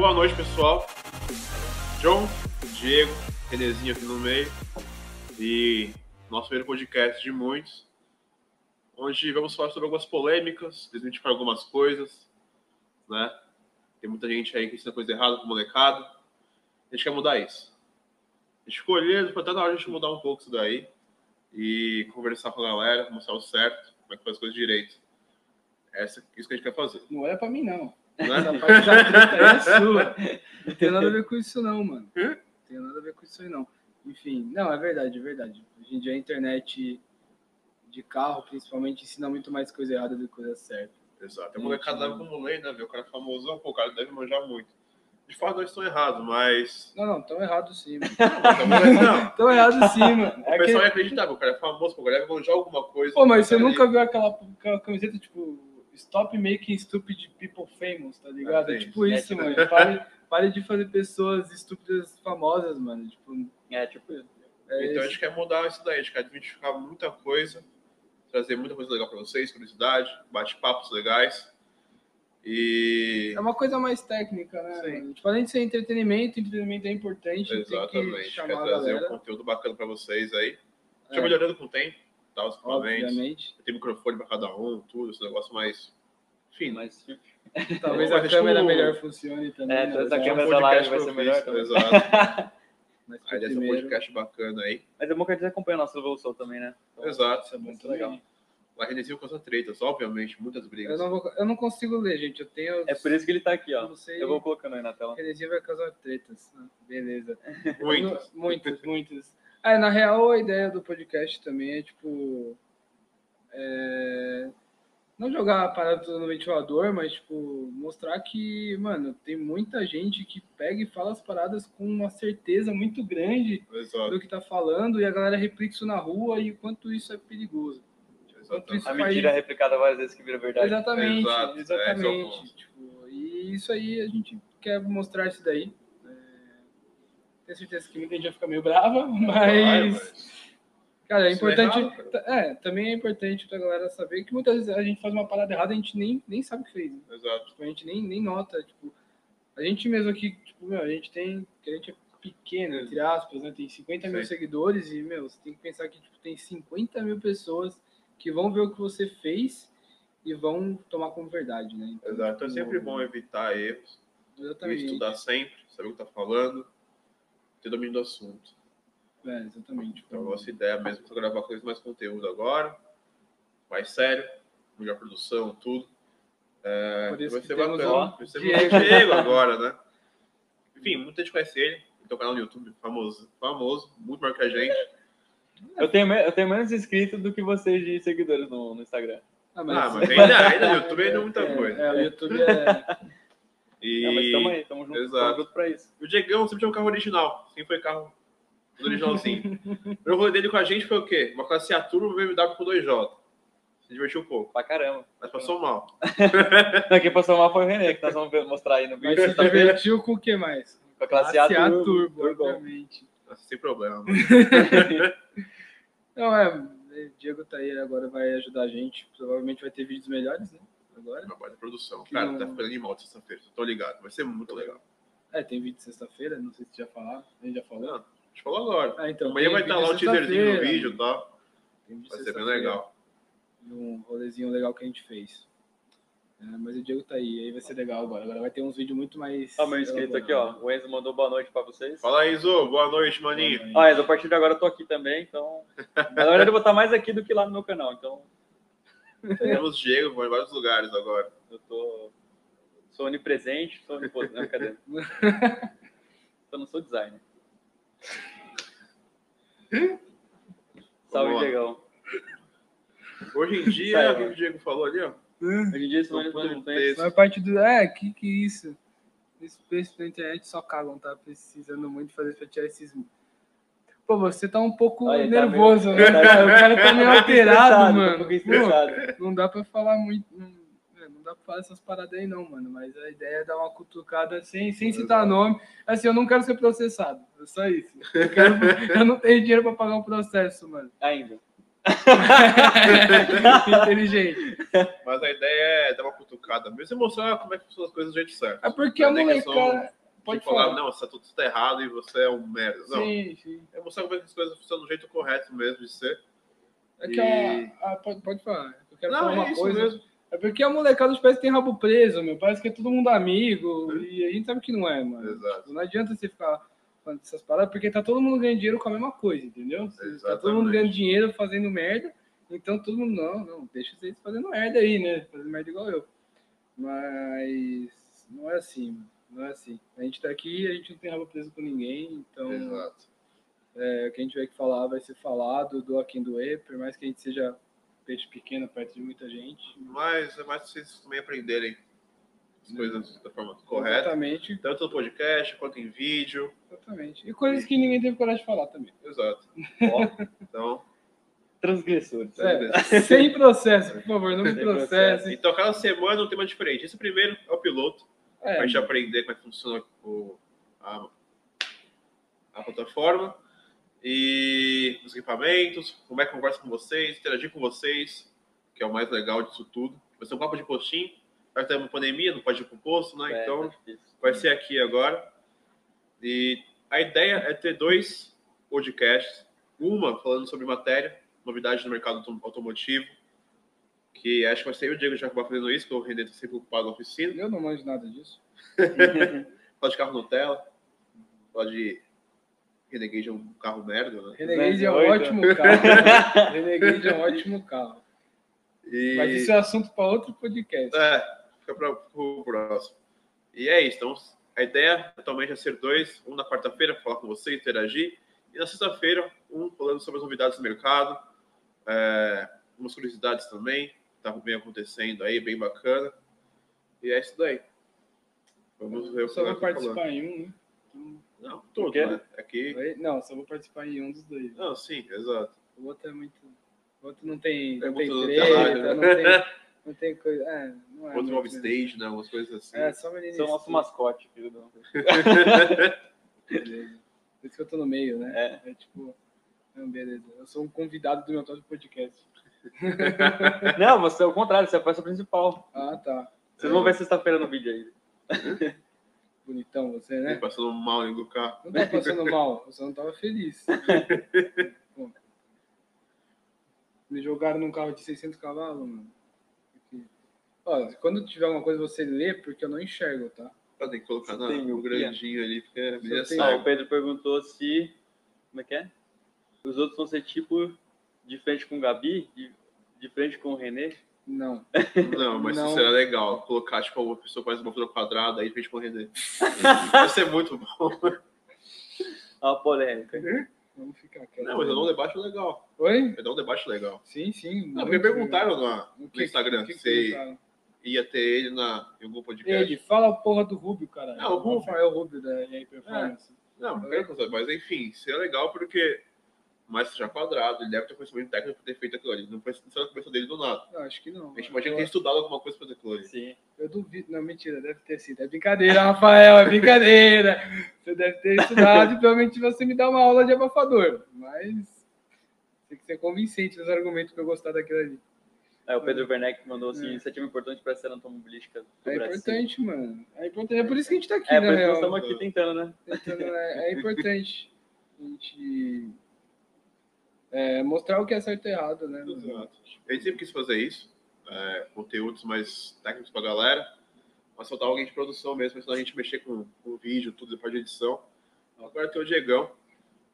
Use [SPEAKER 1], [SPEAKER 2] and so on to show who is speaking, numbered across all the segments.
[SPEAKER 1] Então, noite, pessoal. John, Diego, Renezinho aqui no meio. E nosso primeiro podcast de muitos. Onde vamos falar sobre algumas polêmicas, desmitificar algumas coisas, né? Tem muita gente aí que ensina coisa errada com molecada. A gente quer mudar isso. A gente escolheu, foi até na hora de a gente mudar um pouco isso daí. E conversar com a galera, mostrar o certo, como é que faz as coisas direito. Essa, isso que a gente quer fazer.
[SPEAKER 2] Não olha pra mim, não. Essa
[SPEAKER 1] Né?
[SPEAKER 2] parte da treta aí é sua. Não tem nada a ver com isso, não, mano.
[SPEAKER 1] Hã?
[SPEAKER 2] Não tem nada a ver com isso aí, não. Enfim, não, é verdade, é verdade. Hoje em dia a internet de carro, principalmente, ensina muito mais coisa errada do que coisa certa.
[SPEAKER 1] Exato.
[SPEAKER 2] Hum,
[SPEAKER 1] A molecada leva como lei, né? Vê o cara famosão, pô, o cara deve manjar muito. De fato, nós estão errados, mas.
[SPEAKER 2] Não, não, tão errado sim, mano.
[SPEAKER 1] Não, não.
[SPEAKER 2] Tão errado sim, mano.
[SPEAKER 1] O pessoal
[SPEAKER 2] É aquele-
[SPEAKER 1] é acreditável, o cara é famoso, pô, o cara deve manjar alguma coisa. né,
[SPEAKER 2] Pô, mas você
[SPEAKER 1] Ele-
[SPEAKER 2] nunca viu aquela ca- camiseta, tipo, Stop Making Stupid People Famous, tá ligado?
[SPEAKER 1] Ah,
[SPEAKER 2] É
[SPEAKER 1] tem
[SPEAKER 2] tipo
[SPEAKER 3] isso,
[SPEAKER 2] isso, mano. Pare, pare de fazer pessoas estúpidas famosas, mano. Tipo,
[SPEAKER 3] É, tipo,
[SPEAKER 2] é
[SPEAKER 1] Então a
[SPEAKER 2] isso.
[SPEAKER 1] gente quer mudar isso daí, a gente quer desmistificar muita coisa, trazer muita coisa legal pra vocês, curiosidade, bate-papos legais. E.
[SPEAKER 2] É uma coisa mais técnica, né?
[SPEAKER 1] Sim.
[SPEAKER 2] mano? Tipo, além de ser entretenimento, entretenimento é importante. Tem que
[SPEAKER 1] Exatamente, quer
[SPEAKER 2] chamar a
[SPEAKER 1] trazer um
[SPEAKER 2] galera.
[SPEAKER 1] conteúdo bacana pra vocês aí. A gente vai
[SPEAKER 2] É.
[SPEAKER 1] melhorando com o tempo, tá? Os equipamentos,
[SPEAKER 2] Obviamente.
[SPEAKER 1] tem microfone pra cada um, tudo, esse negócio mais. Enfim,
[SPEAKER 3] mas tipo,
[SPEAKER 2] Talvez
[SPEAKER 1] É,
[SPEAKER 2] a
[SPEAKER 1] tipo-
[SPEAKER 2] câmera melhor funcione também.
[SPEAKER 3] É,
[SPEAKER 2] né?
[SPEAKER 3] talvez a
[SPEAKER 2] Mas
[SPEAKER 1] É um
[SPEAKER 3] câmera- Mas a
[SPEAKER 1] podcast
[SPEAKER 3] live vai ser
[SPEAKER 1] propício,
[SPEAKER 3] melhor então. também.
[SPEAKER 1] Exato.
[SPEAKER 2] mas
[SPEAKER 1] Aí deve ser um
[SPEAKER 2] né? primeiro-
[SPEAKER 1] podcast bacana aí.
[SPEAKER 3] Mas é bom que eles acompanham a nossa evolução também, né?
[SPEAKER 1] Exato.
[SPEAKER 3] Isso é muito
[SPEAKER 2] Também.
[SPEAKER 3] legal.
[SPEAKER 1] Lá Renezinho com essas tretas, obviamente, muitas
[SPEAKER 2] Eu
[SPEAKER 1] brigas.
[SPEAKER 2] não, vou, eu não consigo ler, gente. Eu tenho.
[SPEAKER 3] É por isso que ele tá aqui,
[SPEAKER 2] eu
[SPEAKER 3] ó.
[SPEAKER 2] não sei.
[SPEAKER 3] Eu vou colocando aí na tela.
[SPEAKER 2] Heresia vai causar tretas. Ah, Beleza.
[SPEAKER 1] Muitas.
[SPEAKER 2] Eu não- Muitas, muitas. É, na real, a ideia do podcast também é, tipo... é, Não jogar a parada toda no ventilador, mas, tipo, mostrar que, mano, tem muita gente que pega e fala as paradas com uma certeza muito grande
[SPEAKER 1] Exato.
[SPEAKER 2] do que tá falando e a galera replica isso na rua e o quanto isso é perigoso.
[SPEAKER 1] Exato.
[SPEAKER 2] isso
[SPEAKER 3] A
[SPEAKER 2] faz-
[SPEAKER 3] mentira é replicada várias vezes que vira verdade.
[SPEAKER 2] Exatamente,
[SPEAKER 1] Exato, é, esse é o
[SPEAKER 2] exatamente.
[SPEAKER 1] ponto.
[SPEAKER 2] tipo, e isso aí a gente quer mostrar isso daí. É, Tenho certeza que muita gente vai ficar meio brava,
[SPEAKER 1] Vai,
[SPEAKER 2] mas. Cara, é
[SPEAKER 1] Isso é
[SPEAKER 2] importante.
[SPEAKER 1] errado, cara.
[SPEAKER 2] ta- é, também é importante pra galera saber que muitas vezes a gente faz uma parada errada e a gente nem, nem sabe o que fez.
[SPEAKER 1] Exato.
[SPEAKER 2] Tipo, a gente nem, nem nota. Tipo, a gente mesmo aqui, tipo, meu, a gente tem. que A gente é pequeno, entre aspas, né? Tem 50 mil
[SPEAKER 1] Sim.
[SPEAKER 2] seguidores e, meu, você tem que pensar que tipo, tem 50 mil pessoas que vão ver o que você fez e vão tomar como verdade, né? Então,
[SPEAKER 1] Exato. Então é
[SPEAKER 2] tipo,
[SPEAKER 1] sempre bom evitar erros,
[SPEAKER 2] Exatamente.
[SPEAKER 1] estudar sempre, saber o que tá falando, ter domínio do assunto.
[SPEAKER 2] É, exatamente. Tipo,
[SPEAKER 1] Então a nossa ideia mesmo é gravar coisa mais conteúdo agora, mais sério, melhor produção, tudo. É,
[SPEAKER 2] Por isso
[SPEAKER 1] vai
[SPEAKER 2] que
[SPEAKER 1] ser
[SPEAKER 2] temos um-
[SPEAKER 1] bacana.
[SPEAKER 2] o
[SPEAKER 1] vai ser
[SPEAKER 2] Diego.
[SPEAKER 1] muito Diego agora, né? Enfim, muita gente conhece ele. Ele tem um canal no YouTube famoso, famoso, muito maior que a gente.
[SPEAKER 3] Eu tenho, me- eu tenho menos inscritos do que vocês de seguidores no, no Instagram.
[SPEAKER 2] Ah,
[SPEAKER 1] Ah, mas ainda, ainda no YouTube ainda é muita coisa.
[SPEAKER 2] É, é, o YouTube é.
[SPEAKER 1] E
[SPEAKER 3] Não, mas tamo aí, tamo junto,
[SPEAKER 1] Exato.
[SPEAKER 3] tamo junto pra isso.
[SPEAKER 1] o Diegão sempre tinha um carro original. Sim, foi carro originalzinho. o rolê dele com a gente foi o quê? Uma classe A Turbo BMW com 2J. Se divertiu um pouco,
[SPEAKER 3] Pra caramba.
[SPEAKER 1] mas passou mal.
[SPEAKER 3] Não, quem passou mal foi o Renê, que nós vamos ver- mostrar aí no
[SPEAKER 2] Mas
[SPEAKER 3] vídeo.
[SPEAKER 2] se
[SPEAKER 3] Sexta-feira,
[SPEAKER 2] divertiu com o que mais?
[SPEAKER 3] Com a classe A
[SPEAKER 2] Turbo,
[SPEAKER 3] Turbo. Turbo.
[SPEAKER 2] obviamente.
[SPEAKER 1] Sem problema. mano.
[SPEAKER 2] Não, é. o Diego tá aí agora, vai ajudar a gente. Provavelmente vai ter vídeos melhores, né? Agora.
[SPEAKER 1] Trabalho de produção.
[SPEAKER 2] Que
[SPEAKER 1] Cara,
[SPEAKER 2] não-
[SPEAKER 1] tá ficando animal de sexta-feira. Tô ligado. Vai ser muito legal.
[SPEAKER 2] É, tem vídeo sexta-feira, não sei se já falaram. A gente já falou.
[SPEAKER 1] Não, a gente falou agora.
[SPEAKER 2] Ah, então.
[SPEAKER 1] Amanhã
[SPEAKER 2] tem
[SPEAKER 1] vai estar
[SPEAKER 2] vídeo
[SPEAKER 1] lá o teaserzinho do
[SPEAKER 2] sexta-feira,
[SPEAKER 1] vídeo e tal.
[SPEAKER 2] tem vídeo
[SPEAKER 1] Vai ser bem
[SPEAKER 2] sexta-feira,
[SPEAKER 1] legal.
[SPEAKER 2] de Um rolezinho legal que a gente fez. É, mas o Diego tá aí, aí vai ser legal agora. Agora vai ter uns vídeos muito mais.
[SPEAKER 3] Ó, meu inscrito aqui, ó. O Enzo mandou boa noite pra vocês.
[SPEAKER 1] Fala aí, Zo. Boa noite, maninho.
[SPEAKER 3] Ó, Enzo, a partir de agora eu tô aqui também, então. Na verdade, eu vou estar mais aqui do que lá no meu canal, então
[SPEAKER 1] Temos Diego, vou em vários lugares agora.
[SPEAKER 3] eu tô. Sou onipresente, sou onipotente. Não, cadê? Eu não sou designer. Salve,
[SPEAKER 1] Vamos lá.
[SPEAKER 3] Diegão.
[SPEAKER 1] Hoje em dia,
[SPEAKER 3] Sai,
[SPEAKER 1] o que o Diego falou ali, ó.
[SPEAKER 2] Hum?
[SPEAKER 3] Hoje em dia, isso não
[SPEAKER 1] Tô pondo
[SPEAKER 3] é
[SPEAKER 2] Mas parte do. É, que que é isso? Os preços da internet só cagam, tá precisando muito fazer pra tirar esses. Pô, você tá um pouco
[SPEAKER 3] Aí, tá
[SPEAKER 2] nervoso, né?
[SPEAKER 3] meio- tá-
[SPEAKER 2] o cara tá meio alterado,
[SPEAKER 3] Um
[SPEAKER 2] mano.
[SPEAKER 3] pouco estressado.
[SPEAKER 2] Pô, não dá pra falar muito. Não, é, não dá pra falar essas paradas aí, não, mano. Mas a ideia é dar uma cutucada sem, sem citar nome. Assim, eu não quero ser processado. É só isso. Eu, quero- eu não tenho dinheiro pra pagar um processo, mano.
[SPEAKER 3] Ainda.
[SPEAKER 2] Inteligente.
[SPEAKER 1] Mas a ideia é dar uma cutucada mesmo e mostrar como é que funcionam as coisas do jeito certo.
[SPEAKER 2] É porque a
[SPEAKER 1] Cadê que são
[SPEAKER 2] molecada.
[SPEAKER 1] Pode falar, falar, não, isso tudo tá errado e você é um merda. Não.
[SPEAKER 2] Sim, sim.
[SPEAKER 1] É mostrar como é que as coisas funcionam do jeito correto mesmo de ser.
[SPEAKER 2] É que
[SPEAKER 1] E-
[SPEAKER 2] a, a- pode, pode falar. Eu quero
[SPEAKER 1] Não,
[SPEAKER 2] falar
[SPEAKER 1] é
[SPEAKER 2] uma
[SPEAKER 1] isso
[SPEAKER 2] coisa.
[SPEAKER 1] mesmo.
[SPEAKER 2] É porque a molecada dos pés tem rabo preso, meu. Parece que é todo mundo amigo. E a gente sabe que não é, mano.
[SPEAKER 1] Exato.
[SPEAKER 2] Tipo, não adianta você ficar falando essas paradas, porque tá todo mundo ganhando dinheiro com a mesma coisa, entendeu? Tá todo mundo
[SPEAKER 1] Exatamente.
[SPEAKER 2] ganhando dinheiro fazendo merda. Então todo mundo, não, não, deixa vocês fazendo merda aí, né? Fazendo merda igual eu. Mas não é assim, mano. Não é assim. A gente tá aqui, a gente não tem rabo preso com ninguém, então
[SPEAKER 1] Exato.
[SPEAKER 2] é, o que a gente tiver que falar vai ser falado, do quem doer, por mais que a gente seja peixe pequeno perto de muita gente.
[SPEAKER 1] Mas é mais pra vocês também aprenderem as coisas da forma correta.
[SPEAKER 2] Exatamente,
[SPEAKER 1] Tanto no podcast quanto em vídeo.
[SPEAKER 2] exatamente. E coisas que ninguém teve coragem de falar também.
[SPEAKER 1] Exato. Ó, então,
[SPEAKER 3] Transgressores.
[SPEAKER 2] É, sem processo, por favor, não me
[SPEAKER 3] Sem
[SPEAKER 2] processe.
[SPEAKER 1] então, cada semana um tema diferente. Esse primeiro é o piloto.
[SPEAKER 2] É,
[SPEAKER 1] pra gente aprender como é que funciona o- a, a plataforma e os equipamentos, como é que conversa com vocês, interagir com vocês, que é o mais legal disso tudo. Vai ser um papo de postinho, vai ter uma pandemia, não pode ir pro posto, né?
[SPEAKER 3] É,
[SPEAKER 1] então
[SPEAKER 3] tá difícil.
[SPEAKER 1] vai ser aqui agora. E a ideia é ter dois podcasts, uma falando sobre matéria, novidade no mercado autom- automotivo, que acho que vai ser eu e o Diego já acabar fazendo isso, porque o Renê tá sempre ocupado na oficina
[SPEAKER 2] Eu não manjo nada disso.
[SPEAKER 1] falar de carro Nutella, falar de Renegade é um carro merda, né?
[SPEAKER 2] Renegade é um
[SPEAKER 3] 208.
[SPEAKER 2] ótimo carro. Renegade é um ótimo carro.
[SPEAKER 1] E...
[SPEAKER 2] Mas isso é assunto para outro podcast.
[SPEAKER 1] É, fica para o próximo. E é isso, então a ideia atualmente é ser dois, um na quarta-feira pra falar com você, interagir, e na sexta-feira um falando sobre as novidades do mercado, é, umas curiosidades também, tá bem acontecendo aí, bem bacana. E é isso daí. Vamos ver o que
[SPEAKER 2] Só
[SPEAKER 1] vai
[SPEAKER 2] vou
[SPEAKER 1] falando.
[SPEAKER 2] participar em um, né?
[SPEAKER 1] Não, tudo,
[SPEAKER 3] O quê?
[SPEAKER 1] né? Aqui.
[SPEAKER 2] Oi? Não, só vou participar em um dos dois.
[SPEAKER 1] Não, sim, exato.
[SPEAKER 2] O outro é muito. O outro não tem,
[SPEAKER 1] É
[SPEAKER 2] não tem
[SPEAKER 1] muito
[SPEAKER 2] treta,
[SPEAKER 1] trabalho,
[SPEAKER 2] não
[SPEAKER 1] né?
[SPEAKER 2] tem, não tem coisa. É, não é.
[SPEAKER 1] Outro
[SPEAKER 2] muito,
[SPEAKER 1] mob stage, né? Umas coisas assim.
[SPEAKER 2] né? É, só menino.
[SPEAKER 3] Você é o nosso mascote, filho. do-
[SPEAKER 2] Beleza. Por isso que eu tô no meio, né?
[SPEAKER 3] É.
[SPEAKER 2] É tipo. Não, beleza. Eu sou um convidado do meu próprio podcast.
[SPEAKER 3] Não, você é o contrário, você é a peça principal.
[SPEAKER 2] Ah, tá.
[SPEAKER 3] Vocês vão ver sexta-feira no vídeo aí.
[SPEAKER 2] Bonitão você, né?
[SPEAKER 1] Ele Passando mal dentro do carro.
[SPEAKER 2] Não tava passando mal, eu só não tava feliz. Pô. Me jogaram num carro de 600 cavalos, mano. Aqui. Ó, quando tiver alguma coisa você lê, porque eu não enxergo, tá?
[SPEAKER 1] Ah, Tem que colocar
[SPEAKER 3] Você
[SPEAKER 1] na,
[SPEAKER 3] tem
[SPEAKER 1] no
[SPEAKER 3] miopia?
[SPEAKER 1] grandinho ali, porque é meio
[SPEAKER 2] tem-
[SPEAKER 3] Ah, o
[SPEAKER 1] cego.
[SPEAKER 3] Pedro perguntou se. Como é que é? Os outros vão ser tipo de frente com o Gabi, de, de frente com o René.
[SPEAKER 2] Não.
[SPEAKER 1] Não, mas
[SPEAKER 2] Não.
[SPEAKER 1] isso será legal. Colocar, tipo, uma pessoa faz uma figura quadrada aí de frente com o René. Vai ser é muito bom.
[SPEAKER 3] Ó, Ah, a polêmica.
[SPEAKER 2] Vamos ficar quieto.
[SPEAKER 1] Não, mas eu dou um debate legal.
[SPEAKER 2] Oi?
[SPEAKER 1] Eu dou um debate legal.
[SPEAKER 2] Sim, sim.
[SPEAKER 1] Não,
[SPEAKER 2] muito
[SPEAKER 1] porque perguntaram
[SPEAKER 2] legal.
[SPEAKER 1] na-
[SPEAKER 2] O
[SPEAKER 1] no Instagram
[SPEAKER 2] o que que
[SPEAKER 1] se
[SPEAKER 2] perguntaram?
[SPEAKER 1] ia ter ele na, em algum podcast.
[SPEAKER 2] Ele, fala a porra do Rubio, cara.
[SPEAKER 1] Ah, É. o Rubio.
[SPEAKER 2] É o Rubio da EA Performance.
[SPEAKER 1] Não, não quero contar, mas enfim, seria legal porque. Mas seja quadrado, ele deve ter conhecimento técnico pra ter feito aquilo ali. Não foi não saiu da cabeça dele do nada.
[SPEAKER 2] Não, acho que não.
[SPEAKER 1] A gente
[SPEAKER 2] mano.
[SPEAKER 1] imagina que ter estudado alguma coisa pra fazer aquilo ali.
[SPEAKER 3] Sim.
[SPEAKER 2] Eu duvido, não, mentira, deve ter sido. É brincadeira, Rafael, é brincadeira. Você deve ter estudado e provavelmente você me dá uma aula de abafador. Mas tem que ser convincente nos argumentos pra eu gostar daquilo ali.
[SPEAKER 3] Aí o Pedro Werneck mandou assim:
[SPEAKER 2] É.
[SPEAKER 3] iniciativa importante para a cena automobilística do
[SPEAKER 2] É
[SPEAKER 3] Brasil.
[SPEAKER 2] importante, mano. É importante. É por isso que a gente tá aqui,
[SPEAKER 3] É, por
[SPEAKER 2] na
[SPEAKER 3] isso que nós
[SPEAKER 2] real.
[SPEAKER 3] estamos aqui tentando, né?
[SPEAKER 2] Tentando, é, é importante a gente é, mostrar o que é certo e errado, né? mano?
[SPEAKER 1] Exato. A gente sempre quis fazer isso, é, conteúdos mais técnicos pra galera, mas faltava alguém de produção mesmo, senão a gente mexer com o vídeo, tudo depois de edição. Agora tem o Diegão,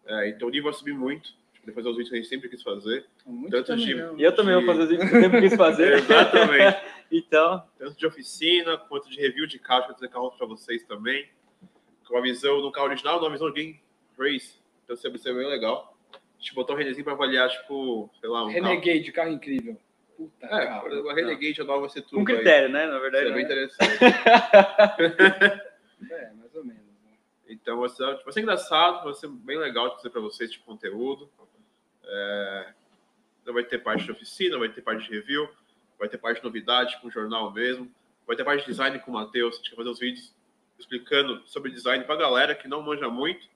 [SPEAKER 1] é, então o nível vai subir muito, tipo, fazer os vídeos que a gente sempre quis fazer.
[SPEAKER 2] Então, Muito
[SPEAKER 1] Tanto
[SPEAKER 2] também, né,
[SPEAKER 1] de-
[SPEAKER 2] não.
[SPEAKER 3] E eu também vou fazer os vídeos que eu sempre quis fazer.
[SPEAKER 1] Exatamente.
[SPEAKER 3] Então,
[SPEAKER 1] Tanto de oficina, quanto de review de carro, fazer carro é um pra vocês também. Com a visão do carro original, uma visão de Game Race, então sempre ser bem legal. A gente botou o Renezinho pra avaliar, tipo, sei lá, um
[SPEAKER 2] Renegade, carro é incrível. Puta,
[SPEAKER 1] carro. É,
[SPEAKER 2] cara.
[SPEAKER 1] a Renegade, a nova vai ser tudo
[SPEAKER 3] com
[SPEAKER 1] aí.
[SPEAKER 3] tá. critério, né? Na
[SPEAKER 1] Isso
[SPEAKER 3] verdade.
[SPEAKER 1] é bem
[SPEAKER 3] né?
[SPEAKER 1] interessante.
[SPEAKER 2] É, mais ou menos. né?
[SPEAKER 1] Então vai ser, vai ser engraçado, vai ser bem legal de fazer para vocês tipo de conteúdo. É, então vai ter parte de oficina, vai ter parte de review, vai ter parte de novidade com o jornal mesmo, vai ter parte de design com o Matheus. A gente vai fazer uns vídeos explicando sobre design para galera que não manja muito,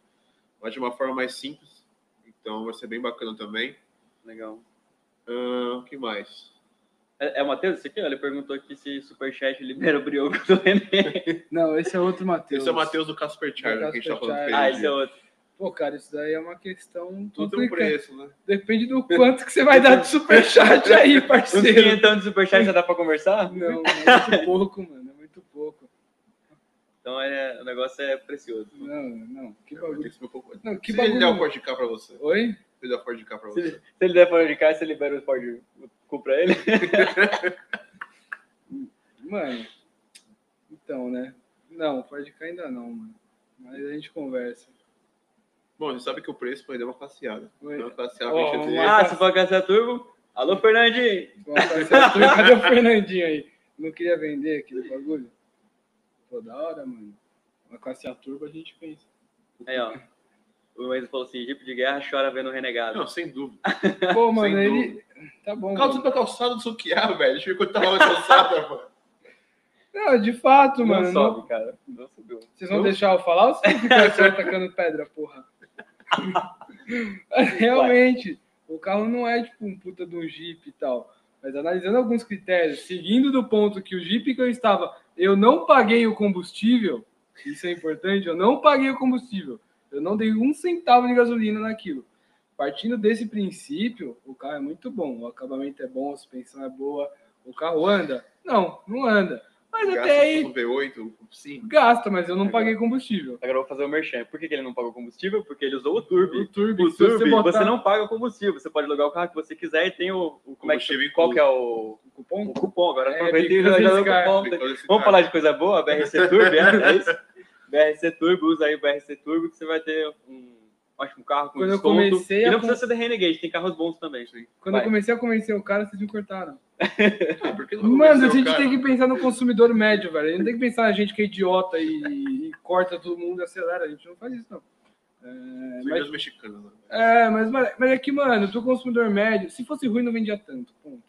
[SPEAKER 1] mas de uma forma mais simples. Então vai ser bem bacana também.
[SPEAKER 3] Legal.
[SPEAKER 1] Ahn, O que mais?
[SPEAKER 3] É, é o Matheus isso aqui? ó? Ele perguntou aqui se Superchat libera o brioco do René.
[SPEAKER 2] Não, esse é outro Matheus.
[SPEAKER 1] Esse é o Matheus do Casper Charger, que a gente tá
[SPEAKER 2] Casper
[SPEAKER 1] falando
[SPEAKER 2] Charger.
[SPEAKER 1] que
[SPEAKER 3] ah, esse é outro.
[SPEAKER 2] Pô, cara, isso daí é uma questão
[SPEAKER 1] Tudo tem um
[SPEAKER 2] complicada.
[SPEAKER 1] preço, né?
[SPEAKER 2] Depende do quanto que você vai dar de superchat aí,
[SPEAKER 3] Uns
[SPEAKER 2] parceiro.
[SPEAKER 3] quinhentão Um então, de Superchat já dá pra conversar?
[SPEAKER 2] Não, é muito pouco, mano. É muito pouco.
[SPEAKER 3] Então é, o negócio é precioso.
[SPEAKER 2] Não, não. Que
[SPEAKER 1] Vai ter
[SPEAKER 2] bagulho.
[SPEAKER 1] que se preocupar.
[SPEAKER 2] Não, que
[SPEAKER 1] É se ele der um o
[SPEAKER 2] bagulho.
[SPEAKER 1] Ford K pra você, se
[SPEAKER 2] Oi?
[SPEAKER 1] ele der o Ford K pra
[SPEAKER 3] Se,
[SPEAKER 1] você.
[SPEAKER 3] ele- se ele der fora de casa, você libera o Ford cu pra ele.
[SPEAKER 2] Mano. Então, né? Não, pode ficar ainda não, mano. Mas a gente conversa.
[SPEAKER 1] Bom, você sabe que o preço vai dar uma passeada.
[SPEAKER 2] Oi.
[SPEAKER 1] Uma passeada
[SPEAKER 2] Ó, um
[SPEAKER 1] que a gente
[SPEAKER 2] vamos
[SPEAKER 1] tem.
[SPEAKER 2] lá.
[SPEAKER 3] Ah, se for caçar turbo. Alô, Fernandinho!
[SPEAKER 2] Bom, tá certo. Cadê o Fernandinho aí? Não queria vender aquele bagulho? Pô, da hora, mano. Uma classe A turbo a gente pensa.
[SPEAKER 3] Aí, ó. O Enzo falou assim: Jeep de guerra chora vendo o renegado.
[SPEAKER 1] Não, sem dúvida.
[SPEAKER 2] Pô, mano,
[SPEAKER 1] Sem
[SPEAKER 2] ele. Tá bom.
[SPEAKER 1] Calça
[SPEAKER 2] mano.
[SPEAKER 1] pra calçada do Sukiá, velho. Deixa eu ver quanto tava na calçada, mano.
[SPEAKER 2] Não, de fato,
[SPEAKER 3] Não
[SPEAKER 2] mano.
[SPEAKER 3] sobe, cara. Não subiu.
[SPEAKER 2] Vocês vão
[SPEAKER 1] Não?
[SPEAKER 2] deixar eu falar ou vocês vão ficar só atacando pedra, porra? Realmente, o carro não é tipo um puta de um Jeep e tal. Mas analisando alguns critérios, seguindo do ponto que o Jeep que eu estava, eu não paguei o combustível, isso é importante, eu não paguei o combustível. Eu não dei um centavo de gasolina naquilo. Partindo desse princípio, o carro é muito bom. O acabamento é bom, a suspensão é boa. O carro anda? Não, não anda. Mas até aí,
[SPEAKER 1] um V8, um 5.
[SPEAKER 2] Gasta, mas eu não
[SPEAKER 3] É.
[SPEAKER 2] paguei combustível.
[SPEAKER 3] Agora eu vou fazer o merchan. Por que, que ele não pagou combustível? Porque ele usou o Turbo.
[SPEAKER 2] O turbo,
[SPEAKER 3] O
[SPEAKER 2] se você
[SPEAKER 3] Turbo, você,
[SPEAKER 2] botar
[SPEAKER 3] não paga combustível. Você pode alugar o carro que você quiser e tem o. o como é
[SPEAKER 1] Combustível
[SPEAKER 3] que,
[SPEAKER 1] incluso.
[SPEAKER 3] qual que é o,
[SPEAKER 2] o cupom,
[SPEAKER 3] o cupom? Agora
[SPEAKER 2] É,
[SPEAKER 3] aproveita e
[SPEAKER 2] because
[SPEAKER 3] já dá o
[SPEAKER 2] it's car.
[SPEAKER 3] cupom. Vamos falar de coisa boa? BRC Turbo, é, é isso? BRC Turbo, usa aí o BRC Turbo que você vai ter um ótimo carro com
[SPEAKER 2] Quando eu
[SPEAKER 3] desconto.
[SPEAKER 2] comecei
[SPEAKER 3] e
[SPEAKER 2] a
[SPEAKER 3] não
[SPEAKER 2] com-
[SPEAKER 3] precisa ser da Renegade, tem carros bons também.
[SPEAKER 2] quando
[SPEAKER 3] Vai.
[SPEAKER 2] eu comecei a convencer o cara, vocês me cortaram.
[SPEAKER 1] Ah, por que não
[SPEAKER 2] Mano, a
[SPEAKER 1] aconteceu,
[SPEAKER 2] gente
[SPEAKER 1] cara?
[SPEAKER 2] tem que pensar no consumidor médio, velho. A gente não tem que pensar na gente que é idiota e, e corta todo mundo e acelera. A gente não faz isso, não. É,
[SPEAKER 1] Os
[SPEAKER 2] mas,
[SPEAKER 1] vídeos mexicanos, né?
[SPEAKER 2] é, mas, mas é que, mano, do consumidor médio, se fosse ruim, não vendia tanto. Ponto.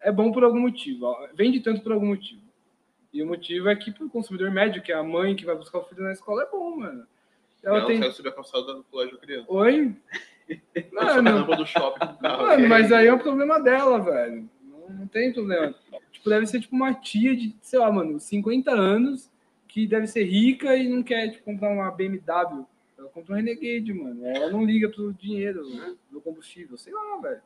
[SPEAKER 2] É bom por algum motivo. ó. Vende tanto por algum motivo. E o motivo é que pro consumidor médio, que é a mãe que vai buscar o filho na escola, é bom, mano.
[SPEAKER 1] Ela
[SPEAKER 2] Ela tem.
[SPEAKER 1] saiu subir a calçada do colégio criança.
[SPEAKER 2] Oi?
[SPEAKER 1] Ela
[SPEAKER 2] Mano,
[SPEAKER 1] só do shopping com o carro.
[SPEAKER 2] Mano, mas aí é um problema dela, velho. Não, não tem problema. Tipo, deve ser tipo uma tia de, sei lá, mano, 50 anos, que deve ser rica e não quer tipo, comprar uma BMW. Ela compra um Renegade, mano. Ela não liga pro dinheiro, né, do combustível, sei lá, velho.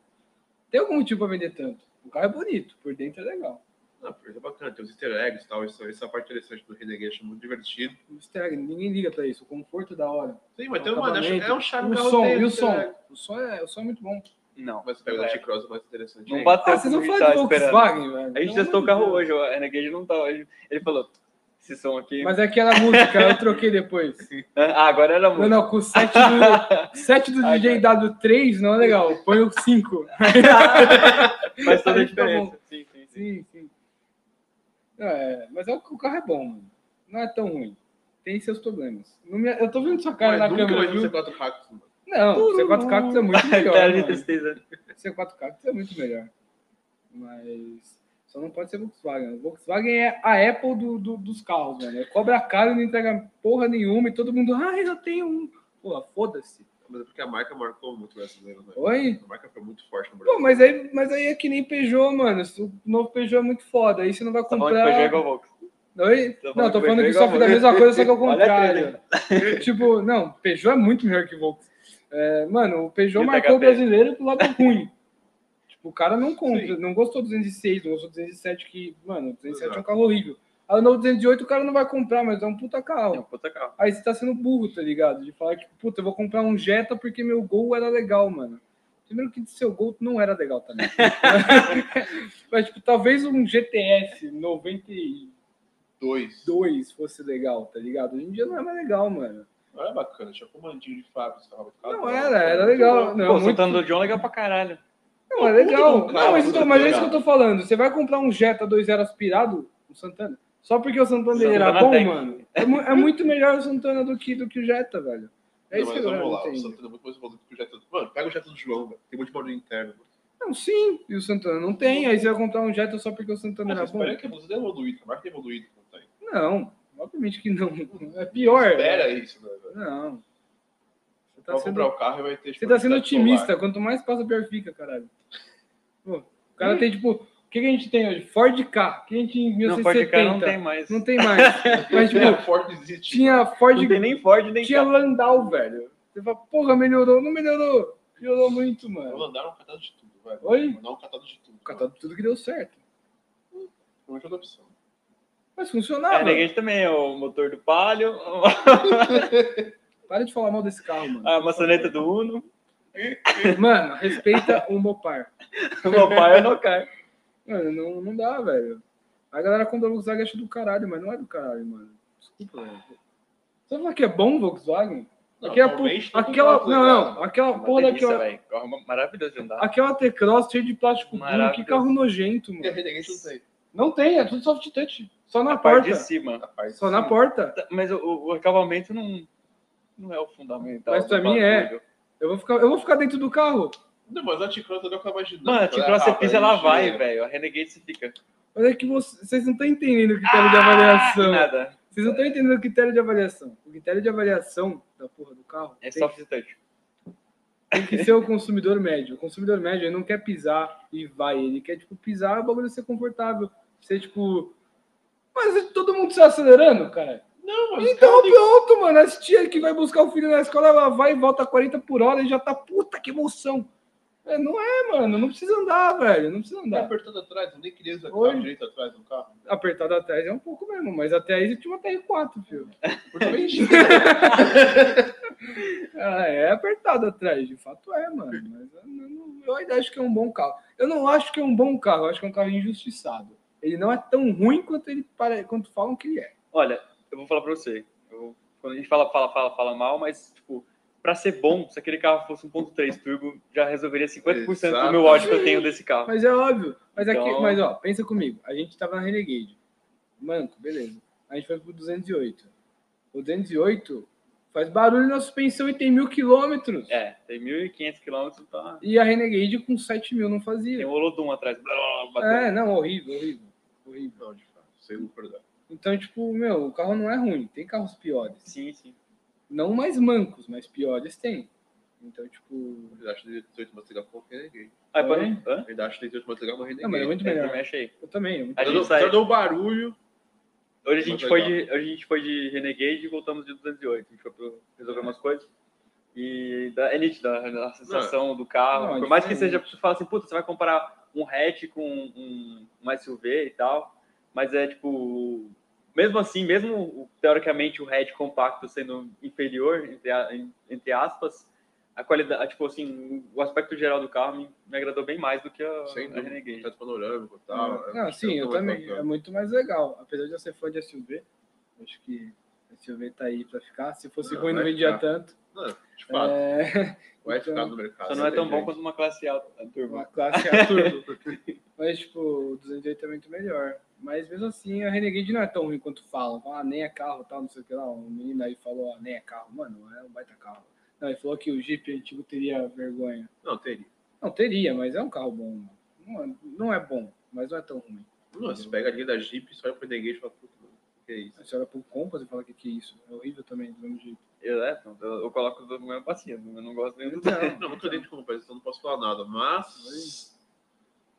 [SPEAKER 2] Tem algum motivo pra vender tanto? O carro é bonito, por dentro é legal.
[SPEAKER 1] Ah, por isso é bacana, tem os easter eggs e tal. Isso, essa parte interessante do Renegade acho muito divertido.
[SPEAKER 2] O easter egg, ninguém liga pra isso. O conforto é da hora.
[SPEAKER 1] Sim, mas
[SPEAKER 2] O
[SPEAKER 1] tem uma.
[SPEAKER 2] acabamento,
[SPEAKER 1] É um charme
[SPEAKER 2] o
[SPEAKER 1] carro né?
[SPEAKER 2] som,
[SPEAKER 1] tem
[SPEAKER 2] e o
[SPEAKER 1] easter
[SPEAKER 2] som.
[SPEAKER 1] egg.
[SPEAKER 2] O som é, o som é muito bom.
[SPEAKER 3] Não.
[SPEAKER 1] Mas pega da T-Cross é mais interessante.
[SPEAKER 3] Não
[SPEAKER 1] É.
[SPEAKER 3] bateu
[SPEAKER 2] Ah, vocês
[SPEAKER 3] com
[SPEAKER 2] vão
[SPEAKER 3] o que
[SPEAKER 2] falar de
[SPEAKER 3] tava tá esperando.
[SPEAKER 2] Volkswagen, velho.
[SPEAKER 3] A gente
[SPEAKER 2] Pelo
[SPEAKER 3] testou
[SPEAKER 2] amor
[SPEAKER 3] o
[SPEAKER 2] de
[SPEAKER 3] carro
[SPEAKER 2] Deus.
[SPEAKER 3] hoje, o Renegade não tá hoje. Ele falou, esse som aqui...
[SPEAKER 2] Mas é aquela música, eu troquei depois.
[SPEAKER 3] Ah, agora era
[SPEAKER 2] Não,
[SPEAKER 3] muito.
[SPEAKER 2] não, com o 7 do, 7 do
[SPEAKER 3] Ah,
[SPEAKER 2] DJ W3 não é legal. Põe o 5.
[SPEAKER 3] Faz toda
[SPEAKER 2] Tá
[SPEAKER 3] a diferença. Sim, sim, sim.
[SPEAKER 2] sim, sim. Não, é, mas é, o o carro é bom, mano. Não é tão ruim. Tem seus problemas. Não me- eu tô vendo sua cara
[SPEAKER 1] Mas
[SPEAKER 2] na
[SPEAKER 1] nunca
[SPEAKER 2] câmera,
[SPEAKER 1] vai ser
[SPEAKER 2] viu?
[SPEAKER 1] quatro racks, mano.
[SPEAKER 2] Não, C4 Cactus é muito melhor.
[SPEAKER 3] Cara de
[SPEAKER 2] mano.
[SPEAKER 3] tristeza.
[SPEAKER 2] C4 Cactus é muito melhor. Mas só não pode ser Volkswagen. Volkswagen é a Apple do, do- dos carros, mano. É cobra caro e não entrega porra nenhuma e todo mundo, ah, eu tenho um. Porra, foda-se.
[SPEAKER 1] Mas é porque a marca marcou muito o brasileiro, né?
[SPEAKER 2] Oi?
[SPEAKER 1] A marca foi muito forte no Brasil.
[SPEAKER 2] Pô, mas aí, mas aí é que nem Peugeot, mano. O novo Peugeot é muito foda. Aí você não vai
[SPEAKER 3] Tá falando que foi
[SPEAKER 2] comprar.
[SPEAKER 3] igual Volks.
[SPEAKER 2] Oi?
[SPEAKER 3] Tá falando
[SPEAKER 2] Não,
[SPEAKER 3] que
[SPEAKER 2] tô falando
[SPEAKER 3] Peugeot
[SPEAKER 2] que
[SPEAKER 3] igual
[SPEAKER 2] só que da
[SPEAKER 3] Volkswagen.
[SPEAKER 2] mesma coisa, só que ao
[SPEAKER 3] Olha a
[SPEAKER 2] contrário. tipo, não, Peugeot é muito melhor que Volks. É, mano, o Peugeot
[SPEAKER 3] E o
[SPEAKER 2] marcou o
[SPEAKER 3] THP?
[SPEAKER 2] brasileiro pro lado ruim. tipo, o cara não compra, não gostou do 206, não gostou do 207, que, mano, 207 é um
[SPEAKER 1] Exato.
[SPEAKER 2] carro horrível. Aí o novo 208 o cara não vai comprar, mas é um puta carro.
[SPEAKER 3] É um puta carro.
[SPEAKER 2] Aí você tá sendo burro, tá ligado? De falar que, puta, eu vou comprar um Jetta porque meu Gol era legal, mano. Primeiro que seu Gol não era legal também. Mas, tipo, talvez um GTS 92
[SPEAKER 1] Dois.
[SPEAKER 2] fosse legal, tá ligado? Hoje em dia não é mais legal, mano.
[SPEAKER 1] Não era Ah, é bacana, tinha comandinho de fábrica. tava-
[SPEAKER 2] Não
[SPEAKER 1] tava-
[SPEAKER 2] era, era
[SPEAKER 1] muito
[SPEAKER 2] legal.
[SPEAKER 1] bom.
[SPEAKER 2] Não,
[SPEAKER 3] Pô, o
[SPEAKER 2] muito...
[SPEAKER 3] Santana do John é legal pra caralho.
[SPEAKER 2] não é legal.
[SPEAKER 1] Puta,
[SPEAKER 2] Não, mas, então,
[SPEAKER 1] puta,
[SPEAKER 2] mas
[SPEAKER 1] cara.
[SPEAKER 2] é
[SPEAKER 1] tá
[SPEAKER 2] isso que eu tô falando. Você vai comprar um Jetta 2.0 aspirado, o um Santana, só porque o Santana, dele era
[SPEAKER 3] Santana
[SPEAKER 2] bom,
[SPEAKER 3] Tech.
[SPEAKER 2] mano. É, mu- é muito melhor o Santana do que, do que o Jetta, velho. É
[SPEAKER 1] Não,
[SPEAKER 2] isso que
[SPEAKER 1] mas
[SPEAKER 2] eu
[SPEAKER 1] vamos
[SPEAKER 2] não
[SPEAKER 1] lá, o
[SPEAKER 2] entendo.
[SPEAKER 1] Santana é muito mais evoluído que o Jetta. do- Mano, pega o Jetta do João, velho. Tem muito barulho interno.
[SPEAKER 2] Não, sim. E o Santana não tem. Aí você vai comprar um Jetta só porque o Santana
[SPEAKER 1] Você
[SPEAKER 2] era bom?
[SPEAKER 1] espera que a música é evoluída, a marca é evoluída. Não tem.
[SPEAKER 2] Não, obviamente que não. É pior.
[SPEAKER 1] Espera isso, né, velho?
[SPEAKER 2] Não. Você tá
[SPEAKER 1] Vai comprar um
[SPEAKER 2] sendo,
[SPEAKER 1] o carro e vai ter.
[SPEAKER 2] você tá sendo
[SPEAKER 1] disponibilidade solar.
[SPEAKER 3] Hum.
[SPEAKER 2] otimista. Quanto mais passa, pior fica, caralho. Pô, o cara tem, tipo, que, que a gente tem hoje? Ford K. Que a gente em
[SPEAKER 3] Não, Ford K
[SPEAKER 2] 1970.
[SPEAKER 3] não tem mais.
[SPEAKER 2] Não tem mais. Mas,
[SPEAKER 1] Tinha
[SPEAKER 2] tipo,
[SPEAKER 1] É, Ford existe.
[SPEAKER 2] tinha Ford.
[SPEAKER 3] Não tem nem Ford, nem
[SPEAKER 2] tinha
[SPEAKER 3] carro.
[SPEAKER 2] Landau, velho. Você fala, porra, melhorou. Não melhorou. Melhorou muito,
[SPEAKER 1] Eu
[SPEAKER 2] mano.
[SPEAKER 1] mandaram um catado de tudo, velho.
[SPEAKER 2] Oi?
[SPEAKER 1] Mandaram um catado de tudo.
[SPEAKER 2] Catado tudo que deu certo.
[SPEAKER 1] Não tinha outra opção.
[SPEAKER 2] Mas
[SPEAKER 3] A
[SPEAKER 2] funcionava.
[SPEAKER 3] Renegade É, também, o motor do Palio,
[SPEAKER 2] Para de falar mal desse carro, mano.
[SPEAKER 3] a maçaneta do Uno,
[SPEAKER 2] Mano, respeita o Mopar.
[SPEAKER 3] o meu pai é no carro.
[SPEAKER 2] Mano, não, não dá, velho. A galera compra o Volkswagen acha do caralho, mas não é do caralho, mano. Desculpa, velho. Você fala que é bom o Volkswagen? Aquela por-
[SPEAKER 1] talvez tenha
[SPEAKER 2] aquela-
[SPEAKER 1] comprado,
[SPEAKER 2] não,
[SPEAKER 1] né,
[SPEAKER 2] não, aquela
[SPEAKER 3] é Uma
[SPEAKER 2] porra
[SPEAKER 3] delícia,
[SPEAKER 2] daquela-
[SPEAKER 3] velho. Carro ma- Maravilhoso de andar.
[SPEAKER 2] Aquela T-Cross cheia de plástico duro, que
[SPEAKER 3] Maravilhoso.
[SPEAKER 2] carro nojento,
[SPEAKER 1] cara?
[SPEAKER 2] mano.
[SPEAKER 1] Renegade não tem.
[SPEAKER 2] Não tem, é tudo soft touch. Só na
[SPEAKER 3] A parte
[SPEAKER 2] porta.
[SPEAKER 3] de cima.
[SPEAKER 1] Rapaz,
[SPEAKER 2] Só na porta.
[SPEAKER 3] Mas o- o, o acabamento não, não é o fundamental.
[SPEAKER 2] Mas pra
[SPEAKER 3] do
[SPEAKER 2] mim é.
[SPEAKER 3] bagulho.
[SPEAKER 2] Eu vou ficar, eu vou ficar dentro do carro.
[SPEAKER 1] Não, mas a T-Cross eu acabo imaginando.
[SPEAKER 3] Mano, a
[SPEAKER 1] Falei,
[SPEAKER 3] T-Cross você
[SPEAKER 1] ah,
[SPEAKER 3] pisa, ela
[SPEAKER 1] velho,
[SPEAKER 3] vai,
[SPEAKER 1] é.
[SPEAKER 3] velho. A Renegade você fica.
[SPEAKER 2] Mas é que vocês, vocês não estão entendendo o critério
[SPEAKER 3] Ah,
[SPEAKER 2] de avaliação.
[SPEAKER 3] Nada.
[SPEAKER 2] Vocês não estão entendendo o critério de avaliação. O critério de avaliação da porra do carro
[SPEAKER 3] É
[SPEAKER 2] tem
[SPEAKER 3] soft touch.
[SPEAKER 2] tem que ser o consumidor médio. O consumidor médio ele não quer pisar e vai. Ele quer, tipo, pisar o bagulho ser confortável. Ser, tipo. Mas todo mundo se acelerando, cara.
[SPEAKER 1] Não, mas
[SPEAKER 2] Então pronto, mano. As tia que vai buscar o filho na escola, ela vai e volta 40 por hora e já tá puta que emoção. É, não é, mano. Não precisa andar, velho. Não precisa
[SPEAKER 1] tá
[SPEAKER 2] andar.
[SPEAKER 1] apertando atrás, eu nem queria usar
[SPEAKER 2] Oi?
[SPEAKER 1] o direito atrás do carro.
[SPEAKER 2] Apertado atrás é um pouco mesmo, mas até aí você tinha uma TR4, filho.
[SPEAKER 1] Porque eu vendi.
[SPEAKER 2] Ah, é apertado atrás, de fato é, mano. Mas eu, não- eu ainda acho que é um bom carro. Eu não acho que é um bom carro, eu acho que é um carro injustiçado. Ele não é tão ruim quanto, ele pare... quanto falam que ele é.
[SPEAKER 3] Olha, eu vou falar pra você. Eu- quando a gente fala, fala, fala, fala mal, mas, tipo, pra ser bom, se aquele carro fosse 1.3 turbo, já resolveria 50% do meu ódio que eu tenho desse carro.
[SPEAKER 2] Mas é óbvio. Mas aqui,
[SPEAKER 3] Então-
[SPEAKER 2] mas ó, pensa comigo. A gente tava na Renegade. Manco, beleza. A gente foi pro 208. O 208 faz barulho na suspensão e tem mil quilômetros.
[SPEAKER 3] É, tem 1.500 km, tá.
[SPEAKER 2] E a Renegade com 7 mil não fazia.
[SPEAKER 3] Tem um Olodum atrás. blá, blá, blá, batendo.
[SPEAKER 2] É, não, horrível, horrível. Horrível.
[SPEAKER 1] Não, de fato, sem um não perder.
[SPEAKER 2] Então, tipo, meu, o carro não é ruim. Tem carros piores.
[SPEAKER 3] Sim, sim.
[SPEAKER 2] não mais mancos, mas piores tem. Então, tipo.
[SPEAKER 1] Ainda acho 18 mais legal que o Renegade.
[SPEAKER 3] Aí, Ah, é pra
[SPEAKER 2] Oi?
[SPEAKER 3] não... Hã?
[SPEAKER 1] Ainda acho 18 mais legal que o Renegade.
[SPEAKER 2] Não, mas é muito
[SPEAKER 3] É,
[SPEAKER 2] melhor.
[SPEAKER 3] também achei.
[SPEAKER 2] Eu também. eu-
[SPEAKER 3] A
[SPEAKER 1] Só
[SPEAKER 3] gente
[SPEAKER 1] deu-
[SPEAKER 3] sai-
[SPEAKER 1] Só deu barulho.
[SPEAKER 3] Hoje a gente
[SPEAKER 1] Mas
[SPEAKER 3] foi
[SPEAKER 1] legal.
[SPEAKER 3] de, hoje a gente foi de Renegade e voltamos de 208. A gente foi pro- resolver umas coisas. E da, é nítido a, a sensação do carro.
[SPEAKER 2] Não, é
[SPEAKER 3] Por mais que
[SPEAKER 2] diferente.
[SPEAKER 3] seja, você fala assim, puta, você vai comparar um hatch com um, um SUV e tal. Mas é tipo, mesmo assim, mesmo o- teoricamente o hatch compacto sendo inferior, entre, a- em- entre aspas, a qualidade, tipo assim, o aspecto geral do carro me, me agradou bem mais do que a,
[SPEAKER 1] Sem
[SPEAKER 3] a Renegade.
[SPEAKER 1] dúvida. Teto é panorâmico e tal. é,
[SPEAKER 2] não,
[SPEAKER 1] acho que
[SPEAKER 2] sim, eu
[SPEAKER 1] tô mais
[SPEAKER 2] também. É
[SPEAKER 1] bacana.
[SPEAKER 2] muito mais legal. Apesar de eu ser fã de SUV, acho que SUV tá aí pra ficar. Se fosse
[SPEAKER 1] Não,
[SPEAKER 2] ruim, não
[SPEAKER 1] vai
[SPEAKER 2] vendia
[SPEAKER 1] ficar.
[SPEAKER 2] tanto.
[SPEAKER 1] Não, de fato.
[SPEAKER 2] É,
[SPEAKER 1] Vai
[SPEAKER 2] então-
[SPEAKER 1] ficar no mercado.
[SPEAKER 3] Só não é tão bom
[SPEAKER 1] né,
[SPEAKER 3] quanto uma classe A, turma.
[SPEAKER 2] uma classe é A turbo. Mas, tipo, o 208 é muito melhor. Mas mesmo assim, a Renegade não é tão ruim quanto falam. Falam, ah, nem é carro, tal, não sei o que lá. Um menino aí falou, ah, nem é carro. Mano, é um baita carro. Não, ele falou que o Jeep antigo teria vergonha.
[SPEAKER 1] gente? Não, teria.
[SPEAKER 2] Não, teria, mas é um carro bom. mano. Não é, não é bom, mas não é tão ruim.
[SPEAKER 1] Não, você pega a linha da Jeep e só olha pro Renegade e fala, puta, mano, o que é isso?
[SPEAKER 2] A senhora pro Compass e fala que que é isso. É horrível também, do mesmo jeito.
[SPEAKER 3] Eu, é, eu, eu coloco do meu paciente, eu não gosto nem do
[SPEAKER 2] Não,
[SPEAKER 1] Não, nunca dei de comprar, então não posso falar nada, mas.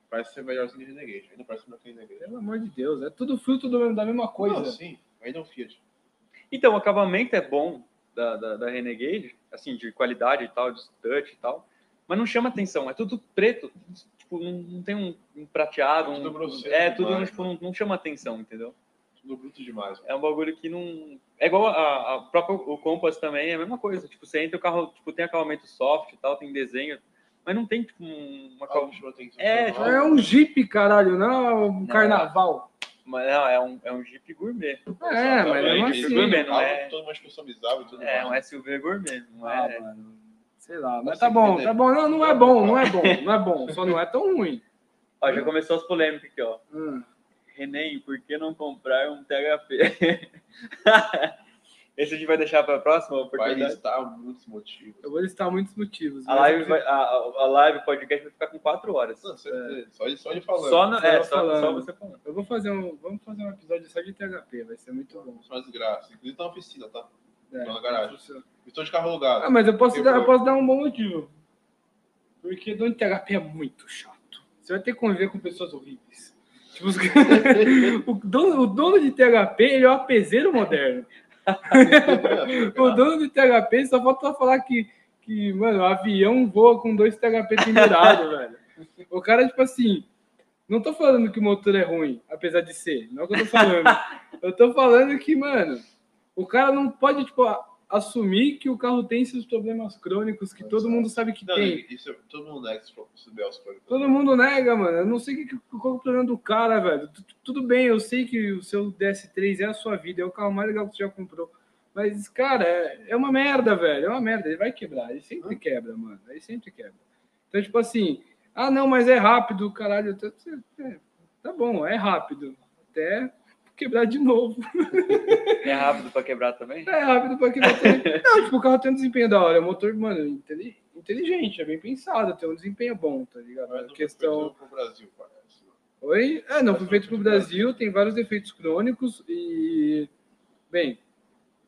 [SPEAKER 1] Parece ser melhorzinho que Renegade. Ainda parece melhor que Renegade.
[SPEAKER 2] Pelo amor de Deus, é tudo fruto do- da mesma coisa.
[SPEAKER 1] Não, sim. Ainda é um Fiat.
[SPEAKER 3] Então, o acabamento é bom da, da, da Renegade, assim, de qualidade e tal, de touch e tal, mas não chama atenção, é tudo preto, tipo, não, não tem um, um prateado,
[SPEAKER 1] É tudo
[SPEAKER 3] um-
[SPEAKER 1] grosseiro
[SPEAKER 3] é tudo,
[SPEAKER 1] demais,
[SPEAKER 3] tipo, não, não chama atenção, entendeu?
[SPEAKER 1] Tudo bruto demais.
[SPEAKER 3] É um bagulho que não... É igual a, a própria, o Compass também, é a mesma coisa, tipo, você entra, o carro tipo, tem acabamento soft e tal, tem desenho, mas não tem, tipo, um- uma...
[SPEAKER 1] Algo
[SPEAKER 3] cal-
[SPEAKER 1] que chamou atenção.
[SPEAKER 3] É,
[SPEAKER 1] Foi
[SPEAKER 2] É
[SPEAKER 1] mal.
[SPEAKER 2] um Jeep, caralho, não é um carnaval.
[SPEAKER 3] Mas, não, é um, é um Jeep gourmet.
[SPEAKER 2] É, mas mesmo
[SPEAKER 1] Exatamente.
[SPEAKER 2] assim.
[SPEAKER 3] gourmet, não
[SPEAKER 1] Algo
[SPEAKER 3] é-
[SPEAKER 1] que Todo mundo customizável e tudo
[SPEAKER 3] É,
[SPEAKER 1] mais.
[SPEAKER 3] um SUV gourmet, não
[SPEAKER 2] Ah,
[SPEAKER 3] é...
[SPEAKER 2] mano. Sei lá, mas
[SPEAKER 1] Nossa,
[SPEAKER 2] tá bom,
[SPEAKER 1] que
[SPEAKER 2] tá bom. Não, não é bom, não é bom, não é bom. Só não é tão ruim.
[SPEAKER 3] Ó, já começou as polêmicas aqui, ó.
[SPEAKER 2] Hum.
[SPEAKER 3] Renem, por que não comprar um THP? Esse a gente vai deixar para a próxima
[SPEAKER 1] Vai
[SPEAKER 3] oportunidade.
[SPEAKER 1] listar muitos motivos.
[SPEAKER 2] Eu vou listar muitos motivos.
[SPEAKER 3] A
[SPEAKER 2] mas
[SPEAKER 3] live,
[SPEAKER 2] eu
[SPEAKER 3] vai, a, a live o podcast vai ficar com quatro horas.
[SPEAKER 1] Não, certeza. Só ele, só ele falando.
[SPEAKER 3] É. Só, na, é,
[SPEAKER 2] Só
[SPEAKER 3] só,
[SPEAKER 2] falando.
[SPEAKER 3] só você falando.
[SPEAKER 2] Eu vou fazer um. Vamos fazer um episódio só de THP, vai ser muito bom.
[SPEAKER 1] Isso é uma desgraça. Inclusive tá na oficina, tá?
[SPEAKER 2] É.
[SPEAKER 1] Não, na garagem. Estou de carro alugado.
[SPEAKER 2] Ah, mas eu posso,
[SPEAKER 1] Eu
[SPEAKER 2] dar, eu
[SPEAKER 1] vou.
[SPEAKER 2] posso dar um bom motivo. Porque dono de THP é muito chato. Você vai ter que conviver com pessoas horríveis. Tipo, os- o, dono, o dono de THP, ele é o apezeiro moderno. O dono de THP só falta falar que, que mano, o avião voa com dois THP pendurados, velho. O cara, tipo assim, não tô falando que o motor é ruim, apesar de ser. Não é o que eu tô falando. Eu tô falando que, mano, o cara não pode, tipo, a- assumir que o carro tem seus problemas crônicos, que todo mundo sabe que
[SPEAKER 1] Não,
[SPEAKER 2] tem.
[SPEAKER 1] isso, é- todo mundo nega esse próprio Sibel, esse próprio-
[SPEAKER 2] Todo mundo nega, mano. Eu não sei que- que- qual é o problema do cara, velho. Tu- tu- Tudo bem, eu sei que o seu DS3 é a sua vida, é o carro mais legal que você já comprou. Mas, cara, é, é uma merda, velho. É uma merda. Ele vai quebrar. Ele
[SPEAKER 1] Ah.
[SPEAKER 2] sempre quebra, mano. Ele sempre quebra. Então, tipo assim, ah, não, mas é rápido, caralho. Tá, é, tá bom, é rápido. Até quebrar de novo.
[SPEAKER 3] É rápido pra quebrar também?
[SPEAKER 2] É rápido pra quebrar. também. Não, tipo, o carro tem um desempenho da hora. O motor, mano, inteli- inteligente, é bem pensado, tem um desempenho bom, tá ligado?
[SPEAKER 1] Mas
[SPEAKER 2] A
[SPEAKER 1] não
[SPEAKER 2] questão.
[SPEAKER 1] foi feito pro Brasil, parece.
[SPEAKER 2] Oi? É, não, foi feito pro Brasil, tem vários defeitos crônicos e. Bem,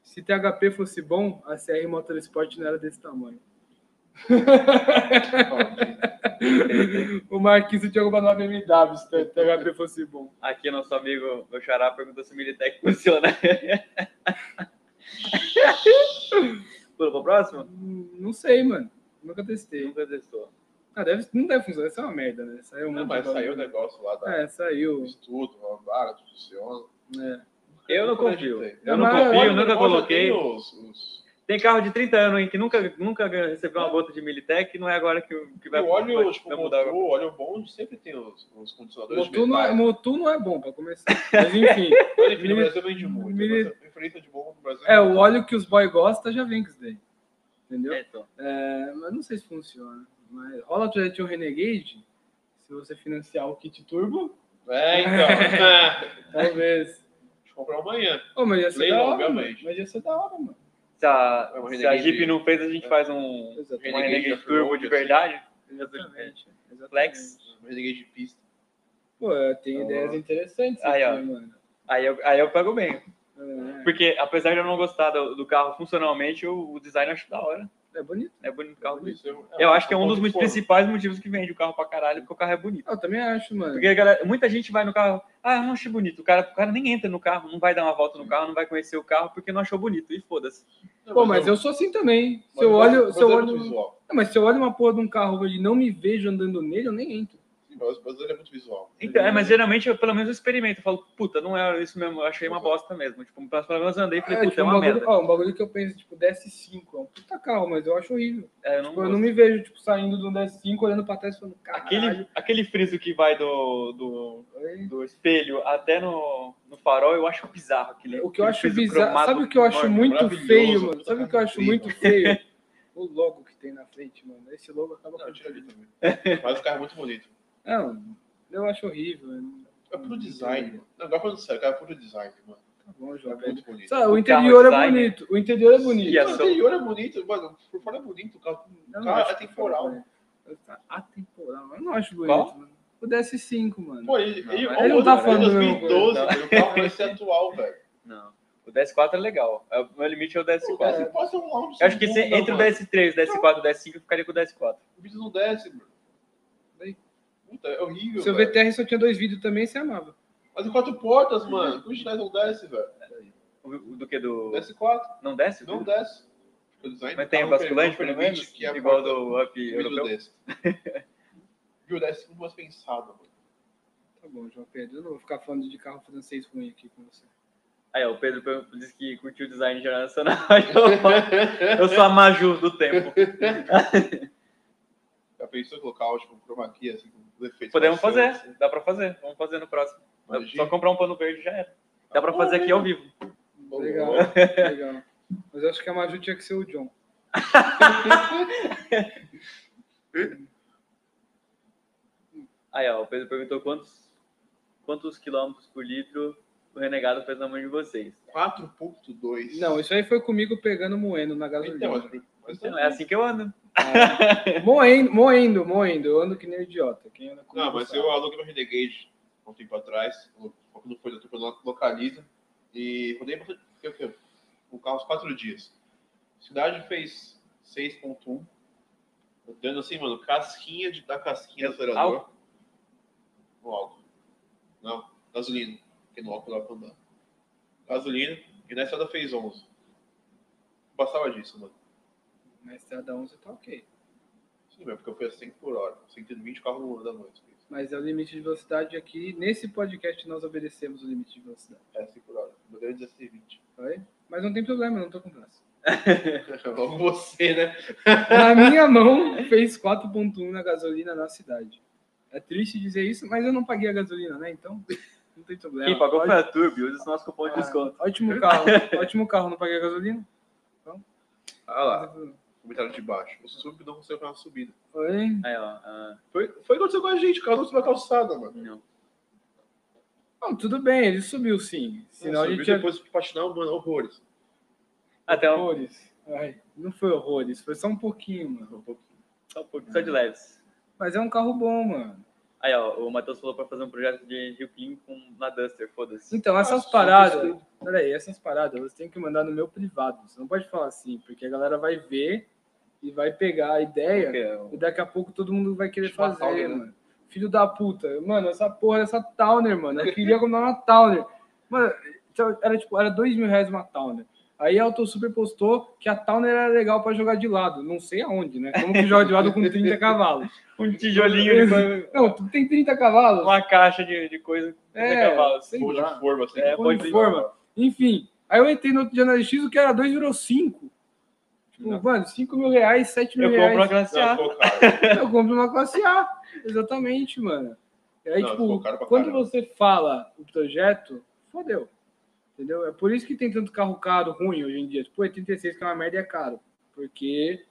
[SPEAKER 2] se THP fosse bom, a CR Motorsport não era desse tamanho. O Marquinhos tinha roubado uma BMW se THP fosse bom.
[SPEAKER 3] Aqui nosso amigo, meu xará, perguntou se o Militec funciona. Pula pro próximo?
[SPEAKER 2] Hum, Não sei, mano. Nunca testei.
[SPEAKER 3] Nunca testou.
[SPEAKER 2] Ah, deve, não deve funcionar, isso é uma merda, né? Saiu
[SPEAKER 1] Não,
[SPEAKER 2] muito.
[SPEAKER 3] tá
[SPEAKER 1] mas saiu o negócio lá da
[SPEAKER 2] É, saiu.
[SPEAKER 1] estudo, falando, ah, tudo funciona.
[SPEAKER 2] É.
[SPEAKER 3] Eu não confio. Eu
[SPEAKER 2] Não,
[SPEAKER 3] não
[SPEAKER 2] mas
[SPEAKER 3] confio,
[SPEAKER 2] olha,
[SPEAKER 3] eu nunca
[SPEAKER 1] Tem
[SPEAKER 3] coloquei.
[SPEAKER 1] os- os-
[SPEAKER 3] Tem carro de 30 anos, hein, que nunca, nunca recebeu uma gota de Militec, não é agora que, que vai,
[SPEAKER 1] o óleo,
[SPEAKER 3] vai-
[SPEAKER 1] tipo,
[SPEAKER 3] vai
[SPEAKER 1] o
[SPEAKER 3] mudar.
[SPEAKER 1] motor, o óleo bom sempre tem os, os condicionadores
[SPEAKER 2] Motu não, é,
[SPEAKER 1] metais.
[SPEAKER 2] Motu não é bom pra começar. Mas enfim.
[SPEAKER 1] Mas, enfim, no Brasil vende muito.
[SPEAKER 2] Mili-
[SPEAKER 1] Mas a preferência de bom no Brasil
[SPEAKER 2] É, o óleo que os boy gostam já vem com isso daí. Entendeu?
[SPEAKER 3] É, então.
[SPEAKER 2] É, mas não sei se funciona. Mas rola já tinha um Renegade. Se você financiar o kit turbo,
[SPEAKER 1] É, então. Ah,
[SPEAKER 2] talvez.
[SPEAKER 1] Deixa eu comprar um amanhã.
[SPEAKER 2] Pô, mas ia ser
[SPEAKER 1] Leilão,
[SPEAKER 2] da hora, mano.
[SPEAKER 1] obviamente.
[SPEAKER 2] Mas ia ser da hora, mano.
[SPEAKER 3] Se a,
[SPEAKER 1] É uma
[SPEAKER 3] se a
[SPEAKER 1] Renegade.
[SPEAKER 3] Jeep não fez, a gente
[SPEAKER 1] É.
[SPEAKER 3] faz um, um
[SPEAKER 2] Exatamente.
[SPEAKER 3] Renegade
[SPEAKER 1] Renegade
[SPEAKER 3] Turbo
[SPEAKER 1] Off-Road,
[SPEAKER 3] de
[SPEAKER 1] assim.
[SPEAKER 3] verdade.
[SPEAKER 2] Exatamente. exatamente.
[SPEAKER 3] Flex.
[SPEAKER 1] Renegade de pista.
[SPEAKER 2] Pô, eu tenho
[SPEAKER 1] Então,
[SPEAKER 2] ideias
[SPEAKER 1] ó.
[SPEAKER 2] interessantes
[SPEAKER 3] Aí,
[SPEAKER 2] aqui,
[SPEAKER 3] ó.
[SPEAKER 2] mano.
[SPEAKER 3] Aí eu, aí eu pego bem.
[SPEAKER 2] É,
[SPEAKER 3] Porque apesar de eu não gostar do, do carro funcionalmente, o, o design eu acho da hora.
[SPEAKER 2] é bonito.
[SPEAKER 3] É bonito o carro. bonito.
[SPEAKER 1] Isso, eu,
[SPEAKER 3] Eu acho que é um dos
[SPEAKER 1] ponto de forma.
[SPEAKER 3] principais motivos que vende o carro pra caralho, porque o carro é bonito.
[SPEAKER 2] Ah, Eu também acho, mano.
[SPEAKER 3] Porque galera, muita gente vai no carro, ah, eu não achei bonito. O cara, o cara nem entra no carro, não vai dar uma volta no carro, não vai conhecer o carro porque não achou bonito. E foda-se.
[SPEAKER 2] Pô,
[SPEAKER 1] é
[SPEAKER 2] mas eu sou assim também. Se eu olho. Se eu
[SPEAKER 1] um- Brasil é muito
[SPEAKER 2] olho...
[SPEAKER 1] visual.
[SPEAKER 2] Não, mas se eu olho uma porra de um carro e não me vejo andando nele, eu nem entro.
[SPEAKER 1] Sim, mas o brasileiro é muito visual.
[SPEAKER 3] Então, é, mas geralmente eu pelo menos eu experimento. Eu falo, puta, não é isso mesmo, eu achei uma bosta mesmo. Tipo, pelo menos eu andei e falei,
[SPEAKER 2] Uhum. É,
[SPEAKER 3] puta,
[SPEAKER 2] tipo,
[SPEAKER 3] é
[SPEAKER 2] um
[SPEAKER 3] uma
[SPEAKER 2] bagulho,
[SPEAKER 3] merda.
[SPEAKER 2] ó, um bagulho que eu penso, tipo, DS5. É um puta carro, mas eu acho horrível.
[SPEAKER 3] É, eu não
[SPEAKER 2] Tipo, eu
[SPEAKER 3] gosto.
[SPEAKER 2] não me vejo, tipo, saindo do DS5, olhando pra trás e falando, caralho.
[SPEAKER 3] Aquele, aquele friso que vai do, do, do espelho até no, no farol, eu acho bizarro. Aquele,
[SPEAKER 2] O que eu
[SPEAKER 3] aquele
[SPEAKER 2] acho
[SPEAKER 3] friso
[SPEAKER 2] bizarro.
[SPEAKER 3] cromado
[SPEAKER 2] Sabe o que eu acho
[SPEAKER 3] enorme.
[SPEAKER 2] muito
[SPEAKER 1] maravilhoso,
[SPEAKER 2] feio, mano?
[SPEAKER 1] puta
[SPEAKER 2] Sabe o que eu acho
[SPEAKER 1] incrível.
[SPEAKER 2] muito feio? O logo que tem na frente, mano. Esse logo acaba
[SPEAKER 1] Não,
[SPEAKER 2] com
[SPEAKER 1] eu tiro ali
[SPEAKER 2] tudo.
[SPEAKER 1] também. Mas o carro é muito bonito.
[SPEAKER 2] Não, eu acho horrível. né? mano.
[SPEAKER 1] É puro design, mano. Não, agora falando sério, o cara é puro design, mano.
[SPEAKER 2] Tá bom,
[SPEAKER 1] É
[SPEAKER 2] jovem.
[SPEAKER 1] muito bonito.
[SPEAKER 2] Sabe, o
[SPEAKER 3] O carro
[SPEAKER 2] interior é
[SPEAKER 3] design.
[SPEAKER 2] bonito. O interior é bonito.
[SPEAKER 3] E a-
[SPEAKER 1] Mano, o interior é bonito, mano. Por fora é bonito, o carro.
[SPEAKER 2] Eu não
[SPEAKER 1] cara,
[SPEAKER 2] acho
[SPEAKER 1] atemporal.
[SPEAKER 2] que é bonito. Eu- tá Atemporal. Eu não acho bonito,
[SPEAKER 3] Qual?
[SPEAKER 2] mano. O DS5, mano.
[SPEAKER 1] Pô, é ele,
[SPEAKER 3] Não,
[SPEAKER 1] ele,
[SPEAKER 3] mas
[SPEAKER 1] olha
[SPEAKER 2] ele não
[SPEAKER 1] o
[SPEAKER 2] tá
[SPEAKER 1] do
[SPEAKER 2] falando tá mesmo,
[SPEAKER 1] 2012,
[SPEAKER 3] não.
[SPEAKER 1] mano, o carro vai ser atual, velho.
[SPEAKER 3] Não. O DS4 é legal. É, O meu limite é o
[SPEAKER 1] Pô,
[SPEAKER 3] DS4.
[SPEAKER 1] cara, pode ser um lounge.
[SPEAKER 3] eu acho que se- entre
[SPEAKER 1] mano.
[SPEAKER 3] o DS3, o DS4 e o DS5, eu ficaria com o DS4.
[SPEAKER 1] O um vídeo não desce, mano.
[SPEAKER 2] Daí?
[SPEAKER 1] Puta, é horrível.
[SPEAKER 2] Seu
[SPEAKER 1] velho.
[SPEAKER 2] VTR só tinha dois vídeos também, você amava.
[SPEAKER 1] Mas em quatro portas, mano. Como o chinês não desce, um velho?
[SPEAKER 3] O- o- Do que? Do.
[SPEAKER 1] Desce quatro,
[SPEAKER 3] Não desce?
[SPEAKER 1] não um desce. Porque o design
[SPEAKER 3] Mas
[SPEAKER 1] do
[SPEAKER 3] tem o
[SPEAKER 1] carro
[SPEAKER 3] basculante,
[SPEAKER 1] permite
[SPEAKER 3] pelo menos?
[SPEAKER 1] que é a
[SPEAKER 3] Igual
[SPEAKER 1] porta-
[SPEAKER 3] do Up
[SPEAKER 1] o vídeo
[SPEAKER 3] europeu?
[SPEAKER 1] desce. Viu, desce muito mais pensado, mano.
[SPEAKER 2] Tá bom, João Pedro. Eu não vou ficar falando de carro francês ruim aqui com você.
[SPEAKER 3] Aí, ó, o Pedro per- disse que curtiu o design internacional. eu sou a Maju do tempo.
[SPEAKER 1] Já pensou em colocar, tipo, um chroma key, assim, com defeito. assim?
[SPEAKER 3] Podemos fazer, dá pra fazer. Vamos fazer no próximo. Dá- Só comprar um pano verde já era. Dá pra fazer aqui ao vivo.
[SPEAKER 2] Legal, legal. Mas eu acho que a Maju tinha que ser o John.
[SPEAKER 3] Aí, ó, o Pedro perguntou quantos, quantos quilômetros por litro o renegado fez na mão de vocês.
[SPEAKER 1] 4.2.
[SPEAKER 2] Não, é isso aí foi comigo pegando moendo na gasolina.
[SPEAKER 1] Então, mas... mas
[SPEAKER 3] Então, é assim que eu ando.
[SPEAKER 2] Ah, moendo, moendo, moendo. Eu ando que nem um idiota. Quem anda comigo
[SPEAKER 1] Não, mas
[SPEAKER 2] sabe.
[SPEAKER 1] eu aluguei meu Renegade há um tempo atrás, quando foi da turma lo- localiza, e rodei bastante- fiquei o quê? com o carro uns quatro dias. Cidade fez 6.1, andando assim, mano, casquinha de, da casquinha do acelerador. no álcool. Não, gasolina, porque no álcool dá pra andar. Gasolina, e na estrada fez 11. Não Passava disso, mano.
[SPEAKER 2] Na estrada 11 tá ok.
[SPEAKER 1] Sim, mas porque eu fui a 100 por hora. 120 carro não anda mais.
[SPEAKER 2] Mas é o limite de velocidade aqui. Nesse podcast nós obedecemos o limite de velocidade.
[SPEAKER 1] É 100 por hora. Meu Deus, 120.
[SPEAKER 2] Oi? Mas não tem problema, não tô com pressa.
[SPEAKER 1] Logo você, né?
[SPEAKER 2] Na minha mão fez 4.1 na gasolina na cidade. É triste dizer isso, mas eu não paguei a gasolina, né? Então não tem problema.
[SPEAKER 3] Quem pagou
[SPEAKER 2] Ó-
[SPEAKER 3] foi né? a Turbo, usa esse nosso cupom de
[SPEAKER 2] Ah,
[SPEAKER 3] desconto.
[SPEAKER 2] Ótimo carro, ótimo carro, não paguei a gasolina.
[SPEAKER 1] Ah lá, comentário de baixo. O sub não conseguiu fazer uma subida.
[SPEAKER 2] Oi?
[SPEAKER 3] Aí, ó. ah,
[SPEAKER 1] Foi, foi o que aconteceu com a gente, o carro não subiu a calçada, mano.
[SPEAKER 3] não.
[SPEAKER 2] Não, tudo bem, ele subiu sim. Senão a
[SPEAKER 1] subiu
[SPEAKER 2] gente ia
[SPEAKER 1] depois que patinar, mano, horrores.
[SPEAKER 3] Até um,
[SPEAKER 2] horrores. Ai, não foi horrores, foi só um pouquinho, mano.
[SPEAKER 3] só, um pouco, só de leves.
[SPEAKER 2] Mas é um carro bom, mano.
[SPEAKER 3] Aí, ó, o Matheus falou pra fazer um projeto de Rio Clean com na Duster, foda-se.
[SPEAKER 2] Então, essas
[SPEAKER 1] Nossa,
[SPEAKER 2] paradas. Peraí, essas paradas você tem que mandar no meu privado. Você não pode falar assim, porque a galera vai ver e vai pegar a ideia.
[SPEAKER 3] Porque
[SPEAKER 2] E
[SPEAKER 3] eu-
[SPEAKER 2] daqui a pouco todo mundo vai querer
[SPEAKER 1] Tipo uma
[SPEAKER 2] fazer,
[SPEAKER 1] Towner, né?
[SPEAKER 2] mano. Filho da puta. Mano, essa porra dessa Towner, mano. Eu queria comprar uma Towner. Mano, então, era tipo, era dois mil reais uma Towner. Aí a Autosuper postou que a Towner era legal pra jogar de lado. Não sei aonde, né? Como que joga de lado com 30 cavalos?
[SPEAKER 3] Um tijolinho, de-
[SPEAKER 2] Não, tu tem 30 cavalos.
[SPEAKER 3] uma caixa de, de coisa de
[SPEAKER 2] É,
[SPEAKER 3] cavalos.
[SPEAKER 2] sei
[SPEAKER 1] Pão de
[SPEAKER 2] lá.
[SPEAKER 1] forma, assim.
[SPEAKER 3] É,
[SPEAKER 1] pão
[SPEAKER 2] pão de forma. Enfim, aí eu entrei no outro dia na LX, o que era dois virou cinco. Tipo,
[SPEAKER 1] Não.
[SPEAKER 2] mano, 5 mil reais, 7 mil
[SPEAKER 3] Eu
[SPEAKER 2] reais.
[SPEAKER 3] compro uma classe
[SPEAKER 1] Não,
[SPEAKER 3] A.
[SPEAKER 1] ficou caro.
[SPEAKER 2] Eu compro uma classe A. Exatamente, mano. E aí,
[SPEAKER 1] Não, ficou
[SPEAKER 2] tipo,
[SPEAKER 1] caro pra
[SPEAKER 2] quando
[SPEAKER 1] caramba.
[SPEAKER 2] você fala o projeto, fodeu. Entendeu? É por isso que tem tanto carro caro, ruim hoje em dia. Tipo, 86, que é uma merda, e é caro. Porque.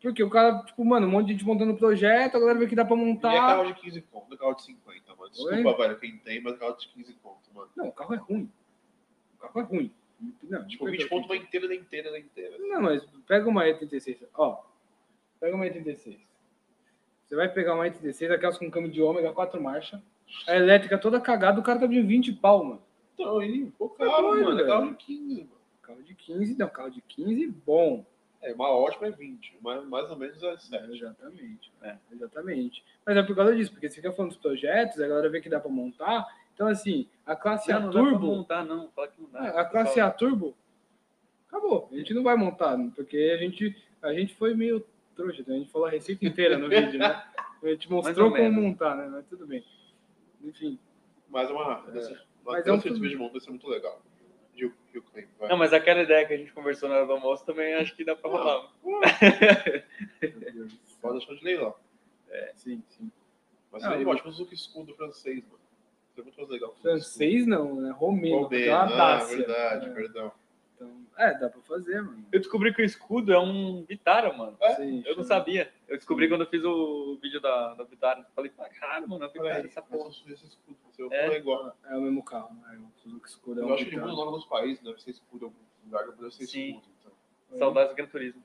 [SPEAKER 2] Porque o cara, tipo, mano, um monte de gente montando projeto, a galera vê que dá pra
[SPEAKER 1] E é
[SPEAKER 2] montar.
[SPEAKER 1] carro de 15 conto, é carro de 50, mano. Desculpa,
[SPEAKER 2] Oi?
[SPEAKER 1] velho, quem tem, mas é carro de 15 conto, mano.
[SPEAKER 2] Não, o carro é ruim. O carro é ruim. Não, é
[SPEAKER 1] Tipo,
[SPEAKER 2] perdão,
[SPEAKER 1] 20 conto
[SPEAKER 2] gente.
[SPEAKER 1] vai inteira, da inteira, da inteira.
[SPEAKER 2] Não, mas pega uma E36. Ó, pega uma E36. Você vai pegar uma E36, aquelas com câmbio de ômega, quatro marchas. A elétrica toda cagada, o cara tá de 20 pau, mano.
[SPEAKER 1] Então, aí, ficou
[SPEAKER 2] Tá
[SPEAKER 1] caro,
[SPEAKER 2] doido,
[SPEAKER 1] mano. É
[SPEAKER 2] velho.
[SPEAKER 1] carro de 15, mano.
[SPEAKER 2] Carro de 15, não, carro de 15, bom.
[SPEAKER 1] É, uma ótima é 20, mas mais ou menos é 7.
[SPEAKER 2] Exatamente.
[SPEAKER 3] É.
[SPEAKER 2] Exatamente. Mas é por causa disso, porque você fica falando dos projetos, a galera vê que dá pra montar. Então, assim, a classe
[SPEAKER 3] Não,
[SPEAKER 2] A
[SPEAKER 3] não dá pra
[SPEAKER 2] Turbo, É,
[SPEAKER 3] montar, não. Fala que não dá.
[SPEAKER 2] a classe A Turbo, acabou. A gente não vai montar, né? porque a gente, a gente foi meio trouxa, né? a gente falou a receita inteira no vídeo, né? A gente mostrou
[SPEAKER 3] Mais ou
[SPEAKER 2] como
[SPEAKER 3] menos.
[SPEAKER 2] montar, né? Mas tudo bem. Enfim,
[SPEAKER 1] Mas é uma. Uma
[SPEAKER 2] Mas
[SPEAKER 1] mas
[SPEAKER 2] é um tudo.
[SPEAKER 1] de monta, isso é muito legal. E o e o Clay, vai.
[SPEAKER 3] Não, mas aquela ideia que a gente conversou na hora do almoço também acho que dá pra
[SPEAKER 1] Não.
[SPEAKER 3] rolar.
[SPEAKER 1] Pode deixar de leilão.
[SPEAKER 2] sim, sim.
[SPEAKER 1] É, Mas
[SPEAKER 2] Ah,
[SPEAKER 1] seria
[SPEAKER 2] eu-
[SPEAKER 1] ótimo, usa o escudo francês, mano. Isso é muito mais legal. que o escudo.
[SPEAKER 2] Francês não, né? Romeno. porque é
[SPEAKER 1] Colbert,
[SPEAKER 2] uma
[SPEAKER 1] ah,
[SPEAKER 2] Dacia.
[SPEAKER 1] verdade,
[SPEAKER 2] É,
[SPEAKER 1] perdão.
[SPEAKER 2] então, é, dá pra fazer, mano.
[SPEAKER 3] Eu descobri que o escudo é um Vitara, mano.
[SPEAKER 1] É?
[SPEAKER 2] Sim,
[SPEAKER 3] Eu não
[SPEAKER 2] sim.
[SPEAKER 3] sabia. Eu descobri quando eu fiz o vídeo da, da Vitara. Falei, pá, caralho, mano, a
[SPEAKER 1] Olha
[SPEAKER 3] Vitara,
[SPEAKER 1] aí,
[SPEAKER 3] essa
[SPEAKER 1] essa
[SPEAKER 3] porra.
[SPEAKER 1] esse escudo, você
[SPEAKER 3] É?
[SPEAKER 1] é igual.
[SPEAKER 2] É o mesmo carro, né? O Suzuki Escudo é
[SPEAKER 1] Eu
[SPEAKER 2] um
[SPEAKER 1] acho que ele muda o
[SPEAKER 2] Vitara.
[SPEAKER 1] nome dos países, deve ser escudo em algum lugar, não deve ser
[SPEAKER 3] Sim.
[SPEAKER 1] escudo. Então,
[SPEAKER 3] Saudades do Gran Turismo.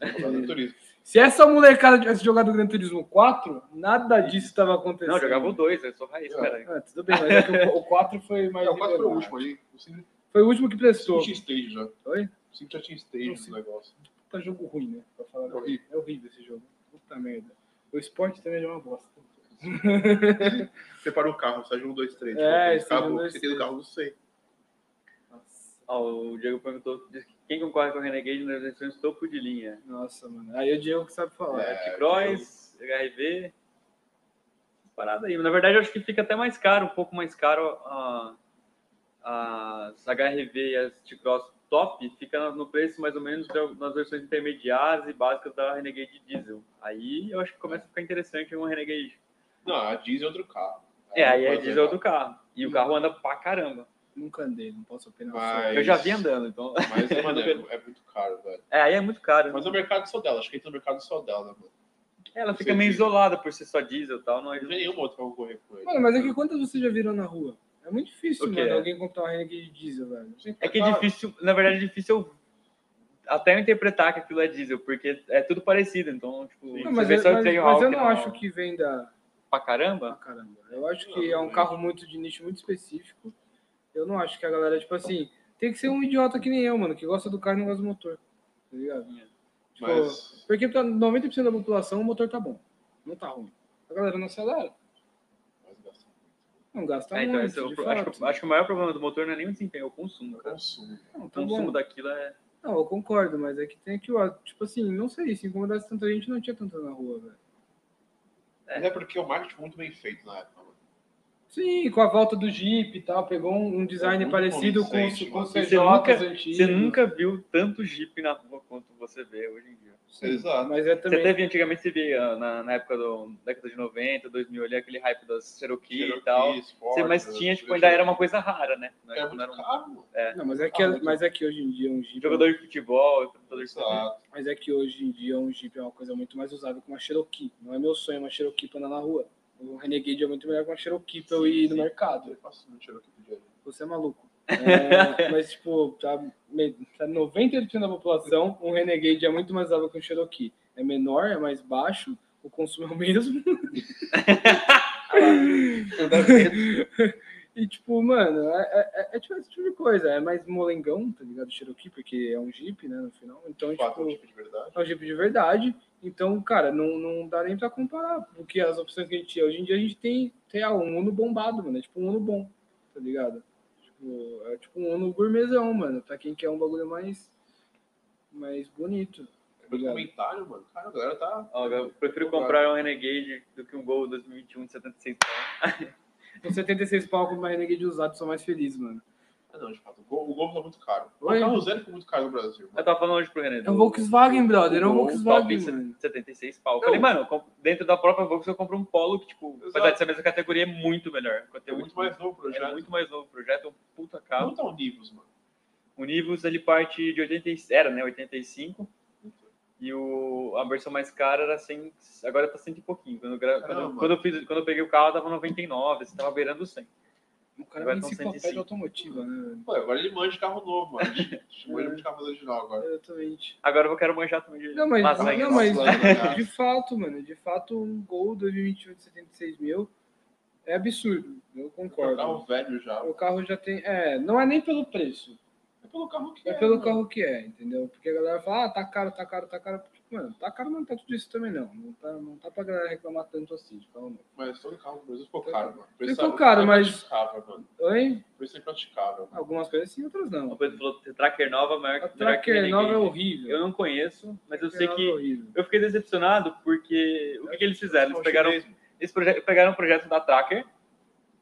[SPEAKER 1] Saudade do turismo.
[SPEAKER 2] Se essa molecada tivesse jogado Gran Turismo 4, nada disso estava acontecendo.
[SPEAKER 3] Não, eu jogava o 2, eu sou raiz,
[SPEAKER 1] É.
[SPEAKER 3] caralho.
[SPEAKER 2] Ah, tudo bem, mas é que o, o 4 foi mais.
[SPEAKER 1] É, o 4 foi o
[SPEAKER 2] liberado.
[SPEAKER 1] último aí. O 5
[SPEAKER 2] Foi o último que prestou.
[SPEAKER 1] tinha stage já.
[SPEAKER 2] Oi?
[SPEAKER 1] O 5 já tinha stage
[SPEAKER 2] Não,
[SPEAKER 1] no
[SPEAKER 2] sim.
[SPEAKER 1] negócio.
[SPEAKER 2] Puta jogo ruim, né? Pra falar a
[SPEAKER 1] É
[SPEAKER 2] verdade.
[SPEAKER 1] horrível.
[SPEAKER 2] É horrível esse jogo. Puta merda. O esporte também é uma bosta.
[SPEAKER 1] Separa o um carro, sai de 1, 2, 3.
[SPEAKER 2] É,
[SPEAKER 1] esse
[SPEAKER 2] sai de um,
[SPEAKER 1] carro,
[SPEAKER 2] dois,
[SPEAKER 1] você Tipo, tem do
[SPEAKER 2] três.
[SPEAKER 1] carro, não sei.
[SPEAKER 2] Nossa,
[SPEAKER 3] Ó, o Diego perguntou disse que quem concorre com o Renegade nas eleições topo de linha.
[SPEAKER 2] Nossa, mano. Aí o Diego que sabe falar.
[SPEAKER 1] É,
[SPEAKER 3] então. T-Cross, HRV. Parada aí. Na verdade, eu acho que fica até mais caro, um pouco mais caro a, as HRV e as T-Cross top, fica no preço mais ou menos da- nas versões intermediárias e básicas da Renegade Diesel. Aí eu acho que começa a ficar interessante uma Renegade.
[SPEAKER 1] Não, a diesel é outro carro.
[SPEAKER 3] É, aí é
[SPEAKER 1] depois
[SPEAKER 3] diesel do carro. E o carro anda pra caramba.
[SPEAKER 2] Nunca andei, não posso opinar.
[SPEAKER 1] Vai.
[SPEAKER 2] sobre.
[SPEAKER 3] Eu já vi andando, então.
[SPEAKER 1] Mas, mano, é, é muito caro, velho.
[SPEAKER 3] É, aí é muito caro.
[SPEAKER 1] Mas é o mercado só dela, acho que entra no mercado só dela, mano.
[SPEAKER 3] Ela fica meio isolada por ser só diesel e tal. Não
[SPEAKER 1] Não
[SPEAKER 3] ajuda.
[SPEAKER 1] tem nenhum outro pra concorrer com ele.
[SPEAKER 2] Mano, mas é que quantas vocês já viram na rua? É muito difícil,
[SPEAKER 3] O quê?
[SPEAKER 2] mano, alguém comprar uma Renegade Diesel, velho.
[SPEAKER 3] É que é difícil, na verdade, é difícil eu- até eu interpretar que aquilo é diesel, porque é tudo parecido. Então, tipo,
[SPEAKER 1] Sim.
[SPEAKER 3] você
[SPEAKER 2] Não, mas,
[SPEAKER 3] vê
[SPEAKER 2] eu,
[SPEAKER 3] só o
[SPEAKER 2] mas-
[SPEAKER 3] Trailhawk
[SPEAKER 2] mas eu não
[SPEAKER 3] na-
[SPEAKER 2] acho que venda pra
[SPEAKER 3] pra caramba.
[SPEAKER 2] caramba. Eu acho
[SPEAKER 1] Não,
[SPEAKER 2] que é um
[SPEAKER 1] não
[SPEAKER 2] carro muito de nicho muito específico. Eu não acho que a galera, tipo assim, tem que ser um idiota que nem eu, mano, que gosta do carro e não gosta do motor. Tá ligado? Tipo,
[SPEAKER 1] É. Mas,
[SPEAKER 2] Porque pra 90% da população o motor tá bom. Não tá ruim. A galera não acelera.
[SPEAKER 1] mas um
[SPEAKER 2] Não gasta
[SPEAKER 3] É, então,
[SPEAKER 2] Tá muito,
[SPEAKER 3] esse é o
[SPEAKER 2] de
[SPEAKER 3] pro- acho,
[SPEAKER 2] fato.
[SPEAKER 3] que, acho que o maior problema do motor não é nem o desempenho, é o consumo, cara.
[SPEAKER 1] Consumo.
[SPEAKER 2] Não, tá
[SPEAKER 3] o consumo
[SPEAKER 2] bom.
[SPEAKER 3] daquilo é.
[SPEAKER 2] Não, eu concordo, mas é que tem aqui, ó, tipo assim, não sei, se incomodasse tanta gente, não tinha tanta na rua, velho.
[SPEAKER 3] É.
[SPEAKER 1] Mas é porque o marketing foi muito bem feito na época. mano.
[SPEAKER 2] Sim, com a volta do Jeep e tal, pegou um, um design
[SPEAKER 1] muito
[SPEAKER 2] parecido com, os-
[SPEAKER 1] convincente,
[SPEAKER 2] com os
[SPEAKER 3] É, mano.
[SPEAKER 2] CJs
[SPEAKER 3] Você nunca-
[SPEAKER 2] antigos.
[SPEAKER 3] Você nunca viu tanto Jeep na rua quanto você vê hoje em dia.
[SPEAKER 1] Exato.
[SPEAKER 2] Mas é também...
[SPEAKER 3] Você teve antigamente, você via ah, na, na época do década de 90, 2000, ali, aquele hype das Cherokee, e tal.
[SPEAKER 1] Cherokee,
[SPEAKER 3] Você-
[SPEAKER 1] Ford,
[SPEAKER 3] mas
[SPEAKER 1] né,
[SPEAKER 3] tinha, tipo,
[SPEAKER 1] tudo
[SPEAKER 3] ainda
[SPEAKER 1] isso.
[SPEAKER 3] era uma coisa rara, né? Não
[SPEAKER 1] É
[SPEAKER 3] era- não
[SPEAKER 1] muito
[SPEAKER 3] era um
[SPEAKER 1] caro, mano.
[SPEAKER 2] Não, mas é, que,
[SPEAKER 1] Ah, muito.
[SPEAKER 2] mas é que hoje em dia um Jeep...
[SPEAKER 3] jogador de futebol, jogador de futebol.
[SPEAKER 1] Exato.
[SPEAKER 2] Mas é que hoje em dia um Jeep é uma coisa muito mais usável que uma Cherokee. Não é meu sonho uma Cherokee pra andar na rua. Um Renegade é muito melhor que uma Cherokee pra eu ir no mercado.
[SPEAKER 1] Eu faço um Cherokee do dia a dia.
[SPEAKER 2] Você é maluco. É, mas, tipo, pra, me- tá pra 90% da população, um Renegade é muito mais usável que um Cherokee. É menor, é mais baixo, o consumo é o mesmo. E, tipo, mano, é, é- é, é tipo esse tipo de coisa. É mais molengão, tá ligado? Cherokee, porque é um Jeep, né, no final. Então,
[SPEAKER 1] De fato, é um tipo
[SPEAKER 2] tipo,
[SPEAKER 1] de verdade.
[SPEAKER 2] é um Jeep de verdade. Então, cara, não, não dá nem pra comparar. Porque as opções que a gente tinha hoje em dia, a gente tem, tem ah, um Uno bombado, mano. É tipo um Uno bom, tá ligado? Tipo, é tipo um Uno gourmetzão, mano. Pra quem quer um bagulho mais, mais bonito.
[SPEAKER 1] Depois do
[SPEAKER 2] Obrigado.
[SPEAKER 1] É comentário, mano. Cara, a galera tá.
[SPEAKER 3] Ó, eu prefiro comprar um Renegade do que um Gol 2021 de 76 pau.
[SPEAKER 2] Com 76 pau com uma Renegade usado, sou mais feliz, mano.
[SPEAKER 1] Ah, não, de fato. O Gol, o Gol tá muito caro. O
[SPEAKER 2] Oi.
[SPEAKER 1] carro zero ficou muito caro no Brasil.
[SPEAKER 3] Eu
[SPEAKER 1] Mano.
[SPEAKER 3] tava falando hoje pro René.
[SPEAKER 2] É um
[SPEAKER 3] do-
[SPEAKER 2] Volkswagen, brother. É um
[SPEAKER 3] do Gol,
[SPEAKER 2] Volkswagen,
[SPEAKER 3] top,
[SPEAKER 2] mano.
[SPEAKER 3] 76 pau. Eu falei, mano, eu compro- dentro da própria Volkswagen eu compro um Polo que, tipo,
[SPEAKER 1] Exato.
[SPEAKER 3] apesar de ser a mesma categoria, é muito melhor.
[SPEAKER 1] É
[SPEAKER 3] Conteúdo
[SPEAKER 1] muito mais novo o
[SPEAKER 3] É
[SPEAKER 1] projeto.
[SPEAKER 3] muito mais novo. O projeto é um puta carro.
[SPEAKER 1] Não tá univos, mano.
[SPEAKER 3] O Nivus, ele parte de 80, era, né, 85. E o, a versão mais cara era 100, agora tá 100 e pouquinho. Quando eu, gra- quando, eu-
[SPEAKER 1] Caramba.
[SPEAKER 3] quando eu fiz, quando eu peguei o carro, tava 99, você tava beirando 100.
[SPEAKER 2] O cara é
[SPEAKER 3] Vai um
[SPEAKER 2] uma
[SPEAKER 3] com
[SPEAKER 2] enciclopédia
[SPEAKER 3] 105.
[SPEAKER 2] automotiva, né, velho?
[SPEAKER 1] Pô, agora ele manja de carro novo, mano. Chamou ele de carro original agora.
[SPEAKER 2] Exatamente.
[SPEAKER 3] Agora eu quero manjar também de
[SPEAKER 2] Não, mas,
[SPEAKER 3] lasanha.
[SPEAKER 2] não, mas
[SPEAKER 1] lasanha.
[SPEAKER 2] de fato, mano, de fato, um gol 2021 de 76 mil é absurdo.
[SPEAKER 1] É
[SPEAKER 2] Eu
[SPEAKER 1] um
[SPEAKER 3] Então,
[SPEAKER 2] concordo.
[SPEAKER 1] carro velho já.
[SPEAKER 3] tá.
[SPEAKER 2] O carro já tem. É, não é nem pelo preço,
[SPEAKER 1] É pelo carro que
[SPEAKER 2] é,
[SPEAKER 1] é.
[SPEAKER 2] pelo
[SPEAKER 1] mano.
[SPEAKER 2] carro que é, entendeu? Porque a galera fala, ah, tá caro, tá caro, tá caro. Porque, Mano, tá caro não tá tudo isso também, não. Não tá, não tá pra galera reclamar tanto assim de carro novo.
[SPEAKER 1] Mas todo carro do Brasil ficou caro, mano. Preço
[SPEAKER 2] Ficou
[SPEAKER 1] é
[SPEAKER 2] caro, mas-
[SPEAKER 1] impraticável, mano.
[SPEAKER 2] Oi?
[SPEAKER 1] Preço é impraticável. mano.
[SPEAKER 2] Algumas coisas sim, outras
[SPEAKER 3] O
[SPEAKER 2] não.
[SPEAKER 3] Pedro falou que Tracker nova é maior
[SPEAKER 2] A
[SPEAKER 3] que melhor que
[SPEAKER 2] Tracker nova é
[SPEAKER 3] Renegade.
[SPEAKER 2] horrível.
[SPEAKER 3] Eu não conheço, mas eu sei
[SPEAKER 2] Tracker nova é
[SPEAKER 3] que
[SPEAKER 2] horrível.
[SPEAKER 3] eu fiquei decepcionado porque o que, que eles fizeram? Eles
[SPEAKER 1] Só
[SPEAKER 3] pegaram,
[SPEAKER 1] chinês,
[SPEAKER 3] eles proje- pegaram um projeto da Tracker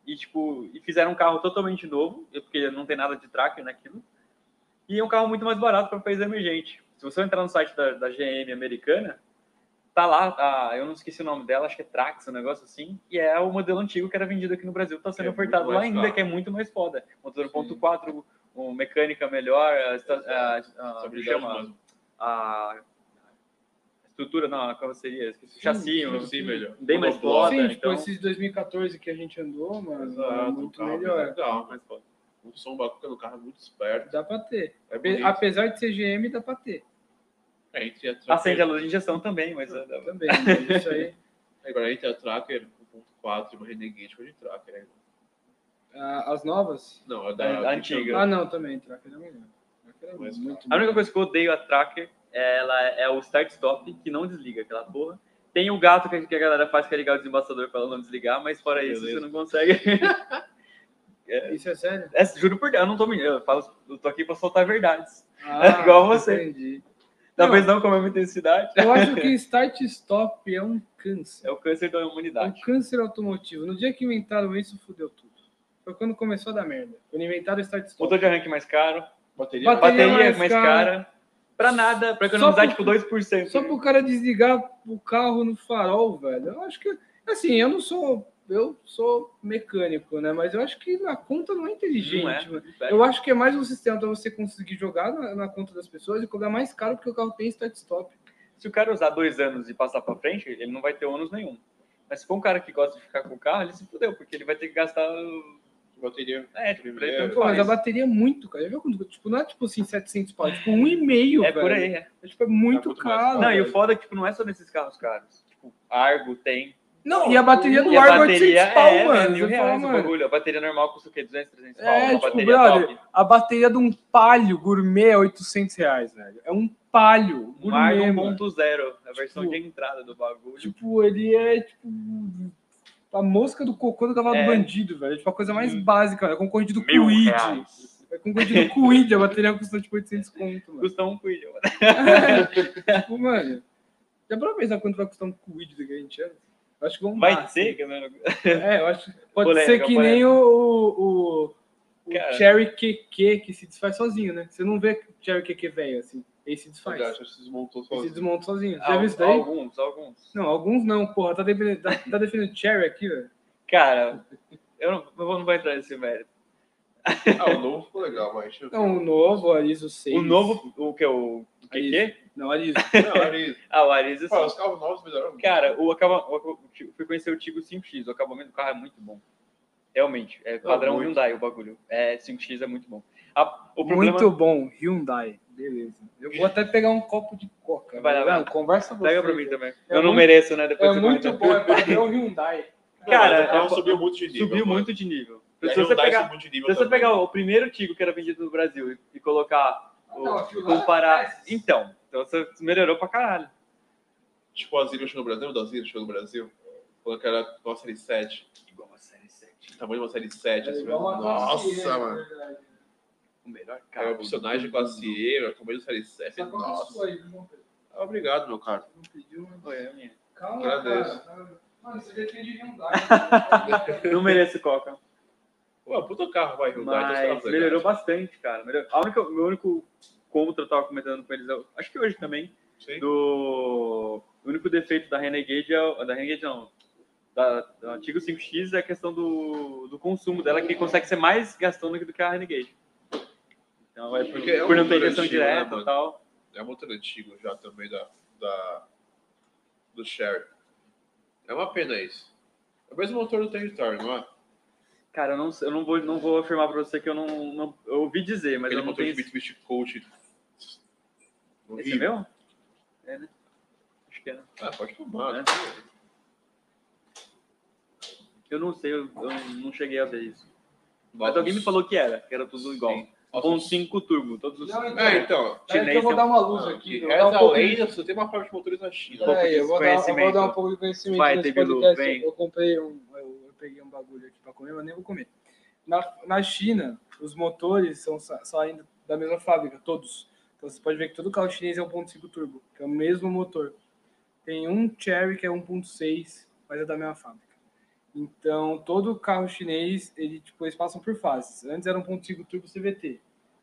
[SPEAKER 3] e tipo e fizeram um carro totalmente novo, porque não tem nada de Tracker naquilo. E é um carro muito mais barato para país emergente. Se você entrar no site da, da GM americana, tá lá, a- eu não esqueci o nome dela, acho que é Trax, um negócio assim, e é o modelo antigo que era vendido aqui no Brasil, tá sendo
[SPEAKER 1] É muito
[SPEAKER 3] ofertado lá
[SPEAKER 1] mais
[SPEAKER 3] ainda,
[SPEAKER 1] caro.
[SPEAKER 3] que é muito mais foda. Motor
[SPEAKER 2] Sim.
[SPEAKER 3] 1.4, um, mecânica melhor, a, esta- a, a, como
[SPEAKER 1] habilidade,
[SPEAKER 3] chama?
[SPEAKER 1] mano.
[SPEAKER 3] a estrutura, não, a carroceria, esqueci,
[SPEAKER 2] Sim,
[SPEAKER 3] o chassi, um-
[SPEAKER 1] Sim, melhor.
[SPEAKER 3] bem mais
[SPEAKER 1] Monobloco.
[SPEAKER 3] foda,
[SPEAKER 2] Sim, tipo,
[SPEAKER 3] então-
[SPEAKER 2] esses 2014 que a gente andou, mano, é
[SPEAKER 1] né? Exato,
[SPEAKER 2] muito
[SPEAKER 1] um carro
[SPEAKER 2] melhor.
[SPEAKER 1] bem legal, mas
[SPEAKER 3] mais foda.
[SPEAKER 1] um som bacana no carro é muito esperto.
[SPEAKER 2] Dá pra ter.
[SPEAKER 1] É
[SPEAKER 2] Ape-
[SPEAKER 1] bonito.
[SPEAKER 2] Apesar de ser GM, dá pra ter.
[SPEAKER 1] É, entre a Tracker-
[SPEAKER 3] Acende a luz Tá de injeção também, mas é,
[SPEAKER 2] Também. mas Isso aí.
[SPEAKER 1] É, Agora entre a Tracker 1.4 e uma Renegade foi de Tracker. né?
[SPEAKER 2] Ah, As novas?
[SPEAKER 1] Não, é
[SPEAKER 3] A-
[SPEAKER 1] da
[SPEAKER 3] a antiga.
[SPEAKER 2] Ah, não, também. Tracker é melhor. Tracker é
[SPEAKER 1] Mas,
[SPEAKER 2] muito
[SPEAKER 3] A
[SPEAKER 2] melhor.
[SPEAKER 3] única coisa que eu odeio a Tracker é, ela, é o start-stop, que não desliga aquela porra. Tem o gato que a que a galera faz que é ligar o desembaçador pra ela não desligar, mas fora isso,
[SPEAKER 1] Beleza.
[SPEAKER 3] você não consegue.
[SPEAKER 2] Isso é sério?
[SPEAKER 3] É, juro por Deus, eu não tô mentindo, eu, falo, eu tô aqui pra soltar verdades.
[SPEAKER 2] Ah,
[SPEAKER 3] É igual você.
[SPEAKER 2] Entendi.
[SPEAKER 3] Talvez não, com a mesma intensidade,
[SPEAKER 2] Eu acho que start e stop é um câncer.
[SPEAKER 3] é o câncer da
[SPEAKER 2] É um
[SPEAKER 3] humanidade.
[SPEAKER 2] câncer automotivo. No dia que inventaram isso, fudeu tudo. Foi quando começou a dar merda. Quando inventaram start e
[SPEAKER 3] Motor
[SPEAKER 2] stop.
[SPEAKER 3] de arranque mais caro,
[SPEAKER 1] Bateria,
[SPEAKER 2] Bateria
[SPEAKER 3] bateria mais,
[SPEAKER 2] mais
[SPEAKER 3] cara. Pra nada, pra economizar
[SPEAKER 2] por-
[SPEAKER 3] tipo 2%.
[SPEAKER 2] Só pro cara desligar o carro no farol, velho. Eu acho que. Assim, eu não sou. Eu sou mecânico, né? Mas eu acho que na conta não é inteligente,
[SPEAKER 3] Não é.
[SPEAKER 2] mano. Eu acho que é mais um sistema para você conseguir jogar na, na conta das pessoas e cobrar mais caro porque o carro tem start stop.
[SPEAKER 3] Se o cara usar dois anos e passar pra frente, ele não vai ter ônus nenhum. Mas se for um cara que gosta de ficar com o carro, ele se fudeu, porque ele vai ter que gastar. o-
[SPEAKER 1] bateria.
[SPEAKER 3] É, tipo, pra ele ter um
[SPEAKER 1] Primeiro.
[SPEAKER 2] Pô, mas a
[SPEAKER 3] faz.
[SPEAKER 2] bateria é muito, cara. Já viu quando, tipo, não é tipo assim 700 pau, é tipo 1,5,
[SPEAKER 3] É
[SPEAKER 2] velho.
[SPEAKER 3] por aí. É.
[SPEAKER 2] É, tipo, é muito
[SPEAKER 1] É muito mais
[SPEAKER 2] caro.
[SPEAKER 1] caro.
[SPEAKER 3] Não, e
[SPEAKER 2] velho.
[SPEAKER 3] o foda é que tipo, não é só nesses carros caros. Tipo, Argo tem.
[SPEAKER 2] Não, e a bateria do
[SPEAKER 3] E a
[SPEAKER 2] Argo é
[SPEAKER 3] bateria
[SPEAKER 2] 800 pau,
[SPEAKER 3] é, né,
[SPEAKER 2] mano.
[SPEAKER 3] mil
[SPEAKER 2] Você fala,
[SPEAKER 3] reais o
[SPEAKER 2] mano,
[SPEAKER 3] bagulho. A bateria normal custa o quê? 200, 300
[SPEAKER 2] É,
[SPEAKER 3] pau. uma
[SPEAKER 2] tipo,
[SPEAKER 3] bateria
[SPEAKER 2] brother,
[SPEAKER 3] top.
[SPEAKER 2] a bateria de um palio gourmet é 800 reais, velho. É um palio
[SPEAKER 3] Um
[SPEAKER 2] gourmet,
[SPEAKER 3] Argo
[SPEAKER 2] mano.
[SPEAKER 3] 1.0, a versão
[SPEAKER 2] Tipo-
[SPEAKER 3] de entrada do bagulho.
[SPEAKER 2] Tipo, ele é, tipo, a mosca do cocô do cavalo
[SPEAKER 3] É.
[SPEAKER 2] do bandido, velho. Tipo, a coisa mais
[SPEAKER 3] Hum.
[SPEAKER 2] básica, velho. É concorrente do
[SPEAKER 3] Mil
[SPEAKER 2] Quid.
[SPEAKER 3] reais.
[SPEAKER 2] É concorrente do Quid, a bateria custou tipo 800 conto, mano.
[SPEAKER 3] Custa um quid, mano.
[SPEAKER 2] tipo, mano, já pra pensar quanto vai custar um Quid daqui a 20 anos? Eu Acho que vamos
[SPEAKER 3] Vai
[SPEAKER 2] dar,
[SPEAKER 3] ser,
[SPEAKER 2] assim.
[SPEAKER 3] galera.
[SPEAKER 2] É, eu acho. Pode
[SPEAKER 3] Polêmica,
[SPEAKER 2] ser que nem o, o, o- o
[SPEAKER 3] Cara.
[SPEAKER 2] Cherry QQ que se desfaz sozinho, né? Você não vê Cherry QQ velho assim. Ele se desfaz.
[SPEAKER 1] Verdade, acho que se desmontou
[SPEAKER 2] Ele se
[SPEAKER 1] sozinho.
[SPEAKER 2] desmonta sozinho. Você já viu isso
[SPEAKER 3] Al-
[SPEAKER 2] daí?
[SPEAKER 3] Ah, Alguns, alguns.
[SPEAKER 2] Não, alguns não, porra. Tá defendendo, tá, tá defendendo Cherry aqui, velho.
[SPEAKER 3] Cara, eu não, eu não vou entrar nesse mérito.
[SPEAKER 1] Ah, o novo ficou legal, mas. deixa eu ver.
[SPEAKER 2] Não, o novo, Arizo 6.
[SPEAKER 3] O novo, o que é o o
[SPEAKER 2] Aí.
[SPEAKER 3] QQ?
[SPEAKER 2] Não, Arizo.
[SPEAKER 1] Não, era é isso.
[SPEAKER 3] Ah, o Ares.
[SPEAKER 1] Pô, os carros novos melhoraram. muito.
[SPEAKER 3] Cara, o acaba, o, acaba- eu fui conhecer o Tigo 5X, o acabamento do carro é muito bom. Realmente, é padrão
[SPEAKER 1] muito.
[SPEAKER 3] Hyundai o bagulho. É, 5X é muito bom. A- o problema
[SPEAKER 2] Muito bom, Hyundai. Beleza. Eu vou até pegar um copo de coca.
[SPEAKER 3] Vai
[SPEAKER 2] velho.
[SPEAKER 3] lá,
[SPEAKER 2] Não, conversa você.
[SPEAKER 3] pega pra mim também.
[SPEAKER 2] É
[SPEAKER 3] eu não
[SPEAKER 2] muito-
[SPEAKER 3] mereço, né? Depois
[SPEAKER 2] É
[SPEAKER 3] você
[SPEAKER 2] muito
[SPEAKER 3] comenta.
[SPEAKER 2] bom, é padrão Hyundai.
[SPEAKER 3] Cara,
[SPEAKER 1] Não,
[SPEAKER 3] é-
[SPEAKER 1] subiu muito de nível.
[SPEAKER 3] Subiu
[SPEAKER 1] mano.
[SPEAKER 3] muito de nível.
[SPEAKER 1] E a
[SPEAKER 3] Se você
[SPEAKER 1] Hyundai
[SPEAKER 3] pegar,
[SPEAKER 1] subiu de nível
[SPEAKER 3] se você
[SPEAKER 1] também.
[SPEAKER 3] pegar o primeiro Tigo que era vendido no Brasil e, e colocar. o-
[SPEAKER 2] Não, aquilo lá
[SPEAKER 3] comparar.
[SPEAKER 2] atrás.
[SPEAKER 3] Então, então você melhorou pra caralho.
[SPEAKER 1] Tipo, a Zillion chegou no Brasil, da Zillion chegou no Brasil. Falou que era uma série 7.
[SPEAKER 3] Igual uma série 7.
[SPEAKER 1] Tamanho de uma série 7.
[SPEAKER 2] É
[SPEAKER 1] assim,
[SPEAKER 2] igual uma classe,
[SPEAKER 1] nossa,
[SPEAKER 2] né,
[SPEAKER 1] mano.
[SPEAKER 2] na verdade.
[SPEAKER 3] O melhor
[SPEAKER 1] Cara,
[SPEAKER 3] carro.
[SPEAKER 1] o personagem classe E, era tamanho de série 7.
[SPEAKER 2] Só qual que é a
[SPEAKER 1] Nossa.
[SPEAKER 2] sua aí, viu, João Pedro?
[SPEAKER 1] Ah, Obrigado, meu cara.
[SPEAKER 2] Não pediu, mas-
[SPEAKER 3] Oi, é minha.
[SPEAKER 2] Calma,
[SPEAKER 1] Agradeço.
[SPEAKER 2] cara. Mano, você defende Hyundai. né?
[SPEAKER 3] Não mereço Coca.
[SPEAKER 1] Pô, é um puta carro, vai, Hyundai. então tá tem os
[SPEAKER 3] Mas
[SPEAKER 1] carros
[SPEAKER 3] melhorou
[SPEAKER 1] legais.
[SPEAKER 3] bastante, cara. Melhor... A única, o meu único contra, eu tava comentando com eles, eu- acho que hoje também,
[SPEAKER 1] Sim.
[SPEAKER 3] do... o único defeito da Renegade, é... o- da Renegade não, da, da antiga 5X é a questão do, do consumo dela, que consegue ser mais gastônica do que a Renegade. Então é por,
[SPEAKER 1] Porque é um
[SPEAKER 3] por não ter
[SPEAKER 1] motor
[SPEAKER 3] injeção
[SPEAKER 1] antigo, né,
[SPEAKER 3] direta e
[SPEAKER 1] mano?
[SPEAKER 3] tal.
[SPEAKER 1] É um motor antigo já também da, da do Sherry. É uma pena isso. É o mesmo motor do território, não é?
[SPEAKER 3] Cara, eu não, sei- eu não, vou, não vou afirmar pra você que eu não, não- eu ouvi dizer, mas
[SPEAKER 1] Aquele
[SPEAKER 3] eu não
[SPEAKER 1] motor
[SPEAKER 3] tenho...
[SPEAKER 1] de Mitsubishi Coach.
[SPEAKER 3] Esse é meu? É, né? Acho que é. né?
[SPEAKER 1] Ah, pode tomar.
[SPEAKER 3] É. Eu não sei, eu, eu não cheguei a ver isso. Mas alguém me falou que era, que era tudo igual. Com 5 turbo, todos os
[SPEAKER 2] Não,
[SPEAKER 1] É, então. ah,
[SPEAKER 2] Peraí que eu vou dar uma luz aqui. eu vou
[SPEAKER 1] Essa
[SPEAKER 2] dar um pouco de-
[SPEAKER 1] lei só tem uma parte de motores na China.
[SPEAKER 3] Um pouco
[SPEAKER 2] Peraí,
[SPEAKER 3] de
[SPEAKER 2] eu vou dar, eu vou
[SPEAKER 3] conhecimento.
[SPEAKER 2] dar um pouco de conhecimento
[SPEAKER 3] Vai,
[SPEAKER 2] nesse
[SPEAKER 3] Tebilu,
[SPEAKER 2] podcast.
[SPEAKER 3] vem.
[SPEAKER 2] Eu, comprei um, eu, eu peguei um bagulho aqui pra comer, mas nem vou comer. Na, na China, os motores são sa- saindo da mesma fábrica, todos. Então você pode ver que todo carro chinês é 1.5 turbo, que é o mesmo motor. Tem um Cherry que é 1.6, mas é da mesma fábrica. Então, todo carro chinês, ele, tipo, eles passam por fases. Antes era 1.5 turbo CVT.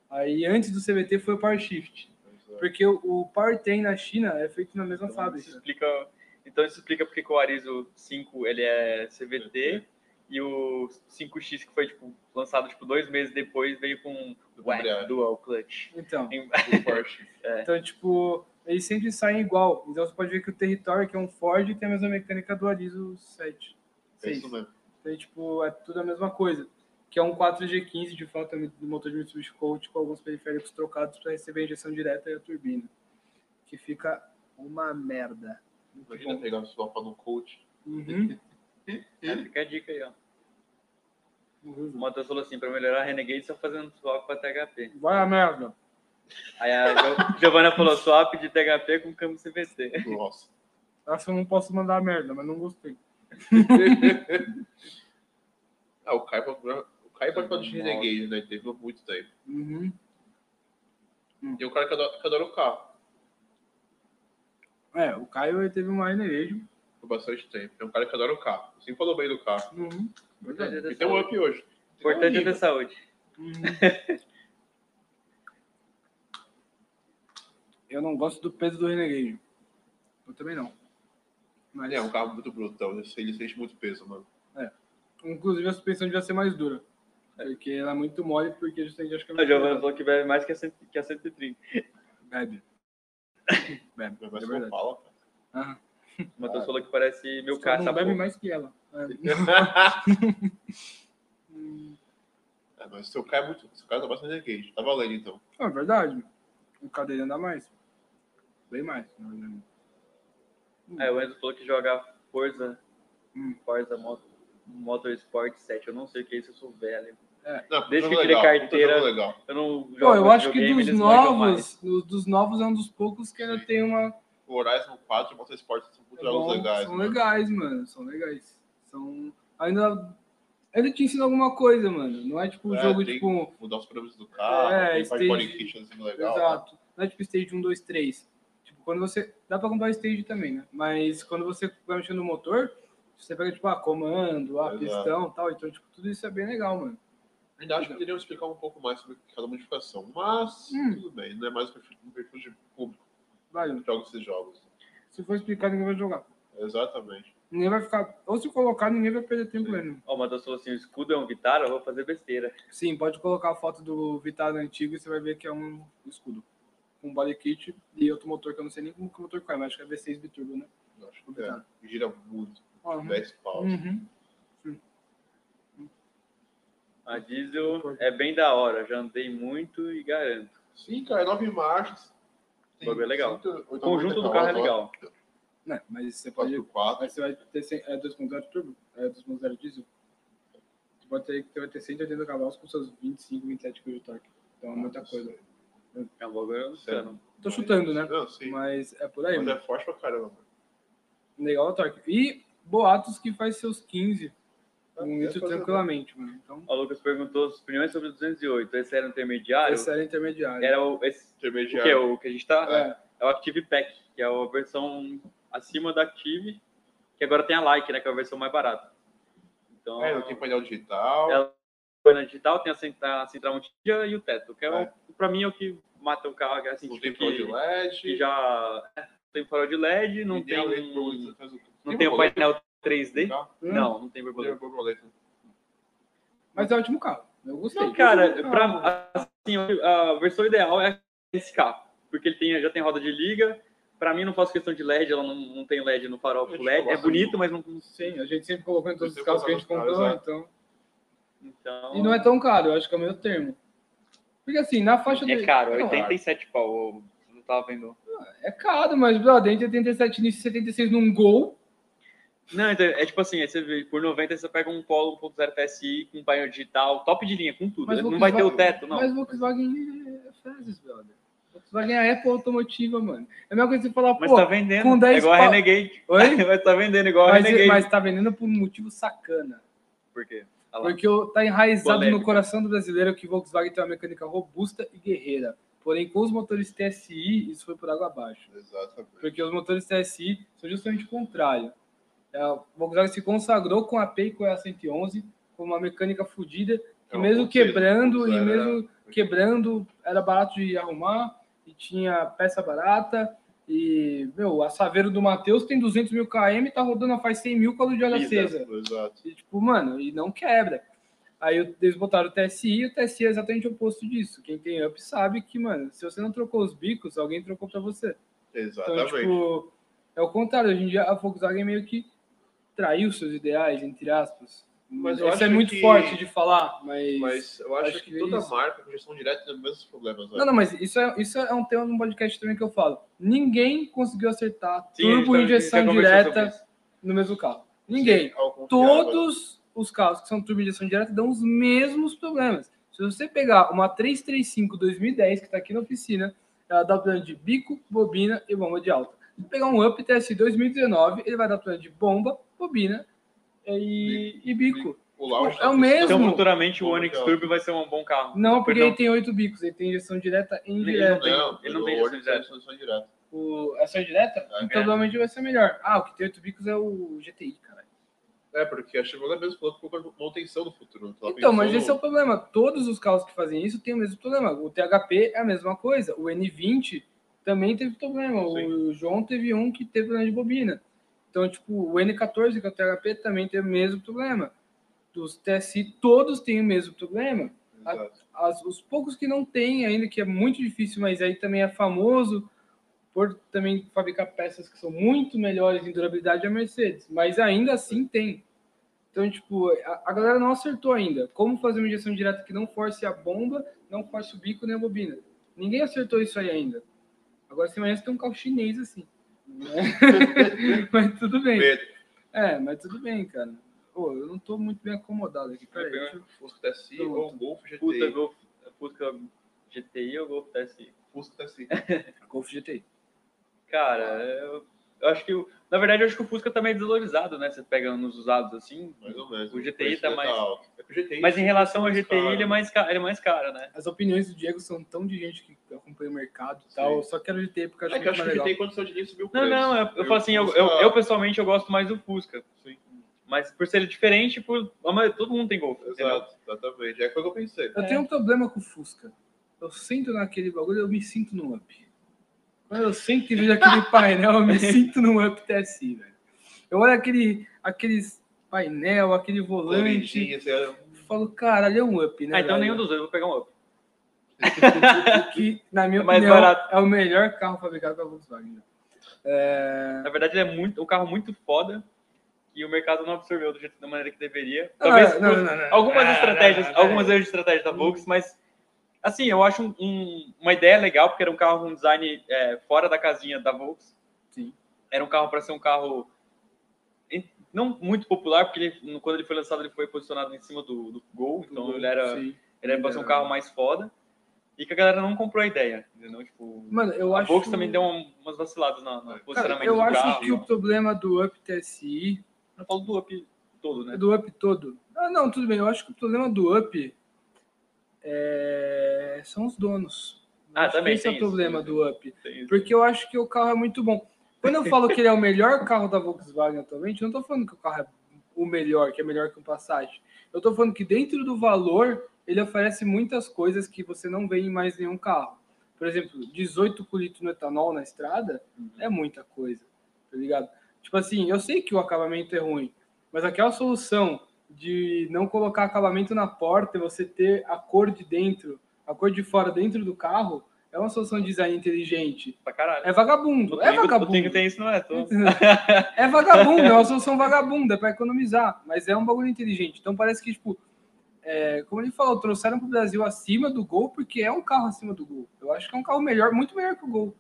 [SPEAKER 2] Aí, antes do CVT, foi o Power Shift. Porque o, o Power Train na China é feito na mesma
[SPEAKER 3] Então,
[SPEAKER 2] fábrica.
[SPEAKER 3] isso explica, então isso explica porque que o Arizo 5 ele é CVT e o 5X que foi tipo, lançado tipo, dois meses depois veio com
[SPEAKER 1] embreagem.
[SPEAKER 3] Wack Dual Clutch.
[SPEAKER 2] Então,
[SPEAKER 1] Do Porsche.
[SPEAKER 2] então, tipo, eles sempre saem igual. Então você pode ver que o território que é um Ford tem a mesma mecânica do Arizo 7.
[SPEAKER 1] É
[SPEAKER 2] Seis.
[SPEAKER 1] isso mesmo.
[SPEAKER 2] Então, tipo, é tudo a mesma coisa. Que é um 4G15 de fato é do motor de Mitsubishi Colt com alguns periféricos trocados para receber a injeção direta e a turbina. Que fica uma merda. Muito
[SPEAKER 1] Imagina
[SPEAKER 2] bom.
[SPEAKER 1] pegar um swap no coach.
[SPEAKER 2] Uhum.
[SPEAKER 3] Aí fica a dica aí, ó. O
[SPEAKER 2] Horrível.
[SPEAKER 3] Matheus falou assim, pra melhorar a Renegade só fazendo swap pra THP.
[SPEAKER 2] Vai a merda.
[SPEAKER 3] Aí a Gio- Giovana falou swap de THP com câmbio CVT.
[SPEAKER 1] Nossa.
[SPEAKER 2] Acho que eu não posso mandar merda, mas não gostei.
[SPEAKER 1] ah, o Kai pode o Kai pode falar de Renegade, né? Teve por muito tempo.
[SPEAKER 2] Uhum.
[SPEAKER 1] E o cara que adora, que adora o carro.
[SPEAKER 2] É, o Caio ele teve uma Renegade.
[SPEAKER 1] Por bastante tempo. É um cara que adora o carro. Assim falou bem do carro.
[SPEAKER 2] Uhum.
[SPEAKER 3] Verdade.
[SPEAKER 1] E tem um up hoje. um
[SPEAKER 3] Importante é ter saúde.
[SPEAKER 2] Uhum. Eu não gosto do peso do Renegade. Eu também não. Mas,
[SPEAKER 1] É é um carro muito brutão. Ele sente muito peso, mano.
[SPEAKER 2] inclusive, a suspensão devia ser mais dura. Porque ela é muito mole, porque justamente acho que é
[SPEAKER 3] A Giovana
[SPEAKER 2] ela
[SPEAKER 3] falou que bebe mais que a, cento, que a 130.
[SPEAKER 2] bebe. Bebe, é
[SPEAKER 1] Mas
[SPEAKER 2] verdade.
[SPEAKER 1] não fala, cara.
[SPEAKER 2] Aham.
[SPEAKER 3] O Matheus falou que parece meu
[SPEAKER 2] Só não
[SPEAKER 3] caça.
[SPEAKER 2] bebe mais que ela. É.
[SPEAKER 1] É, mas seu cara é muito. Seu cara tá bastante Renegade. Tá valendo então.
[SPEAKER 2] Não, é verdade. O cadeira anda mais. Bem mais. na verdade.
[SPEAKER 3] Aí É, o Enzo falou que joga Forza,
[SPEAKER 2] Hum.
[SPEAKER 3] Forza Mo- Motorsport 7. Eu não sei o que é isso, eu sou velho.
[SPEAKER 1] Não, puta
[SPEAKER 3] Desde que
[SPEAKER 1] jogo
[SPEAKER 3] ele é
[SPEAKER 1] legal, puta jogo
[SPEAKER 3] carteira-
[SPEAKER 1] legal.
[SPEAKER 3] Eu não jogo
[SPEAKER 2] Pô, eu acho que
[SPEAKER 3] videogame,
[SPEAKER 2] dos
[SPEAKER 3] eles jogam mais.
[SPEAKER 2] novos, dos, dos novos é um dos poucos que ainda tem uma
[SPEAKER 1] O Horizon 4 e o Motorsport são muito
[SPEAKER 2] É
[SPEAKER 1] jogos
[SPEAKER 2] bom,
[SPEAKER 1] legais. né?
[SPEAKER 2] São
[SPEAKER 1] mano.
[SPEAKER 2] legais, mano. São legais. São. Ainda. Ainda te ensina alguma coisa, mano. Não é tipo um
[SPEAKER 1] É,
[SPEAKER 2] jogo,
[SPEAKER 1] tem
[SPEAKER 2] tipo.
[SPEAKER 1] que Mudar os parâmetros do carro,
[SPEAKER 2] É,
[SPEAKER 1] tem
[SPEAKER 2] stage-
[SPEAKER 1] stage... body kitchenzinho legal. né?
[SPEAKER 2] Exato. Não é tipo stage 1, 2, 3. Tipo, quando você. Dá pra comprar stage também, né? Mas quando você vai mexendo no motor, você pega, tipo, ah, comando, ah,
[SPEAKER 1] Exato.
[SPEAKER 2] pistão e tal. Então, tipo, tudo isso é bem legal, mano.
[SPEAKER 1] Ainda acho que poderiam explicar um pouco mais sobre cada modificação, mas
[SPEAKER 2] Hum.
[SPEAKER 1] tudo bem, não é mais um perfil, um perfil de público
[SPEAKER 2] Vai,
[SPEAKER 1] que joga esses jogos.
[SPEAKER 2] se for explicar, ninguém vai jogar.
[SPEAKER 1] Exatamente.
[SPEAKER 2] Ninguém vai ficar. Ou se colocar, ninguém vai perder tempo
[SPEAKER 1] Sim.
[SPEAKER 2] lendo.
[SPEAKER 3] Ó, o Matheus falou assim, o escudo é um guitarra, eu vou fazer besteira.
[SPEAKER 2] Sim, pode colocar a foto do Vitado antigo e você vai ver que é um escudo. Um body kit e outro motor que eu não sei nem como que o motor que é, mas acho que é V6 biturbo, né?
[SPEAKER 1] Eu acho que é. Gira muito,
[SPEAKER 2] Uhum.
[SPEAKER 1] 10 paus.
[SPEAKER 2] Uhum.
[SPEAKER 3] A diesel é bem da hora, já andei muito e garanto.
[SPEAKER 1] Sim, cara, é 9 marchas.
[SPEAKER 3] O bagulho é legal.
[SPEAKER 1] O
[SPEAKER 3] O conjunto do carro é legal.
[SPEAKER 2] Né, mas você pode.
[SPEAKER 1] 4x4.
[SPEAKER 2] Mas você vai ter cem- é 2.0 turbo? É 2.0 diesel? Você pode ter, você vai ter 180 cavalos com seus 25, 27 kg de torque. Então é muita coisa.
[SPEAKER 3] É um bagulho insano.
[SPEAKER 2] Tô chutando, né?
[SPEAKER 1] Não, sim. Mas,
[SPEAKER 2] Mas é por aí, mano.
[SPEAKER 1] é forte pra caramba. mano.
[SPEAKER 2] Legal o torque. E boatos que faz seus 15
[SPEAKER 1] Ah,
[SPEAKER 2] um
[SPEAKER 1] é
[SPEAKER 2] litro
[SPEAKER 1] fazer-
[SPEAKER 2] tranquilamente, mano. Então,
[SPEAKER 3] O Lucas perguntou as opiniões sobre o 208, esse era intermediário?
[SPEAKER 2] esse era intermediário.
[SPEAKER 3] Era o, esse, o que,
[SPEAKER 1] Intermediário.
[SPEAKER 3] o que a gente tá?
[SPEAKER 2] É.
[SPEAKER 3] é o Active Pack, que é a versão acima da Active, que agora tem a Like, né, que é a versão mais barata. Então,
[SPEAKER 1] É, não tem painel digital.
[SPEAKER 3] É. foi na digital, tem a central, a central multimídia e o teto, que é,
[SPEAKER 1] É.
[SPEAKER 3] O, pra mim é o que mata o carro, é assim,
[SPEAKER 1] Não
[SPEAKER 3] tipo,
[SPEAKER 1] tem
[SPEAKER 3] que,
[SPEAKER 1] painel de
[SPEAKER 3] que
[SPEAKER 1] LED.
[SPEAKER 3] já é, não tem farol de LED, não tem,
[SPEAKER 1] Não
[SPEAKER 3] não tem o painel 3D.
[SPEAKER 2] Hum.
[SPEAKER 3] Não, não tem
[SPEAKER 1] Não tá? tem
[SPEAKER 3] borboleta.
[SPEAKER 1] borboleta.
[SPEAKER 2] Mas é um ótimo carro. Eu gostei.
[SPEAKER 3] Não, cara,
[SPEAKER 2] Não, mano.
[SPEAKER 3] pra, assim, a versão ideal é esse carro, porque ele tem, já tem roda de liga, pra mim não faço questão de LED, ela não, não tem LED no farol
[SPEAKER 1] Eu te
[SPEAKER 3] LED, é
[SPEAKER 1] gosto muito.
[SPEAKER 3] bonito, mas não... não-
[SPEAKER 2] Sim, a gente sempre colocou em todos
[SPEAKER 1] Você
[SPEAKER 2] os carros que a gente
[SPEAKER 1] colocou,
[SPEAKER 2] comprou,
[SPEAKER 1] exato.
[SPEAKER 2] então...
[SPEAKER 3] Então...
[SPEAKER 2] E não é tão caro, eu acho que é o meio termo. Porque assim, na faixa
[SPEAKER 3] É
[SPEAKER 2] do-
[SPEAKER 3] caro,
[SPEAKER 2] Não,
[SPEAKER 3] 87 pau. eu Não tava vendo.
[SPEAKER 2] É caro, mas, brother, entre 87 nisso e 76 num Gol,
[SPEAKER 3] Não, então, é tipo assim, aí você vê, por 90 você pega um Polo 1.0 TSI com um painel digital, top de linha, com tudo.
[SPEAKER 2] Mas
[SPEAKER 3] né? não vai
[SPEAKER 2] Volkswagen-
[SPEAKER 3] ter o teto, não.
[SPEAKER 2] mas Volkswagen é fezes, brother. Volkswagen é a Apple automotiva, mano. É a mesma coisa que você falar,
[SPEAKER 3] Mas
[SPEAKER 2] pô...
[SPEAKER 3] tá vendendo.
[SPEAKER 2] com 10
[SPEAKER 3] é igual a
[SPEAKER 2] pau-
[SPEAKER 3] Renegade.
[SPEAKER 2] Oi?
[SPEAKER 3] mas tá vendendo igual a
[SPEAKER 2] Mas,
[SPEAKER 3] Renegade.
[SPEAKER 2] mas tá vendendo por um motivo sacana.
[SPEAKER 3] Por quê? Olha lá.
[SPEAKER 2] Porque o- tá enraizado no
[SPEAKER 3] Polêmica.
[SPEAKER 2] coração do brasileiro que Volkswagen tem uma mecânica robusta e guerreira. Porém, com os motores TSI, isso foi por água abaixo.
[SPEAKER 1] Exatamente.
[SPEAKER 2] porque os motores TSI são justamente o contrário. É, A Volkswagen se consagrou com a P e com a 111, com uma mecânica fodida, e
[SPEAKER 1] É um
[SPEAKER 2] mesmo
[SPEAKER 1] conceito,
[SPEAKER 2] quebrando, e
[SPEAKER 1] era-
[SPEAKER 2] mesmo quebrando, era barato de arrumar, e tinha peça barata, e, meu, o assaveiro do Matheus tem 200 mil km, tá rodando faz 100 mil com a luz de óleo
[SPEAKER 3] Lisa.
[SPEAKER 2] é acesa.
[SPEAKER 1] Exato.
[SPEAKER 2] E, tipo, mano, e não quebra. Aí eles botaram o TSI e o TSI é exatamente o oposto disso. Quem tem up sabe que, mano, se você não trocou os bicos, alguém trocou pra você. Então,
[SPEAKER 1] Exatamente.
[SPEAKER 2] tipo, é o contrário. Hoje em dia, a Volkswagen é meio que traiu seus ideais, entre aspas.
[SPEAKER 1] Mas
[SPEAKER 2] Mas
[SPEAKER 1] eu
[SPEAKER 2] isso é
[SPEAKER 1] acho
[SPEAKER 2] muito
[SPEAKER 1] que-
[SPEAKER 2] forte de falar, mas...
[SPEAKER 1] Mas eu acho,
[SPEAKER 2] acho
[SPEAKER 1] que,
[SPEAKER 2] que é
[SPEAKER 1] toda
[SPEAKER 2] isso.
[SPEAKER 1] marca com gestão direta tem os mesmos problemas. né?
[SPEAKER 2] Não, não, mas isso é, isso é um tema no podcast também que eu falo. Ninguém conseguiu acertar
[SPEAKER 3] Sim,
[SPEAKER 2] turbo
[SPEAKER 3] a gente já
[SPEAKER 2] injeção
[SPEAKER 3] conversou sobre
[SPEAKER 2] direta
[SPEAKER 3] isso.
[SPEAKER 2] no mesmo carro. Ninguém. Todos os carros que são turbo injeção direta dão os mesmos problemas. Se você pegar uma 335 2010, que está aqui na oficina, ela dá plano de bico, bobina e bomba de alta. Se pegar um Up TS 2019, ele vai dar plano de bomba, bobina e, e bico. é o mesmo.
[SPEAKER 3] Então, futuramente, o
[SPEAKER 1] Bom,
[SPEAKER 3] Onix
[SPEAKER 1] legal.
[SPEAKER 3] Turbo vai ser um bom carro.
[SPEAKER 2] Não, porque
[SPEAKER 3] Perdão.
[SPEAKER 2] ele tem oito bicos, ele tem injeção direta e indireta.
[SPEAKER 3] tem-
[SPEAKER 1] Não,
[SPEAKER 3] ele não
[SPEAKER 1] o
[SPEAKER 3] tem
[SPEAKER 1] Word
[SPEAKER 3] gestão
[SPEAKER 1] gestão direta.
[SPEAKER 2] O, ação direta?
[SPEAKER 1] É.
[SPEAKER 2] Então, provavelmente vai ser melhor. Ah, o que tem oito bicos é o GTI, cara.
[SPEAKER 1] É, porque a Chevrolet mesmo falou que colocou manutenção no futuro. né? Ela
[SPEAKER 2] Então,
[SPEAKER 1] pensou
[SPEAKER 2] mas
[SPEAKER 1] no-
[SPEAKER 2] esse é o problema. Todos os carros que fazem isso têm o mesmo problema. O THP é a mesma coisa. O N20 também teve problema. O João teve um que teve problema de bobina. Então, tipo, o N14, que é o THP, também teve o mesmo problema. Os TSI, todos têm o mesmo problema.
[SPEAKER 1] Exato.
[SPEAKER 2] As- os poucos que não têm ainda, que é muito difícil, mas aí também é famoso por também fabricar peças que são muito melhores em durabilidade é a Mercedes, mas ainda assim tem. Então, tipo, a, a galera não acertou ainda. Como fazer uma injeção direta que não force a bomba, não force o bico nem a bobina. Ninguém acertou isso aí ainda. Agora você imagina se tem um carro chinês assim. né? mas tudo bem.
[SPEAKER 1] Pedro,
[SPEAKER 2] É, mas tudo bem, cara. Pô, eu não tô muito bem acomodado aqui. Peraí, deixa eu-
[SPEAKER 1] Fusca TSI
[SPEAKER 2] Pronto.
[SPEAKER 1] ou um Golf GTI.
[SPEAKER 3] Ah, Puta, Golf, é, Fusca GTI ou Golf TSI?
[SPEAKER 1] Fusca TSI.
[SPEAKER 2] Golf GTI.
[SPEAKER 3] Cara, eu, eu acho que o, Na verdade, eu acho que o Fusca também é desvalorizado, né? Você pega nos usados assim.
[SPEAKER 1] Mais ou menos.
[SPEAKER 3] O GTI
[SPEAKER 1] preço
[SPEAKER 3] tá
[SPEAKER 1] é
[SPEAKER 3] mais-
[SPEAKER 1] tal. É que o GTI
[SPEAKER 3] Mas em relação ao
[SPEAKER 1] mais
[SPEAKER 3] GTI,
[SPEAKER 1] caro.
[SPEAKER 3] ele é mais caro, ele é mais caro né?
[SPEAKER 2] As opiniões do Diego são tão de gente que acompanha o mercado e
[SPEAKER 1] Sim.
[SPEAKER 2] tal. Eu só quero GT porque eu acho
[SPEAKER 1] É que eu acho
[SPEAKER 2] muito mais
[SPEAKER 1] que o
[SPEAKER 2] legal.
[SPEAKER 1] GTI, quando saiu de linha, subiu o
[SPEAKER 3] Não,
[SPEAKER 1] preço.
[SPEAKER 3] não, eu, eu
[SPEAKER 1] E
[SPEAKER 3] falo assim,
[SPEAKER 1] o
[SPEAKER 3] eu,
[SPEAKER 1] Fusca-
[SPEAKER 3] eu, eu, pessoalmente eu gosto mais do Fusca.
[SPEAKER 1] Sim.
[SPEAKER 3] Mas por ser ele diferente, tipo, a maioria- todo mundo tem Golf. entendeu?
[SPEAKER 1] Exato, exatamente. É foi o que eu pensei.
[SPEAKER 2] Eu tenho um problema com o Fusca. Eu sinto naquele bagulho, eu me sinto no up. Quando eu sinto e vejo aquele painel, eu me sinto no up TSI, velho. Eu olho aquele, aqueles painel, aquele volante,
[SPEAKER 1] Coloridinho, assim, era-
[SPEAKER 2] eu falo, caralho, é um up, né?
[SPEAKER 3] Ah, então
[SPEAKER 2] velho?
[SPEAKER 3] nenhum dos dois, eu vou pegar um outro.
[SPEAKER 2] Que, na minha
[SPEAKER 3] É mais
[SPEAKER 2] opinião,
[SPEAKER 3] barato.
[SPEAKER 2] é o melhor carro fabricado pela Volkswagen. né? É...
[SPEAKER 3] Na verdade, ele é muito, um carro muito foda e o mercado não absorveu do jeito da maneira que deveria.
[SPEAKER 2] Não,
[SPEAKER 3] Talvez
[SPEAKER 2] Ah, não,
[SPEAKER 3] por-
[SPEAKER 2] não, não, não,
[SPEAKER 3] algumas
[SPEAKER 2] não,
[SPEAKER 3] estratégias,
[SPEAKER 2] não, não,
[SPEAKER 3] algumas erros de estratégia da Volks, mas assim, eu acho um- um- uma ideia legal porque era um carro com um design é, fora da casinha da Volks.
[SPEAKER 2] Sim.
[SPEAKER 3] Era um carro para ser um carro em- não muito popular, porque ele- no- quando ele foi lançado ele foi posicionado em cima do, do Gol, então ele era
[SPEAKER 2] Sim.
[SPEAKER 3] ele era pra ser um
[SPEAKER 2] Era.
[SPEAKER 3] carro mais foda. E que a galera não comprou a ideia, entendeu? Tipo,
[SPEAKER 2] Mano, eu
[SPEAKER 3] a
[SPEAKER 2] acho...
[SPEAKER 3] Volks também deu um- umas vaciladas na- no
[SPEAKER 2] Cara,
[SPEAKER 3] posicionamento
[SPEAKER 2] eu
[SPEAKER 3] do
[SPEAKER 2] acho
[SPEAKER 3] carro. né?
[SPEAKER 2] que o problema do up TSI
[SPEAKER 3] Não falo do up todo, né?
[SPEAKER 2] Do up todo. Ah, não, tudo bem. Eu acho que o problema do up é, são os donos.
[SPEAKER 3] Ah,
[SPEAKER 2] Acho que
[SPEAKER 3] também
[SPEAKER 2] Esse é o
[SPEAKER 3] tem isso,
[SPEAKER 2] problema
[SPEAKER 3] tem
[SPEAKER 2] do up.
[SPEAKER 3] Tem-
[SPEAKER 2] Porque eu acho que o carro é muito bom. Quando eu falo que ele é o melhor carro da Volkswagen atualmente, eu não tô falando que o carro é o melhor, que é melhor que o Passat. Eu tô falando que dentro do valor, ele oferece muitas coisas que você não vê em mais nenhum carro. Por exemplo, 18 por litro no etanol na estrada, é muita coisa, tá ligado? Tipo assim, eu sei que o acabamento é ruim, mas aquela solução de não colocar acabamento na porta e você ter a cor de dentro, a cor de fora dentro do carro, é uma solução de design inteligente.
[SPEAKER 3] Pra caralho.
[SPEAKER 2] É vagabundo, é
[SPEAKER 3] Tengo-
[SPEAKER 2] vagabundo.
[SPEAKER 3] Tengo tem isso, não é? Tô...
[SPEAKER 2] É vagabundo, é uma solução vagabunda, é pra economizar, mas é um bagulho inteligente. Então parece que, tipo, é, como ele falou, trouxeram pro Brasil acima do Gol, porque é um carro acima do Gol. Eu acho que é um carro melhor, muito melhor que o Gol.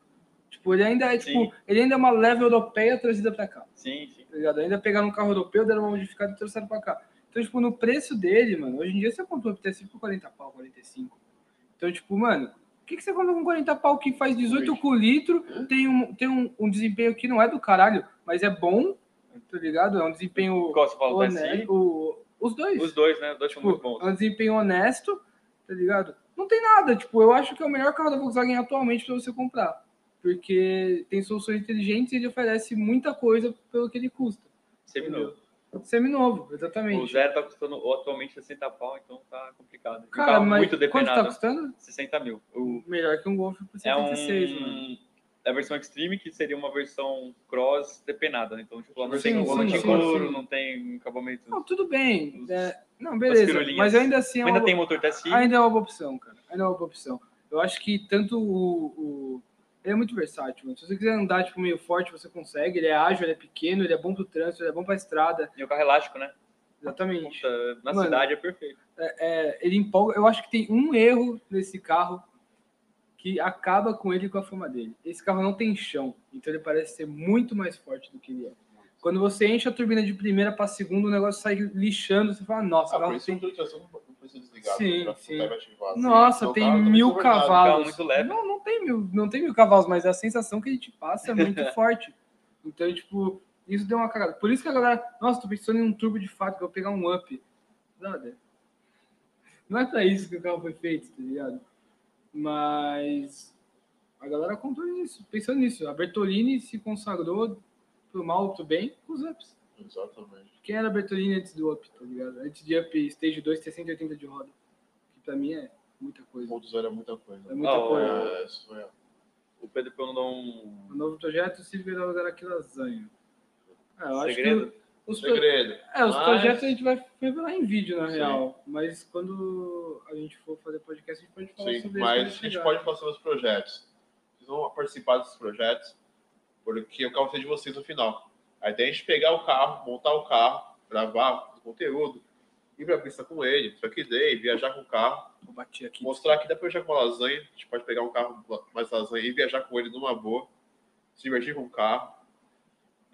[SPEAKER 2] Tipo, ele ainda é, tipo,
[SPEAKER 3] Sim.
[SPEAKER 2] ele ainda é uma leve europeia trazida pra cá,
[SPEAKER 3] Sim, sim.
[SPEAKER 2] tá ligado? Ainda pegaram um carro europeu, deram uma modificada e trouxeram pra cá. Então, tipo, no preço dele, mano, hoje em dia você compra um PTS por 40 pau, 45. Então, tipo, mano, o que, que você compra com 40 pau que faz 18 com litro, tem, um, tem um, um desempenho que não é do caralho, mas é bom, tá ligado? É um desempenho
[SPEAKER 3] Qual você fala? O
[SPEAKER 2] honesto.
[SPEAKER 3] SI?
[SPEAKER 2] o- os dois.
[SPEAKER 3] Os dois, né? Os dois são muito
[SPEAKER 2] tipo,
[SPEAKER 3] bons.
[SPEAKER 2] é um desempenho honesto, tá ligado? Não tem nada, tipo, eu acho que é o melhor carro da Volkswagen atualmente pra você comprar. Porque tem soluções inteligentes e ele oferece muita coisa pelo que ele custa.
[SPEAKER 3] Seminovo.
[SPEAKER 2] Seminovo,
[SPEAKER 3] O
[SPEAKER 2] exatamente.
[SPEAKER 3] zero tá custando atualmente 60 pau, então tá complicado. Um
[SPEAKER 2] Cara,
[SPEAKER 3] carro
[SPEAKER 2] mas
[SPEAKER 3] muito
[SPEAKER 2] quanto tá
[SPEAKER 3] depenado.
[SPEAKER 2] custando?
[SPEAKER 3] 60 mil. O...
[SPEAKER 2] Melhor que um Golf por
[SPEAKER 3] É
[SPEAKER 2] 76, mano.
[SPEAKER 3] um... É a versão Extreme, que seria uma versão cross depenada. né? Então, tipo, ela não
[SPEAKER 2] Sim,
[SPEAKER 3] tem um
[SPEAKER 2] sim,
[SPEAKER 3] volante em
[SPEAKER 2] sim,
[SPEAKER 3] couro,
[SPEAKER 2] sim.
[SPEAKER 3] não tem acabamento.
[SPEAKER 2] Não, tudo bem.
[SPEAKER 3] Os-
[SPEAKER 2] é, não, beleza.
[SPEAKER 3] pirulinhas.
[SPEAKER 2] Mas ainda assim é
[SPEAKER 3] Ainda
[SPEAKER 2] uma,
[SPEAKER 3] tem um motor TSI.
[SPEAKER 2] ainda é uma boa opção, cara. Ainda é uma boa opção. Eu acho que tanto o. o- Ele é muito versátil, mano. Se você quiser andar tipo, meio forte, você consegue. Ele é ágil, ele é pequeno, ele é bom pro trânsito, ele é bom pra estrada.
[SPEAKER 3] E o carro elástico, né?
[SPEAKER 2] Exatamente.
[SPEAKER 3] Puta, na
[SPEAKER 2] Mano.
[SPEAKER 3] cidade é perfeito.
[SPEAKER 2] É, ele empolga. Eu acho que tem um erro nesse carro que acaba com ele e com a fama dele. Esse carro não tem chão, então ele parece ser muito mais forte do que ele é. Quando você enche a turbina de primeira pra segunda, o negócio sai lixando, você fala, nossa,
[SPEAKER 1] Ah,
[SPEAKER 2] o
[SPEAKER 1] por
[SPEAKER 2] carro
[SPEAKER 1] isso que
[SPEAKER 2] tem...
[SPEAKER 1] o transmissão não precisa desligar. né?
[SPEAKER 2] Sim,
[SPEAKER 1] pra
[SPEAKER 2] sim.
[SPEAKER 1] ficar mais ativado.
[SPEAKER 2] Nossa,
[SPEAKER 1] Então, o
[SPEAKER 2] tem
[SPEAKER 1] carro também
[SPEAKER 2] mil
[SPEAKER 1] super nada.
[SPEAKER 2] cavalos.
[SPEAKER 3] muito leve.
[SPEAKER 2] Não, não tem mil, não tem mil cavalos, mas a sensação que ele te passa é muito forte. Então, tipo, isso deu uma cagada. Por isso que a galera, nossa, tô pensando em um turbo de fato, que eu vou pegar um up. Nada. Não é pra isso que o carro foi feito, tá ligado? Mas a galera contou nisso, pensando nisso. A Bertolini se consagrou pro mal ou pro bem com os ups.
[SPEAKER 1] Exatamente.
[SPEAKER 2] Quem era a Bertolini antes do up, tá ligado? Antes de up stage 2 ter 180 de roda. Que pra mim é muita
[SPEAKER 1] O
[SPEAKER 2] coisa.
[SPEAKER 1] ponto zero é muita coisa.
[SPEAKER 2] É muita
[SPEAKER 3] Ah, o-
[SPEAKER 2] coisa.
[SPEAKER 1] É, isso foi.
[SPEAKER 3] O Pedro Pio não dá um
[SPEAKER 2] O novo projeto se virar lugar aqui lasanha. É, eu acho
[SPEAKER 3] Segredo?
[SPEAKER 2] que os, pro-
[SPEAKER 1] Segredo.
[SPEAKER 2] é, os
[SPEAKER 1] Mas-
[SPEAKER 2] projetos a gente vai revelar em vídeo, na
[SPEAKER 1] Sim.
[SPEAKER 2] real. Mas quando a gente for fazer podcast, a gente pode falar
[SPEAKER 1] Sim,
[SPEAKER 2] sobre
[SPEAKER 1] mas a
[SPEAKER 2] isso. quando
[SPEAKER 1] gente
[SPEAKER 2] chegar.
[SPEAKER 1] pode passar os projetos. Vocês vão participar desses projetos, porque eu quero ser de vocês no final. A ideia é a gente pegar o carro, montar o carro, gravar o conteúdo, ir pra pista com ele, só que daí, viajar com o carro,
[SPEAKER 2] Vou bater aqui.
[SPEAKER 1] mostrar que dá pra viajar com a lasanha, a gente pode pegar um carro mais lasanha e viajar com ele numa boa, se divertir com o carro.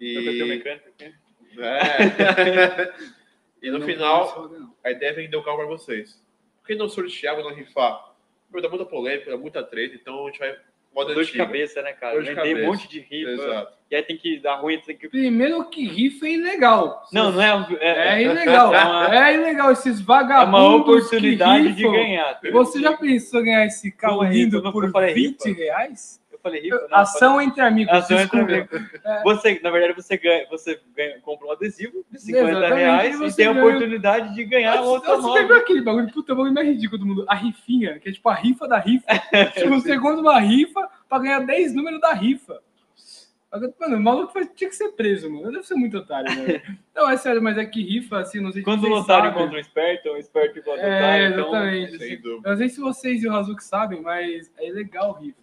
[SPEAKER 3] Eu tenho um
[SPEAKER 1] E,
[SPEAKER 3] mecânico aqui.
[SPEAKER 1] é. e
[SPEAKER 2] um Eu
[SPEAKER 1] no
[SPEAKER 2] não
[SPEAKER 1] final,
[SPEAKER 2] conheço o Rogan, não.
[SPEAKER 1] a ideia é vender o carro para um vocês. Por que não sortear, mas não rifar? Vai dar muita polêmica, dá muita treta, então a gente vai Moda
[SPEAKER 3] Dor de
[SPEAKER 1] antiga.
[SPEAKER 3] cabeça, né, cara?
[SPEAKER 1] Dor de
[SPEAKER 3] Vendei um
[SPEAKER 1] cabeça.
[SPEAKER 3] monte de rifa.
[SPEAKER 1] Exato.
[SPEAKER 3] E aí tem que dar ruim, tem que.
[SPEAKER 2] Primeiro que rifa é ilegal.
[SPEAKER 3] Não, não é.
[SPEAKER 2] É ilegal.
[SPEAKER 3] É uma,
[SPEAKER 2] É ilegal esses
[SPEAKER 3] é
[SPEAKER 2] vagabundos.
[SPEAKER 3] uma oportunidade
[SPEAKER 2] que
[SPEAKER 3] de
[SPEAKER 2] rifam.
[SPEAKER 3] ganhar.
[SPEAKER 2] Você já pensou em ganhar esse carro
[SPEAKER 3] Não, rifa,
[SPEAKER 2] lindo
[SPEAKER 3] eu não
[SPEAKER 2] por
[SPEAKER 3] falei
[SPEAKER 2] 20
[SPEAKER 3] rifa.
[SPEAKER 2] reais?
[SPEAKER 3] Eu falei rifa? Não, eu
[SPEAKER 2] Ação entre amigos.
[SPEAKER 3] Ação entre
[SPEAKER 2] desculpa.
[SPEAKER 3] Você, na verdade, você ganha, você ganha, compra um adesivo de 50
[SPEAKER 2] Exatamente, e
[SPEAKER 3] reais e
[SPEAKER 2] você
[SPEAKER 3] tem a
[SPEAKER 2] ganha-
[SPEAKER 3] oportunidade de ganhar É outra
[SPEAKER 2] Nossa, Você
[SPEAKER 3] moto.
[SPEAKER 2] lembra aquele bagulho? Puta, é o bagulho mais ridículo do mundo. A rifinha, que é tipo a rifa da rifa. tipo, você compra uma rifa pra ganhar 10 números da rifa. Mano, o maluco foi- tinha que ser preso, mano. Deve ser muito otário, mano. Não, é sério, mas é que rifa, assim, não sei se
[SPEAKER 3] Quando o
[SPEAKER 2] vocês
[SPEAKER 3] otário
[SPEAKER 2] sabem.
[SPEAKER 3] encontra um esperto, um esperto encontra um
[SPEAKER 2] É,
[SPEAKER 3] otário. Então,
[SPEAKER 2] exatamente.
[SPEAKER 1] Sem dúvida.
[SPEAKER 2] Eu não sei se vocês e o Razuki sabem, mas é ilegal rifa.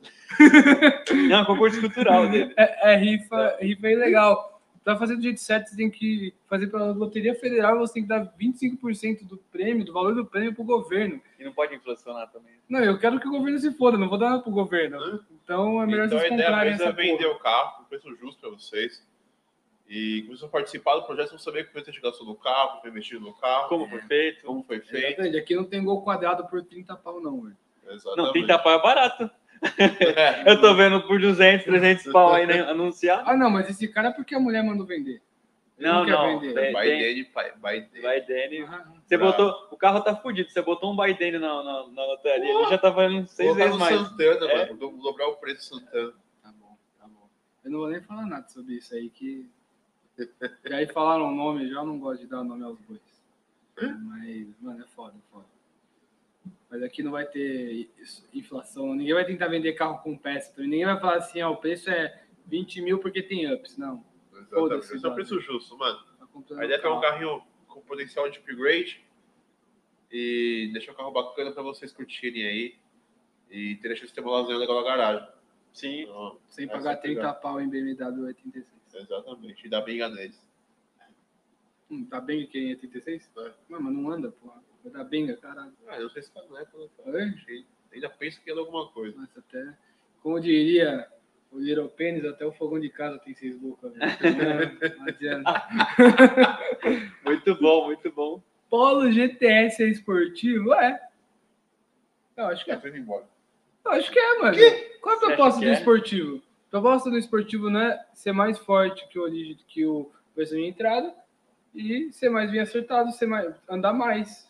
[SPEAKER 3] não, é um concurso cultural dele.
[SPEAKER 2] É, é rifa, rifa é ilegal. Pra fazer do jeito certo, você tem que fazer pela Loteria Federal, você tem que dar 25% do prêmio, do valor do prêmio pro governo.
[SPEAKER 3] E não pode inflacionar também.
[SPEAKER 2] Não, eu quero que o governo se foda, não vou dar nada pro governo. Então é melhor
[SPEAKER 1] Então a
[SPEAKER 2] vocês
[SPEAKER 1] ideia
[SPEAKER 2] comprarem
[SPEAKER 1] mesmo é
[SPEAKER 2] essa
[SPEAKER 1] vender
[SPEAKER 2] porra.
[SPEAKER 1] o carro, um preço justo para vocês. E começou a participar do projeto, vão saber quanto a gente gastou no carro, foi investido no carro,
[SPEAKER 3] Como é? foi feito.
[SPEAKER 1] como foi feito.
[SPEAKER 2] Exatamente, Aqui não tem gol quadrado por 30 pau, não, velho.
[SPEAKER 1] Exatamente.
[SPEAKER 3] Não, 30 pau é barato.
[SPEAKER 1] É.
[SPEAKER 3] Eu tô vendo por 200, 300 pau aí né, anunciar.
[SPEAKER 2] Ah, não, mas esse cara é porque a mulher mandou vender. Ele
[SPEAKER 3] Não,
[SPEAKER 2] quer
[SPEAKER 3] não.
[SPEAKER 2] vender.
[SPEAKER 3] Tem-
[SPEAKER 1] By
[SPEAKER 3] tem-
[SPEAKER 1] Dane, by- by Dane.
[SPEAKER 3] Biden.
[SPEAKER 2] Aham.
[SPEAKER 3] Você
[SPEAKER 1] Bravo.
[SPEAKER 3] botou. O carro tá fudido. Você botou um Biden na, na, na lotaria. Ele já tá valendo seis
[SPEAKER 1] Colocar
[SPEAKER 3] vezes
[SPEAKER 1] no
[SPEAKER 3] mais.
[SPEAKER 1] Santana,
[SPEAKER 3] É.
[SPEAKER 1] mano. do- Dobrar o preço do Santana.
[SPEAKER 2] Tá bom, tá bom. Eu não vou nem falar nada sobre isso aí, que. E aí falaram o nome, já eu não gosto de dar nome aos bois. Mas, mano, é foda, é foda. Mas aqui não vai ter isso- inflação, ninguém vai tentar vender carro com peça também. Ninguém vai falar assim, ó, o preço é 20 mil porque tem ups. Não.
[SPEAKER 1] Exatamente. Esse
[SPEAKER 2] Foda-se,
[SPEAKER 1] é um
[SPEAKER 2] mano.
[SPEAKER 1] preço justo, mano.
[SPEAKER 2] Tá comprando
[SPEAKER 1] A ideia é pegar
[SPEAKER 2] carro.
[SPEAKER 1] um carrinho com potencial de upgrade e deixar um carro bacana pra vocês curtirem aí. E ter deixado esse temulazinho legal na garagem.
[SPEAKER 3] Sim.
[SPEAKER 1] Então,
[SPEAKER 2] Sem
[SPEAKER 1] Essa
[SPEAKER 2] pagar
[SPEAKER 1] é
[SPEAKER 2] 30
[SPEAKER 1] legal.
[SPEAKER 2] pau em BMW 86.
[SPEAKER 1] É. exatamente. E dá bem neles.
[SPEAKER 2] Hum, tá bem que em 86?
[SPEAKER 1] É.
[SPEAKER 2] Não, mas não anda, porra. Vai dar benga, caralho.
[SPEAKER 1] Ah, eu não sei se tá, né? quando eu falo,
[SPEAKER 2] É?
[SPEAKER 1] gente, Ainda penso que é alguma coisa.
[SPEAKER 2] Nossa, até. Como diria o Little Penis, até o fogão de casa tem seis bocas. velho. Não, não adianta.
[SPEAKER 3] Muito bom, muito bom.
[SPEAKER 2] Polo GTS é esportivo? É. Eu acho que
[SPEAKER 1] Já
[SPEAKER 2] é.
[SPEAKER 1] tô indo embora.
[SPEAKER 2] Eu acho que é, mano. Qual a
[SPEAKER 3] Você acha
[SPEAKER 2] proposta
[SPEAKER 3] que
[SPEAKER 2] do
[SPEAKER 3] é?
[SPEAKER 2] esportivo? A proposta do esportivo não é ser mais forte que o origem, que o versão de entrada e ser mais bem acertado, ser mais, andar mais.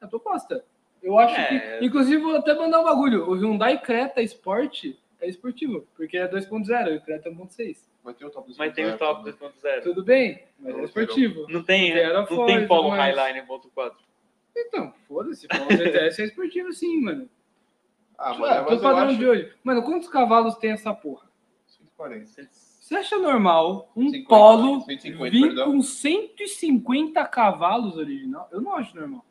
[SPEAKER 2] É a proposta. Eu acho
[SPEAKER 3] É.
[SPEAKER 2] que. Inclusive, vou até mandar um bagulho. O Hyundai Creta Sport é esportivo, porque é 2.0 e o Creta é 1.6.
[SPEAKER 1] Mas tem o top né? do
[SPEAKER 3] Mas tem o top 2.0.
[SPEAKER 2] Tudo bem, mas é
[SPEAKER 1] Não,
[SPEAKER 2] esportivo.
[SPEAKER 3] Não tem, né?
[SPEAKER 2] Zero é
[SPEAKER 3] não
[SPEAKER 2] fora e
[SPEAKER 3] tem Polo
[SPEAKER 2] tudo mais.
[SPEAKER 3] Highline 1.4.
[SPEAKER 2] Então, foda-se, Polo GTS é esportivo sim, mano.
[SPEAKER 1] Ah,
[SPEAKER 2] Ah,
[SPEAKER 1] mas, mas
[SPEAKER 2] Tô
[SPEAKER 1] eu
[SPEAKER 2] padrão
[SPEAKER 1] acho-
[SPEAKER 2] de hoje. Mano, quantos cavalos tem essa porra?
[SPEAKER 1] 140.
[SPEAKER 2] Você acha normal um
[SPEAKER 1] 150,
[SPEAKER 2] polo
[SPEAKER 1] 150,
[SPEAKER 2] vir
[SPEAKER 1] perdão.
[SPEAKER 2] com 150 cavalos original? Eu não acho normal.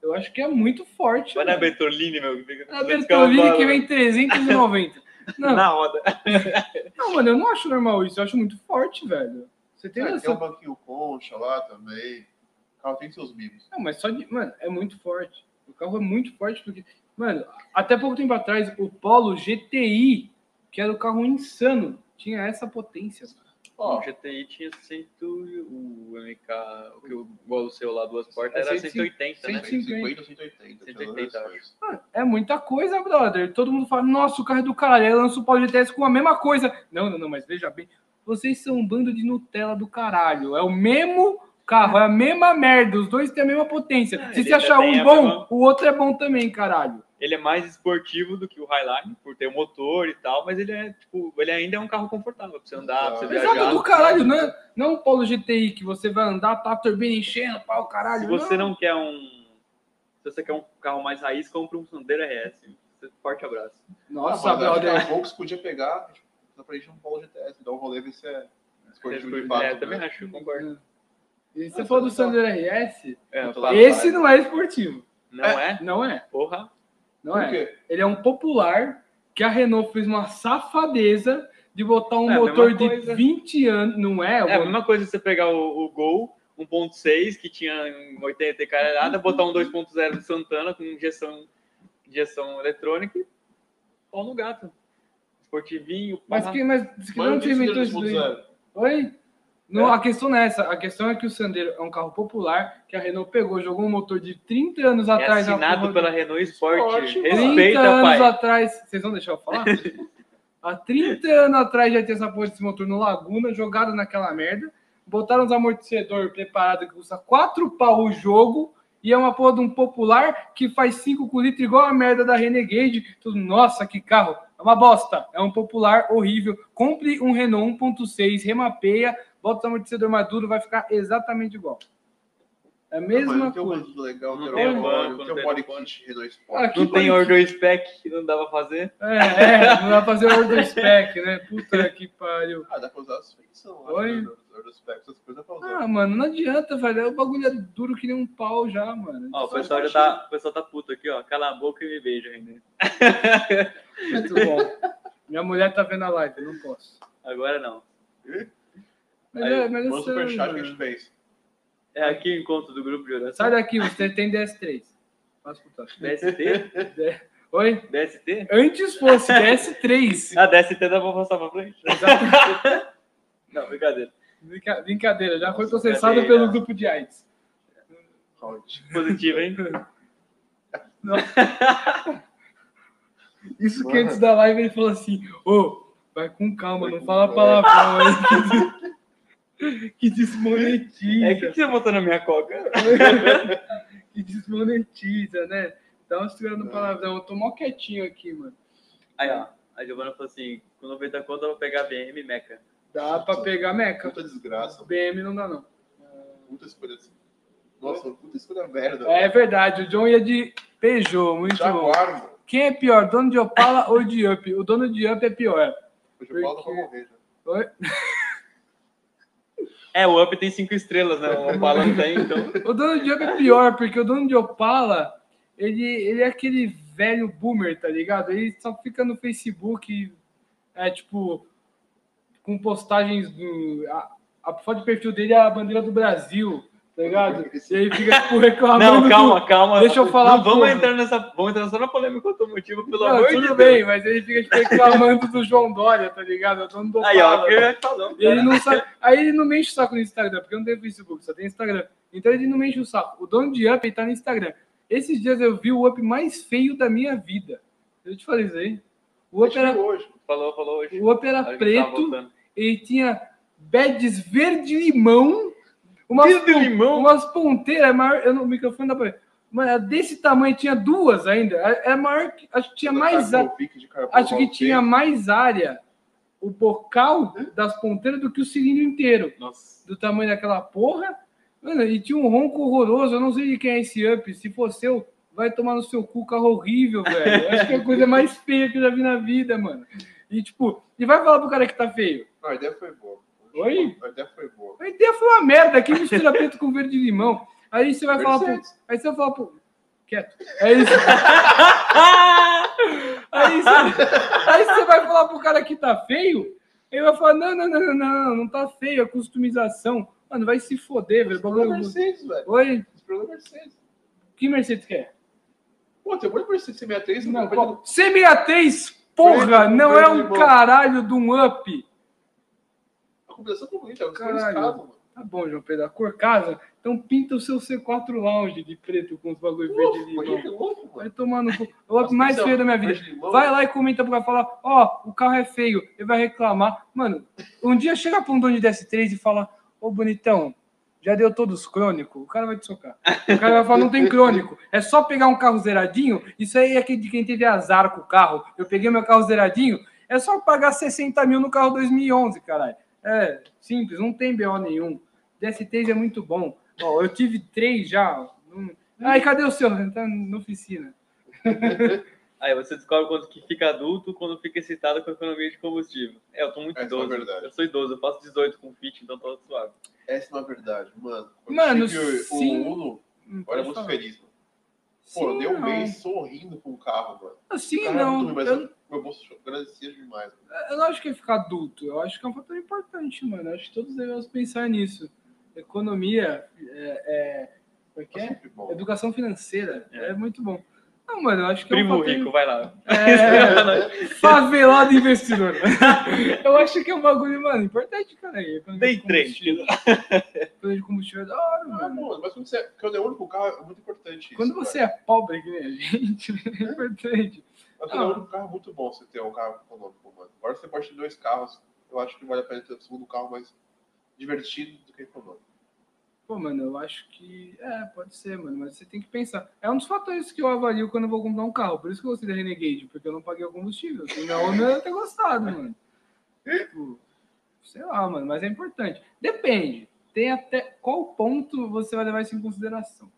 [SPEAKER 2] Eu acho que é muito forte.
[SPEAKER 3] Vai na
[SPEAKER 2] mano.
[SPEAKER 3] Bertolini, meu. que fica-
[SPEAKER 2] Na Bertolini
[SPEAKER 3] fica-
[SPEAKER 2] que vem 390. não,
[SPEAKER 3] Na roda.
[SPEAKER 2] não, mano, eu não acho normal isso. Eu acho muito forte, velho. Você tem
[SPEAKER 1] Ah, Tem
[SPEAKER 2] noção?
[SPEAKER 1] um banquinho concha lá também. O carro tem seus mimos.
[SPEAKER 2] Não, mas só de. Mano, é muito forte. O carro é muito forte porque. Mano, até pouco tempo atrás, o Polo GTI, que era o carro insano, tinha essa potência.
[SPEAKER 1] Ó,
[SPEAKER 3] O GTI tinha 100 e o MK, o que o igual o seu lá, duas portas,
[SPEAKER 2] É
[SPEAKER 3] era
[SPEAKER 2] 150,
[SPEAKER 3] 180, né?
[SPEAKER 1] 150 ou 180.
[SPEAKER 3] 180,
[SPEAKER 1] pelo menos.
[SPEAKER 2] Mano, É muita coisa, brother. Todo mundo fala, nossa, o carro é do caralho. Aí lança o Paulo GTS com a mesma coisa. Não, não, não, mas veja bem. Vocês são um bando de Nutella do caralho. É o mesmo carro, é a mesma merda. Os dois têm a mesma potência.
[SPEAKER 3] Ah,
[SPEAKER 2] Se
[SPEAKER 3] ele
[SPEAKER 2] você achar
[SPEAKER 3] ainda tem
[SPEAKER 2] um
[SPEAKER 3] a
[SPEAKER 2] bom,
[SPEAKER 3] mesma-
[SPEAKER 2] o outro é bom também, caralho.
[SPEAKER 3] Ele é mais esportivo do que o Highline, por ter o motor e tal, mas ele é, tipo, ele ainda é um carro confortável pra você andar, pra você
[SPEAKER 1] Exato,
[SPEAKER 3] viajar.
[SPEAKER 2] Exato, do caralho, né? Não o Polo GTI que você vai andar, tá a turbina enchendo, pau, caralho.
[SPEAKER 3] Se você não quer um... Se você quer um carro mais raiz, compra um Sandero RS. Forte abraço.
[SPEAKER 2] Nossa,
[SPEAKER 1] Ah, mas acho que
[SPEAKER 3] tá
[SPEAKER 2] brother.
[SPEAKER 1] A Volks podia pegar, tipo, dá pra gente um polo GTS, dar um rolê, ver se é esportivo de
[SPEAKER 3] É,
[SPEAKER 1] fato.
[SPEAKER 3] também
[SPEAKER 1] né?
[SPEAKER 3] acho, concordo.
[SPEAKER 2] E você falou do Sandero RS,
[SPEAKER 3] É,
[SPEAKER 1] Eu tô-
[SPEAKER 3] claro.
[SPEAKER 2] esse não é esportivo.
[SPEAKER 3] Não é?
[SPEAKER 2] Não é,
[SPEAKER 3] Porra.
[SPEAKER 2] não
[SPEAKER 1] Por
[SPEAKER 2] é.
[SPEAKER 1] quê?
[SPEAKER 2] Ele é um popular que a Renault fez uma safadeza de botar um
[SPEAKER 3] É, a mesma
[SPEAKER 2] motor de
[SPEAKER 3] coisa.
[SPEAKER 2] 20 anos, não é?
[SPEAKER 3] É a mesma coisa você pegar o, o Gol 1.6, que tinha um 80 e caralhada, botar um 2.0 de Santana com injeção, injeção eletrônica e pau no gato. Esportivinho, pá. É
[SPEAKER 2] Mas que, mas que
[SPEAKER 1] Mas
[SPEAKER 2] não é um
[SPEAKER 1] eu um
[SPEAKER 2] te
[SPEAKER 1] disse que
[SPEAKER 2] inventou
[SPEAKER 1] era
[SPEAKER 2] isso daí?
[SPEAKER 1] 2.0.
[SPEAKER 2] Oi? Não,
[SPEAKER 1] É.
[SPEAKER 2] a questão não é essa. A questão é que o Sandero é um carro popular que a Renault pegou, jogou um motor de 30 anos
[SPEAKER 3] é
[SPEAKER 2] atrás. na
[SPEAKER 3] assinado
[SPEAKER 2] porra
[SPEAKER 3] pela Renault Sport.
[SPEAKER 1] Sport, mano.
[SPEAKER 2] do- 30
[SPEAKER 3] Respeita,
[SPEAKER 2] anos
[SPEAKER 3] pai.
[SPEAKER 2] atrás. Vocês vão deixar eu falar? Há 30 anos atrás já tinha essa porra desse motor no Laguna, jogado naquela merda. Botaram os amortecedores preparados que custa 4 pau o jogo. E é uma porra de um popular que faz 5 com litro igual a merda da Renegade. Tudo, nossa, que carro. É uma bosta. É um popular horrível. Compre um Renault 1.6, remapeia, bota o amortecedor maduro, vai ficar exatamente igual. É a mesma
[SPEAKER 1] Mano, tem um
[SPEAKER 2] coisa.
[SPEAKER 1] banco legal,
[SPEAKER 3] Não
[SPEAKER 1] tem
[SPEAKER 3] tem
[SPEAKER 1] um
[SPEAKER 3] banco,
[SPEAKER 1] banco,
[SPEAKER 3] não
[SPEAKER 1] tem um
[SPEAKER 3] tem
[SPEAKER 1] body
[SPEAKER 3] banco.
[SPEAKER 1] kit Renault
[SPEAKER 2] Ah,
[SPEAKER 1] Sport.
[SPEAKER 2] que
[SPEAKER 3] Não tem
[SPEAKER 2] bonitinho.
[SPEAKER 3] order spec que não dá pra fazer.
[SPEAKER 2] É, é, vai fazer o order spec, né? Puta que pariu.
[SPEAKER 1] Ah, dá pra usar a suspensão.
[SPEAKER 2] Oi?
[SPEAKER 1] Essas coisas dá pra usar.
[SPEAKER 2] Ah, mano, não adianta, velho. O bagulho é duro que nem um pau já, mano.
[SPEAKER 1] Ah,
[SPEAKER 3] Ó, o
[SPEAKER 2] Só
[SPEAKER 3] pessoal já
[SPEAKER 2] baixinho.
[SPEAKER 3] tá, o pessoal tá puto aqui, ó. Cala a boca e me beija, né? Renan.
[SPEAKER 2] Muito bom. Minha mulher tá vendo a live, não posso.
[SPEAKER 3] Agora não.
[SPEAKER 2] Mas
[SPEAKER 1] Aí,
[SPEAKER 2] é, mas é
[SPEAKER 1] manda um
[SPEAKER 2] sério,
[SPEAKER 1] superchat que a gente
[SPEAKER 2] mano.
[SPEAKER 1] fez.
[SPEAKER 3] É aqui o encontro do grupo de oração.
[SPEAKER 2] Sai daqui, você tem DS3. Faz puta.
[SPEAKER 3] DST?
[SPEAKER 2] Oi?
[SPEAKER 3] DST?
[SPEAKER 2] Antes fosse DS3.
[SPEAKER 3] Ah, DST dá pra passar pra frente?
[SPEAKER 2] Exato.
[SPEAKER 3] Não, brincadeira.
[SPEAKER 2] Brinca- Brincadeira, já foi
[SPEAKER 3] Nossa,
[SPEAKER 2] processado
[SPEAKER 3] brincadeira.
[SPEAKER 2] pelo grupo de AIDS.
[SPEAKER 3] Positivo, hein?
[SPEAKER 2] Isso que
[SPEAKER 1] Mano.
[SPEAKER 2] antes da live ele falou assim: Ô, vai com calma,
[SPEAKER 1] Vai
[SPEAKER 2] não
[SPEAKER 1] com
[SPEAKER 2] fala
[SPEAKER 1] calma."
[SPEAKER 2] palavrão aí. Que desmonetiza.
[SPEAKER 3] É, o que que você botou na minha coca?
[SPEAKER 2] que desmonetiza, né? Dá uma segura no
[SPEAKER 1] É.
[SPEAKER 2] palavrão. Eu tô mó quietinho aqui, mano.
[SPEAKER 3] Aí, ó. A Giovana falou assim, com 90 conto eu vou pegar BM e Meca.
[SPEAKER 2] Dá pra pegar meca.
[SPEAKER 1] Puta desgraça.
[SPEAKER 2] BM não dá, não.
[SPEAKER 1] Puta escolha. Nossa, uma puta escolha merda.
[SPEAKER 2] É verdade, o John ia de Peugeot, muito bom.
[SPEAKER 1] Jaguar, mano.
[SPEAKER 2] Quem é pior, dono de Opala ou de Up? O dono de Up é pior.
[SPEAKER 1] O Jaguar
[SPEAKER 2] Porque-
[SPEAKER 1] vai morrer né? já.
[SPEAKER 2] Oi?
[SPEAKER 3] É, o Up tem 5 estrelas, né? O Opala não tem, então...
[SPEAKER 2] O dono de Up é pior, porque o dono de Opala, ele, ele é aquele velho boomer, tá ligado? Ele só fica no Facebook, é tipo, com postagens do. A, a foto de perfil dele é a bandeira do Brasil, tá ligado? E aí fica tipo, reclamando.
[SPEAKER 3] Não, calma, calma.
[SPEAKER 2] Deixa eu falar,
[SPEAKER 3] Não, vamos
[SPEAKER 2] porra.
[SPEAKER 3] entrar nessa... Vamos entrar só na polêmica automotiva,
[SPEAKER 2] do...
[SPEAKER 3] pelo
[SPEAKER 2] Não,
[SPEAKER 3] amor de
[SPEAKER 2] tudo
[SPEAKER 3] Deus.
[SPEAKER 2] bem, mas ele fica tipo, reclamando do João Dória, tá ligado? É O dono do Opala.
[SPEAKER 3] Aí, ó, é que eu já te falou.
[SPEAKER 2] E Ele não sabe. Aí ele não mexe o saco no Instagram, porque não tem Facebook, só tem Instagram. Então ele não mexe o saco. O dono de Up ele tá no Instagram. Esses dias eu vi o Up mais feio da minha vida. Eu te falei isso aí. O Up
[SPEAKER 1] Deixa eu ver
[SPEAKER 2] era,
[SPEAKER 1] hoje.
[SPEAKER 3] Falou, falou hoje.
[SPEAKER 2] o Up era
[SPEAKER 3] A hora que eu tava
[SPEAKER 2] preto,
[SPEAKER 3] voltando.
[SPEAKER 2] ele tinha badges verde-limão, umas,
[SPEAKER 3] Verde
[SPEAKER 2] pon-
[SPEAKER 3] limão?
[SPEAKER 2] umas ponteiras é maior. Eu não, o microfone dá pra ver. Mas era desse tamanho tinha duas ainda. É é maior que. Acho que
[SPEAKER 3] Tá
[SPEAKER 2] tinha mais. a-
[SPEAKER 1] Carbovic de carbono
[SPEAKER 2] acho que
[SPEAKER 1] alto,
[SPEAKER 2] tinha mais área o bocal
[SPEAKER 3] Hum?
[SPEAKER 2] das ponteiras do que o cilindro inteiro,
[SPEAKER 3] Nossa.
[SPEAKER 2] do tamanho daquela porra. Mano, e tinha um ronco horroroso, eu não sei de quem é esse up. Se for seu, vai tomar no seu cu, carro horrível, velho. Eu Acho que é a coisa mais feia que eu já vi na vida, mano. E tipo, e vai falar pro cara que tá feio.
[SPEAKER 1] A ideia foi boa.
[SPEAKER 2] Oi?
[SPEAKER 1] A ideia foi boa.
[SPEAKER 2] A ideia foi uma merda, que mistura preto com verde e limão. Aí você vai falar pro.
[SPEAKER 1] Mercedes.
[SPEAKER 2] Aí você vai falar pro. Quieto. Aí você... Aí você, aí você vai falar pro cara que tá feio, ele vai falar: não, não, não, não, não, não, não tá feio, é customização. Mano, vai se foder, velho.
[SPEAKER 1] Esse problema é
[SPEAKER 2] bagulho-
[SPEAKER 1] Mercedes, velho.
[SPEAKER 2] Oi?
[SPEAKER 1] Esse problema é Mercedes.
[SPEAKER 2] Que é? Mercedes quer?
[SPEAKER 1] Pô, tem um monte de Mercedes 63
[SPEAKER 2] Não,
[SPEAKER 1] não,
[SPEAKER 2] qual- C63, porra,
[SPEAKER 1] Verde,
[SPEAKER 2] não
[SPEAKER 1] verde
[SPEAKER 2] é um
[SPEAKER 1] limão.
[SPEAKER 2] caralho de um up.
[SPEAKER 1] A combinação tá bonita, é um
[SPEAKER 2] Caralho.
[SPEAKER 1] escravo, mano.
[SPEAKER 2] Tá bom, João Pedro, a cor casa, então pinta o seu C4 Lounge de preto com os bagulho verde e
[SPEAKER 1] Louco, mano, que
[SPEAKER 2] limão.
[SPEAKER 1] louco, mano.
[SPEAKER 2] Vai tomando É o up
[SPEAKER 1] Nossa,
[SPEAKER 2] mais
[SPEAKER 1] então,
[SPEAKER 2] feio da minha vida.
[SPEAKER 1] verde e limão.
[SPEAKER 2] Vai lá e comenta pro cara falar, ó, o carro é feio, ele vai reclamar. Mano, um dia chega pra um dono de DS3 e fala, ô bonitão, já deu todos crônico, o cara vai te socar. O cara vai falar, não tem crônico, é só pegar um carro zeradinho, isso aí é que- de quem teve azar com o carro. Eu peguei meu carro zeradinho, é só pagar 60 mil no carro 2011, caralho. É, simples, não tem BO nenhum. DS3 é muito bom. Ó, eu tive três já. Não- Ai, cadê o seu? Tá na oficina.
[SPEAKER 3] Aí você descobre quando que fica adulto, quando fica excitado com a economia de combustível. É, eu tô muito
[SPEAKER 1] Essa é
[SPEAKER 3] idoso.
[SPEAKER 1] a verdade.
[SPEAKER 3] Eu sou idoso, eu faço 18 com fit, então tô suave.
[SPEAKER 1] Essa não é a verdade, mano. Quando
[SPEAKER 2] Mano,
[SPEAKER 1] eu tive
[SPEAKER 2] sim.
[SPEAKER 1] o Uno,
[SPEAKER 2] Não
[SPEAKER 1] eu era
[SPEAKER 2] Hum, pode
[SPEAKER 1] muito
[SPEAKER 2] falar.
[SPEAKER 1] feliz, mano. Pô, eu dei um
[SPEAKER 2] não.
[SPEAKER 1] mês sorrindo com o carro, mano. O
[SPEAKER 2] Assim,
[SPEAKER 1] carro era
[SPEAKER 2] não.
[SPEAKER 1] muito ruim, mas
[SPEAKER 2] eu,
[SPEAKER 1] eu- meu bolso agradecia demais. mano.
[SPEAKER 2] eu não acho que é ficar adulto. Eu acho que é um fator importante, mano. Eu acho que todos devemos pensar nisso. Economia, é, é, como é que
[SPEAKER 1] Tá
[SPEAKER 2] é?
[SPEAKER 1] sempre bom.
[SPEAKER 2] Educação financeira. É.
[SPEAKER 3] É.
[SPEAKER 2] muito bom. Não, mano, eu acho que é
[SPEAKER 3] Primo
[SPEAKER 2] um fator...
[SPEAKER 3] rico, vai lá.
[SPEAKER 2] É, favelado investidor. eu acho que é um bagulho, mano, importante, cara. Economia
[SPEAKER 3] Day
[SPEAKER 2] de
[SPEAKER 3] trade.
[SPEAKER 2] combustível. Economia de combustível é da hora,
[SPEAKER 1] Ah,
[SPEAKER 2] mano.
[SPEAKER 1] bom, mas quando você é, quando é único com o carro, é muito importante isso.
[SPEAKER 2] Quando você
[SPEAKER 1] cara.
[SPEAKER 2] é pobre, que nem a gente, é importante.
[SPEAKER 1] Mas cara, é um carro muito bom você ter um carro econômico, mano. Agora você pode ter dois carros. Eu acho que vale a pena ter o segundo carro mais divertido do que econômico.
[SPEAKER 2] Pô, mano, eu acho que. É, pode ser, mano, mas você tem que pensar. É um dos fatores que eu avalio quando eu vou comprar um carro. Por isso que eu gostei da Renegade, porque eu não paguei o combustível. Senão eu não ia ter gostado, mano. Tipo, sei lá, mano, mas é importante. Depende. Tem até qual ponto você vai levar isso em consideração.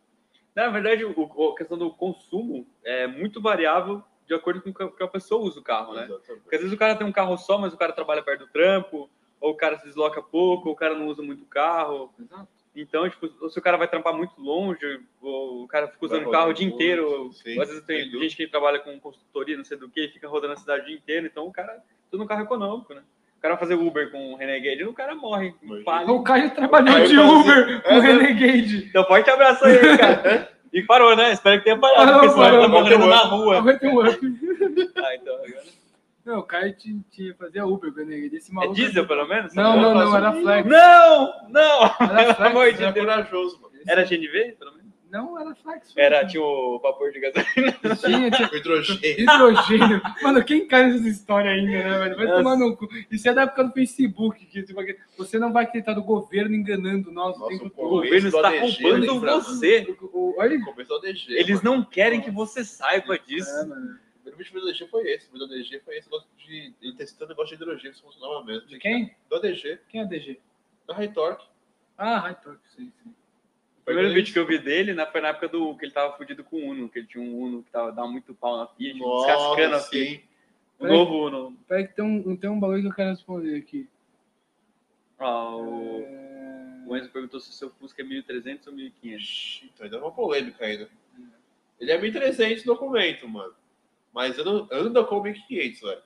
[SPEAKER 3] Na verdade, o- a questão do consumo é muito variável de acordo com o que a- que a pessoa usa o carro, né?
[SPEAKER 1] Exatamente.
[SPEAKER 3] Porque às vezes o cara tem um carro só, mas o cara trabalha perto do trampo, ou o cara se desloca pouco, ou o cara não usa muito o carro.
[SPEAKER 2] Exato.
[SPEAKER 3] Então, tipo, ou se o cara vai trampar muito longe, ou o cara fica usando
[SPEAKER 1] Vai
[SPEAKER 3] o carro o
[SPEAKER 1] rodando
[SPEAKER 3] dia
[SPEAKER 1] muito,
[SPEAKER 3] inteiro,
[SPEAKER 1] sim,
[SPEAKER 3] às vezes tem
[SPEAKER 1] sem dúvida.
[SPEAKER 3] gente que trabalha com consultoria, não sei do que, fica rodando a cidade o dia inteiro, então o cara tudo um carro econômico, né? O cara vai fazer Uber com o Renegade, o cara morre,
[SPEAKER 1] Imagina.
[SPEAKER 3] falha.
[SPEAKER 2] O Caio trabalhou
[SPEAKER 1] Caio
[SPEAKER 2] de
[SPEAKER 1] fazia-
[SPEAKER 2] Uber com
[SPEAKER 1] É, né?
[SPEAKER 2] Renegade.
[SPEAKER 3] Então forte abraço aí, cara. E parou, né? Espero que tenha parado,
[SPEAKER 2] Parou,
[SPEAKER 3] porque senão ele tá
[SPEAKER 2] parou.
[SPEAKER 3] morrendo na
[SPEAKER 2] Eu
[SPEAKER 3] rua.
[SPEAKER 2] vou ter um up.
[SPEAKER 3] Ah, então agora...
[SPEAKER 2] Não, o Caio tinha, tinha fazia Uber com Renegade. Esse
[SPEAKER 3] É
[SPEAKER 2] maluco.
[SPEAKER 3] diesel, pelo menos?
[SPEAKER 2] Não, não, não, era flex.
[SPEAKER 3] Não, não!
[SPEAKER 2] Era
[SPEAKER 3] Pelo amor
[SPEAKER 2] flex.
[SPEAKER 1] Você é
[SPEAKER 3] de Deus.
[SPEAKER 1] corajoso, mano.
[SPEAKER 3] Era GNV, pelo menos?
[SPEAKER 2] Não, era flex.
[SPEAKER 3] Era, tinha o vapor de gasolina.
[SPEAKER 2] Tinha, tinha.
[SPEAKER 1] O hidrogênio.
[SPEAKER 2] Hidrogênio. é Mano, quem cai nessas histórias ainda, né, velho? Vai
[SPEAKER 3] Nossa.
[SPEAKER 2] tomar no cu. Isso é da época do Facebook. Que, tipo, você não vai acreditar do governo enganando nós o
[SPEAKER 1] Nossa,
[SPEAKER 2] tempo
[SPEAKER 1] o
[SPEAKER 3] O
[SPEAKER 2] todo.
[SPEAKER 3] um governo
[SPEAKER 1] do
[SPEAKER 3] está
[SPEAKER 1] ADG,
[SPEAKER 3] roubando
[SPEAKER 1] lembra?
[SPEAKER 3] você.
[SPEAKER 2] O- o- Olha,
[SPEAKER 1] Começou né? a DG.
[SPEAKER 3] Eles
[SPEAKER 1] mano.
[SPEAKER 3] não querem que você saiba disso.
[SPEAKER 2] É, mano.
[SPEAKER 1] O primeiro vídeo do ADG foi esse. O vídeo do ADG foi esse. negócio de- Ele testando o negócio de hidrogênio, se funcionava mesmo.
[SPEAKER 2] De quem?
[SPEAKER 1] Do ADG,
[SPEAKER 2] Quem é DG?
[SPEAKER 1] da High Torque.
[SPEAKER 2] Ah, High Torque, sim, sim.
[SPEAKER 3] O primeiro vídeo que eu vi dele né, foi na época do que ele tava fudido com o Uno, que ele tinha um Uno que tava dava muito pau na Fiat, descascando assim. a
[SPEAKER 1] Nossa,
[SPEAKER 3] Fiat.
[SPEAKER 1] sim.
[SPEAKER 3] O novo Uno.
[SPEAKER 2] Peraí que tem um, tem um bagulho que eu quero responder aqui.
[SPEAKER 3] Ah, o...
[SPEAKER 2] É,
[SPEAKER 3] o Enzo perguntou se o seu Fusca é 1300 ou 1500.
[SPEAKER 1] Ixi, Então ainda é uma polêmica ainda. Ele é 1300 no documento, mano. Mas anda, anda com 1500, velho.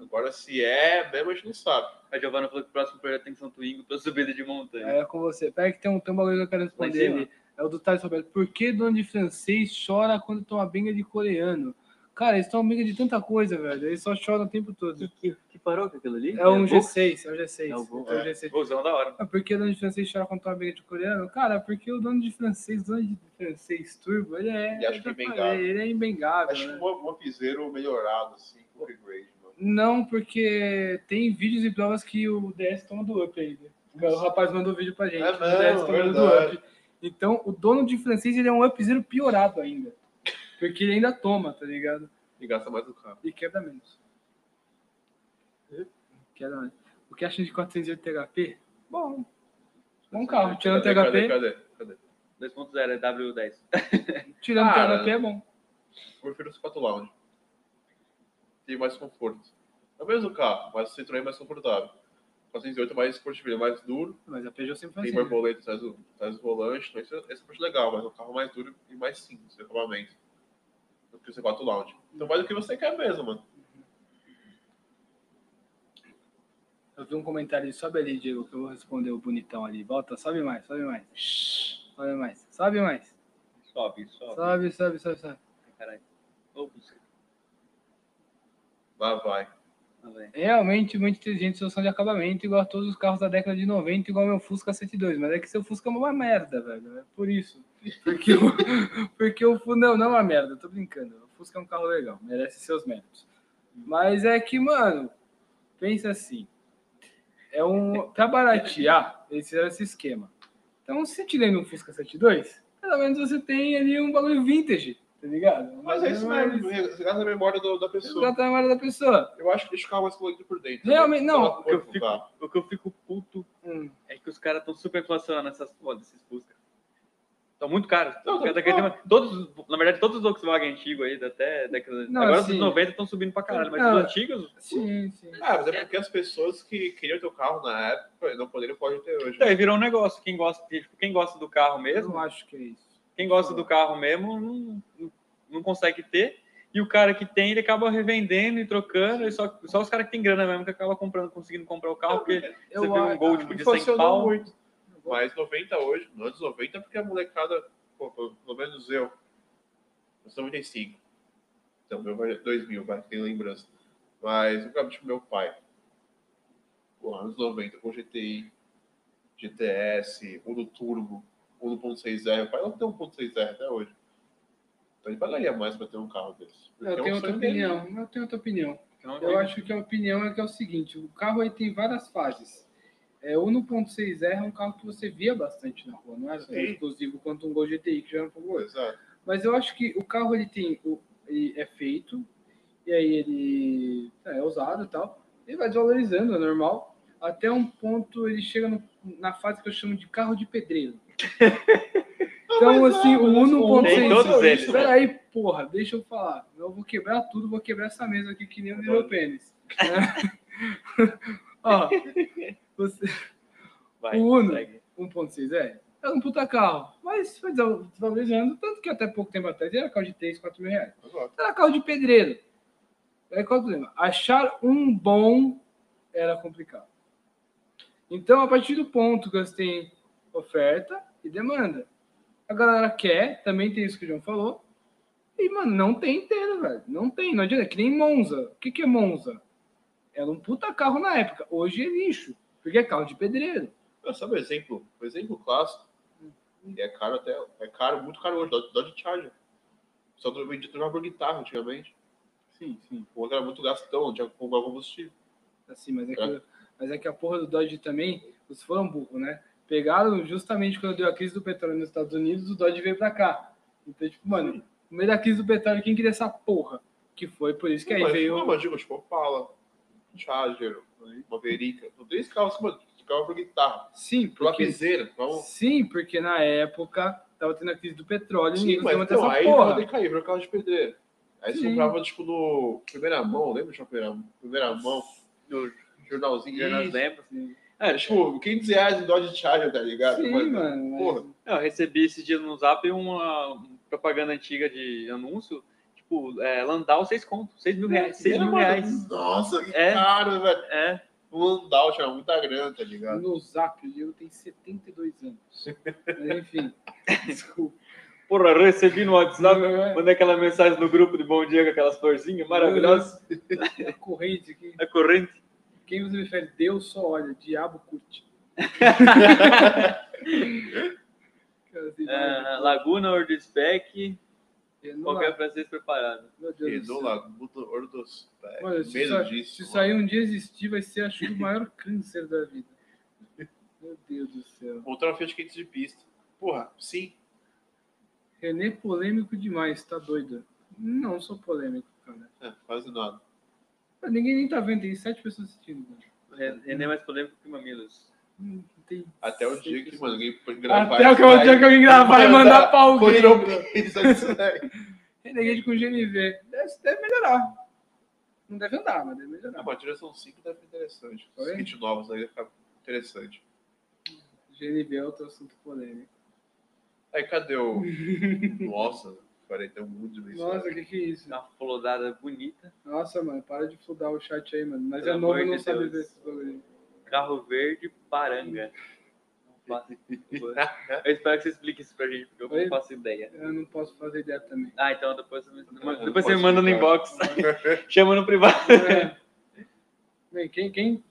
[SPEAKER 1] Agora, se é mesmo, a gente não sabe.
[SPEAKER 3] A Giovana falou que o próximo projeto tem que ser um Twingo pra subida de montanha.
[SPEAKER 2] É, com você. Peraí que tem um, tem um bagulho que eu quero responder
[SPEAKER 3] cima?
[SPEAKER 2] ali. É o do Thales Roberto. Por que dono de francês chora quando toma benga de coreano? Cara, eles tomam benga de tanta coisa, velho. Eles só choram o tempo todo.
[SPEAKER 3] É. Que, que parou com aquilo ali?
[SPEAKER 2] É um
[SPEAKER 3] o
[SPEAKER 2] G6, é um G6.
[SPEAKER 3] É
[SPEAKER 2] É
[SPEAKER 3] o
[SPEAKER 2] um
[SPEAKER 3] Gol.
[SPEAKER 2] G6.
[SPEAKER 3] Golzão da hora.
[SPEAKER 2] Ah, por que o dono de francês chora quando toma briga de coreano? Cara, porque o dono de francês, dono de francês turbo, ele é.
[SPEAKER 1] Ele acha
[SPEAKER 2] eu
[SPEAKER 1] que é
[SPEAKER 2] já falei,
[SPEAKER 1] bengável.
[SPEAKER 2] ele é embengável.
[SPEAKER 1] Acho
[SPEAKER 2] né?
[SPEAKER 1] um um piseiro melhorado, assim, com upgrade, mano.
[SPEAKER 2] Não, porque tem vídeos e provas que o DS toma do up ainda. O rapaz mandou vídeo pra gente.
[SPEAKER 1] É
[SPEAKER 2] o
[SPEAKER 1] mesmo,
[SPEAKER 2] DS tomando do
[SPEAKER 1] verdade.
[SPEAKER 2] up. Então, o dono de francês ele é um upzero piorado ainda. Porque ele ainda toma, tá ligado?
[SPEAKER 1] E gasta mais do carro.
[SPEAKER 2] E quebra menos. Quebra menos. O que acham de 408 THP? Bom. Bom Um carro. Tirando
[SPEAKER 1] Cadê,
[SPEAKER 2] THP.
[SPEAKER 1] Cadê, cadê? cadê?
[SPEAKER 3] 2.0 é W10.
[SPEAKER 2] Tirando
[SPEAKER 1] Cara.
[SPEAKER 2] o THP é bom.
[SPEAKER 1] Eu prefiro o Scott Lounge. Tem mais conforto. É o mesmo carro, mas o Citroën é mais confortável. O 408 é mais esportivo, ele é mais duro,
[SPEAKER 2] Mas é. a Peugeot sempre assim.
[SPEAKER 1] tem
[SPEAKER 2] faz isso.
[SPEAKER 1] borboleta atrás do, atrás do volante, então isso é- essa parte é legal, mas é um carro mais duro e mais simples de acabamento do que o C4 Lounge. Então vai do que você quer mesmo, mano.
[SPEAKER 2] Eu vi um comentário ali, sobe ali, Diego, que eu vou responder o bonitão ali. Volta, sobe mais, sobe mais. Sobe mais, sobe mais.
[SPEAKER 3] Sobe, sobe.
[SPEAKER 2] Sobe, sobe, sobe, sobe.
[SPEAKER 3] Caralho. Ô, Fusca.
[SPEAKER 1] Lá vai.
[SPEAKER 3] Ah, velho.
[SPEAKER 2] Realmente muito inteligente solução de acabamento, igual a todos os carros da década de 90, igual meu Fusca 102. Mas é que seu Fusca é uma merda, velho. É por isso. Porque o, porque o Fusca. Não, não é uma merda, eu tô brincando. O Fusca é um carro legal, merece seus méritos. Mas é que, mano, pensa assim. É um. Pra baratear, eles fizeram esse esquema. Então, se te lembra um Fusca 72, pelo menos você tem ali um bagulho vintage, tá ligado?
[SPEAKER 1] Mas é isso mesmo, você gasta a memória do- da pessoa.
[SPEAKER 2] Exatamente a memória da pessoa.
[SPEAKER 1] Eu acho que deixa o carro mais colorido por dentro. né?
[SPEAKER 2] Realmente, não,
[SPEAKER 1] Coloca um o
[SPEAKER 3] eu
[SPEAKER 1] corpo no
[SPEAKER 3] fico-
[SPEAKER 1] carro.
[SPEAKER 3] O que eu fico puto
[SPEAKER 2] Hum.
[SPEAKER 3] é que os caras estão super inflacionando essas porra desses Fusca. Estão muito caros.
[SPEAKER 1] Não,
[SPEAKER 3] Cada
[SPEAKER 1] tá
[SPEAKER 3] vez
[SPEAKER 1] bom.
[SPEAKER 3] mais- todos, os- na verdade, todos os Volkswagen antigos aí, até daqueles,
[SPEAKER 2] Não,
[SPEAKER 3] agora
[SPEAKER 2] assim-
[SPEAKER 3] os 90 estão subindo pra caralho, mas
[SPEAKER 2] Não.
[SPEAKER 3] os antigos.
[SPEAKER 2] Sim, sim.
[SPEAKER 1] Ah, mas é porque as pessoas que queriam ter o carro na época não poderiam, podem ter hoje.
[SPEAKER 3] Então, aí virou um negócio. Quem gosta, tipo, quem gosta do carro
[SPEAKER 2] Eu
[SPEAKER 3] mesmo,
[SPEAKER 2] não acho que é isso.
[SPEAKER 3] quem gosta do carro mesmo, não- não, não consegue ter. E o cara que tem, ele acaba revendendo e trocando. E só, só os caras que tem grana mesmo que acaba comprando, conseguindo comprar o carro, porque
[SPEAKER 2] Eu
[SPEAKER 3] você viu um
[SPEAKER 2] acho-
[SPEAKER 3] gol tipo, de 100
[SPEAKER 1] Inflacionou
[SPEAKER 3] pau.
[SPEAKER 1] muito. Mas 90 hoje, nos anos 90, porque a molecada, pô, pelo pelo menos eu, eu sou 95. Então, meu vai 2000, vai, tem lembrança. Mas eu acabei com meu pai. Pô, anos 90, com GTI, um GTS, Uno Turbo, 1.6R. Meu pai não tem 1.6R até hoje. Então ele pagaria mais pra ter um carro desse. Porque é
[SPEAKER 2] Eu
[SPEAKER 1] um
[SPEAKER 2] tenho outra
[SPEAKER 1] sonho dele.
[SPEAKER 2] opinião. Eu tenho outra opinião.
[SPEAKER 3] Então,
[SPEAKER 2] Eu acho que a opinião é que é o seguinte, o carro aí tem várias fases. É, o 1.6R é um carro que você via bastante na rua, não era tão
[SPEAKER 1] Sim.
[SPEAKER 2] exclusivo quanto um Gol GTI, que já era um pouco
[SPEAKER 1] Exato.
[SPEAKER 2] Mas eu acho que o carro ele tem, o- ele é feito, e aí ele é usado e tal, ele vai desvalorizando, é normal. Até um ponto ele chega no- na fase que eu chamo de carro de pedreiro. Então,
[SPEAKER 1] mas é,
[SPEAKER 2] assim, o
[SPEAKER 1] mas isso-
[SPEAKER 3] Nem todos
[SPEAKER 2] 1.6.
[SPEAKER 3] eles, né?
[SPEAKER 2] Espera aí, porra, deixa eu falar. Eu vou quebrar tudo, vou quebrar essa mesa aqui que nem o meu pênis. É. Ó, você,
[SPEAKER 3] vai,
[SPEAKER 2] o Uno.
[SPEAKER 3] segue.
[SPEAKER 2] 1.6 é, era um puta carro, mas foi desvalorizando, tanto que até pouco tempo atrás era carro de 3, 4 mil reais.
[SPEAKER 1] Exato.
[SPEAKER 2] Era carro de pedreiro. Aí qual é o problema? Achar um bom era complicado. Então, a partir do ponto que você tem oferta e demanda, a galera quer, também tem isso que o João falou, e, mano, não tem inteiro, velho. Não tem, não adianta. É Que nem Monza. O que, que é Monza? Era um puta carro na época. Hoje é lixo, porque é carro de pedreiro.
[SPEAKER 1] Ah, Sabe o exemplo? O exemplo clássico.
[SPEAKER 2] Uhum.
[SPEAKER 1] E é caro até. É caro, muito caro hoje. Dodge- Dodge Charger. Só tu vendia trocava por guitarra antigamente.
[SPEAKER 2] Sim, sim.
[SPEAKER 1] O outro era muito gastão, não tinha que comprar combustível.
[SPEAKER 2] Assim, mas é, que,
[SPEAKER 1] É.
[SPEAKER 2] mas é que a porra do Dodge também, os foram burros, né? Pegaram justamente quando deu a crise do petróleo nos Estados Unidos, o Dodge veio pra cá. Então, tipo, mano, no meio da crise do petróleo, quem queria essa porra? Que foi por isso que aí
[SPEAKER 1] mas,
[SPEAKER 2] veio.
[SPEAKER 1] Não, mas digo, tipo, Opala, um Charger, né, Maverick. São três carros que, mano, trocavam por guitarra.
[SPEAKER 2] Sim,
[SPEAKER 1] Por
[SPEAKER 2] porque,
[SPEAKER 1] lapiseira. Então,
[SPEAKER 2] sim, porque na época tava tendo a crise do petróleo e
[SPEAKER 1] Sim,
[SPEAKER 2] ninguém
[SPEAKER 1] mas
[SPEAKER 2] conseguia manter
[SPEAKER 1] então,
[SPEAKER 2] essa
[SPEAKER 1] aí porra.
[SPEAKER 2] porra.
[SPEAKER 1] eu cair, virou carro de pedreiro. Aí você
[SPEAKER 2] Sim.
[SPEAKER 1] comprava, tipo, no primeira mão, lembra? Tinha primeira, primeira mão,
[SPEAKER 3] No-
[SPEAKER 1] jornalzinho.
[SPEAKER 3] já nós
[SPEAKER 1] Isso.
[SPEAKER 3] lembra?
[SPEAKER 2] Sim,
[SPEAKER 1] Era, tipo, 500 reais em Dodge Charger, tá ligado?
[SPEAKER 2] É, Sim, né?
[SPEAKER 1] Mas-
[SPEAKER 2] mano. mas-
[SPEAKER 1] Porra.
[SPEAKER 3] Não, eu recebi esses dias no zap uma propaganda antiga de anúncio, tipo, é, Landau, seis conto, seis mil reais, seis
[SPEAKER 1] Era,
[SPEAKER 3] mil
[SPEAKER 2] É,
[SPEAKER 1] mano,
[SPEAKER 3] reais.
[SPEAKER 1] Nossa, que
[SPEAKER 3] É.
[SPEAKER 1] caro, velho.
[SPEAKER 3] É,
[SPEAKER 1] O Landau tinha muita grana, tá ligado?
[SPEAKER 2] No zap, o Diego tem 72 anos. Mas, enfim, desculpa.
[SPEAKER 3] porra, eu recebi no WhatsApp,
[SPEAKER 2] Não,
[SPEAKER 3] mandei aquela mensagem no grupo de Bom Dia com aquelas florzinhas maravilhosas,
[SPEAKER 2] é a corrente aqui.
[SPEAKER 3] a corrente.
[SPEAKER 2] Quem você prefere? Deus só olha, diabo curte. Cara, assim,
[SPEAKER 3] É, Laguna, Ordo Spec,
[SPEAKER 2] mano,
[SPEAKER 3] qualquer pra vocês preparado.
[SPEAKER 2] Meu Deus do
[SPEAKER 1] Pedro
[SPEAKER 2] céu.
[SPEAKER 1] lá, Buto Ordos. é,
[SPEAKER 2] Mano, se,
[SPEAKER 1] Medo
[SPEAKER 2] isso,
[SPEAKER 1] disso.
[SPEAKER 2] se isso aí um dia existir, vai ser acho que o maior câncer da vida. Meu Deus do céu.
[SPEAKER 1] Outra Fiat 500 de pista. Porra, sim.
[SPEAKER 2] René polêmico demais, tá doido? Não sou polêmico, cara.
[SPEAKER 1] É, quase nada.
[SPEAKER 2] Mas ninguém nem tá vendo, tem sete pessoas assistindo. Cara.
[SPEAKER 3] René é mais polêmico que Mamilos.
[SPEAKER 2] Hum, Tem
[SPEAKER 1] Até o
[SPEAKER 2] sete
[SPEAKER 1] dia que,
[SPEAKER 2] pessoas.
[SPEAKER 1] mano, ninguém pode gravar.
[SPEAKER 2] Até o que eu
[SPEAKER 1] isso tá
[SPEAKER 2] dia que alguém gravar e
[SPEAKER 1] Mandar-
[SPEAKER 2] mandar pra
[SPEAKER 1] daí. Quando
[SPEAKER 2] alguém.
[SPEAKER 1] eu penso nisso daí.
[SPEAKER 2] Renegade com GNV. Deve, deve melhorar. Não deve andar, mas deve melhorar.
[SPEAKER 1] Ah, mas a direção 5 deve ser interessante. Os
[SPEAKER 2] Oi?
[SPEAKER 1] kits novos aí deve ficar interessante.
[SPEAKER 2] GNV é outro assunto polêmico.
[SPEAKER 1] Aí cadê o. Nossa, cara, tem um mundo de mensagem.
[SPEAKER 2] Nossa, o que, que é isso?
[SPEAKER 3] Uma flodada bonita,
[SPEAKER 2] Nossa, mano, para de fludar o chat aí, mano. Mas
[SPEAKER 3] Pelo
[SPEAKER 2] é novo
[SPEAKER 3] amor
[SPEAKER 2] e não
[SPEAKER 3] de
[SPEAKER 2] sabe
[SPEAKER 3] Deus.
[SPEAKER 2] ver esses bagulho.
[SPEAKER 3] carro verde, paranga. Não faço- Eu espero que você explique isso pra gente, porque eu
[SPEAKER 2] Oi?
[SPEAKER 3] não faço ideia.
[SPEAKER 2] Eu não posso fazer ideia também.
[SPEAKER 3] Ah, então depois, você me-
[SPEAKER 1] Não
[SPEAKER 3] depois você
[SPEAKER 1] posso
[SPEAKER 3] me manda no
[SPEAKER 1] explicar.
[SPEAKER 3] inbox. Chama no privado.
[SPEAKER 2] É. Bem, quem, quem,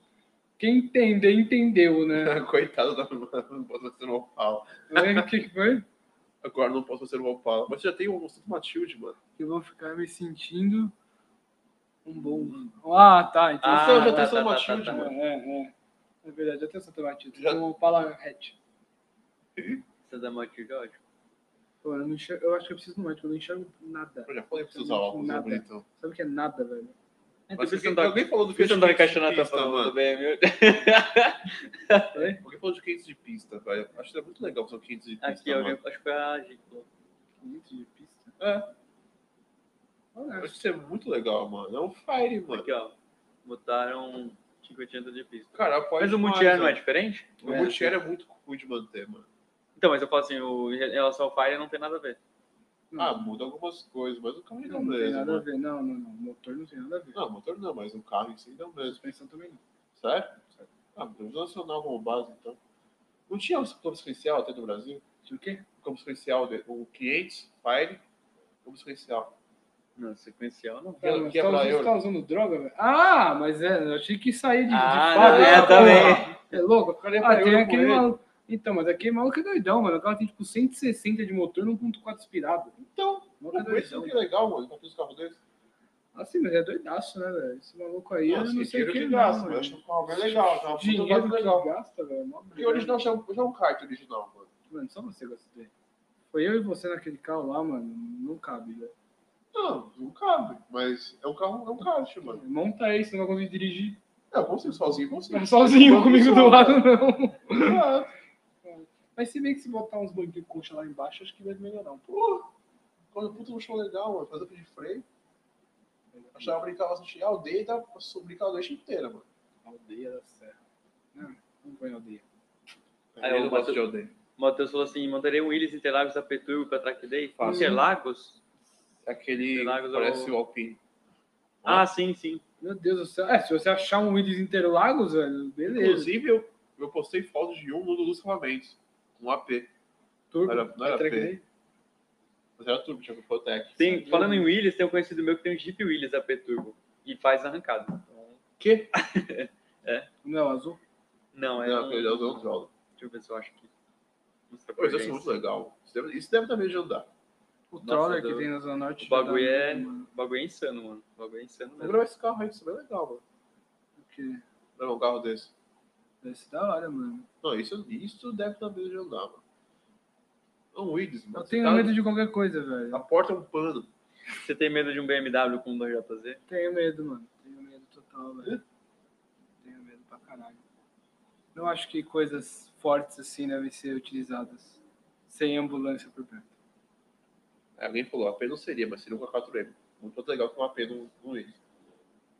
[SPEAKER 2] quem entender, entendeu, né?
[SPEAKER 1] Coitado da não posso fazer um Opala.
[SPEAKER 2] Olha O que, que foi?
[SPEAKER 1] Agora não posso fazer um Opala. Mas já tem um Santo Matilde, mano.
[SPEAKER 2] Eu vou ficar me sentindo um bom. Ah, tá. Então
[SPEAKER 3] Ah,
[SPEAKER 1] Então já
[SPEAKER 3] tá,
[SPEAKER 1] tem Santa
[SPEAKER 3] tá, tá,
[SPEAKER 1] Matilde,
[SPEAKER 3] tá.
[SPEAKER 1] mano.
[SPEAKER 2] É, é. É verdade, eu tenho Santa Matilda.
[SPEAKER 1] Já-
[SPEAKER 2] Então, Opala Hatch.
[SPEAKER 3] Você dá Matilde, é ótimo.
[SPEAKER 2] Pô, eu, não enxergo, eu acho que eu preciso de um hatch, eu não enxergo nada.
[SPEAKER 1] Eu já falei pra você usar óculos, né,
[SPEAKER 2] Nada.
[SPEAKER 1] bonitão.
[SPEAKER 2] Sabe o que é nada, velho?
[SPEAKER 1] Mas
[SPEAKER 3] Por que
[SPEAKER 1] alguém,
[SPEAKER 3] você não tá-
[SPEAKER 1] alguém falou do
[SPEAKER 3] Por que você não tá encaixando a
[SPEAKER 1] de
[SPEAKER 3] tampa
[SPEAKER 1] pista,
[SPEAKER 3] do- do
[SPEAKER 1] mano.
[SPEAKER 3] BMW?
[SPEAKER 2] É?
[SPEAKER 1] Alguém falou de 500 de pista, velho. Acho que é muito legal fazer um 500 de pista,
[SPEAKER 3] Aqui,
[SPEAKER 1] mano.
[SPEAKER 3] alguém, acho que foi a gente.
[SPEAKER 2] Muito de pista.
[SPEAKER 1] É,
[SPEAKER 2] Olha,
[SPEAKER 1] acho que isso é muito legal, mano. É um fire, mano.
[SPEAKER 3] Aqui, ó. Botaram 50 de pista.
[SPEAKER 1] Cara, pode
[SPEAKER 3] Mas o
[SPEAKER 1] demais,
[SPEAKER 3] Multier não é
[SPEAKER 1] mano.
[SPEAKER 3] diferente?
[SPEAKER 1] O Multier é muito ruim de manter, mano.
[SPEAKER 3] Então, mas eu falo assim, o, em relação ao Fire não tem nada a ver.
[SPEAKER 2] não.
[SPEAKER 3] Hum.
[SPEAKER 1] Ah, muda algumas coisas, mas o carro ainda é
[SPEAKER 2] Não,
[SPEAKER 1] o
[SPEAKER 2] não tem
[SPEAKER 1] mesmo,
[SPEAKER 2] nada a
[SPEAKER 1] mano.
[SPEAKER 2] ver. Não, não, não. Motor não tem nada a ver.
[SPEAKER 1] Não, motor não, mas o carro em si ainda é o mesmo.
[SPEAKER 2] Suspensão também não.
[SPEAKER 1] Certo? Ah, temos nacional como base, então. Não tinha um campo especial até no Brasil?
[SPEAKER 2] Tinha o quê?
[SPEAKER 1] Campo especial, de- o 500, Fire, campo especial.
[SPEAKER 3] Não, sequencial não.
[SPEAKER 1] Quem-
[SPEAKER 2] Cara, mas
[SPEAKER 1] quem é
[SPEAKER 2] tá
[SPEAKER 1] pra
[SPEAKER 2] usando-
[SPEAKER 1] Euro?
[SPEAKER 2] você tá usando droga, velho? Ah, mas é, eu achei que sair de, de
[SPEAKER 3] Ah,
[SPEAKER 2] fábrica,
[SPEAKER 3] não, é,
[SPEAKER 2] porra.
[SPEAKER 3] também.
[SPEAKER 2] É louco?
[SPEAKER 1] cara ia pra
[SPEAKER 2] Ah, tem
[SPEAKER 1] Euro com
[SPEAKER 2] aquele
[SPEAKER 1] ele.
[SPEAKER 2] maluco. Então, mas aqui o maluco é doidão, mano. O carro tem tipo 160 de motor um no 1.4 aspirado.
[SPEAKER 1] Então,
[SPEAKER 2] O maluco é
[SPEAKER 1] por isso
[SPEAKER 2] doidão.
[SPEAKER 1] que é legal, mano, comprar os carros desse.
[SPEAKER 2] Assim, mas é doidaço, né, velho? Esse maluco aí, eu
[SPEAKER 1] Nossa,
[SPEAKER 2] não sei o
[SPEAKER 1] dinheiro
[SPEAKER 2] que
[SPEAKER 1] que
[SPEAKER 2] é,
[SPEAKER 1] gasta,
[SPEAKER 2] não,
[SPEAKER 1] mas eu acho
[SPEAKER 2] mano.
[SPEAKER 1] um carro bem legal, tá? Uma puta
[SPEAKER 2] Dinheiro
[SPEAKER 1] base
[SPEAKER 2] que
[SPEAKER 1] legal.
[SPEAKER 2] gasta, velho. mó
[SPEAKER 1] E o original já é um- já é um kart original, mano.
[SPEAKER 2] Mano, só você gostei. Foi eu e você naquele carro lá, mano. Não cabe, velho.
[SPEAKER 1] Não, não cabe, mas é um carro, é um kart, mano.
[SPEAKER 2] Monta aí, você não vai conseguir dirigir.
[SPEAKER 1] É, eu consigo, sozinho É, eu consigo.
[SPEAKER 2] Sozinho
[SPEAKER 1] Uma
[SPEAKER 2] comigo do
[SPEAKER 1] pessoa,
[SPEAKER 2] lado, não.
[SPEAKER 1] Exato.
[SPEAKER 2] Mas se bem que se botar uns banquinhos de coxa lá embaixo, acho que vai melhorar um pouco.
[SPEAKER 1] Pô, quando puta um show legal, mano, fazer de freio. Achava brincava assim, a aldeia dá pra brincar a noite inteira, mano.
[SPEAKER 2] Aldeia da Serra. Ah, Não, não foi aldeia.
[SPEAKER 1] É,
[SPEAKER 3] Aí É, eu gosto de
[SPEAKER 1] aldeia.
[SPEAKER 3] O Matheus falou assim: manterei um Willis Interlagos da Peturbo para track day.
[SPEAKER 1] Fácil.
[SPEAKER 3] Interlagos?
[SPEAKER 1] Aquele
[SPEAKER 3] Interlagos parece é o-
[SPEAKER 1] Alpine.
[SPEAKER 3] Ah, sim, sim.
[SPEAKER 2] Meu Deus do céu. É, se você achar um Willis Interlagos, velho, beleza.
[SPEAKER 1] Inclusive, eu, eu postei fotos de um do- dos ferramentos. Um AP.
[SPEAKER 2] Turbo.
[SPEAKER 1] Era-
[SPEAKER 3] É
[SPEAKER 1] não era
[SPEAKER 2] track
[SPEAKER 1] P.
[SPEAKER 2] day.
[SPEAKER 1] Mas era tudo, tinha Protec.
[SPEAKER 3] Tem, falando em Willis, tem um conhecido meu que tem um Jeep Willis da Peturbo e faz arrancada. Então,
[SPEAKER 1] Que?
[SPEAKER 2] Não, azul.
[SPEAKER 3] Não, é.
[SPEAKER 1] Não,
[SPEAKER 3] um-
[SPEAKER 1] aquele é o Zão Troll.
[SPEAKER 3] Deixa eu ver se eu acho que. Mostra
[SPEAKER 1] Pô,
[SPEAKER 3] pra
[SPEAKER 1] isso é
[SPEAKER 3] gente.
[SPEAKER 1] muito legal. Isso deve, isso deve dar medo de andar.
[SPEAKER 3] É.
[SPEAKER 2] O
[SPEAKER 3] Nossa,
[SPEAKER 2] Troller que
[SPEAKER 3] Deus.
[SPEAKER 2] tem na Zona Norte.
[SPEAKER 3] O bagulho
[SPEAKER 2] já dá-
[SPEAKER 3] é- O bagulho é insano, mano. O bagulho é insano
[SPEAKER 1] Vou
[SPEAKER 3] mesmo.
[SPEAKER 1] gravar esse carro aí, isso é bem legal, mano.
[SPEAKER 2] Porque
[SPEAKER 1] Levar um carro desse.
[SPEAKER 2] Deve ser da hora, mano.
[SPEAKER 1] Não, isso, isso deve dar medo de andar, mano. É um Willis, mano.
[SPEAKER 2] Eu
[SPEAKER 1] Esse
[SPEAKER 2] tenho
[SPEAKER 1] cara-
[SPEAKER 2] medo de qualquer coisa, velho.
[SPEAKER 1] A porta é um pano.
[SPEAKER 3] Você tem medo de um BMW com um 2JZ?
[SPEAKER 2] Tenho medo, mano. Tenho medo total, velho. Tenho medo pra caralho. Não acho que coisas fortes assim devem ser utilizadas sem ambulância por perto.
[SPEAKER 1] É, Alguém falou, a P não seria, mas seria um K4M. Muito mais legal que um AP no, no Willis.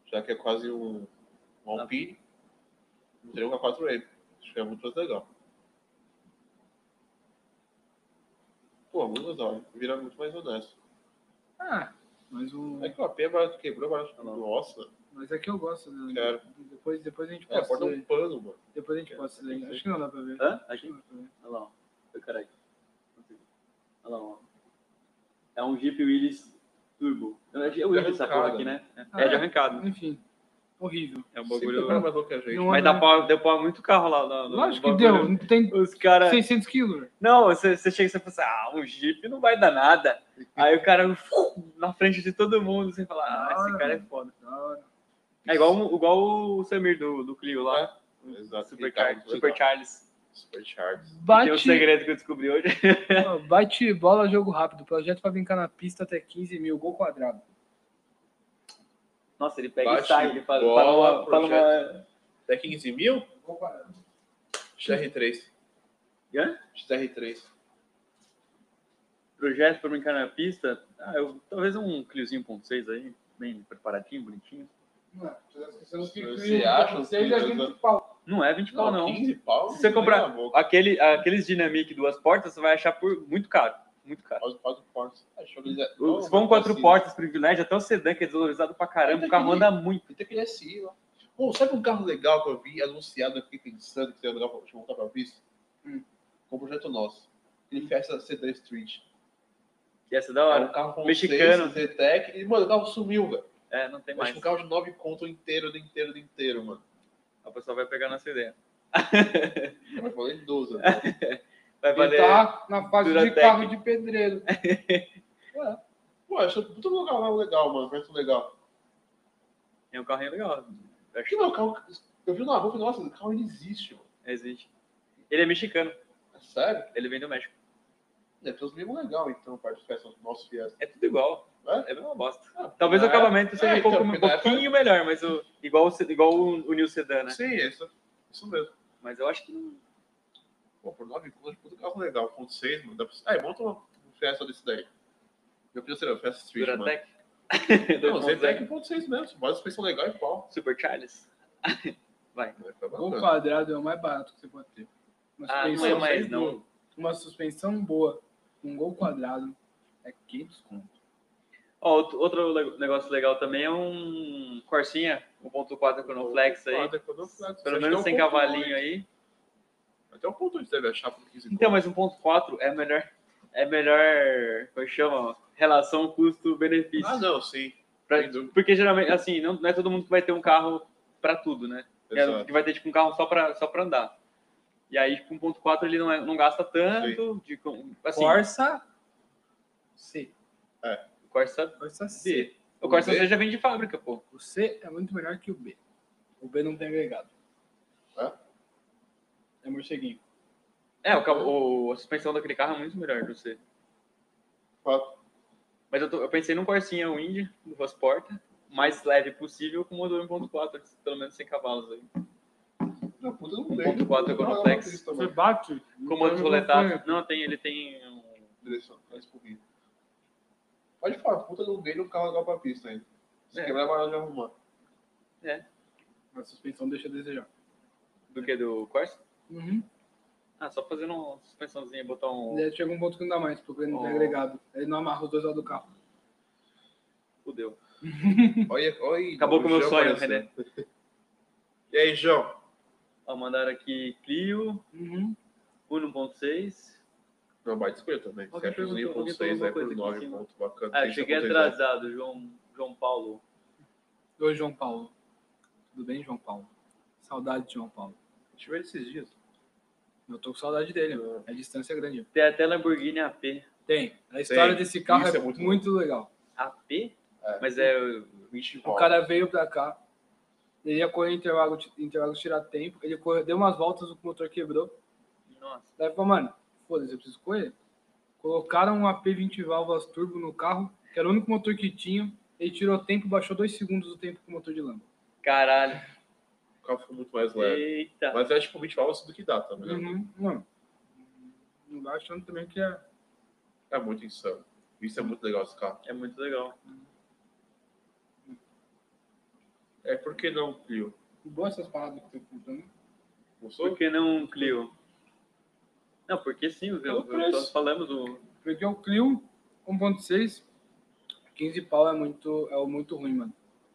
[SPEAKER 1] Já que é quase um, um
[SPEAKER 3] Tá.
[SPEAKER 1] Alpine, não seria um K4M. Acho que é muito mais legal. Pô, muito mais da hora. Vira muito mais honesto.
[SPEAKER 2] Ah, mas o.
[SPEAKER 3] Hum.
[SPEAKER 1] É que o AP é barato, quebrou, barato.
[SPEAKER 3] Não.
[SPEAKER 1] Nossa,
[SPEAKER 2] Mas é que eu gosto, né?
[SPEAKER 1] Quero.
[SPEAKER 2] Depois, depois a gente
[SPEAKER 1] é, a
[SPEAKER 2] pode
[SPEAKER 1] porta é um
[SPEAKER 2] ler.
[SPEAKER 1] pano, mano.
[SPEAKER 2] Depois a gente pode ler. Acho que não dá pra ver.
[SPEAKER 3] Hã? A
[SPEAKER 2] Acho que
[SPEAKER 3] gente.
[SPEAKER 2] não dá pra ver.
[SPEAKER 3] Olha lá, ó. Ô, Caralho. Olha lá, ó. É um Jeep Willis Turbo. Eu acho que É o Willis essa porra
[SPEAKER 1] arrancado,
[SPEAKER 3] aqui, né?
[SPEAKER 2] Ah,
[SPEAKER 3] É de arrancado.
[SPEAKER 2] Enfim, horrível.
[SPEAKER 3] É um
[SPEAKER 1] Sempre quebra,
[SPEAKER 3] bagulho.
[SPEAKER 1] mas qualquer jeito.
[SPEAKER 2] Não
[SPEAKER 3] Mas dá pau, deu pau muito carro lá. lá no
[SPEAKER 2] Lógico que deu.
[SPEAKER 3] bagulho.
[SPEAKER 2] não Tem
[SPEAKER 3] Os caras.
[SPEAKER 2] 600 quilos.
[SPEAKER 3] Não, você, você chega e você fala assim, ah, um Jeep não vai dar nada. Aí o cara fum, na frente de todo mundo, você fala, ah, esse cara é foda.
[SPEAKER 2] Da hora.
[SPEAKER 3] É igual, um- igual o Samir do, do Clio lá.
[SPEAKER 1] Exato.
[SPEAKER 3] Super,
[SPEAKER 1] Ricardo,
[SPEAKER 3] Car-
[SPEAKER 1] É. Então, legal.
[SPEAKER 3] Super Charles.
[SPEAKER 1] Super Charles.
[SPEAKER 3] Que é o
[SPEAKER 2] Bate,
[SPEAKER 3] segredo que eu descobri hoje.
[SPEAKER 2] ó, bate bola, jogo rápido. Projeto pra brincar na pista até 15 mil, gol quadrado.
[SPEAKER 3] Nossa, ele pega
[SPEAKER 1] Bate
[SPEAKER 3] e sai, ele fala,
[SPEAKER 1] bola,
[SPEAKER 3] fala uma- fala
[SPEAKER 1] projeto.
[SPEAKER 3] uma-
[SPEAKER 1] Até 15 mil?
[SPEAKER 2] Gol quadrado.
[SPEAKER 1] XR3.
[SPEAKER 3] Hã?
[SPEAKER 1] XR3.
[SPEAKER 3] Projeto pra brincar na pista. Ah, eu, talvez um Cliozinho 1.6 aí, bem preparadinho, bonitinho.
[SPEAKER 2] Mano,
[SPEAKER 1] Você acha os clientes-
[SPEAKER 3] Não é 20 pau, não.
[SPEAKER 1] 15 pau?
[SPEAKER 3] Se você comprar aquele, aqueles Dynamic duas portas, você vai achar por muito caro. Muito caro.
[SPEAKER 1] Quase quatro portas. Achou que eles-
[SPEAKER 3] O-
[SPEAKER 1] Não,
[SPEAKER 3] Se for um
[SPEAKER 1] não
[SPEAKER 3] quatro
[SPEAKER 1] precisa.
[SPEAKER 3] portas, privilégio, até o sedã que é desvalorizado pra caramba, o carro anda muito.
[SPEAKER 1] Então Eu queria sim, ó. Pô, sabe um carro legal que eu vi anunciado aqui pensando que seria legal pra deixa eu voltar pra pista?
[SPEAKER 2] Hum.
[SPEAKER 1] Com um projeto nosso.
[SPEAKER 3] Hum.
[SPEAKER 1] Ele festa Sedan Street.
[SPEAKER 3] E essa é da
[SPEAKER 1] É
[SPEAKER 3] hora.
[SPEAKER 1] um carro com
[SPEAKER 3] Mexicano.
[SPEAKER 1] seis, Z-Tech. E, mano, o carro sumiu, velho.
[SPEAKER 3] É, não tem
[SPEAKER 1] Acho
[SPEAKER 3] mais.
[SPEAKER 1] que um carro de 9 conto inteiro, do inteiro, do inteiro, mano.
[SPEAKER 3] A pessoa vai pegar nossa ideia. É
[SPEAKER 1] Eu falei 12, né?
[SPEAKER 3] Vai
[SPEAKER 2] Ele
[SPEAKER 3] valer.
[SPEAKER 2] tá na fase de
[SPEAKER 3] Duratec.
[SPEAKER 2] carro de pedreiro.
[SPEAKER 1] É. Pô, acho que todo lugar lá é legal, mano. Muito legal.
[SPEAKER 3] É um carrinho legal. Eu
[SPEAKER 1] Porque
[SPEAKER 3] acho
[SPEAKER 1] não, o carro. Eu vi na rua e falei, nossa, o carro ele existe, mano.
[SPEAKER 3] que existe. Ele é mexicano,
[SPEAKER 1] É sério?
[SPEAKER 3] ele vem do México.
[SPEAKER 1] Deve ser um mimo legal, então, parte dos peças do nosso Fiesta.
[SPEAKER 3] É tudo igual.
[SPEAKER 1] É?
[SPEAKER 3] É uma bosta. Talvez
[SPEAKER 1] É.
[SPEAKER 3] o acabamento seja
[SPEAKER 1] É,
[SPEAKER 3] um, pouco,
[SPEAKER 1] então,
[SPEAKER 3] um
[SPEAKER 1] porque na época-
[SPEAKER 3] pouquinho melhor, mas o, igual, o, se- igual o, o New Sedan, né?
[SPEAKER 1] Sim, é isso, isso mesmo.
[SPEAKER 3] Mas eu acho que não.
[SPEAKER 1] Pô, por 9 contas, puta carro legal. Ponto 6, mano. Dá pra... Ah, Aí, monta uma festa desse daí. Meu filho seria festa street, mano.
[SPEAKER 3] Duratec.
[SPEAKER 1] Não, você
[SPEAKER 3] 2.0.
[SPEAKER 1] pega em ponto 6 mesmo. Bota a inspeção legal e pau.
[SPEAKER 3] né? Super Charles.
[SPEAKER 1] Vai ficar
[SPEAKER 2] Gol
[SPEAKER 1] bacana.
[SPEAKER 2] quadrado é o mais barato que você pode ter. Uma
[SPEAKER 3] Ah, não é
[SPEAKER 2] suspensão
[SPEAKER 3] mais,
[SPEAKER 2] boa.
[SPEAKER 3] não.
[SPEAKER 2] Uma suspensão boa. Um gol quadrado é 500 conto.
[SPEAKER 3] Ó, outro- outro le- negócio legal também é um Corsinha 1.4 Chronoflex aí.
[SPEAKER 1] Quadra, Chronoflex.
[SPEAKER 3] Pelo
[SPEAKER 1] Acho que é
[SPEAKER 3] menos sem
[SPEAKER 1] um ponto
[SPEAKER 3] cavalinho
[SPEAKER 1] oito.
[SPEAKER 3] aí.
[SPEAKER 1] Até um ponto 8 deve achar por 15
[SPEAKER 3] Então,
[SPEAKER 1] conto.
[SPEAKER 3] mas 1.4 é melhor. É melhor. Como é chama? Relação custo-benefício.
[SPEAKER 1] Ah, não, sim.
[SPEAKER 3] Pra-
[SPEAKER 1] sem dúvida.
[SPEAKER 3] porque geralmente, assim, não, não é todo mundo que vai ter um carro pra tudo, né? É,
[SPEAKER 1] Exato.
[SPEAKER 3] Que vai ter tipo um carro só pra, só pra andar. E aí, tipo, 1.4 ele não, é- não gasta tanto. De, com- assim,
[SPEAKER 2] Corsa C.
[SPEAKER 3] Corsa
[SPEAKER 2] Corsa C.
[SPEAKER 3] C. O Corsa
[SPEAKER 1] B?
[SPEAKER 3] C já vem de fábrica, pô.
[SPEAKER 2] O C é muito melhor que o B. O B não tem agregado.
[SPEAKER 1] Hã?
[SPEAKER 2] É morceguinho.
[SPEAKER 3] É, o, ca- o- a suspensão daquele carro é muito melhor do C.
[SPEAKER 1] Fato.
[SPEAKER 3] Mas eu, tô- eu pensei num Corsinha Wind, duas portas, mais leve possível, com motor 1.4, pelo menos 100 cavalos aí.
[SPEAKER 1] Não, puta, não
[SPEAKER 3] 1.4 Econoflex.
[SPEAKER 2] Foi Bactri.
[SPEAKER 3] Com motor roletado. Não, tem, ele tem um
[SPEAKER 1] Direção, mais pouquinho. Pode falar, puta, não dei no carro legal pra pista ainda. Se
[SPEAKER 3] É.
[SPEAKER 1] quebrar, vai lá de arrumar.
[SPEAKER 2] A suspensão deixa a desejar.
[SPEAKER 3] do que do Corsa.
[SPEAKER 2] Uhum.
[SPEAKER 3] Ah, só fazendo uma suspensãozinha, botar um.
[SPEAKER 2] Daí Chega um ponto que não dá mais, porque ele não tem
[SPEAKER 3] Oh.
[SPEAKER 2] agregado. Ele não amarra os dois lados do carro.
[SPEAKER 3] Fudeu.
[SPEAKER 1] Olha, olha.
[SPEAKER 3] Acabou
[SPEAKER 1] o
[SPEAKER 3] com o meu
[SPEAKER 1] Jean
[SPEAKER 3] sonho,
[SPEAKER 1] apareceu.
[SPEAKER 3] René.
[SPEAKER 1] E aí, João?
[SPEAKER 3] Ó, mandaram aqui Clio,
[SPEAKER 2] Uhum.
[SPEAKER 3] 1.6.
[SPEAKER 1] Não, baita escolha também. Você
[SPEAKER 3] Alguém
[SPEAKER 1] acha uns
[SPEAKER 3] perguntou- alguém
[SPEAKER 1] 1.6 aí
[SPEAKER 3] falou
[SPEAKER 1] por
[SPEAKER 3] alguma coisa aqui
[SPEAKER 1] 9
[SPEAKER 3] em cima.
[SPEAKER 1] pontos, bacana.
[SPEAKER 3] Ah, eu
[SPEAKER 1] Tem
[SPEAKER 3] cheguei
[SPEAKER 1] 1.6
[SPEAKER 3] atrasado, João, João Paulo.
[SPEAKER 2] Oi, João Paulo. Tudo bem, João Paulo? Saudade de João Paulo.
[SPEAKER 1] aí. Tive ele esses dias.
[SPEAKER 2] Eu tô com saudade dele.
[SPEAKER 1] Ah.
[SPEAKER 2] A distância é grande.
[SPEAKER 3] Tem até Lamborghini AP.
[SPEAKER 2] Tem. A história desse carro
[SPEAKER 1] Isso
[SPEAKER 2] é,
[SPEAKER 1] é muito
[SPEAKER 2] muito,
[SPEAKER 1] bom.
[SPEAKER 2] legal.
[SPEAKER 3] AP? Mas é o bicho
[SPEAKER 1] Bom.
[SPEAKER 2] O cara veio pra cá. Ele ia correr em Interlagos, Interlagos tirar tempo. Ele correu, deu umas voltas, o motor quebrou.
[SPEAKER 3] Nossa.
[SPEAKER 2] Daí falou, mano, foda-se, eu preciso correr. Colocaram um AP20 válvulas turbo no carro, que era o único motor que tinha. Ele tirou tempo, baixou dois segundos o tempo com o motor de lama.
[SPEAKER 3] Caralho.
[SPEAKER 1] O carro ficou muito mais leve.
[SPEAKER 3] Eita.
[SPEAKER 1] Mas é tipo 20 válvulas do que dá, tá ligado?
[SPEAKER 2] Não. Não vai achando também que é.
[SPEAKER 1] É muito insano. Isso é muito legal esse carro.
[SPEAKER 3] É muito legal.
[SPEAKER 1] É por que não, Clio?
[SPEAKER 2] Boa essas paradas que tu curta, né?
[SPEAKER 1] Gostou?
[SPEAKER 3] Por que não um Clio? Não, porque sim, eu,
[SPEAKER 1] Pelo
[SPEAKER 3] eu,
[SPEAKER 1] preço.
[SPEAKER 3] nós falamos do.
[SPEAKER 2] Porque o Clio 1.6, 15 pau é muito, é muito ruim, mano.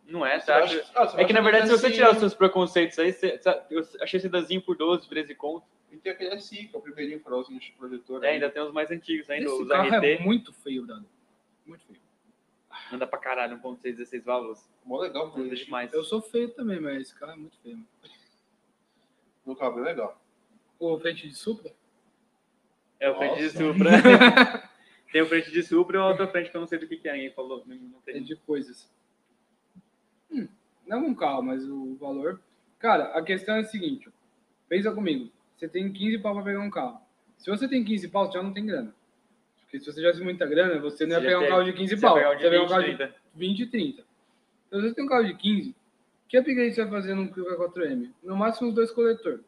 [SPEAKER 3] Não é,
[SPEAKER 1] Você
[SPEAKER 3] tá?
[SPEAKER 1] acha- ah, você
[SPEAKER 3] É que na
[SPEAKER 1] acha
[SPEAKER 3] verdade, se você
[SPEAKER 1] assim,
[SPEAKER 3] tirar os seus preconceitos aí, você, sabe, eu achei sedanzinho por 12, 13 conto.
[SPEAKER 1] E tem aquele SI, que é o primeirinho farolzinho de projetor.
[SPEAKER 3] É,
[SPEAKER 1] né?
[SPEAKER 3] ainda tem os mais antigos ainda,
[SPEAKER 2] Esse
[SPEAKER 3] os
[SPEAKER 2] carro é
[SPEAKER 3] RT.
[SPEAKER 2] muito feio, Dado. Muito feio.
[SPEAKER 3] Anda pra caralho, 1.6, 16 válvulas.
[SPEAKER 1] Mó legal, né?
[SPEAKER 3] Anda
[SPEAKER 1] projetor.
[SPEAKER 3] demais.
[SPEAKER 2] Eu sou feio também, mas esse carro é muito feio. Mano.
[SPEAKER 1] No carro, é bem legal.
[SPEAKER 2] O frente de Supra?
[SPEAKER 3] É o frente de
[SPEAKER 1] Nossa.
[SPEAKER 3] Supra. tem o frente de Supra e a outra frente que eu não sei do que, que é. Ninguém falou. Não, não
[SPEAKER 2] é
[SPEAKER 3] tem.
[SPEAKER 2] de coisas. Hum, não é um carro, mas o valor. Cara, a questão é a seguinte: ó. pensa comigo. Você tem 15 pau pra pegar um carro. Se você tem 15 pau, você já não tem grana. Porque se você já tem muita grana, você não ia
[SPEAKER 3] Você já
[SPEAKER 2] pegar um
[SPEAKER 3] tem-
[SPEAKER 2] carro de 15
[SPEAKER 3] Você
[SPEAKER 2] pau.
[SPEAKER 3] pegar um de
[SPEAKER 2] você ia pegar
[SPEAKER 3] 20,
[SPEAKER 2] um carro
[SPEAKER 3] 30.
[SPEAKER 2] de 20 e 30. Então, se você tem um carro de 15, que upgrade você vai fazer num Clio K4M? No máximo, os dois coletor.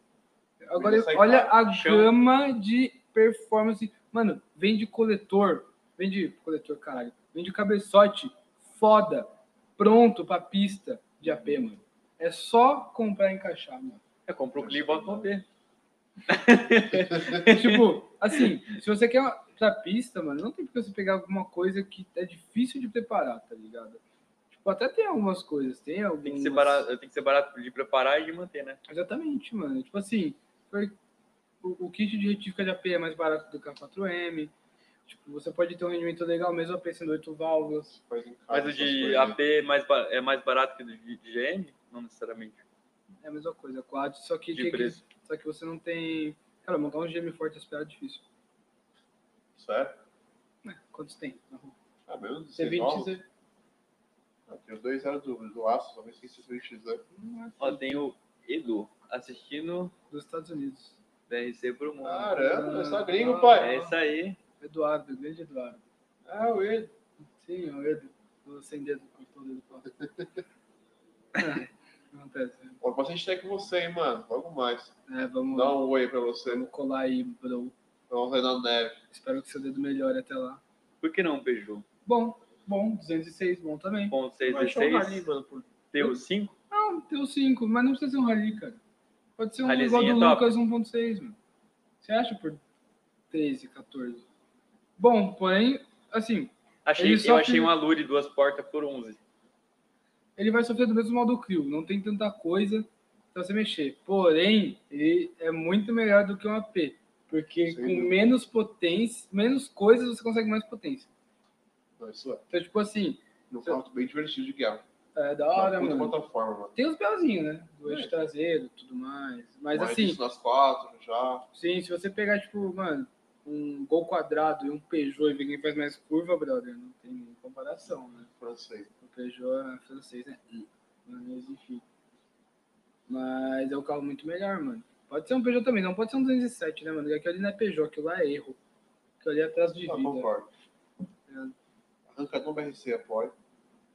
[SPEAKER 2] Agora,
[SPEAKER 1] Ainda sai
[SPEAKER 2] olha
[SPEAKER 1] caro.
[SPEAKER 2] a
[SPEAKER 3] tá Chão.
[SPEAKER 2] gama de performance. Mano, vende coletor. Vende coletor, caralho. Vende cabeçote. Foda. Pronto pra pista de AP, mano. É só comprar e encaixar, mano.
[SPEAKER 3] Eu compro o Clio e boto no B.
[SPEAKER 2] tipo, assim, se você quer uma, pra pista, mano, não tem porque você pegar alguma coisa que é difícil de preparar, tá ligado? Tipo, até tem algumas coisas, tem algumas...
[SPEAKER 3] Tem que ser barato, tem que ser barato de preparar e de manter, né?
[SPEAKER 2] Exatamente, mano. Tipo assim, foi- o, o kit de retífica de AP é mais barato do que a 4M. Tipo, você pode ter um rendimento legal mesmo a AP sendo 8 válvulas.
[SPEAKER 1] Faz em casa,
[SPEAKER 3] Mas o
[SPEAKER 1] essas
[SPEAKER 3] de
[SPEAKER 1] coisas, né?
[SPEAKER 3] AP é mais, ba- é mais barato que o de de GM? Não necessariamente.
[SPEAKER 2] É a mesma coisa, quad, só que,
[SPEAKER 3] De
[SPEAKER 2] que-
[SPEAKER 3] preço.
[SPEAKER 2] só que você não tem. Cara, montar um GM forte esperado é difícil. É,
[SPEAKER 1] Certo?
[SPEAKER 2] Quantos tem? na rua?
[SPEAKER 1] é? Ah, menos de
[SPEAKER 2] Tem
[SPEAKER 1] 20
[SPEAKER 2] 20
[SPEAKER 1] válvulas.
[SPEAKER 2] Z.
[SPEAKER 1] Ah, Tem os dois zeros do, do aço, só vem 620 zeros.
[SPEAKER 2] Não é
[SPEAKER 3] Ó, tem o Edu assistindo
[SPEAKER 2] dos Estados Unidos.
[SPEAKER 3] BRC pro mundo.
[SPEAKER 1] Caramba, é só
[SPEAKER 2] Ah,
[SPEAKER 1] gringo,
[SPEAKER 2] ah,
[SPEAKER 1] pai.
[SPEAKER 3] é isso aí.
[SPEAKER 2] Eduardo, grande Eduardo.
[SPEAKER 1] Ah, o ele.
[SPEAKER 2] Sim, o Edu. Tô sem dedo, cortou o dedo pra É, Acontece.
[SPEAKER 1] Ó, posso hashtag você, hein, mano. Logo mais.
[SPEAKER 2] É, vamos,
[SPEAKER 1] Dá um oi pra você.
[SPEAKER 2] vamos colar aí, bro.
[SPEAKER 1] Vamos ver na um neve.
[SPEAKER 2] Espero que seu dedo melhore até lá.
[SPEAKER 3] Por que não, Peugeot?
[SPEAKER 2] Bom, bom, 206, bom também.
[SPEAKER 3] Ponto
[SPEAKER 1] Vai achar um rally,
[SPEAKER 3] 616,
[SPEAKER 1] mano, por
[SPEAKER 3] tem o 5?
[SPEAKER 2] Ah, tem o 5, mas não precisa ser um rally, cara. Pode ser um igual
[SPEAKER 3] Rallyzinho
[SPEAKER 2] do
[SPEAKER 3] é top.
[SPEAKER 2] Lucas 1.6, mano. Você acha por 13, 14? Bom, porém, assim,
[SPEAKER 3] Achei,
[SPEAKER 2] Ele
[SPEAKER 3] eu
[SPEAKER 2] só
[SPEAKER 3] achei
[SPEAKER 2] fez-
[SPEAKER 3] um Alure duas portas por 11.
[SPEAKER 2] ele vai sofrer do mesmo mal do Crio. Não tem tanta coisa pra você mexer. Porém, ele é muito melhor do que um AP. Porque
[SPEAKER 1] Sem
[SPEAKER 2] com
[SPEAKER 1] dúvida.
[SPEAKER 2] menos potência, menos coisas, você consegue mais potência.
[SPEAKER 1] Não, isso é.
[SPEAKER 2] Então, tipo assim,
[SPEAKER 1] No carro bem divertido de guerra.
[SPEAKER 2] É da hora,
[SPEAKER 1] Puta
[SPEAKER 2] mano.
[SPEAKER 1] plataforma, mano.
[SPEAKER 2] Tem os belzinhos, né? Do
[SPEAKER 1] É.
[SPEAKER 2] eixo traseiro tudo mais. Mas
[SPEAKER 1] Mas
[SPEAKER 2] assim,
[SPEAKER 1] isso nas quatro já.
[SPEAKER 2] sim, se você pegar, tipo, mano, um gol quadrado e um Peugeot e ver quem faz mais curva, brother, não tem nem comparação, né?
[SPEAKER 1] Francês.
[SPEAKER 2] O Peugeot é francês, né? Mas enfim. Mas é um carro muito melhor, mano. Pode ser um Peugeot também, não pode ser um 207, né, mano? Porque Aquilo ali não é Peugeot, aquilo lá é erro. Aquilo ali é atraso de
[SPEAKER 1] Ah,
[SPEAKER 2] vida.
[SPEAKER 1] concordo. Arrancadão BRC, apoio.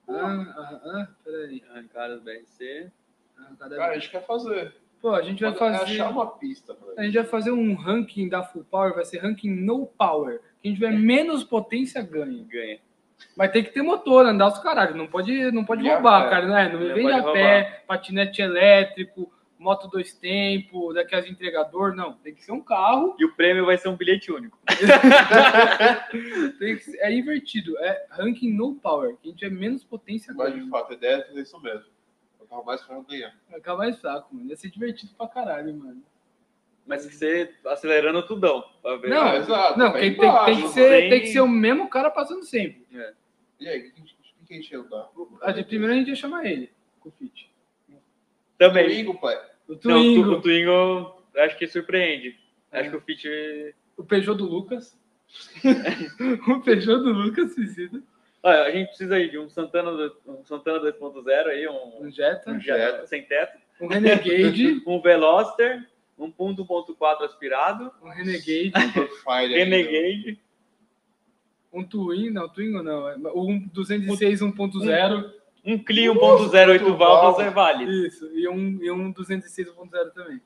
[SPEAKER 2] Ah, ah, ah, peraí.
[SPEAKER 3] Arrancadas BRC.
[SPEAKER 2] Ah, cada-
[SPEAKER 1] Cara, a gente quer fazer.
[SPEAKER 2] Pô, a gente vai
[SPEAKER 1] Pode- é
[SPEAKER 2] fazer.
[SPEAKER 1] achar uma pista pra
[SPEAKER 2] A
[SPEAKER 1] ele.
[SPEAKER 2] gente vai fazer um ranking da Full Power, vai ser ranking no power. Quem tiver menos potência ganha.
[SPEAKER 3] Ganha.
[SPEAKER 2] Mas tem que ter motor, andar os caralhos. Não pode, não pode
[SPEAKER 1] E a
[SPEAKER 2] roubar,
[SPEAKER 1] pé.
[SPEAKER 2] cara. Não, é, não
[SPEAKER 3] Não
[SPEAKER 2] vem
[SPEAKER 3] pode
[SPEAKER 2] a pé, patinete elétrico, moto dois tempos, daquelas entregador. Não, tem que ser um carro.
[SPEAKER 3] E o prêmio vai ser um bilhete único.
[SPEAKER 2] tem que ser- é invertido. É ranking no power. Quem tiver é menos potência
[SPEAKER 1] Mas
[SPEAKER 2] ganha.
[SPEAKER 1] de fato, a ideia é fazer isso mesmo. O carro mais fraco ganhar.
[SPEAKER 2] Vai ficar mais fraco, mano. Ia ser divertido pra caralho, mano.
[SPEAKER 3] Mas tem que ser acelerando tudão. pra ver.
[SPEAKER 2] Uhum. Não,
[SPEAKER 1] Ah,
[SPEAKER 3] Tá
[SPEAKER 1] exato.
[SPEAKER 2] Não,
[SPEAKER 1] Vai
[SPEAKER 2] tem, tem-
[SPEAKER 1] embaixo,
[SPEAKER 2] tem que
[SPEAKER 1] mano.
[SPEAKER 2] ser,
[SPEAKER 3] tem-
[SPEAKER 2] tem que ser o mesmo cara passando sempre.
[SPEAKER 1] E aí, o que, que, que a gente ia andar?
[SPEAKER 2] A de primeiro a gente ia chamar ele, com o fit.
[SPEAKER 3] Também.
[SPEAKER 1] Domingo, pai.
[SPEAKER 2] O
[SPEAKER 3] Não, o
[SPEAKER 2] Twingo,
[SPEAKER 3] Tu- o Twingo acho que surpreende.
[SPEAKER 2] É.
[SPEAKER 3] Acho que o Fit
[SPEAKER 2] o Peugeot do Lucas. o Peugeot do Lucas suicida.
[SPEAKER 3] Olha, a gente precisa aí de um Santana, do- um Santana 2.0 aí, um,
[SPEAKER 2] Um Jetta,
[SPEAKER 3] um Jetta sem teto,
[SPEAKER 2] um Renegade,
[SPEAKER 3] um Veloster, um 1.4 aspirado,
[SPEAKER 2] um Renegade,
[SPEAKER 1] Fire ainda.
[SPEAKER 3] Renegade,
[SPEAKER 2] um Twingo, não, Twingo não, é um 206 1.0,
[SPEAKER 3] um Clio 1.08
[SPEAKER 1] muito
[SPEAKER 3] válvulas
[SPEAKER 1] bom.
[SPEAKER 3] é vale.
[SPEAKER 2] isso, e um, e um 206 1.0 também.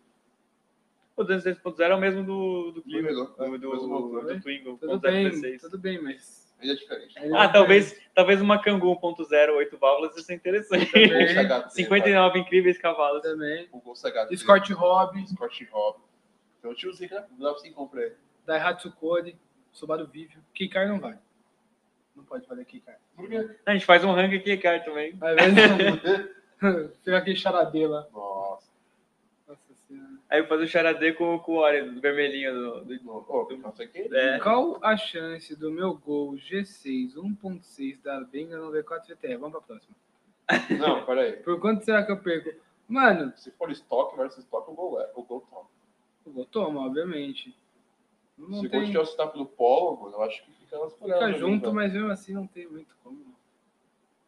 [SPEAKER 3] O 2.0 é o mesmo do, do Clio,
[SPEAKER 1] Mesmo,
[SPEAKER 2] é,
[SPEAKER 3] do, do,
[SPEAKER 1] mesmo motor,
[SPEAKER 3] do Twingo
[SPEAKER 2] né? Tudo bem,
[SPEAKER 3] 1.016.
[SPEAKER 2] tudo bem, mas...
[SPEAKER 1] Ainda é diferente.
[SPEAKER 2] ele
[SPEAKER 3] Ah,
[SPEAKER 2] não
[SPEAKER 3] talvez, talvez uma um Kangoo 1.08 válvulas ia ser interessante.
[SPEAKER 2] Também.
[SPEAKER 1] Gol CHT,
[SPEAKER 3] 59 incríveis
[SPEAKER 2] faz
[SPEAKER 3] cavalos.
[SPEAKER 2] Também.
[SPEAKER 1] O Gol CHT.
[SPEAKER 2] Scott Hobby,
[SPEAKER 1] Scott Robb. Então, tiozinho, né? Dá pra você comprar ele.
[SPEAKER 2] Daihatsu Code, Subaru Vivian, Kikar não vai. Não pode valer Kikar.
[SPEAKER 1] Por quê?
[SPEAKER 3] A gente faz um ranking aqui, cara, também.
[SPEAKER 2] Ao invés de- Fica aquele charadê lá.
[SPEAKER 1] Nossa.
[SPEAKER 2] Nossa senhora.
[SPEAKER 3] Aí eu faço o charadê com, com o Ori, do vermelhinho do, do
[SPEAKER 1] de novo. Ô, um não sei o quê.
[SPEAKER 3] É.
[SPEAKER 2] Qual a chance do meu gol um G6 1.6 dar benga no V4 VTR? Vamos pra próxima.
[SPEAKER 1] Não, peraí.
[SPEAKER 2] Por quanto será que eu perco? Mano,
[SPEAKER 1] Se for estoque versus estoque, o gol é. O gol toma.
[SPEAKER 2] o gol toma, obviamente. Não
[SPEAKER 1] Se o gol
[SPEAKER 2] tem.
[SPEAKER 1] tiver o setup do polo, mano, eu acho que fica nas né,
[SPEAKER 2] Fica
[SPEAKER 3] então.
[SPEAKER 2] junto, mas mesmo assim não tem muito como.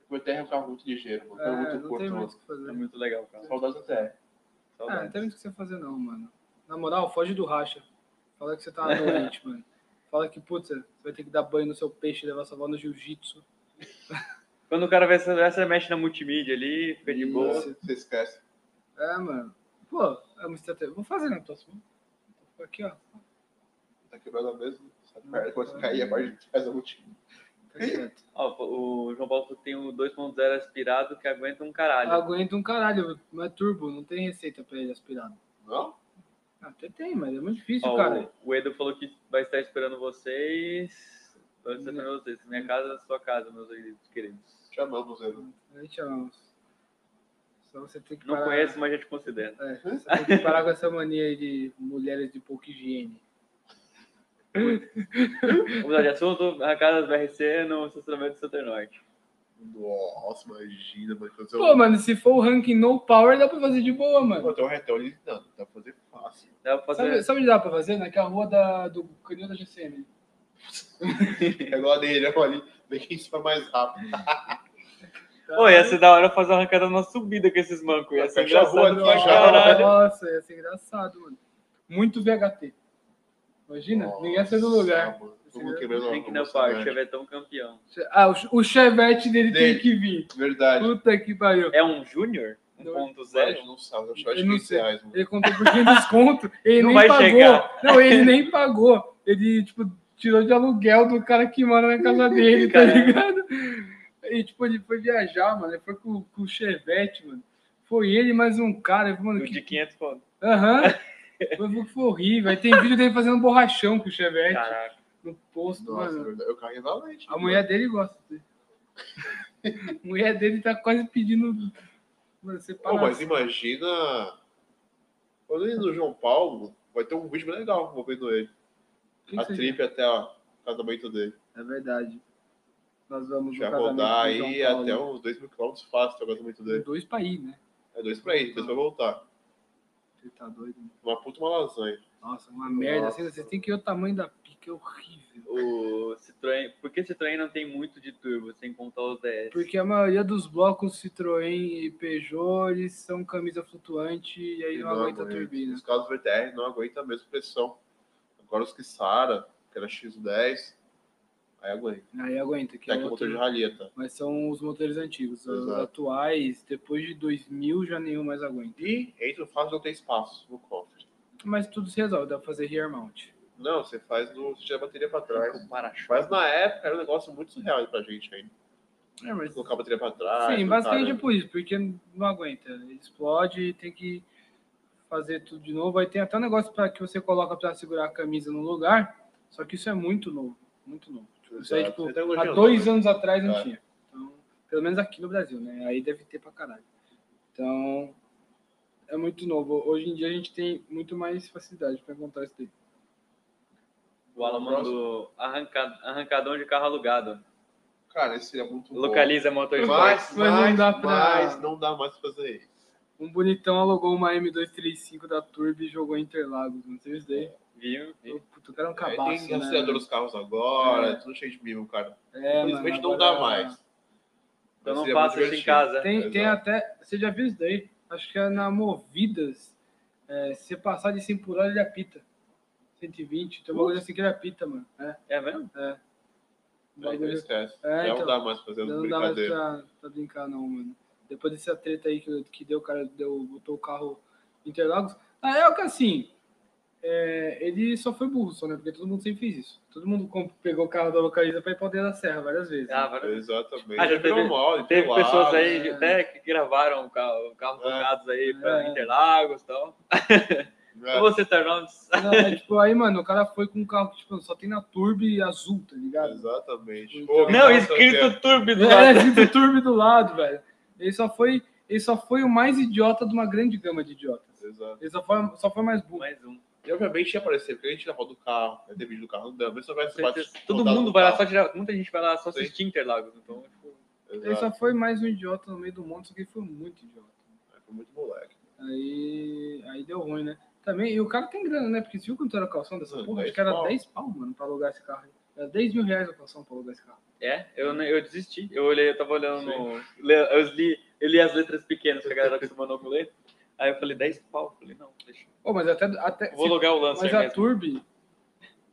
[SPEAKER 1] O ETR é um carro muito ligeiro, mano.
[SPEAKER 2] É,
[SPEAKER 1] É, muito
[SPEAKER 2] não tem
[SPEAKER 1] curto,
[SPEAKER 2] muito o
[SPEAKER 1] mano.
[SPEAKER 2] que
[SPEAKER 3] É
[SPEAKER 2] fazer.
[SPEAKER 3] muito legal, cara.
[SPEAKER 1] Saudades do ETR.
[SPEAKER 2] Ah, não
[SPEAKER 3] Saudades.
[SPEAKER 2] tem muito o que você fazer não, mano. Na moral, foge do racha. Fala que você tá doente, mano. Fala que, putz, você vai ter que dar banho no seu peixe, levar sua avó no jiu-jitsu.
[SPEAKER 3] Quando o cara vê essa, essa mexe na multimídia ali, fica de boa.
[SPEAKER 2] Isso.
[SPEAKER 1] Você esquece.
[SPEAKER 2] É, mano. Pô, é uma estratégia. Vou fazer na próxima. Vou ficar aqui, ó.
[SPEAKER 1] Tá quebrando a mesa. Essa merda, quando cair a parte de trás é da última.
[SPEAKER 2] Tá certo.
[SPEAKER 3] Ó, o João Paulo tem um o 2.0 aspirado que aguenta um caralho.
[SPEAKER 2] Aguenta um caralho, não é turbo, não tem receita pra ele aspirado.
[SPEAKER 1] Não?
[SPEAKER 2] Ah, Até tem, mas é muito difícil,
[SPEAKER 3] Ó,
[SPEAKER 2] cara.
[SPEAKER 3] o, o Edo falou que vai estar esperando vocês. Vai estar esperando vocês. Minha
[SPEAKER 2] Hum.
[SPEAKER 3] casa, sua casa, meus queridos.
[SPEAKER 1] Chamamos ele.
[SPEAKER 2] A gente ama. Só você tem que
[SPEAKER 3] Não
[SPEAKER 2] parar.
[SPEAKER 3] conheço, mas a gente considera.
[SPEAKER 2] É, você tem que parar com essa mania aí de mulheres de pouca higiene.
[SPEAKER 3] Vamos mudar de assunto. A casa do BRC no estacionamento do Center Norte.
[SPEAKER 1] Nossa, imagina, mano. quando você-
[SPEAKER 2] Pô, mano, se for o ranking no power, dá pra fazer de boa, mano.
[SPEAKER 1] Pô, tem um retão ali. Não, dá pra fazer fácil.
[SPEAKER 3] Dá pra
[SPEAKER 2] Sabe,
[SPEAKER 3] fazer.
[SPEAKER 2] sabe onde dá pra fazer? Naquela rua da, do canil da GCM.
[SPEAKER 1] Pegou É a dele, olha ali. Vem quem se for é mais rápido.
[SPEAKER 3] Pô, ia ser da hora fazer uma arrancada na subida com esses mancos. Ia ser
[SPEAKER 1] Fecha a rua
[SPEAKER 3] engraçado
[SPEAKER 1] aqui,
[SPEAKER 3] pra
[SPEAKER 1] já.
[SPEAKER 3] caralho.
[SPEAKER 2] Nossa, ia ser engraçado, mano. Muito VHT. Imagina, ninguém saiu do lugar.
[SPEAKER 1] Vamos quebrando
[SPEAKER 3] Tem que na parte, Chevetão campeão.
[SPEAKER 2] Ah, o, Ch- o chevette dele,
[SPEAKER 1] Dele.
[SPEAKER 2] tem que vir.
[SPEAKER 1] Verdade.
[SPEAKER 2] Puta que pariu.
[SPEAKER 3] É um Júnior?
[SPEAKER 2] Não.
[SPEAKER 3] 1.0?
[SPEAKER 1] Não sabe, eu acho que
[SPEAKER 2] Eu não
[SPEAKER 1] 15
[SPEAKER 2] sei.
[SPEAKER 1] reais, mano.
[SPEAKER 2] Ele contou por 15 desconto, ele
[SPEAKER 3] Não
[SPEAKER 2] nem
[SPEAKER 3] vai
[SPEAKER 2] pagou.
[SPEAKER 3] chegar.
[SPEAKER 2] Não, ele nem pagou. Ele, tipo, tirou de aluguel do cara que mora na casa dele, tá
[SPEAKER 3] Caramba.
[SPEAKER 2] ligado? E, tipo, ele foi viajar, mano. Ele foi com, com o chevette, mano. Foi ele mais um cara. Mano,
[SPEAKER 3] O
[SPEAKER 2] que
[SPEAKER 3] de 500 conto.
[SPEAKER 2] Aham. Foi, foi horrível. Aí tem vídeo dele fazendo borrachão com o Chevette
[SPEAKER 3] Caraca.
[SPEAKER 2] no posto,
[SPEAKER 1] Nossa,
[SPEAKER 2] mano.
[SPEAKER 1] verdade. Eu carrego na leite.
[SPEAKER 2] A mulher dele gosta dele. A mulher dele tá quase pedindo. Mano, você
[SPEAKER 1] Pô,
[SPEAKER 2] para.
[SPEAKER 1] mas imagina. Quando ele no João Paulo, vai ter um vídeo bem legal envolvendo ele.
[SPEAKER 2] Quem
[SPEAKER 1] a
[SPEAKER 2] que você-
[SPEAKER 1] trip até o casamento dele.
[SPEAKER 2] É verdade. Nós vamos
[SPEAKER 1] Já rodar aí até
[SPEAKER 2] né?
[SPEAKER 1] uns 2 mil quilômetros fácil até o casamento dele.
[SPEAKER 2] Dois pra ir, né?
[SPEAKER 1] É dois pra ir, depois vai voltar.
[SPEAKER 2] Você tá doido? né?
[SPEAKER 1] Uma puta uma lasanha.
[SPEAKER 2] Nossa, uma merda.
[SPEAKER 3] Nossa.
[SPEAKER 2] Você, você tem que ver o tamanho da pica, é horrível.
[SPEAKER 3] O Citroën, por que Citroën não tem muito de turbo, sem contar os DS?
[SPEAKER 2] Porque a maioria dos blocos Citroën e Peugeot, eles são camisa flutuante e aí não, aguenta a turbina.
[SPEAKER 1] Os carros VTR não aguentam a mesma pressão. Agora os que Sara, que era X10, aí aguenta.
[SPEAKER 2] Aí aguenta, que
[SPEAKER 1] Que é
[SPEAKER 2] é
[SPEAKER 1] que o motor
[SPEAKER 2] outro-
[SPEAKER 1] de ralha, tá?
[SPEAKER 2] Mas são os motores antigos. Os
[SPEAKER 1] Exato.
[SPEAKER 2] atuais, depois de 2000, já nenhum mais aguenta.
[SPEAKER 1] E entra o fato de não ter espaço no cofre.
[SPEAKER 2] Mas tudo se resolve, dá pra fazer rear mount.
[SPEAKER 1] Não, você faz no. Você tira a bateria pra trás.
[SPEAKER 3] o para-choque.
[SPEAKER 1] Mas na época era um negócio muito surreal pra gente ainda.
[SPEAKER 2] É, mas...
[SPEAKER 1] Colocar a bateria pra trás. colocar-
[SPEAKER 2] Sim, basicamente por isso, porque não aguenta. Explode, tem que fazer tudo de novo. Aí tem até um negócio para que você coloca para segurar a camisa no lugar, só que isso é muito novo, muito novo. Isso aí,
[SPEAKER 1] Exato.
[SPEAKER 2] tipo,
[SPEAKER 1] Você tá
[SPEAKER 2] há
[SPEAKER 1] elogiando,
[SPEAKER 2] dois
[SPEAKER 1] né?
[SPEAKER 2] anos atrás não
[SPEAKER 1] É.
[SPEAKER 2] tinha. Então, pelo menos aqui no Brasil, né? Aí deve ter pra caralho. Então, é muito novo. Hoje em dia a gente tem muito mais facilidade para encontrar isso daí.
[SPEAKER 3] O Alan mandou arranca- arrancadão de carro alugado.
[SPEAKER 1] Cara, isso seria muito bom.
[SPEAKER 3] Localiza motor
[SPEAKER 1] Mas, mas,
[SPEAKER 2] Mas não
[SPEAKER 1] não
[SPEAKER 2] dá pra-
[SPEAKER 1] mas não dá mais pra fazer isso.
[SPEAKER 2] Um bonitão alugou uma M235 da Turbo e jogou em Interlagos, não sei isso daí.
[SPEAKER 3] Viu?
[SPEAKER 2] Eu, puta, o cara é um
[SPEAKER 1] Aí
[SPEAKER 2] cabaço,
[SPEAKER 1] tem
[SPEAKER 2] né,
[SPEAKER 1] rastreador dos carros agora, tudo cheio de mimo, cara.
[SPEAKER 2] É,
[SPEAKER 1] Infelizmente
[SPEAKER 2] mano,
[SPEAKER 1] não
[SPEAKER 2] agora-
[SPEAKER 1] dá mais.
[SPEAKER 3] Então não
[SPEAKER 1] Seria
[SPEAKER 3] faça
[SPEAKER 1] muito
[SPEAKER 3] isso em
[SPEAKER 1] divertido.
[SPEAKER 3] casa.
[SPEAKER 2] Tem, tem
[SPEAKER 1] Exato.
[SPEAKER 2] até. Você já viu isso daí? Acho que é na Movidas. É, se você passar de 100 por hora, ele apita. 120. Tem uma coisa assim que ele apita, mano. É.
[SPEAKER 3] É mesmo?
[SPEAKER 1] Não, não esquece.
[SPEAKER 2] É,
[SPEAKER 1] Já
[SPEAKER 2] então.
[SPEAKER 1] não dá mais pra fazer
[SPEAKER 2] Não dá mais
[SPEAKER 1] brincadeira.
[SPEAKER 2] pra, pra brincar, não, mano. Depois dessa treta aí que, que deu, o cara deu, botou o carro em Interlagos. Na época, assim, é, ele só foi burro, só, né? Porque todo mundo sempre fez isso. Todo mundo comp- pegou o carro da localiza pra ir pra dentro da serra várias vezes.
[SPEAKER 3] Ah,
[SPEAKER 2] né?
[SPEAKER 3] vai-
[SPEAKER 1] Exatamente. É
[SPEAKER 3] Ah, já
[SPEAKER 1] Virou
[SPEAKER 3] teve-
[SPEAKER 1] mole,
[SPEAKER 3] Teve
[SPEAKER 1] pelado,
[SPEAKER 3] pessoas aí
[SPEAKER 2] né?
[SPEAKER 3] até que gravaram carro, carros
[SPEAKER 1] É.
[SPEAKER 3] alugados aí pra
[SPEAKER 2] É.
[SPEAKER 3] Interlagos e tal.
[SPEAKER 1] né?
[SPEAKER 3] Eu vou citar nomes.
[SPEAKER 2] Não, é, tipo, aí, mano, o cara foi com um carro que tipo, só tem na Turbi azul, tá ligado?
[SPEAKER 1] Exatamente.
[SPEAKER 2] Então-
[SPEAKER 1] Pô, que
[SPEAKER 3] Não,
[SPEAKER 1] massa, cara.
[SPEAKER 3] escrito Turbo do
[SPEAKER 2] É,
[SPEAKER 3] lado.
[SPEAKER 2] escrito Turbo do lado, velho. Ele só foi, ele só foi o mais idiota de uma grande gama de idiotas.
[SPEAKER 1] Exato.
[SPEAKER 2] Ele só foi, só foi mais burro.
[SPEAKER 3] Mais um.
[SPEAKER 1] E obviamente ia aparecer, porque a gente ia foto do carro, vai ter vídeo do carro andando, mas só vai
[SPEAKER 3] Com certeza. Todo mundo vai lá só tirar. Muita gente vai lá só
[SPEAKER 1] Sim.
[SPEAKER 3] assistir Interlagos. Então, tipo,
[SPEAKER 2] Ele só foi mais um idiota no meio do mundo, só que ele foi muito idiota.
[SPEAKER 1] Foi É muito moleque.
[SPEAKER 2] Aí, aí deu ruim, né? Também, e o cara tem grana, né? Porque você viu quanto era a calção dessa
[SPEAKER 1] Mano,
[SPEAKER 2] porra? Acho
[SPEAKER 1] 10
[SPEAKER 2] que era
[SPEAKER 1] pau.
[SPEAKER 2] 10 pau, mano, pra alugar esse carro. Era 10 mil reais a calção pra alugar esse carro.
[SPEAKER 3] é, eu, ne- eu desisti. Eu olhei, eu tava olhando no. le- Eu li, eu li as letras pequenas que a galera que mandou eu ler. Aí eu falei, 10 pau. Eu falei, não, deixa.
[SPEAKER 2] Ô, mas até. até
[SPEAKER 3] Vou
[SPEAKER 2] se-
[SPEAKER 3] alugar o Lancer
[SPEAKER 2] mas a
[SPEAKER 3] mesmo.
[SPEAKER 2] Turbi,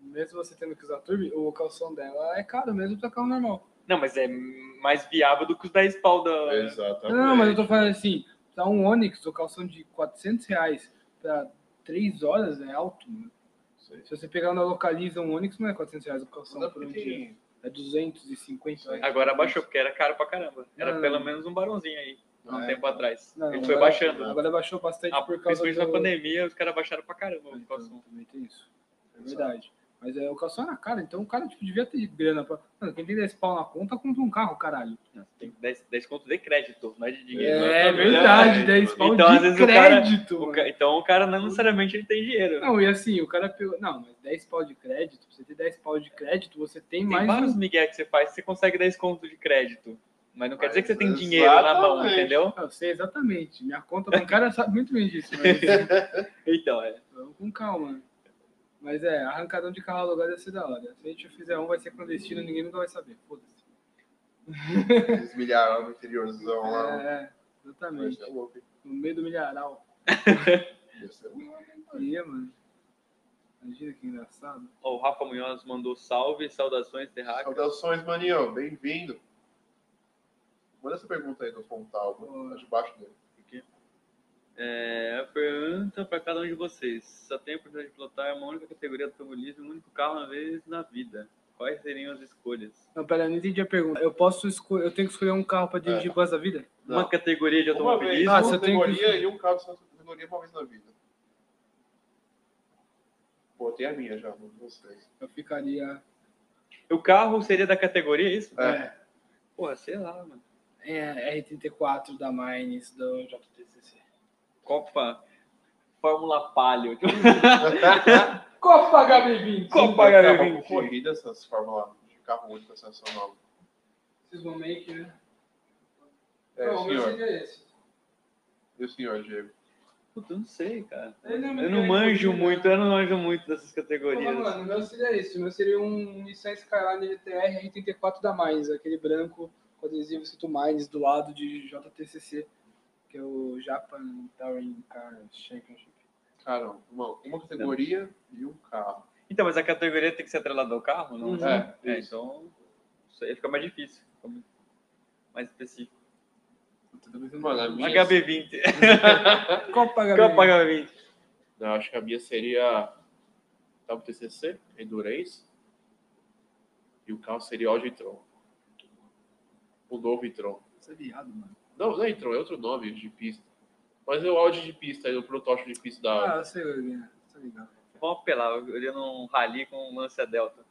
[SPEAKER 2] mesmo você tendo que usar a Turbi, o calção dela é caro mesmo pra carro normal.
[SPEAKER 3] Não, mas é mais viável do que os 10 pau da.
[SPEAKER 1] É.
[SPEAKER 3] Tá
[SPEAKER 1] Exatamente.
[SPEAKER 2] Não, mas eu tô falando assim, tá um Onix, o calção de 400 reais pra 3 horas é alto, mano.
[SPEAKER 1] Sim.
[SPEAKER 2] Se você pegar na Localiza um Onix, não é 400 reais o calção
[SPEAKER 1] Não,
[SPEAKER 2] por um
[SPEAKER 1] porque
[SPEAKER 2] dia.
[SPEAKER 1] tem-
[SPEAKER 2] É 250 reais.
[SPEAKER 3] Agora baixou, porque era caro pra caramba. Era
[SPEAKER 2] Não.
[SPEAKER 3] pelo menos um barãozinho aí, há um
[SPEAKER 1] É.
[SPEAKER 3] tempo atrás.
[SPEAKER 2] Ah. Não,
[SPEAKER 3] Ele foi
[SPEAKER 2] agora-
[SPEAKER 3] baixando.
[SPEAKER 2] Agora baixou bastante
[SPEAKER 3] Ah,
[SPEAKER 2] por causa
[SPEAKER 3] principalmente na
[SPEAKER 2] do...
[SPEAKER 3] pandemia, os caras baixaram pra caramba o
[SPEAKER 2] Então,
[SPEAKER 3] calção.
[SPEAKER 2] também tem isso. É verdade. Mas é, o calção era caro, então o cara tipo, devia ter grana pra... Mano, quem tem 10 pau na conta, compra um carro, caralho.
[SPEAKER 3] Não, Tem 10, 10 conto de crédito, não é de dinheiro.
[SPEAKER 2] É,
[SPEAKER 1] Exatamente.
[SPEAKER 2] verdade, 10 pau
[SPEAKER 3] Então,
[SPEAKER 2] de
[SPEAKER 3] às vezes, o cara-
[SPEAKER 2] crédito,
[SPEAKER 3] O
[SPEAKER 2] mano.
[SPEAKER 3] ca- Então o cara não necessariamente ele tem dinheiro.
[SPEAKER 2] Não, e assim, o cara pegou. Não, mas 10 pau de crédito, pra você ter 10 pau de crédito, você tem,
[SPEAKER 3] tem
[SPEAKER 2] mais.
[SPEAKER 3] vários
[SPEAKER 2] um-
[SPEAKER 3] migué que você faz, você consegue 10 conto de crédito. Mas não quer
[SPEAKER 1] Mas
[SPEAKER 3] dizer que você tem dinheiro na mão,
[SPEAKER 1] exatamente.
[SPEAKER 3] entendeu?
[SPEAKER 2] Ah, Eu sei exatamente. Minha conta bancária sabe muito bem disso, mas assim,
[SPEAKER 3] Então, é.
[SPEAKER 2] vamos com calma. Mas é, arrancadão de carro alugado ia ser da hora. Se a gente fizer um, vai ser clandestino, ninguém nunca vai saber. Foda-se.
[SPEAKER 1] Eles milharam no interiorzão lá.
[SPEAKER 2] É,
[SPEAKER 1] Mas
[SPEAKER 2] exatamente.
[SPEAKER 1] é louco, hein?
[SPEAKER 2] No meio do milharal.
[SPEAKER 1] Ia ser louco.
[SPEAKER 2] Aí, mano. Imagina que engraçado.
[SPEAKER 3] Ó, o Rafa Munhoz mandou salve, saudações, terráqueas.
[SPEAKER 1] Saudações, maninho. Bem-vindo. Manda essa pergunta aí do Fontal, tá debaixo dele.
[SPEAKER 3] É, a pergunta pra cada um de vocês. Só tem a oportunidade de pilotar é uma única categoria do automobilismo, um único carro uma vez na vida. Quais seriam as escolhas?
[SPEAKER 2] Não, pera, eu não entendi a pergunta. Eu posso escolher. Eu tenho que escolher um carro pra dirigir pro resto da vida?
[SPEAKER 1] Não.
[SPEAKER 3] Uma categoria de
[SPEAKER 1] Uma vez
[SPEAKER 3] automobilismo?
[SPEAKER 1] na
[SPEAKER 2] Ah, você tem que-
[SPEAKER 1] categoria e um carro só categoria uma vez na vida. Pô, tem a minha já, mano. Vocês.
[SPEAKER 2] Eu ficaria.
[SPEAKER 3] O carro seria da categoria, é isso?
[SPEAKER 1] É.
[SPEAKER 3] Porra, sei lá, mano.
[SPEAKER 2] É, R34 da Mines, do JTCC.
[SPEAKER 3] Copa. Fórmula Palio.
[SPEAKER 2] Copa HB20!
[SPEAKER 3] Copa,
[SPEAKER 1] Acaba
[SPEAKER 3] galera.
[SPEAKER 1] um com corrida essas Fórmula de carro único sensacional.
[SPEAKER 2] Vocês vão make, né?
[SPEAKER 1] É,
[SPEAKER 2] não, o meu
[SPEAKER 1] senhor.
[SPEAKER 2] seria esse.
[SPEAKER 1] E o senhor, Diego?
[SPEAKER 3] Puta, eu não sei, cara.
[SPEAKER 2] Ele é
[SPEAKER 3] Eu
[SPEAKER 2] muito
[SPEAKER 3] não
[SPEAKER 2] grande,
[SPEAKER 3] manjo
[SPEAKER 2] né?
[SPEAKER 3] muito, eu não manjo muito dessas
[SPEAKER 2] Pô, mas,
[SPEAKER 3] categorias.
[SPEAKER 2] mano, o meu seria esse. O meu seria um Nissan Skyline LTR R34 da Mais, aquele branco com adesivo escrito Mines do lado de JTCC, que é o Japan Touring Car Championship.
[SPEAKER 1] Cara, uma, uma categoria e um carro.
[SPEAKER 3] Então, mas a categoria tem que ser atrelada ao carro, não?
[SPEAKER 2] Uhum.
[SPEAKER 1] É,
[SPEAKER 3] É,
[SPEAKER 1] isso.
[SPEAKER 3] então. Isso aí fica mais difícil. fica muito Mais específico.
[SPEAKER 1] Mano, a minha...
[SPEAKER 3] HB20.
[SPEAKER 2] Copa, galera.
[SPEAKER 3] Copa HB20.
[SPEAKER 1] Não, acho que a minha seria tá WTCC, Endurance. E o carro seria Audi e-tron. O novo e-tron.
[SPEAKER 2] Você é viado, mano.
[SPEAKER 1] Não, não é e-tron, é outro nome de pista. Mas é o Audi de pista, é o protótipo de pista da Audi.
[SPEAKER 2] Ah, eu sei, Gabriel. Tá ligado.
[SPEAKER 3] Vamos apelar, eu iria num rally com um Lancia Delta.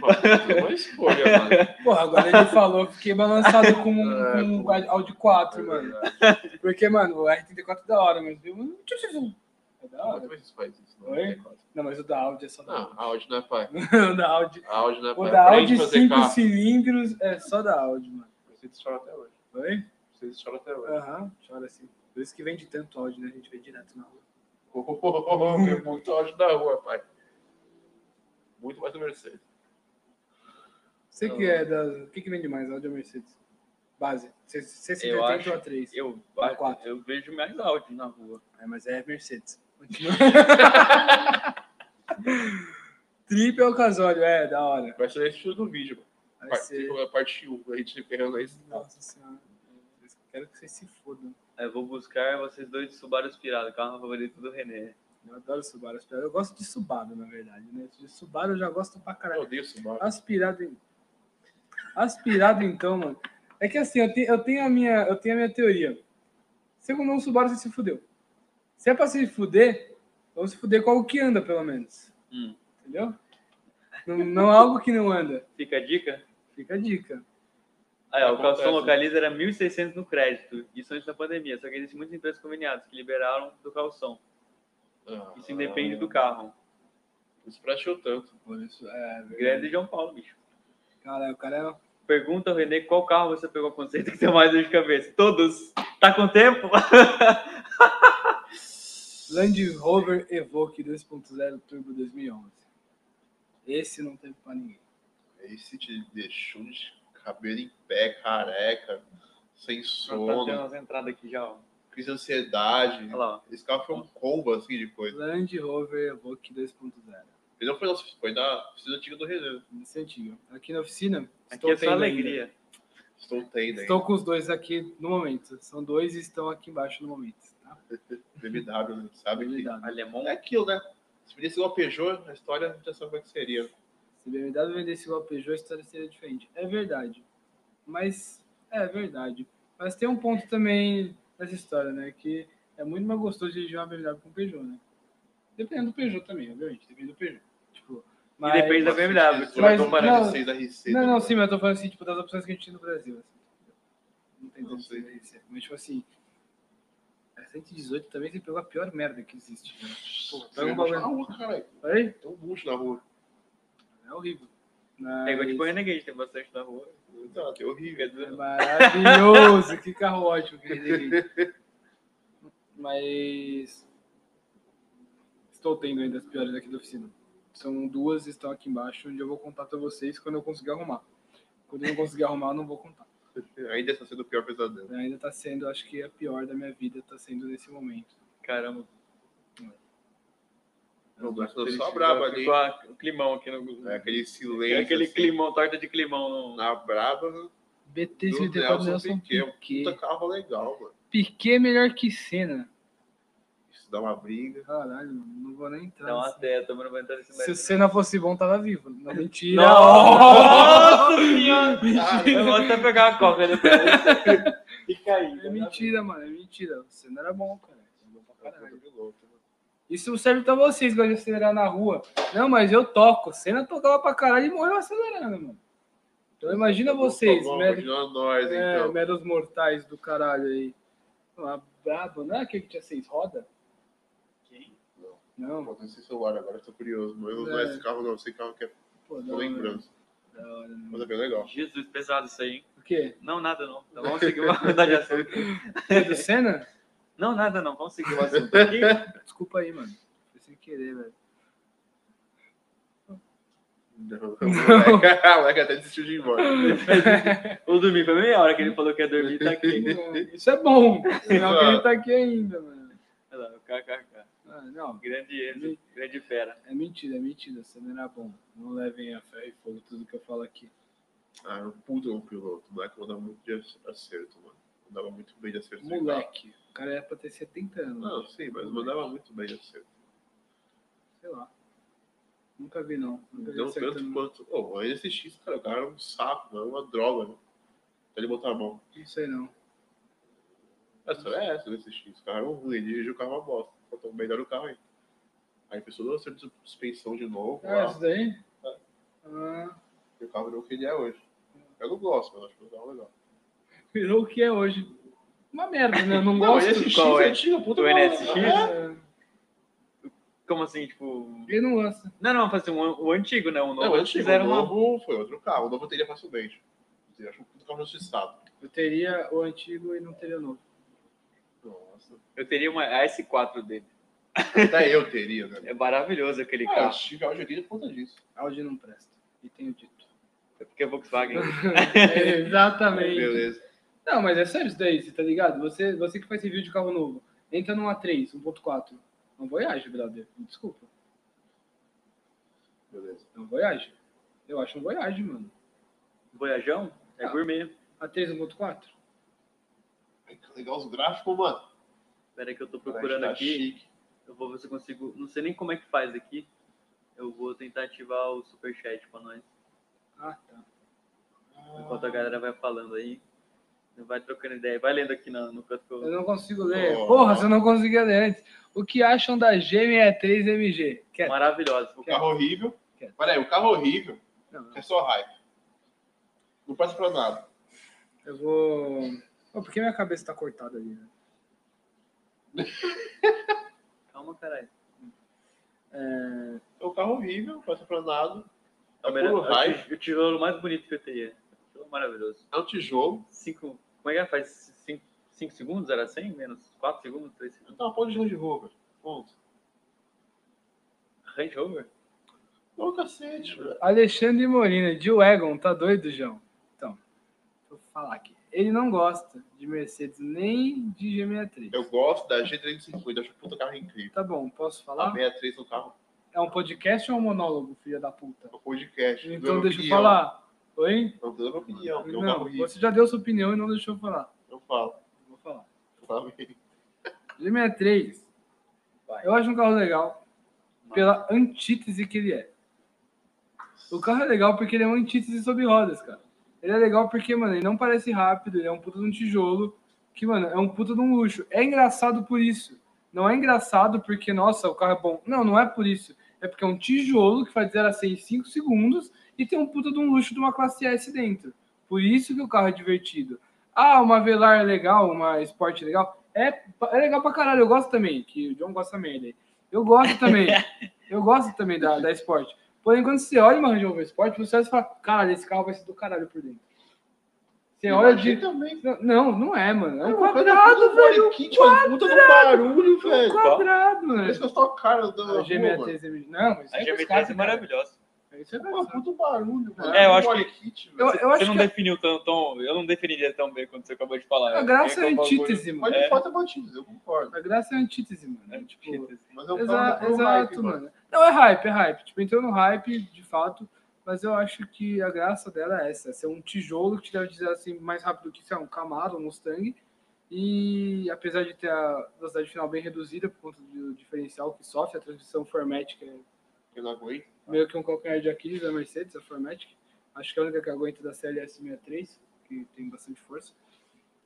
[SPEAKER 1] Mano, uma escolha, mano.
[SPEAKER 2] Porra, agora ele falou, eu fiquei balançado com
[SPEAKER 1] É,
[SPEAKER 2] um,
[SPEAKER 1] pô.
[SPEAKER 2] com um Audi 4,
[SPEAKER 1] É
[SPEAKER 2] mano.
[SPEAKER 1] verdade.
[SPEAKER 2] Porque, mano, o R34 é da hora, mas viu? Tchum, tchum, tchum. É da hora.
[SPEAKER 1] Como é que isso faz isso? Não,
[SPEAKER 2] Oi?
[SPEAKER 1] tem como.
[SPEAKER 2] Não, mas o da Audi é só da
[SPEAKER 1] Não,
[SPEAKER 2] Audi.
[SPEAKER 1] a Audi não é pai.
[SPEAKER 2] O da Audi.
[SPEAKER 1] A Audi não é
[SPEAKER 2] O
[SPEAKER 1] pai.
[SPEAKER 2] da Audi
[SPEAKER 1] Pra gente fazer
[SPEAKER 2] 5
[SPEAKER 1] carro.
[SPEAKER 2] cilindros é só da Audi, mano.
[SPEAKER 1] Vocês choram até hoje.
[SPEAKER 2] Oi?
[SPEAKER 1] Vocês choram até hoje.
[SPEAKER 2] Aham, chora assim. Por isso que vende tanto Audi, né? A gente vê direto na rua.
[SPEAKER 1] Tem muito Audi na rua, pai. Muito mais do Mercedes.
[SPEAKER 2] Você que é da. O que, que vende mais, Audi ou Mercedes? Base. C-
[SPEAKER 3] Eu acho-
[SPEAKER 2] C180 ou A3?
[SPEAKER 3] Eu,
[SPEAKER 2] Ou quatro.
[SPEAKER 3] eu vejo mais Audi na rua.
[SPEAKER 2] É, mas é Mercedes. Continua. Triple é o casório, é, da hora.
[SPEAKER 1] Vai ser esse estilo do vídeo, mano.
[SPEAKER 2] Vai
[SPEAKER 1] Parte,
[SPEAKER 2] ser.
[SPEAKER 1] Como é a parte 1, a gente ferrando aí.
[SPEAKER 2] Nossa senhora. Eu quero que vocês se fodam.
[SPEAKER 3] Eu vou buscar vocês dois de Subaru Inspirado, carro favorito do René.
[SPEAKER 2] Eu adoro Subaru. Aspirado. Eu gosto de Subaru, na verdade, né? De Subaru eu já gosto pra caralho.
[SPEAKER 1] Eu odeio esse mapa.
[SPEAKER 2] Aspirado, em- aspirado então, mano. É que assim, eu, te- eu tenho a minha, eu tenho a minha teoria. Você comprou um Subaru, você se fudeu. Se é pra se fuder, vamos se fuder com algo que anda, pelo menos.
[SPEAKER 3] Hum.
[SPEAKER 2] Entendeu? Não, não é algo que não anda.
[SPEAKER 3] Fica a dica?
[SPEAKER 2] Fica a dica.
[SPEAKER 3] Ah, é, o
[SPEAKER 1] Acontece.
[SPEAKER 3] calção localiza era 1.600 no crédito, isso antes da pandemia, só que existem muitas empresas conveniadas que liberaram do calção.
[SPEAKER 1] Ah,
[SPEAKER 3] Isso independe do carro.
[SPEAKER 1] Isso prateou tanto.
[SPEAKER 2] Por isso, é,
[SPEAKER 3] Grande João Paulo, bicho.
[SPEAKER 2] Cara, o cara é...
[SPEAKER 3] Pergunta ao Renê qual carro você pegou conceito que tem mais dor de cabeça. Todos. Tá com tempo?
[SPEAKER 2] Land Rover Evoque 2.0 Turbo 2011. Esse não teve pra ninguém.
[SPEAKER 1] Esse te deixou de cabelo em pé, careca, sem
[SPEAKER 3] Tá tendo
[SPEAKER 1] sono,
[SPEAKER 3] umas entradas aqui já, ó.
[SPEAKER 1] crise de ansiedade.
[SPEAKER 3] Olha lá, ó.
[SPEAKER 1] Esse carro foi um combo assim de coisa.
[SPEAKER 2] Land Rover Evoque 2.0.
[SPEAKER 1] Ele não foi nosso, foi da oficina antiga do Renan.
[SPEAKER 2] Nesse antigo. Aqui na oficina.
[SPEAKER 3] Aqui é só
[SPEAKER 2] tendo ainda.
[SPEAKER 3] alegria.
[SPEAKER 1] Estou tendo aí.
[SPEAKER 2] Estou com os dois aqui no momento. São dois e estão aqui embaixo no momento. Tá?
[SPEAKER 1] BMW, né? sabe? que-
[SPEAKER 2] BMW.
[SPEAKER 3] Alemão.
[SPEAKER 1] É aquilo, né? Se podia ser uma Peugeot, a história já sabe como é que seria.
[SPEAKER 2] Se BMW vendesse igual a Peugeot, a história seria diferente. É verdade. Mas é verdade. Mas tem um ponto também nessa história, né? Que é muito mais gostoso dirigir uma BMW com Peugeot, né? Dependendo do Peugeot também, obviamente. Depende do Peugeot. Tipo, mas...
[SPEAKER 3] E depende da
[SPEAKER 1] Nossa,
[SPEAKER 3] BMW.
[SPEAKER 1] Você vai
[SPEAKER 2] Mas-
[SPEAKER 1] tomar
[SPEAKER 2] não.
[SPEAKER 1] 16 RC.
[SPEAKER 2] Não,
[SPEAKER 1] né?
[SPEAKER 2] não, sim, mas eu tô falando assim, tipo, das opções que a gente tem no Brasil. assim. Não tem
[SPEAKER 1] Não
[SPEAKER 2] como
[SPEAKER 1] sei.
[SPEAKER 2] ser isso. Mas, tipo assim, a 118 também você pegou a pior merda que existe. Né? Pô,
[SPEAKER 1] Você
[SPEAKER 2] pega um
[SPEAKER 1] vai mostrar na
[SPEAKER 2] bagulho.
[SPEAKER 1] rua, caralho.
[SPEAKER 2] Aí,
[SPEAKER 1] Tem um bucho na rua.
[SPEAKER 2] é horrível.
[SPEAKER 3] É igual tipo
[SPEAKER 2] Mas
[SPEAKER 3] Renegade, tem bastante na rua.
[SPEAKER 1] Exato, é horrível.
[SPEAKER 2] é maravilhoso, que carro ótimo que ele tem. Mas. Estou tendo ainda as piores aqui da oficina. São duas, estão aqui embaixo, onde eu vou contar pra vocês quando eu conseguir arrumar. Quando eu não conseguir arrumar, eu não vou contar.
[SPEAKER 1] Ainda está sendo o pior pesadelo.
[SPEAKER 2] Ainda tá sendo, acho que a pior da minha vida tá sendo nesse momento.
[SPEAKER 3] Caramba.
[SPEAKER 1] Não, mas eu sou
[SPEAKER 3] Ficou-
[SPEAKER 1] brabo ali.
[SPEAKER 3] ficou a- o climão aqui no.
[SPEAKER 1] É aquele
[SPEAKER 3] É
[SPEAKER 1] silêncio.
[SPEAKER 3] aquele
[SPEAKER 1] assim,
[SPEAKER 3] climão, torta de climão no.
[SPEAKER 1] Na braba, né?
[SPEAKER 2] BT
[SPEAKER 1] Do
[SPEAKER 2] 54
[SPEAKER 1] Nelson
[SPEAKER 2] Nelson
[SPEAKER 1] Piquet, um puta
[SPEAKER 2] Piquet.
[SPEAKER 1] carro legal, mano.
[SPEAKER 2] Piquet é melhor que Senna.
[SPEAKER 1] Isso dá uma briga.
[SPEAKER 2] Caralho, mano, não vou nem entrar.
[SPEAKER 3] Dá uma
[SPEAKER 2] nessa-
[SPEAKER 3] teta, mas não vai entrar tá nesse
[SPEAKER 2] Se o
[SPEAKER 3] mérito.
[SPEAKER 2] Senna fosse bom, tava vivo. Não, é mentira.
[SPEAKER 3] Nossa senhora! Eu vou até pegar uma coca depois. E cair.
[SPEAKER 2] É mentira, mano, é mentira. O Senna era bom, cara. Era bom pra caralho.
[SPEAKER 1] Caralho. é
[SPEAKER 2] Isso serve pra tá vocês que gostam de acelerar na rua. Não, mas eu toco. Senna tocava pra caralho e morreu acelerando, mano. Então imagina vocês, merda
[SPEAKER 1] Imagina nós,
[SPEAKER 2] É,
[SPEAKER 1] então.
[SPEAKER 2] meros mortais do caralho aí. Ah, brabo, não é aquele que tinha seis rodas? Não,
[SPEAKER 1] Botei esse celular agora, eu tô curioso. Mas não é
[SPEAKER 2] É.
[SPEAKER 1] esse carro, não. Esse carro que é
[SPEAKER 2] pô,
[SPEAKER 1] tô
[SPEAKER 2] não.
[SPEAKER 1] lembrando.
[SPEAKER 2] Da hora, né?
[SPEAKER 1] Mas é bem legal.
[SPEAKER 3] Jesus, pesado isso aí, hein?
[SPEAKER 2] O quê?
[SPEAKER 3] Não, nada não. Então vamos seguir uma mudar de assunto.
[SPEAKER 2] Pedro Senna?
[SPEAKER 3] Não, nada não. Vamos seguir o assunto aqui.
[SPEAKER 2] Desculpa aí, mano. Foi sem querer, velho.
[SPEAKER 1] Não, o moleque- o moleque até desistiu de ir embora.
[SPEAKER 3] Vou dormir pra meia hora que ele falou que ia dormir, tá aqui.
[SPEAKER 2] Isso é bom.
[SPEAKER 1] Ah.
[SPEAKER 2] Sinal que ele tá aqui ainda, mano.
[SPEAKER 3] Olha lá, o KKK.
[SPEAKER 2] Ah, não,
[SPEAKER 3] Grande Enzo, grande fera.
[SPEAKER 2] é mentira, é mentira. Senna era bom. Não levem a fé e fogo tudo que eu falo aqui.
[SPEAKER 1] Ah, era um puto um piloto. O moleque mandava muito de acerto, mano. Mandava muito bem de acerto. sem carro.
[SPEAKER 2] Moleque. O cara era pra ter 70 anos.
[SPEAKER 1] Não, sim, mas mandava muito bem assim. de acerto.
[SPEAKER 2] Sei lá. Nunca vi, não. Nunca vi
[SPEAKER 1] Não
[SPEAKER 2] acertando.
[SPEAKER 1] tanto quanto. Pô, o NSX, cara, o cara era um saco, era uma droga, né? Pra ele botar a mão.
[SPEAKER 2] Não sei, não.
[SPEAKER 1] Essa é essa do NSX, o carro era um ruim, ele dirigiu o carro uma bosta. Faltou melhor o carro aí. Aí pensou, não, acerto de suspensão de novo,
[SPEAKER 2] Ah,
[SPEAKER 1] lá,
[SPEAKER 2] isso daí?
[SPEAKER 1] É.
[SPEAKER 2] Ah,
[SPEAKER 1] e o carro virou o que ele é hoje. Eu não gosto, mas acho que o carro é legal.
[SPEAKER 2] virou o que é hoje. Uma merda, né? Eu não
[SPEAKER 1] Não, o
[SPEAKER 2] gosto.
[SPEAKER 1] NSX
[SPEAKER 3] qual
[SPEAKER 1] é
[SPEAKER 3] é?
[SPEAKER 1] antigo, puta
[SPEAKER 3] O
[SPEAKER 1] bola.
[SPEAKER 3] NSX?
[SPEAKER 1] É,
[SPEAKER 2] É,
[SPEAKER 3] Como assim, tipo.
[SPEAKER 2] Ele não gosta.
[SPEAKER 3] Não, não, assim, o, o antigo, né? O novo.
[SPEAKER 1] Não,
[SPEAKER 3] eles
[SPEAKER 1] antes
[SPEAKER 3] fizeram
[SPEAKER 1] É, o
[SPEAKER 3] uma.
[SPEAKER 1] novo foi outro carro. O novo eu teria facilmente. Eu acho um puta carro injustiçado.
[SPEAKER 2] Eu teria o antigo e não teria o novo.
[SPEAKER 1] Nossa.
[SPEAKER 3] Eu teria uma a S4 dele.
[SPEAKER 1] Até eu teria, né?
[SPEAKER 3] É maravilhoso aquele
[SPEAKER 1] Ah, eu
[SPEAKER 3] carro.
[SPEAKER 1] tive áudio aqui por conta disso.
[SPEAKER 2] Audi não presta. E tenho dito.
[SPEAKER 3] É porque é Volkswagen.
[SPEAKER 2] Exatamente.
[SPEAKER 1] Beleza.
[SPEAKER 2] Não, mas é sério isso daí, você tá ligado? Você, você que faz review de carro novo, entra num A3, 1.4. Não voyage, brother. Me Desculpa.
[SPEAKER 1] Beleza.
[SPEAKER 2] Não voyage. Eu acho um voyage, mano. um
[SPEAKER 3] Voyajão? É
[SPEAKER 2] Ah.
[SPEAKER 3] gourmet.
[SPEAKER 2] A3, 1.4?
[SPEAKER 1] Ai, que legal os gráficos, mano.
[SPEAKER 3] Espera aí que eu tô procurando
[SPEAKER 1] Tá
[SPEAKER 3] aqui.
[SPEAKER 1] chique.
[SPEAKER 3] Eu vou ver se eu consigo. Não sei nem como é que faz aqui. Eu vou tentar ativar o superchat pra nós.
[SPEAKER 2] Ah, tá.
[SPEAKER 3] Enquanto a galera vai falando aí. Vai trocando ideia. Vai lendo aqui na- no canto que eu.
[SPEAKER 2] Eu não consigo ler.
[SPEAKER 1] Oh.
[SPEAKER 2] Porra, se eu não conseguia ler antes. O que acham da GME3 MG? Que é-
[SPEAKER 3] Maravilhoso.
[SPEAKER 1] O carro horrível.
[SPEAKER 2] Quieto.
[SPEAKER 1] Pera aí, o carro horrível
[SPEAKER 2] Não, não.
[SPEAKER 1] é só hype. Não presta pra nada.
[SPEAKER 2] Eu vou... Pô, por que minha cabeça tá cortada ali, né?
[SPEAKER 3] Calma, caralho.
[SPEAKER 1] Tá É um carro horrível, não presta pra nada.
[SPEAKER 3] É
[SPEAKER 1] É
[SPEAKER 3] o, melhor,
[SPEAKER 1] puro
[SPEAKER 3] é o
[SPEAKER 1] hype.
[SPEAKER 3] ti- o tijolo mais bonito que eu teria. Tijolo maravilhoso.
[SPEAKER 1] É um tijolo.
[SPEAKER 3] Cinco, como é que é? Faz 5 segundos? Era 100? Menos 4 segundos? 3 segundos?
[SPEAKER 1] Então, pode de Land Rover. Ponto.
[SPEAKER 3] Range Rover?
[SPEAKER 1] Ô, É um cacete, velho.
[SPEAKER 2] Alexandre Molina, de Wagon, tá doido, João? Então, vou falar aqui. Ele não gosta de Mercedes nem de G63.
[SPEAKER 1] Eu gosto da G350, acho um puta carro incrível.
[SPEAKER 2] Tá bom, posso
[SPEAKER 1] A
[SPEAKER 2] falar?
[SPEAKER 1] 63 é um carro
[SPEAKER 2] É um podcast ou é um monólogo, filha da puta?
[SPEAKER 1] é um podcast. não é
[SPEAKER 2] Então
[SPEAKER 1] uma
[SPEAKER 2] deixa eu
[SPEAKER 1] opinião.
[SPEAKER 2] falar. Oi?
[SPEAKER 1] Não dando minha opinião, porque é um carro
[SPEAKER 2] Não,
[SPEAKER 1] horrível.
[SPEAKER 2] você já deu sua opinião e não deixou eu falar.
[SPEAKER 1] Eu falo.
[SPEAKER 2] Vou falar.
[SPEAKER 1] Eu falo mesmo.
[SPEAKER 2] G63,
[SPEAKER 3] Vai.
[SPEAKER 2] é eu acho um carro legal pela antítese que ele é. O carro é legal porque ele é uma antítese sobre rodas, cara. Ele é legal porque, mano, ele não parece rápido, ele é um puta de um tijolo, que, mano, é um puta de um luxo. É engraçado por isso. Não é engraçado porque, nossa, o carro é bom. Não, não é por isso. É porque é um tijolo que faz 0 a 100 em 5 segundos e tem um puta de um luxo de uma classe S dentro. Por isso que o carro é divertido. Ah, uma Velar é legal, uma Sport é legal. É, é legal pra caralho, eu gosto também, que o John gosta merda aí. Eu gosto também. eu gosto também da, da Sport. Porém, quando você olha uma Range Rover Sport, você olha e fala, caralho, esse carro vai ser do caralho por dentro. Você olha de...
[SPEAKER 1] Imagina também.
[SPEAKER 2] Não, Não, não é, mano. É um
[SPEAKER 1] Cara,
[SPEAKER 2] quadrado,
[SPEAKER 1] puta
[SPEAKER 2] velho.
[SPEAKER 1] Kit faz puta do barulho,
[SPEAKER 2] Um
[SPEAKER 1] velho.
[SPEAKER 2] quadrado,
[SPEAKER 1] Parece
[SPEAKER 2] velho.
[SPEAKER 1] que eu estou a cara do.
[SPEAKER 2] A GMA3 MG. Não, mas
[SPEAKER 3] A
[SPEAKER 2] é
[SPEAKER 3] GM3
[SPEAKER 2] pescado,
[SPEAKER 3] é
[SPEAKER 2] cara.
[SPEAKER 3] maravilhosa.
[SPEAKER 2] Isso é
[SPEAKER 1] Pô,
[SPEAKER 2] pescado.
[SPEAKER 1] puta um barulho, velho.
[SPEAKER 3] É, eu acho
[SPEAKER 1] Olha Kit, velho.
[SPEAKER 2] Eu, eu
[SPEAKER 3] Você
[SPEAKER 2] acho
[SPEAKER 3] não
[SPEAKER 2] que
[SPEAKER 3] definiu tão, tão. Eu não definiria tão bem quanto você acabou de falar.
[SPEAKER 2] a graça é a
[SPEAKER 3] Eu-
[SPEAKER 2] antítese,
[SPEAKER 1] Mas
[SPEAKER 2] mano.
[SPEAKER 1] de
[SPEAKER 3] É.
[SPEAKER 1] fato é batido, eu concordo.
[SPEAKER 2] A graça é a antítese, mano.
[SPEAKER 3] É,
[SPEAKER 2] É, Tipo,
[SPEAKER 1] Mas é um
[SPEAKER 2] exa-
[SPEAKER 1] carro
[SPEAKER 2] exato, mano. Não, é hype, é hype. Tipo, entrou no hype, de fato. Mas eu acho que a graça dela é essa. é Ser um tijolo que te leva dizer assim mais rápido que, sei lá, um Camaro, um Mustang. E apesar de ter a velocidade final bem reduzida por conta do diferencial que sofre, a transmissão Formatic é
[SPEAKER 1] Eu não aguento.
[SPEAKER 2] meio que um calcanhar de Aquiles da Mercedes, a Formatic. Acho que é a única que aguenta da CLS63, que tem bastante força.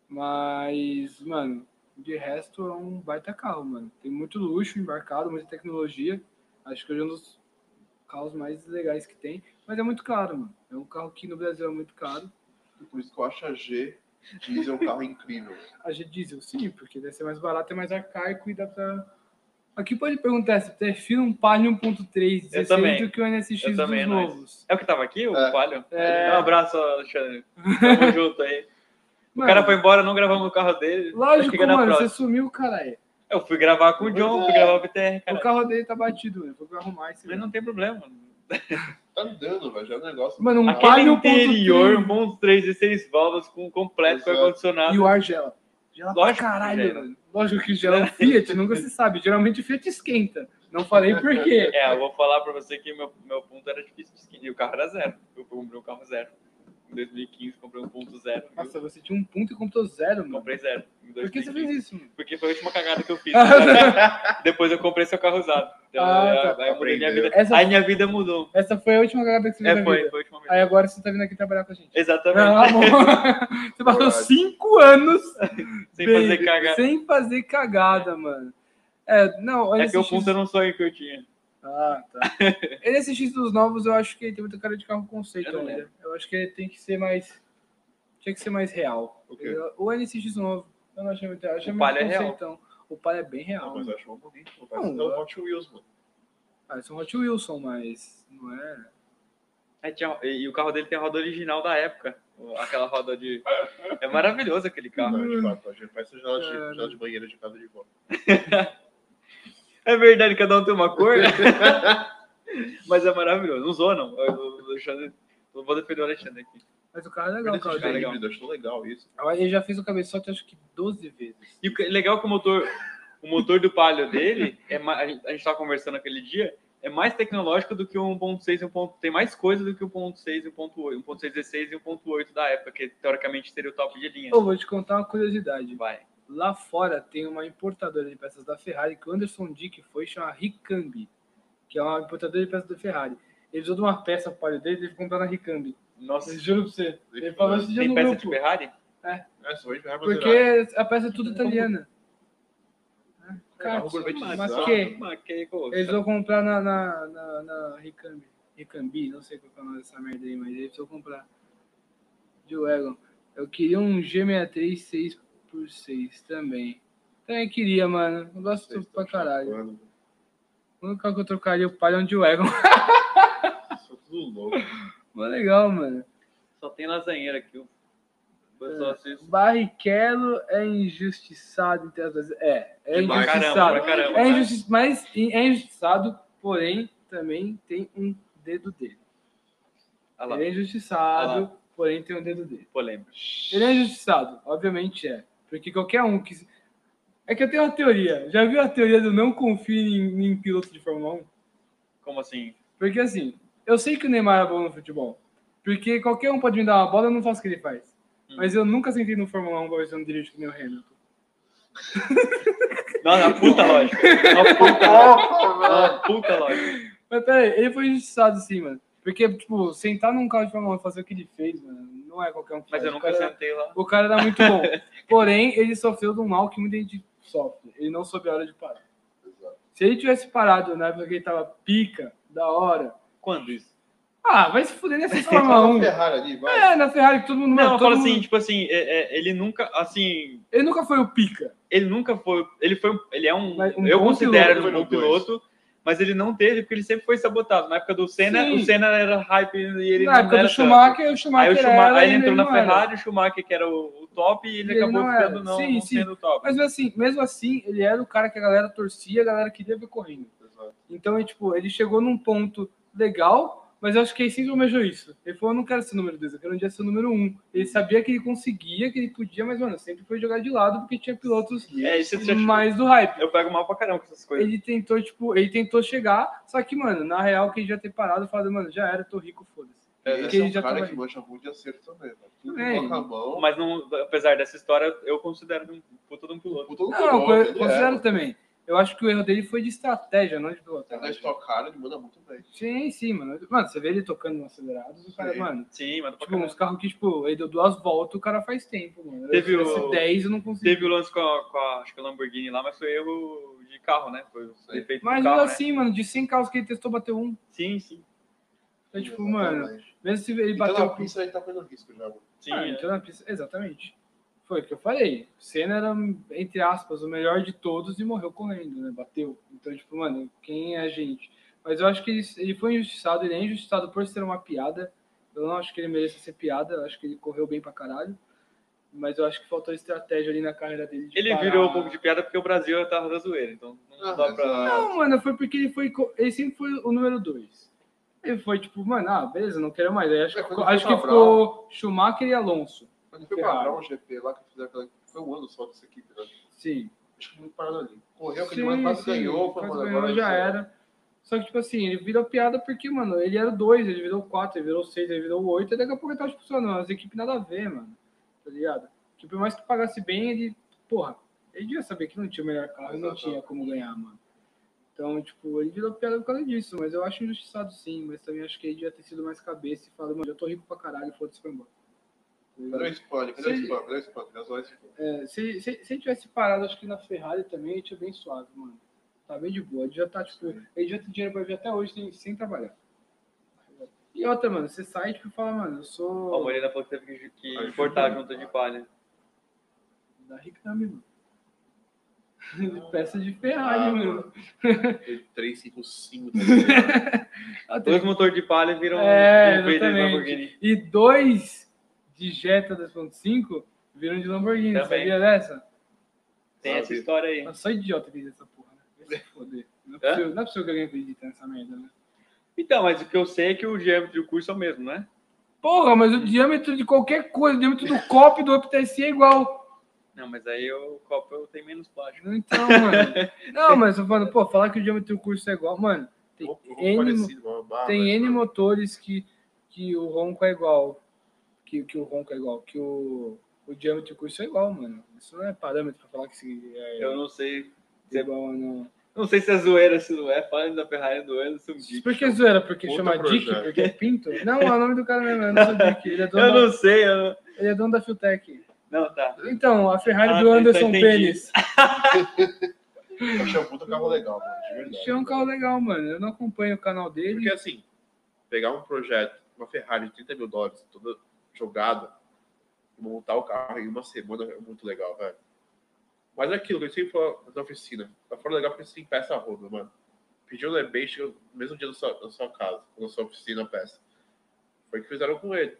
[SPEAKER 2] Mas, mano, de resto é um baita carro, mano. Tem muito luxo embarcado, muita tecnologia. Acho que hoje é um dos carros mais legais que tem. Mas é muito caro, mano. É um carro que no Brasil é muito caro.
[SPEAKER 1] Por isso que eu acho a G diesel um carro incrível.
[SPEAKER 2] A G diesel, sim, porque deve ser mais barato, é mais arcaico e dá pra Aqui pode perguntar se prefiro um Palio 1.3
[SPEAKER 3] Eu também.
[SPEAKER 2] 16 do que o NSX
[SPEAKER 3] Eu
[SPEAKER 2] dos
[SPEAKER 3] também, nós.
[SPEAKER 2] novos.
[SPEAKER 3] É o que tava aqui, o
[SPEAKER 1] É.
[SPEAKER 3] Palio?
[SPEAKER 2] É.
[SPEAKER 3] Dá um abraço, Alexandre. Tamo junto aí. O
[SPEAKER 2] Mano,
[SPEAKER 3] cara foi embora, não gravamos o carro dele. Acho que
[SPEAKER 2] Lógico,
[SPEAKER 3] fica na
[SPEAKER 2] mano, você
[SPEAKER 3] próxima.
[SPEAKER 2] sumiu, caralho.
[SPEAKER 3] Eu fui gravar com o John, fui gravar com o BTR,
[SPEAKER 2] O
[SPEAKER 3] cara.
[SPEAKER 2] carro dele tá batido, né? Foi pra arrumar esse.
[SPEAKER 3] Mas não tem problema.
[SPEAKER 1] Tá andando, velho. Já é um negócio.
[SPEAKER 2] Mano, um
[SPEAKER 3] Aquele
[SPEAKER 2] Palio
[SPEAKER 3] interior,
[SPEAKER 2] 1.3
[SPEAKER 3] bom, três e seis válvulas com completo, com
[SPEAKER 1] Exato.
[SPEAKER 3] ar-condicionado.
[SPEAKER 2] e o ar gela. Gela pra
[SPEAKER 3] Lógico que
[SPEAKER 2] caralho,
[SPEAKER 3] gela.
[SPEAKER 2] mano. Lógico que gela. O Fiat nunca se sabe. Geralmente o Fiat esquenta. Não falei por quê.
[SPEAKER 3] É, eu vou falar pra você que meu, meu ponto era difícil de skin. E o carro era zero. Eu comprei um carro zero. Em 2015, comprei um ponto zero. viu?
[SPEAKER 2] Nossa, você tinha um ponto e contou zero, mano.
[SPEAKER 3] Comprei zero. Em
[SPEAKER 2] Por que você
[SPEAKER 3] 2015.
[SPEAKER 2] fez isso, mano?
[SPEAKER 3] Porque foi a última cagada que eu fiz.
[SPEAKER 2] Ah,
[SPEAKER 3] Depois eu comprei seu carro usado. Então,
[SPEAKER 2] Ah, tá.
[SPEAKER 3] aí- aí, eu mudei minha vida.
[SPEAKER 2] Essa-
[SPEAKER 3] aí minha vida mudou.
[SPEAKER 2] Essa foi a última cagada que você fez
[SPEAKER 3] É,
[SPEAKER 2] na
[SPEAKER 3] foi,
[SPEAKER 2] vida.
[SPEAKER 3] foi a última vez.
[SPEAKER 2] Aí agora você tá vindo aqui trabalhar com a gente.
[SPEAKER 3] Exatamente.
[SPEAKER 2] Ah, bom. Você passou
[SPEAKER 1] Coragem.
[SPEAKER 2] cinco anos
[SPEAKER 3] Sem
[SPEAKER 2] bem-
[SPEAKER 3] fazer cagada.
[SPEAKER 2] sem fazer cagada, mano. É, não,
[SPEAKER 3] É
[SPEAKER 2] NSX...
[SPEAKER 3] que eu ponto era um sonho que eu tinha.
[SPEAKER 2] Ah, tá. NSX dos novos, eu acho que ele tem muita cara de carro conceito
[SPEAKER 3] Eu não
[SPEAKER 2] ainda. Eu acho que ele tem que ser mais... Tinha que ser mais real.
[SPEAKER 1] O quê?
[SPEAKER 2] O NSX novo, eu não achei muito real. eu Achei
[SPEAKER 3] O
[SPEAKER 2] muito
[SPEAKER 3] Palio é real.
[SPEAKER 2] conceitão. O palha é bem real.
[SPEAKER 1] Não, mas eu acho uma bonita. Parece
[SPEAKER 2] Não,
[SPEAKER 1] não, Hot Wheels, mano.
[SPEAKER 2] Parece um Hot Wilson, mas não é...
[SPEAKER 3] Aí tinha- e, e o carro dele tem a roda original da época. Aquela roda de. É maravilhoso aquele
[SPEAKER 2] Uhum.
[SPEAKER 3] carro.
[SPEAKER 1] Não, de fato, acho que parece um janela de,
[SPEAKER 2] Cara.
[SPEAKER 1] janela de banheiro de casa de vó.
[SPEAKER 3] É verdade, cada um tem uma cor. Mas é maravilhoso. Não zoa, não. Eu, eu- o Alexandre- eu vou defender o Alexandre aqui.
[SPEAKER 2] Mas o carro é legal,
[SPEAKER 1] Não,
[SPEAKER 2] o carro
[SPEAKER 1] cara,
[SPEAKER 2] é
[SPEAKER 1] cara,
[SPEAKER 2] legal.
[SPEAKER 3] legal.
[SPEAKER 1] híbrido, acho tão legal isso.
[SPEAKER 2] Ele já fez o cabeçote acho que 12 vezes.
[SPEAKER 3] E o que- legal que o motor, o motor do Palio dele, é ma- a gente estava conversando aquele dia, é mais tecnológico do que o 1.6 e o ponto, tem mais coisa do que um o 1.6 e o 1.8, o 1.6 16 e o 1.8 da época, que teoricamente seria o top de linha.
[SPEAKER 2] Eu vou te contar uma curiosidade.
[SPEAKER 3] Vai.
[SPEAKER 2] Lá fora tem uma importadora de peças da Ferrari que o Anderson Dick foi chamar Ricambi, que é uma importadora de peças da Ferrari. Ele usou de uma peça para o dele e teve que comprar na Ricambi.
[SPEAKER 3] Nossa,
[SPEAKER 2] Eu Juro pra você. Ele falou esse dia
[SPEAKER 3] tem
[SPEAKER 2] no
[SPEAKER 3] peça de
[SPEAKER 2] grupo.
[SPEAKER 3] Ferrari?
[SPEAKER 1] É, só vai ferrar
[SPEAKER 2] Porque a peça é tudo italiana. É, Cara,
[SPEAKER 1] Carro gourmetizado.
[SPEAKER 2] mas que
[SPEAKER 3] Mas que coisa.
[SPEAKER 2] eles vão comprar na, na, na, na Ricambi. Ricambi, não sei qual que é o nome dessa merda aí, mas eles vão comprar. De Wagon. Eu queria um G63 6x6 também. Também queria, mano. Eu gosto
[SPEAKER 1] Vocês tá
[SPEAKER 2] pra
[SPEAKER 1] estão
[SPEAKER 2] caralho.
[SPEAKER 1] chapando.
[SPEAKER 2] O único carro que eu trocaria o Palio é um de Wagon.
[SPEAKER 1] Vocês são tudo louco.
[SPEAKER 2] Mó legal, mano.
[SPEAKER 3] Só tem lasanheira aqui. eu- Eu
[SPEAKER 2] É.
[SPEAKER 3] só assisto.
[SPEAKER 2] Barrichello é injustiçado entre as duas. É, é
[SPEAKER 1] Demais.
[SPEAKER 3] Caramba,
[SPEAKER 2] injustiçado.
[SPEAKER 3] pra caramba.
[SPEAKER 2] É
[SPEAKER 3] cara.
[SPEAKER 2] injusti mas é injustiçado, porém, também tem um dedo dele.
[SPEAKER 3] Olha lá,
[SPEAKER 2] Ele é injustiçado, porém tem um dedo dele.
[SPEAKER 3] polêmica.
[SPEAKER 2] Ele é injustiçado, obviamente é. Porque qualquer um que. É que eu tenho uma teoria. Já viu a teoria do não confie em, em piloto de Fórmula 1?
[SPEAKER 3] Como assim?
[SPEAKER 2] Porque assim, eu sei que o Neymar é bom no futebol. Porque qualquer um pode me dar uma bola, eu não faço o que ele faz.
[SPEAKER 3] Hum.
[SPEAKER 2] Mas eu nunca sentei no Fórmula 1 pra ver se eu não dirijo que nem o Hamilton.
[SPEAKER 3] Não, na puta lógica. Na puta lógica. Na puta lógica.
[SPEAKER 2] Mas peraí, ele foi injustiçado sim, mano. Porque, tipo, sentar num carro de Fórmula 1 e fazer o que ele fez, mano, não é qualquer um que
[SPEAKER 3] Mas
[SPEAKER 2] faz.
[SPEAKER 3] eu
[SPEAKER 2] O
[SPEAKER 3] nunca
[SPEAKER 2] cara-
[SPEAKER 3] sentei lá.
[SPEAKER 2] O cara era muito bom. Porém, ele sofreu de um mal que muita gente sofre. Ele não soube a hora de parar.
[SPEAKER 1] Exato.
[SPEAKER 2] Se ele tivesse parado na época que ele tava pica, da hora.
[SPEAKER 3] Quando isso?
[SPEAKER 2] Ah, vai se fuder nessa Fórmula
[SPEAKER 1] Faz uma
[SPEAKER 2] 1.
[SPEAKER 1] Ferrari ali, vai.
[SPEAKER 2] É, na Ferrari que todo mundo.
[SPEAKER 3] Não,
[SPEAKER 2] mano,
[SPEAKER 3] eu
[SPEAKER 2] todo
[SPEAKER 3] falo assim,
[SPEAKER 2] mundo-
[SPEAKER 3] tipo assim, é- é, ele nunca, assim,
[SPEAKER 2] Ele nunca foi o pica.
[SPEAKER 3] ele nunca foi, ele foi, um- ele é um,
[SPEAKER 2] Mas um
[SPEAKER 3] eu
[SPEAKER 2] bom
[SPEAKER 3] considero ele
[SPEAKER 1] piloto.
[SPEAKER 3] um bom piloto, mas ele não teve, porque ele sempre foi sabotado. Na época do Senna,
[SPEAKER 2] Sim.
[SPEAKER 3] o Senna era hype e ele
[SPEAKER 2] na
[SPEAKER 3] não
[SPEAKER 2] época
[SPEAKER 3] era
[SPEAKER 2] do
[SPEAKER 3] tanto.
[SPEAKER 2] Schumacher, o
[SPEAKER 3] Aí,
[SPEAKER 2] Schumacher
[SPEAKER 3] o Schumacher,
[SPEAKER 2] era,
[SPEAKER 3] aí ele
[SPEAKER 2] ele
[SPEAKER 3] entrou na
[SPEAKER 2] não era.
[SPEAKER 3] Ferrari, o Schumacher que era o, o top, e ele,
[SPEAKER 2] Ele
[SPEAKER 3] acabou
[SPEAKER 2] não era.
[SPEAKER 3] ficando não,
[SPEAKER 2] Sim,
[SPEAKER 3] não
[SPEAKER 2] sim.
[SPEAKER 3] sendo o top.
[SPEAKER 2] Mas assim, mesmo assim, ele era o cara que a galera torcia, a galera queria ver correndo.
[SPEAKER 1] Exato.
[SPEAKER 2] Então, é, tipo, ele chegou num ponto legal, mas eu acho que ele sempre almejou isso. Ele falou, eu não quero ser número dois, eu quero um dia ser número Um. Ele sabia que ele conseguia, que ele podia, mas, mano, sempre foi jogar de lado porque tinha pilotos
[SPEAKER 3] É, isso eu já-
[SPEAKER 2] mais do hype.
[SPEAKER 3] Eu pego mal pra caramba com essas coisas.
[SPEAKER 2] Ele tentou, tipo, ele tentou chegar, só que, mano, na real, que ele já ter parado e falado, mano, já era, tô rico, foda-se.
[SPEAKER 1] É,
[SPEAKER 2] Porque
[SPEAKER 1] esse
[SPEAKER 2] ele
[SPEAKER 1] é um
[SPEAKER 2] já
[SPEAKER 1] cara
[SPEAKER 2] tava
[SPEAKER 1] que
[SPEAKER 2] aí. É,
[SPEAKER 1] mancha muito de acerto também,
[SPEAKER 4] né?
[SPEAKER 1] mano. Tudo
[SPEAKER 2] Também.
[SPEAKER 1] toca a mão.
[SPEAKER 3] Mas não, apesar dessa história, eu considero um puta de um piloto.
[SPEAKER 1] Puta no
[SPEAKER 2] Não, não,
[SPEAKER 1] futebol,
[SPEAKER 2] eu
[SPEAKER 1] ele
[SPEAKER 2] considero
[SPEAKER 1] é.
[SPEAKER 2] também. Eu acho que o erro dele foi de estratégia, não de
[SPEAKER 1] Até na
[SPEAKER 2] pilotagem.
[SPEAKER 1] Stock Car ele manda muito bem.
[SPEAKER 2] Sim, sim, mano. Mano, você vê ele tocando no acelerado, o cara,
[SPEAKER 1] Sim.
[SPEAKER 2] mano,
[SPEAKER 3] Sim, mas pra
[SPEAKER 2] Tipo, uns
[SPEAKER 3] caramba.
[SPEAKER 2] carros que, tipo, ele deu duas voltas, o cara faz tempo, mano.
[SPEAKER 3] Teve
[SPEAKER 2] eu,
[SPEAKER 3] o-
[SPEAKER 2] tivesse 10 eu não consigo.
[SPEAKER 3] Teve o lance com a, com a- acho que a Lamborghini lá, mas foi erro de carro, né? Foi o defeito
[SPEAKER 2] Mas
[SPEAKER 3] do
[SPEAKER 2] mesmo
[SPEAKER 3] carro, né?
[SPEAKER 2] assim, mano, de 100 carros que ele testou, bateu um.
[SPEAKER 3] Sim, sim.
[SPEAKER 2] Então, tipo,
[SPEAKER 1] Exatamente.
[SPEAKER 2] mano, mesmo se ele
[SPEAKER 1] Então
[SPEAKER 2] bateu
[SPEAKER 1] na
[SPEAKER 2] pista.
[SPEAKER 1] pista ele tá correndo risco já, mano.
[SPEAKER 3] sim
[SPEAKER 2] Ah,
[SPEAKER 3] é.
[SPEAKER 2] entrou na pista. Exatamente. Foi o que eu falei. O Senna era, entre aspas, o melhor de todos e morreu correndo, né? Bateu. Então, tipo, mano, quem é a gente? Mas eu acho que ele, ele foi injustiçado, ele é injustiçado por ser uma piada. Eu não acho que ele mereça ser piada, eu acho que ele correu bem pra caralho. Mas eu acho que faltou estratégia ali na carreira dele. de
[SPEAKER 3] Ele
[SPEAKER 2] parar. Ah,
[SPEAKER 3] virou um pouco de piada porque o Brasil tava da zoeira, então não dá pra.
[SPEAKER 2] Não, mano, foi porque ele foi. co- Ele sempre foi o número dois. Ele foi tipo, mano, ah, beleza, não quero mais. Aí acho
[SPEAKER 4] É,
[SPEAKER 2] que,
[SPEAKER 4] quando
[SPEAKER 2] acho
[SPEAKER 4] foi
[SPEAKER 2] que ficou Schumacher e Alonso.
[SPEAKER 4] Quando foi pra Brown GP lá, que fizeram aquela. Foi um ano só dessa equipe, né?
[SPEAKER 2] Sim.
[SPEAKER 4] Acho que foi muito parado ali. Correu, aquele
[SPEAKER 2] Sim,
[SPEAKER 4] mano quase
[SPEAKER 2] sim,
[SPEAKER 4] ganhou, foi
[SPEAKER 2] quase
[SPEAKER 4] mano,
[SPEAKER 2] ganhou,
[SPEAKER 4] agora
[SPEAKER 2] já era. Só que, tipo assim, ele virou piada porque, mano, ele era o 2, ele virou 4, ele virou 6, ele virou 8, e daqui a pouco ele tava expulsando. As equipes nada a ver, mano. Tá ligado? Que por mais que pagasse bem, ele. Porra, ele devia saber que não tinha o melhor carro e não
[SPEAKER 4] Exatamente.
[SPEAKER 2] tinha como ganhar, mano. Então, tipo, ele virou piada por causa disso, mas eu acho injustiçado sim, mas também acho que ele devia ter sido mais cabeça e falado, mano, eu tô rico pra caralho, foda-se pra embora. Tá ligado?
[SPEAKER 4] Cadê o spoiler? Cadê o
[SPEAKER 2] Sim.
[SPEAKER 4] spoiler? Cadê o spoiler? Cadê o spoiler?
[SPEAKER 2] É, se, se, se ele tivesse parado, acho que na Ferrari também, ele tinha bem suave, mano. Tá bem de boa. Ele já tá, tipo, ele já tem dinheiro pra viver até hoje sem, sem trabalhar. E outra, mano, você sai tipo, e fala, mano, eu sou.
[SPEAKER 3] A Morena falou que teve que, que
[SPEAKER 4] Ajuda.
[SPEAKER 3] importar junto de palha.
[SPEAKER 2] Da Ricami, mano. De Peça de Ferrari,
[SPEAKER 4] Ah,
[SPEAKER 2] É mano.
[SPEAKER 4] 355. tá ligado?
[SPEAKER 2] Ah, tem-
[SPEAKER 3] Dois motores de palha viram
[SPEAKER 2] É,
[SPEAKER 3] um Vader
[SPEAKER 2] exatamente.
[SPEAKER 3] Lamborghini.
[SPEAKER 2] E dois de Jetta 2.5 viram de Lamborghini,
[SPEAKER 3] Também.
[SPEAKER 2] sabia dessa?
[SPEAKER 3] Tem essa
[SPEAKER 4] Sabe.
[SPEAKER 3] história aí.
[SPEAKER 2] Eu sou idiota que diz essa porra, né? Vai se foder. Não é
[SPEAKER 3] Hã?
[SPEAKER 2] possível, não é possível que alguém acredite nessa merda, né?
[SPEAKER 3] Então, mas o que eu sei é que o diâmetro do curso é o mesmo, né?
[SPEAKER 2] Porra, mas o diâmetro de qualquer coisa, o diâmetro do copo e do apetece é igual.
[SPEAKER 3] Não, mas aí o copo eu tenho menos plástico.
[SPEAKER 2] Então, mano. Não, mas eu tô falando, pô, falar que o diâmetro do curso é igual. Mano, tem
[SPEAKER 4] Roupa- roupa
[SPEAKER 2] N,
[SPEAKER 4] parecida, uma barba,
[SPEAKER 2] tem N
[SPEAKER 4] né?
[SPEAKER 2] motores que, que o ronco é igual. Que, que o ronco é igual. Que o, o diâmetro do curso é igual, mano. Isso não é parâmetro pra falar que se é
[SPEAKER 3] Eu não sei.
[SPEAKER 2] igual ou não.
[SPEAKER 3] Não sei se é zoeira, se não é. Falando da Ferrari do ano, sou um dick.
[SPEAKER 2] Por que zoeira? Porque
[SPEAKER 4] Outro
[SPEAKER 2] chama Dick?
[SPEAKER 4] projeto.
[SPEAKER 2] Porque é pinto? Não, é o nome do cara mesmo. Eu não sou Dick. Ele é dono,
[SPEAKER 3] Eu
[SPEAKER 2] da,
[SPEAKER 3] não sei. Eu não...
[SPEAKER 2] ele é dono da Fiotec.
[SPEAKER 3] não, tá.
[SPEAKER 2] Então, a Ferrari
[SPEAKER 3] Ah,
[SPEAKER 2] do
[SPEAKER 3] tá,
[SPEAKER 2] Anderson
[SPEAKER 3] entendi.
[SPEAKER 2] Pênis.
[SPEAKER 4] Eu achei um puta carro legal, mano, de verdade.
[SPEAKER 2] Achei um carro legal, mano. Eu não acompanho o canal dele.
[SPEAKER 1] Porque assim, pegar um projeto, uma Ferrari de 30 mil dólares, toda jogada, e montar o carro em uma semana é muito legal, velho. Mas é aquilo que eu sempre falo na oficina, tá fora legal porque você tem peça a roda, mano. Pediu no eBay, chegou no mesmo dia na sua, na sua casa, na sua oficina, a peça. Foi o que fizeram com ele.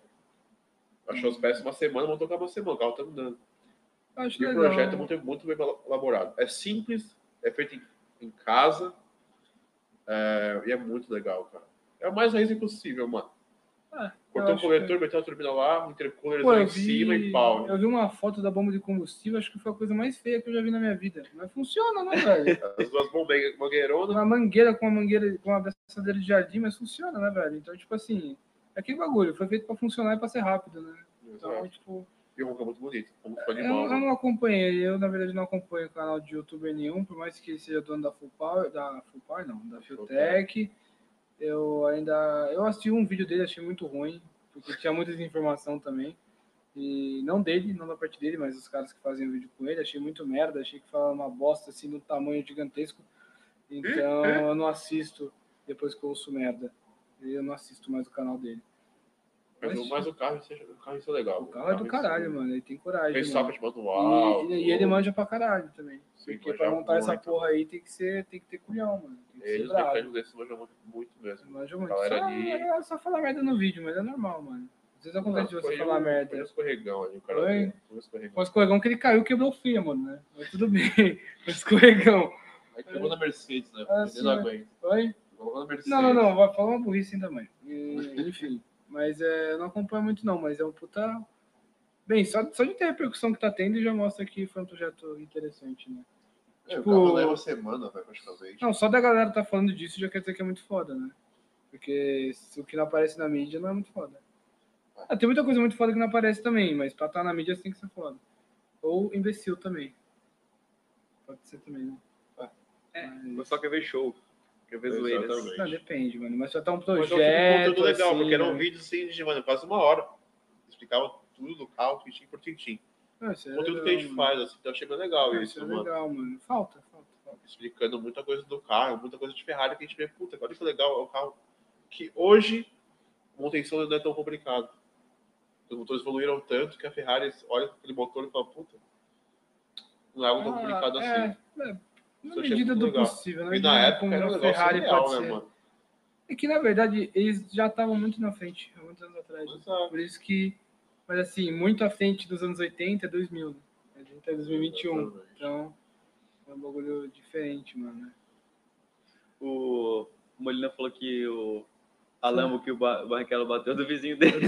[SPEAKER 1] Achou as peças uma semana, montou o carro uma semana, o carro tá andando.
[SPEAKER 2] Eu Acho
[SPEAKER 1] E o
[SPEAKER 2] legal.
[SPEAKER 1] projeto é muito, muito bem elaborado. É simples, é feito em, em casa é, e é muito legal, cara. É o mais raiz impossível, mano.
[SPEAKER 2] Ah, eu
[SPEAKER 1] Cortou o
[SPEAKER 2] acho
[SPEAKER 1] coletor, meteu a turbina lá, um intercooler
[SPEAKER 2] Pô,
[SPEAKER 1] lá
[SPEAKER 2] eu
[SPEAKER 1] em
[SPEAKER 2] vi,
[SPEAKER 1] cima e pau. né?
[SPEAKER 2] eu vi uma foto da bomba de combustível, acho que foi a coisa mais feia que eu já vi na minha vida. Mas funciona, né, velho?
[SPEAKER 1] As duas bombeiras, mangueironas.
[SPEAKER 2] uma mangueira com uma mangueira, com uma abraçadeira de jardim, mas funciona, né, velho? Então, tipo assim, é aquele bagulho, foi feito pra funcionar e pra ser rápido, né? Então, tipo,
[SPEAKER 1] E um ronco muito bonito, um fã de
[SPEAKER 2] eu, não- eu
[SPEAKER 1] bola.
[SPEAKER 2] não acompanhei, eu na verdade não acompanho canal de youtuber nenhum, por mais que ele seja dono da Full Power, da Full Power não, da Fiotec. Eu ainda. Eu assisti um vídeo dele, achei muito ruim, porque tinha muita desinformação também. E não dele, não da parte dele, mas os caras que fazem o vídeo com ele, achei muito merda, achei que fala uma bosta assim no tamanho gigantesco.
[SPEAKER 1] Hum,
[SPEAKER 2] Então eu não assisto depois que eu ouço merda. E Eu não assisto mais o canal dele.
[SPEAKER 1] Mas, o- mas o carro, seja- o carro isso é legal.
[SPEAKER 2] O carro é do caralho, mano. Ele tem coragem.
[SPEAKER 1] Fez
[SPEAKER 2] mano.
[SPEAKER 1] sopa né? de
[SPEAKER 2] E,
[SPEAKER 1] manual.
[SPEAKER 2] e- e ele manja pra caralho também.
[SPEAKER 1] Sim,
[SPEAKER 2] Porque
[SPEAKER 1] manja
[SPEAKER 2] pra montar essa
[SPEAKER 1] muito.
[SPEAKER 2] porra aí tem que, ser, tem que ter culhão, mano. Tem que
[SPEAKER 1] Ele,
[SPEAKER 2] ser
[SPEAKER 1] os
[SPEAKER 2] bravo.
[SPEAKER 1] mecânicos desse manjam muito, muito mesmo.
[SPEAKER 2] Manja muito.
[SPEAKER 1] Galera
[SPEAKER 2] Só,
[SPEAKER 1] ali-
[SPEAKER 2] ela só fala merda no vídeo, mas é normal, mano. Às vezes acontece de você
[SPEAKER 1] Foi
[SPEAKER 2] falar
[SPEAKER 1] um-
[SPEAKER 2] merda.
[SPEAKER 1] Foi um escorregão ali, o cara.
[SPEAKER 2] Oi?
[SPEAKER 1] dele, Foi um escorregão.
[SPEAKER 2] Com o escorregão que ele caiu quebrou o fêmur, né? Mas tudo bem. O escorregão.
[SPEAKER 1] Aí pegou na Mercedes, né?
[SPEAKER 2] Ah,
[SPEAKER 1] Ele
[SPEAKER 2] sim,
[SPEAKER 1] não
[SPEAKER 2] né?
[SPEAKER 1] aguenta.
[SPEAKER 2] Oi?
[SPEAKER 1] Pegou na Mercedes.
[SPEAKER 2] Não, não, não. Vai falar uma burrice ainda mais. E, Enfim. Mas é, eu não acompanho muito, não. Mas é um puta. Bem, só, só de ter a repercussão que tá tendo já mostra que foi um projeto interessante, né?
[SPEAKER 4] É,
[SPEAKER 2] Tipo-
[SPEAKER 4] O carro leva uma semana, velho, praticamente.
[SPEAKER 2] Não, só da galera tá falando disso já quer dizer que é muito foda, né? Porque se o que não aparece na mídia não é muito foda. Ah, tem muita coisa muito foda que não aparece também, mas pra estar na mídia você tem que ser foda. Ou imbecil também. Pode ser também, né?
[SPEAKER 3] É.
[SPEAKER 2] Mas-
[SPEAKER 3] Eu só quer ver show. Quer ver zoeiras.
[SPEAKER 1] Exatamente.
[SPEAKER 2] Não, depende, mano. Mas só tá um
[SPEAKER 1] é Mas
[SPEAKER 2] projeto.
[SPEAKER 1] eu fiz um conteúdo legal,
[SPEAKER 2] assim,
[SPEAKER 1] porque era um
[SPEAKER 2] né?
[SPEAKER 1] vídeo assim, de, mano, quase uma hora. Explicava tudo do carro, tintim por tintim.
[SPEAKER 2] Ah, isso é
[SPEAKER 1] O conteúdo
[SPEAKER 2] legal,
[SPEAKER 1] que a gente
[SPEAKER 2] mano.
[SPEAKER 1] faz, assim, tá chegando legal
[SPEAKER 2] Ah,
[SPEAKER 1] isso,
[SPEAKER 2] é
[SPEAKER 1] mano.
[SPEAKER 2] legal, mano. Falta, falta, falta.
[SPEAKER 1] Explicando muita coisa do carro, muita coisa de Ferrari que a gente vê, puta, olha que legal, é um carro que hoje manutenção não é tão complicado. Os motores evoluíram tanto que a Ferrari olha para aquele motor e fala, puta, não é algo tão complicado
[SPEAKER 2] é,
[SPEAKER 1] assim.
[SPEAKER 2] é, na
[SPEAKER 1] Isso eu achei
[SPEAKER 2] medida
[SPEAKER 1] muito
[SPEAKER 2] do
[SPEAKER 1] legal.
[SPEAKER 2] possível, na
[SPEAKER 1] E
[SPEAKER 2] medida
[SPEAKER 1] na
[SPEAKER 2] do
[SPEAKER 1] época
[SPEAKER 2] como
[SPEAKER 1] era um
[SPEAKER 2] a
[SPEAKER 1] negócio
[SPEAKER 2] Ferrari
[SPEAKER 1] surreal,
[SPEAKER 2] pode
[SPEAKER 1] né,
[SPEAKER 2] ser.
[SPEAKER 1] mano?
[SPEAKER 2] É que na verdade eles já estavam muito na frente há muitos anos atrás. né?
[SPEAKER 1] Mas, ah,
[SPEAKER 2] Por isso que, mas assim, muito à frente dos anos 80 e 2000. Né? A gente tá em 2021.
[SPEAKER 1] exatamente.
[SPEAKER 2] Então, é um bagulho diferente, mano.
[SPEAKER 3] O Molina falou que o a Lambo que o Ba- o Barrichello bateu é do vizinho dele.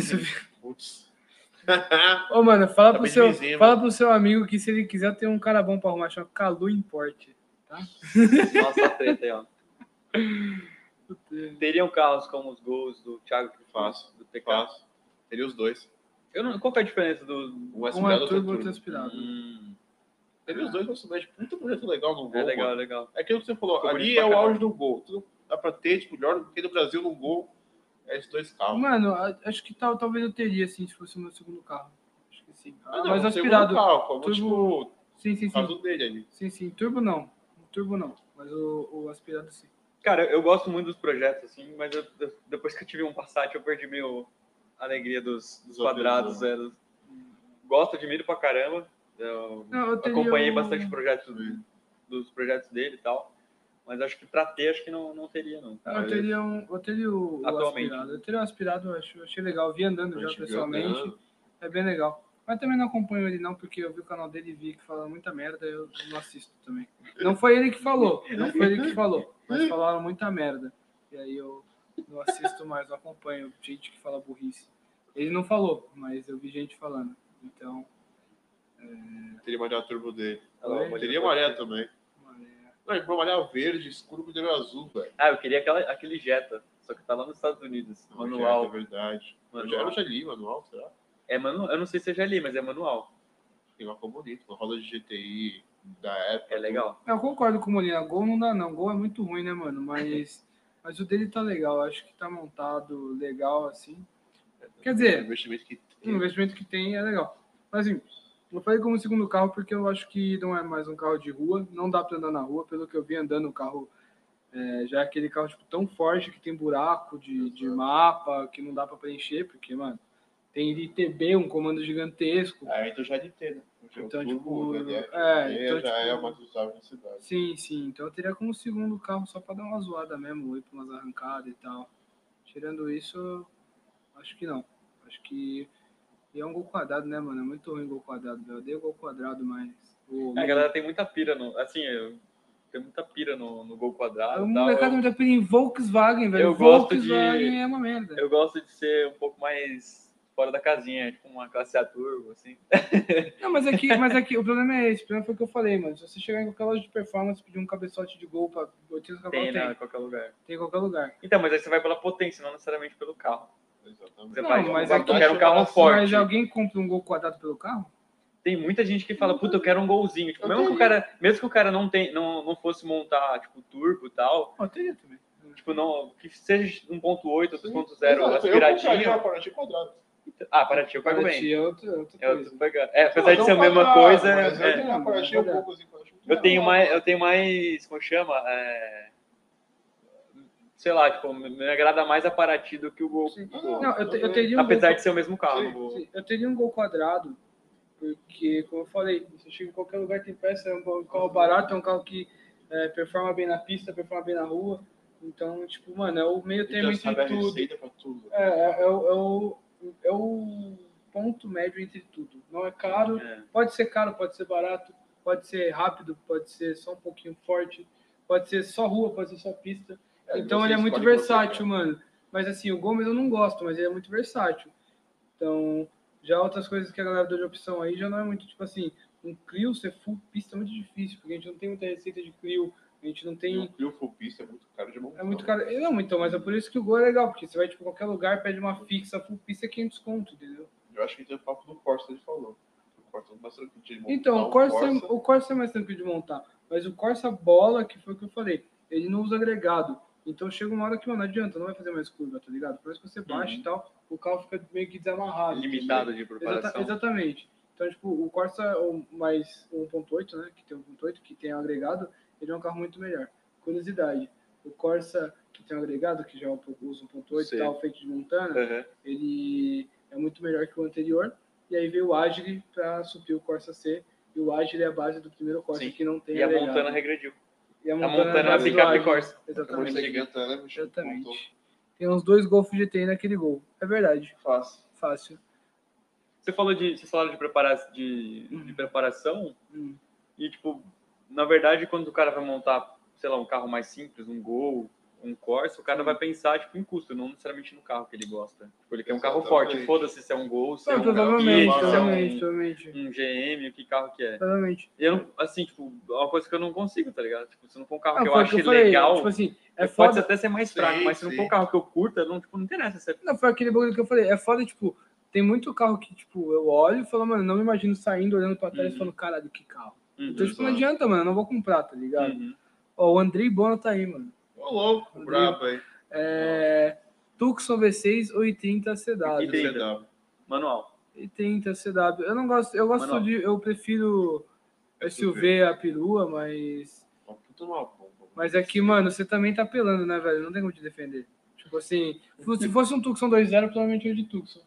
[SPEAKER 1] Putz.
[SPEAKER 2] Ô, mano, fala
[SPEAKER 1] Acabei Tá
[SPEAKER 2] pro,
[SPEAKER 1] de
[SPEAKER 2] seu,
[SPEAKER 1] dizer,
[SPEAKER 2] fala
[SPEAKER 1] mano.
[SPEAKER 2] pro seu amigo que se ele quiser ter um cara bom pra arrumar, chama Calu Importe.
[SPEAKER 3] Nossa a treta aí, ó. Teriam carros como os gols do Thiago que
[SPEAKER 1] Fácil,
[SPEAKER 3] do TK.
[SPEAKER 1] Fácil. Teria os dois.
[SPEAKER 3] Eu não, qual que é a diferença do.
[SPEAKER 1] Um
[SPEAKER 2] Um é
[SPEAKER 1] aspirado,
[SPEAKER 2] turbo, outro
[SPEAKER 1] turbo.
[SPEAKER 2] é aspirado.
[SPEAKER 3] Hum,
[SPEAKER 1] Teria os dois nacionais. Puta projeto legal no gol.
[SPEAKER 3] é legal,
[SPEAKER 1] mano.
[SPEAKER 3] legal.
[SPEAKER 1] É aquilo que você falou.
[SPEAKER 3] Ficou
[SPEAKER 1] ali
[SPEAKER 3] bonito
[SPEAKER 1] é
[SPEAKER 3] pra
[SPEAKER 1] o
[SPEAKER 3] caralho.
[SPEAKER 1] auge do gol. Tudo dá pra ter, tipo, melhor do que no Brasil no gol. É esses dois carros.
[SPEAKER 2] Mano, a- acho que tal, talvez eu teria, assim, se fosse o meu segundo carro. Acho que sim.
[SPEAKER 1] Ah, não,
[SPEAKER 2] mas
[SPEAKER 1] o segundo
[SPEAKER 2] aspirado.
[SPEAKER 1] Carro, como,
[SPEAKER 2] turbo-
[SPEAKER 1] tipo,
[SPEAKER 2] Sim, sim,
[SPEAKER 1] o
[SPEAKER 2] sim.
[SPEAKER 1] caso dele ali.
[SPEAKER 2] Sim, sim. Turbo não. Turbo não. Mas o, o aspirado sim.
[SPEAKER 3] Cara, eu gosto muito dos projetos, assim, mas eu- eu- depois que eu tive um Passat, eu perdi meio a alegria dos, dos
[SPEAKER 1] Dos outros,
[SPEAKER 3] quadrados.
[SPEAKER 1] né?
[SPEAKER 3] é, dos- Gosto, admiro pra caramba. Eu
[SPEAKER 2] Não, eu teria um
[SPEAKER 3] acompanhei
[SPEAKER 2] o-
[SPEAKER 3] bastante projetos
[SPEAKER 2] É.
[SPEAKER 1] Também.
[SPEAKER 3] dos projetos dele e tal. Mas acho que pra ter, acho que não, não teria, não.
[SPEAKER 2] Eu teria, um, eu teria o, o
[SPEAKER 3] Atualmente.
[SPEAKER 2] aspirado. Eu teria o aspirado, eu acho, eu achei legal. Eu vi andando
[SPEAKER 1] A
[SPEAKER 2] já
[SPEAKER 1] gente viu
[SPEAKER 2] pessoalmente.
[SPEAKER 1] andando.
[SPEAKER 2] É bem legal. Mas também não acompanho ele não, porque eu vi o canal dele e vi que falando muita merda, eu não assisto também. Não foi ele que falou, não foi ele que falou, mas falaram muita merda. E aí eu não assisto mais, não acompanho gente que fala burrice. Ele não falou, mas eu vi gente falando. Então,
[SPEAKER 1] Teria uma área turbo dele.
[SPEAKER 3] Ela- é
[SPEAKER 2] Oi?
[SPEAKER 1] Teria uma área também.
[SPEAKER 2] mano, é-
[SPEAKER 1] Não, ele foi uma área verde, escuro com dedo azul, velho.
[SPEAKER 3] Ah, eu queria aquela, aquele Jetta, só que tá lá nos Estados Unidos.
[SPEAKER 1] É
[SPEAKER 3] Manual.
[SPEAKER 1] verdade. Eu já-
[SPEAKER 3] Manual.
[SPEAKER 1] Eu já li manual, será?
[SPEAKER 3] É manual. Eu não sei se eu já li, mas é manual.
[SPEAKER 1] Tem uma cor bonita, uma roda de GTI da época.
[SPEAKER 3] É legal.
[SPEAKER 2] Eu concordo com o Molina, gol não dá não, gol é muito ruim, né, mano? Mas, mas o dele tá legal, acho que tá montado legal, assim. Quer
[SPEAKER 1] O
[SPEAKER 2] dizer,
[SPEAKER 1] Um investimento que
[SPEAKER 2] o investimento que tem é legal. Mas assim, eu falei como segundo carro porque eu acho que não é mais um carro de rua, não dá pra andar na rua, pelo que eu vi andando o carro é, já é aquele carro tipo, tão forte que tem buraco de, de mapa que não dá pra preencher, porque, mano, tem ITB, um comando gigantesco.
[SPEAKER 1] Ah, então já é de ter, né? Porque
[SPEAKER 2] Então,
[SPEAKER 1] o
[SPEAKER 2] tipo,
[SPEAKER 1] turbo, né,
[SPEAKER 2] é,
[SPEAKER 1] é,
[SPEAKER 2] então,
[SPEAKER 1] já é
[SPEAKER 2] tipo-
[SPEAKER 1] mais usável na cidade.
[SPEAKER 2] Sim, sim. Então eu teria como segundo carro só pra dar uma zoada mesmo, ir pra umas arrancadas e tal. Tirando isso, acho que não. Acho que. E é um gol quadrado, né, mano? É muito ruim gol quadrado. velho. Eu odeio gol quadrado, mas. O...
[SPEAKER 3] É, A galera tem muita pira no. Assim, eu- tem muita pira no, no gol quadrado.
[SPEAKER 2] o é
[SPEAKER 3] e tal.
[SPEAKER 2] molecada me dá pena em Volkswagen, velho.
[SPEAKER 3] um- eu gosto de-
[SPEAKER 2] Volkswagen é uma merda.
[SPEAKER 3] Eu gosto de ser um pouco mais fora da casinha, tipo uma classe A turbo, assim.
[SPEAKER 2] Não, mas aqui, mas aqui, o problema é esse. O problema foi o que eu falei, mano. Se você chegar em qualquer loja de performance e pedir um cabeçote de gol pra 800
[SPEAKER 3] Tem,
[SPEAKER 2] cavalos,
[SPEAKER 3] né? Em
[SPEAKER 2] tem.
[SPEAKER 3] qualquer lugar.
[SPEAKER 2] Tem em qualquer lugar.
[SPEAKER 3] Então, mas aí você vai pela potência, não necessariamente pelo carro. Você
[SPEAKER 1] Exatamente.
[SPEAKER 2] Não,
[SPEAKER 3] vai,
[SPEAKER 2] mas
[SPEAKER 3] vai-
[SPEAKER 2] é que-
[SPEAKER 3] eu quero um carro
[SPEAKER 1] Mas
[SPEAKER 3] forte.
[SPEAKER 2] Mas alguém compra um gol quadrado pelo carro?
[SPEAKER 3] Tem muita gente que fala, puta, eu quero um golzinho. Tipo,
[SPEAKER 1] Eu
[SPEAKER 3] mesmo que o
[SPEAKER 1] teria.
[SPEAKER 3] cara, mesmo que o cara não, tem, não, não fosse montar, tipo, turbo e tal,
[SPEAKER 2] Ó, teria também.
[SPEAKER 3] tipo, não, que seja 1.8,
[SPEAKER 1] Hum. Exato, eu
[SPEAKER 3] 2.0
[SPEAKER 1] compraria uma
[SPEAKER 3] aspiradinho.
[SPEAKER 1] Paraty quadrada.
[SPEAKER 3] assim, Ah, Paraty, eu pago bem.
[SPEAKER 2] Paraty é outra, outra
[SPEAKER 3] É,
[SPEAKER 2] coisa.
[SPEAKER 3] outro pagando. É, apesar de
[SPEAKER 1] Não,
[SPEAKER 3] ser a
[SPEAKER 1] não
[SPEAKER 3] mesma
[SPEAKER 1] pagar,
[SPEAKER 3] coisa,
[SPEAKER 1] mas
[SPEAKER 3] é.
[SPEAKER 1] Eu tenho uma Paraty um pouco assim, que eu acho muito
[SPEAKER 3] Eu tenho
[SPEAKER 1] legal.
[SPEAKER 3] mais, eu tenho mais, como chama? É, Sei lá, tipo, me me agrada mais a Paraty do que o Gol.
[SPEAKER 2] Sim.
[SPEAKER 3] o Gol.
[SPEAKER 2] Não, eu, te- eu teria um
[SPEAKER 3] Apesar
[SPEAKER 2] gol,
[SPEAKER 3] de ser o mesmo carro.
[SPEAKER 1] Sim,
[SPEAKER 3] o Gol.
[SPEAKER 2] sim, eu teria um gol quadrado, porque, como eu falei, você chega em qualquer lugar tem peça, é um ba- carro barato, é um carro que é, performa bem na pista, performa bem na rua. Então, tipo, mano, é o meio
[SPEAKER 1] Ele
[SPEAKER 2] termo
[SPEAKER 1] já
[SPEAKER 2] entre
[SPEAKER 1] Então, sabe a
[SPEAKER 2] tudo.
[SPEAKER 1] receita pra tudo.
[SPEAKER 2] É, é, é o, é, o, é o ponto médio entre tudo. Não é caro,
[SPEAKER 3] É.
[SPEAKER 2] pode ser caro, pode ser barato, pode ser rápido, pode ser só um pouquinho forte, pode ser só rua, pode ser só pista.
[SPEAKER 1] É,
[SPEAKER 2] então
[SPEAKER 1] você né?
[SPEAKER 2] ele é muito
[SPEAKER 1] escolhe o que
[SPEAKER 2] versátil, mano. Mas assim, o Gomes eu não gosto, mas ele é muito versátil. Então, já outras coisas que a galera deu de opção aí já não é muito tipo assim, um Clio ser full pista é muito difícil, porque a gente não tem muita receita de Clio, a gente não
[SPEAKER 1] E
[SPEAKER 2] tem
[SPEAKER 1] o Clio Full Pista é muito caro de montar.
[SPEAKER 2] é muito caro. Não, então, mas é por isso que o gol é legal, porque você vai tipo, qualquer lugar, pede uma fixa, full pista é 500 conto, entendeu?
[SPEAKER 1] Eu acho que tem o papo do Corsa que ele falou. O Corsa é mais tranquilo de montar.
[SPEAKER 2] Então, o
[SPEAKER 1] um
[SPEAKER 2] Corsa, é- o Corsa é mais tranquilo de montar, mas o Corsa bola, que foi o que eu falei, ele não usa agregado. Então chega uma hora que, mano, não adianta, não vai fazer mais curva, tá ligado? Por isso que você baixa e tal, o carro fica meio que desamarrado.
[SPEAKER 3] Limitado de
[SPEAKER 2] Exata-
[SPEAKER 3] preparação.
[SPEAKER 2] exatamente. Então, tipo, o Corsa o mais 1.8, né? Que tem 1.8, que tem um agregado, ele é um carro muito melhor. Curiosidade, o Corsa que tem um agregado, que já é um pouco- usa 1.8 e
[SPEAKER 3] Sei.
[SPEAKER 2] tal, feito de montana,
[SPEAKER 3] Aham.
[SPEAKER 2] ele é muito melhor que o anterior. E aí veio o Agile para suprir o Corsa C. E o Agile é a base do primeiro Corsa
[SPEAKER 3] Sim.
[SPEAKER 2] que não tem
[SPEAKER 1] é
[SPEAKER 3] E a
[SPEAKER 2] legado.
[SPEAKER 3] Montana regrediu.
[SPEAKER 2] E a
[SPEAKER 3] A
[SPEAKER 2] Montana, é a
[SPEAKER 3] Montana
[SPEAKER 2] base do
[SPEAKER 3] picape
[SPEAKER 2] Agile.
[SPEAKER 3] Corsa.
[SPEAKER 1] Vou
[SPEAKER 2] Exatamente.
[SPEAKER 1] seguir cantando, né, bicho? Contou.
[SPEAKER 2] Exatamente. Tem uns dois Golf GTI naquele gol. É verdade.
[SPEAKER 1] Fácil.
[SPEAKER 2] Fácil.
[SPEAKER 3] Você falou de, vocês falaram de, prepara de, de preparação
[SPEAKER 2] Hum.
[SPEAKER 3] e, tipo, na verdade, quando o cara vai montar, sei lá, um carro mais simples, um Gol, um Corsa, o cara
[SPEAKER 2] Hum.
[SPEAKER 3] vai pensar, tipo, em custo, não necessariamente no carro que ele gosta. Tipo, ele quer um carro
[SPEAKER 1] Exatamente.
[SPEAKER 3] forte, foda-se se é um Gol, se é
[SPEAKER 2] Não,
[SPEAKER 3] um
[SPEAKER 2] Ah, provavelmente,
[SPEAKER 3] Fiat, se é
[SPEAKER 2] provavelmente,
[SPEAKER 3] um,
[SPEAKER 2] provavelmente.
[SPEAKER 3] um GM, que carro que é.
[SPEAKER 2] Provavelmente.
[SPEAKER 3] E eu, não- assim, tipo, é uma coisa que eu não consigo, tá ligado? Tipo, se não for um carro
[SPEAKER 2] Ah,
[SPEAKER 3] que eu
[SPEAKER 2] foi o que
[SPEAKER 3] ache
[SPEAKER 2] eu falei,
[SPEAKER 3] legal,
[SPEAKER 2] Tipo assim, é
[SPEAKER 3] pode
[SPEAKER 2] foda.
[SPEAKER 3] até ser mais
[SPEAKER 1] Sim,
[SPEAKER 3] fraco, mas se não for
[SPEAKER 1] sim.
[SPEAKER 3] um carro que eu curta, não, tipo, não interessa. Se é...
[SPEAKER 2] Não, foi aquele bagulho que eu falei. É foda, tipo, tem muito carro que, tipo, eu olho e falo, mano, não me imagino saindo, olhando pra trás e
[SPEAKER 3] Uhum.
[SPEAKER 2] falando, caralho, que carro.
[SPEAKER 3] Uhum,
[SPEAKER 2] Então, tipo, não
[SPEAKER 1] exato.
[SPEAKER 2] adianta, mano, eu não vou comprar, tá ligado?
[SPEAKER 3] uhum.
[SPEAKER 2] Ó, o Andrei Bono tá aí, mano.
[SPEAKER 1] Ô, louco, brabo, hein?
[SPEAKER 2] É... Tucson V6 830
[SPEAKER 3] E
[SPEAKER 2] CW.
[SPEAKER 3] tem-
[SPEAKER 1] CW.
[SPEAKER 3] Manual.
[SPEAKER 2] 830 CW. Eu não gosto, eu gosto
[SPEAKER 3] Mano, ó.
[SPEAKER 2] de, eu prefiro SUV a perua, mas...
[SPEAKER 1] Ó, Puta uma bomba.
[SPEAKER 2] Mas é que, mano, você também tá apelando, né, velho? Não tem como te defender. Tipo assim, se fosse um Tucson 2.0, provavelmente eu ia de Tucson.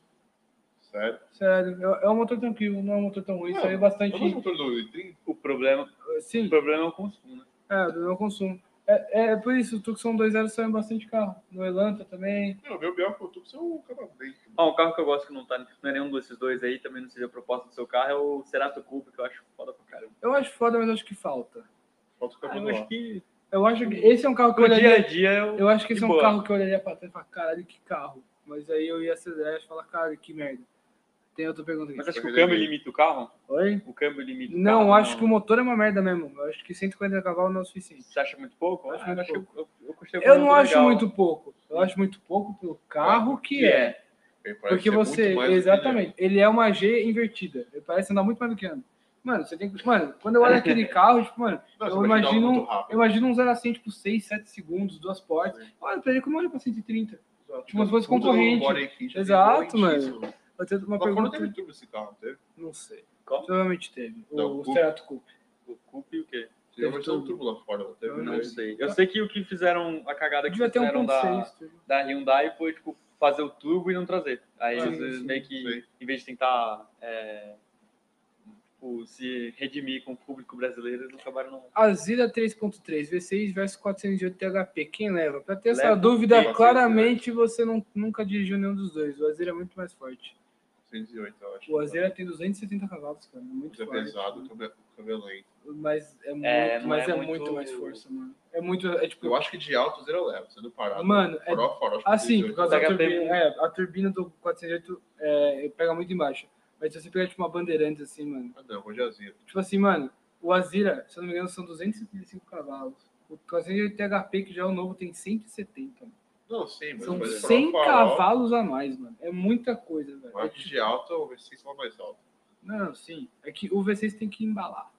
[SPEAKER 1] Sério?
[SPEAKER 2] Sério, é é um motor tranquilo, não é um motor tão ruim,
[SPEAKER 1] Não,
[SPEAKER 2] saiu
[SPEAKER 1] Eu
[SPEAKER 2] bastante.
[SPEAKER 1] gosto do motor do 30.
[SPEAKER 3] O problema, o
[SPEAKER 2] Sim,
[SPEAKER 3] problema é o consumo, né?
[SPEAKER 2] é, do meu consumo. É, é por isso, o Tucson 2.0 saiu bastante carro. No Elanta também.
[SPEAKER 1] Não, meu pior que é eu tô com seu canadense.
[SPEAKER 3] Ah, um carro que eu gosto que não tá não é nenhum desses dois aí, também não seja a proposta do seu carro, é o Cerato Coupe, que eu acho foda pra caramba.
[SPEAKER 2] Eu acho foda, mas acho que falta.
[SPEAKER 1] Falta tá o
[SPEAKER 3] Ah,
[SPEAKER 1] cabelo
[SPEAKER 3] eu
[SPEAKER 1] lá.
[SPEAKER 3] acho que
[SPEAKER 2] Eu acho que esse é um carro que eu
[SPEAKER 3] no dia a
[SPEAKER 2] olharia.
[SPEAKER 3] dia eu...
[SPEAKER 2] Eu acho que
[SPEAKER 3] de
[SPEAKER 2] esse é um
[SPEAKER 3] boa.
[SPEAKER 2] carro que eu olharia pra trás e falar, caralho, que carro. Mas aí eu ia acelerar e falar, cara, que merda. Tem outra pergunta aqui.
[SPEAKER 3] Mas acho que o câmbio limita o carro?
[SPEAKER 2] Oi?
[SPEAKER 3] O câmbio limita o carro?
[SPEAKER 2] Não, acho que o motor é uma merda mesmo. Eu acho que 140 cavalos não é o suficiente.
[SPEAKER 3] Você acha muito pouco?
[SPEAKER 2] Acho
[SPEAKER 3] Ah,
[SPEAKER 2] muito
[SPEAKER 3] eu acho que eu, eu, eu curti o
[SPEAKER 2] Eu
[SPEAKER 3] câmbio
[SPEAKER 2] não acho
[SPEAKER 3] legal.
[SPEAKER 2] muito pouco. Eu acho muito pouco pelo carro que é.
[SPEAKER 1] Ele é. parece
[SPEAKER 2] Porque
[SPEAKER 1] ser muito
[SPEAKER 2] você,
[SPEAKER 1] mais do que
[SPEAKER 2] exatamente, ele é uma G invertida. Ele parece andar muito mais do que anda. Mano, você tem que. Mano, quando eu olho aquele carro, tipo, mano,
[SPEAKER 1] ele é. Não,
[SPEAKER 2] eu
[SPEAKER 1] você vai girar
[SPEAKER 2] imagino,
[SPEAKER 1] muito rápido.
[SPEAKER 2] eu imagino um zero assim, tipo, 6, 7 segundos, duas portas.
[SPEAKER 1] Sim.
[SPEAKER 2] Olha pra ele como olha pra 130.
[SPEAKER 1] Exato.
[SPEAKER 2] Tipo, se fosse
[SPEAKER 1] Puta
[SPEAKER 2] concorrente.
[SPEAKER 1] do Body Kit,
[SPEAKER 2] Exato,
[SPEAKER 1] correntíssimo.
[SPEAKER 2] Eu tento uma
[SPEAKER 1] Mas quando
[SPEAKER 2] pergunta.
[SPEAKER 1] teve turbo esse carro, não teve?
[SPEAKER 2] Não sei.
[SPEAKER 3] Qual?
[SPEAKER 2] Provavelmente teve.
[SPEAKER 1] Não,
[SPEAKER 2] o
[SPEAKER 1] o-
[SPEAKER 2] Cerato Coupe.
[SPEAKER 3] O Coupe e o quê?
[SPEAKER 1] Teve a
[SPEAKER 2] Teve
[SPEAKER 1] versão
[SPEAKER 2] turbo.
[SPEAKER 1] turbo lá fora, não teve?
[SPEAKER 2] Eu
[SPEAKER 3] Não
[SPEAKER 1] Né?
[SPEAKER 3] sei. Eu sei que o que fizeram, a cagada que
[SPEAKER 2] Devia ter
[SPEAKER 3] fizeram da,
[SPEAKER 2] 1.6. teve.
[SPEAKER 3] da Hyundai foi, tipo, fazer o turbo e não trazer. Aí
[SPEAKER 2] Ah,
[SPEAKER 3] eles
[SPEAKER 2] sim,
[SPEAKER 3] meio que,
[SPEAKER 1] sim.
[SPEAKER 3] em vez de tentar é, tipo, se redimir com o público brasileiro, eles acabaram não.
[SPEAKER 2] A Zira 3.3, V6 versus 408 THP, quem leva? Pra ter essa
[SPEAKER 3] Leva.
[SPEAKER 2] dúvida,
[SPEAKER 1] Sim.
[SPEAKER 2] claramente você não, nunca dirigiu nenhum dos dois. O Azira é muito mais forte.
[SPEAKER 1] 108, eu acho.
[SPEAKER 2] O Azera tem 270 cavalos, cara. É
[SPEAKER 1] Mas
[SPEAKER 2] muito
[SPEAKER 1] é
[SPEAKER 2] forte.
[SPEAKER 1] pesado, o cabelo- o cabelo lento.
[SPEAKER 2] Mas é muito,
[SPEAKER 3] É, não
[SPEAKER 2] mas é,
[SPEAKER 3] é
[SPEAKER 2] muito...
[SPEAKER 3] muito-
[SPEAKER 2] mais força, mano. É muito. É tipo.
[SPEAKER 1] Eu acho que de alto zero leva, sendo parado.
[SPEAKER 2] Mano, é-
[SPEAKER 1] Farol, farol, acho que
[SPEAKER 2] Assim,
[SPEAKER 1] 108.
[SPEAKER 2] por causa da
[SPEAKER 3] HPM.
[SPEAKER 2] turbina. É, a turbina do 408 é, pega muito embaixo. Mas se você pegar tipo uma bandeirante assim, mano.
[SPEAKER 1] Ah, não, rojazinho.
[SPEAKER 2] Tipo assim, mano, o Azira, se eu não me engano, são 235 cavalos. O 408 THP, que já é o novo, tem 170. Mano.
[SPEAKER 1] Não, sim, mas
[SPEAKER 2] São
[SPEAKER 1] mas
[SPEAKER 2] 100
[SPEAKER 1] farol, farol,
[SPEAKER 2] cavalos a mais, mano. É muita coisa, velho. É
[SPEAKER 1] Eu acho que de alto o V6 só mais alto.
[SPEAKER 2] Não, sim. É que o V6 tem que embalar.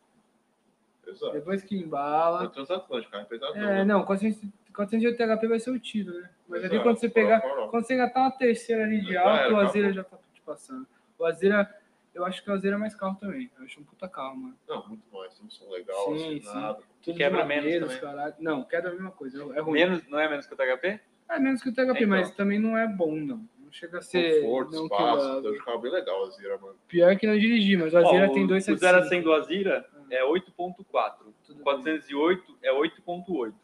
[SPEAKER 1] Exato.
[SPEAKER 2] Depois que
[SPEAKER 1] É
[SPEAKER 2] embala,
[SPEAKER 1] o transatlântico, cara, é pesadão.
[SPEAKER 2] É,
[SPEAKER 1] né?
[SPEAKER 2] não, 400 408 HP vai ser o tiro, né? Mas ali
[SPEAKER 1] Exato,
[SPEAKER 2] quando você
[SPEAKER 1] farol,
[SPEAKER 2] pegar.
[SPEAKER 1] farol.
[SPEAKER 2] Quando você gastar uma terceira ali de
[SPEAKER 1] Já
[SPEAKER 2] alto,
[SPEAKER 1] era,
[SPEAKER 2] o Azira
[SPEAKER 1] acabou.
[SPEAKER 2] já tá te passando. O Azira, eu acho que o Azira é mais carro também. Eu acho um puta carro, mano.
[SPEAKER 1] Não, muito mais. Tem um som legal,
[SPEAKER 2] Sim, sim.
[SPEAKER 1] assinado.
[SPEAKER 2] Tudo
[SPEAKER 3] quebra
[SPEAKER 2] de madeira,
[SPEAKER 3] menos
[SPEAKER 2] os
[SPEAKER 3] também.
[SPEAKER 2] caralho. Não, quebra a mesma coisa. É ruim.
[SPEAKER 3] Menos, não é menos que o THP?
[SPEAKER 2] É menos que o THP,
[SPEAKER 3] Então.
[SPEAKER 2] mas também não é bom, não. Não chega a ser.
[SPEAKER 1] Conforto,
[SPEAKER 2] não
[SPEAKER 1] espaço.
[SPEAKER 2] que
[SPEAKER 1] Então
[SPEAKER 2] eu-
[SPEAKER 1] ficava bem legal a Zira, mano.
[SPEAKER 2] Pior é que não dirigir, mas o Azira
[SPEAKER 3] Ó,
[SPEAKER 2] tem
[SPEAKER 3] o-
[SPEAKER 2] dois Hum.
[SPEAKER 3] O 0 a 100 do Azira é 8.4.
[SPEAKER 2] Tudo bem.
[SPEAKER 3] O 408 é 8.8.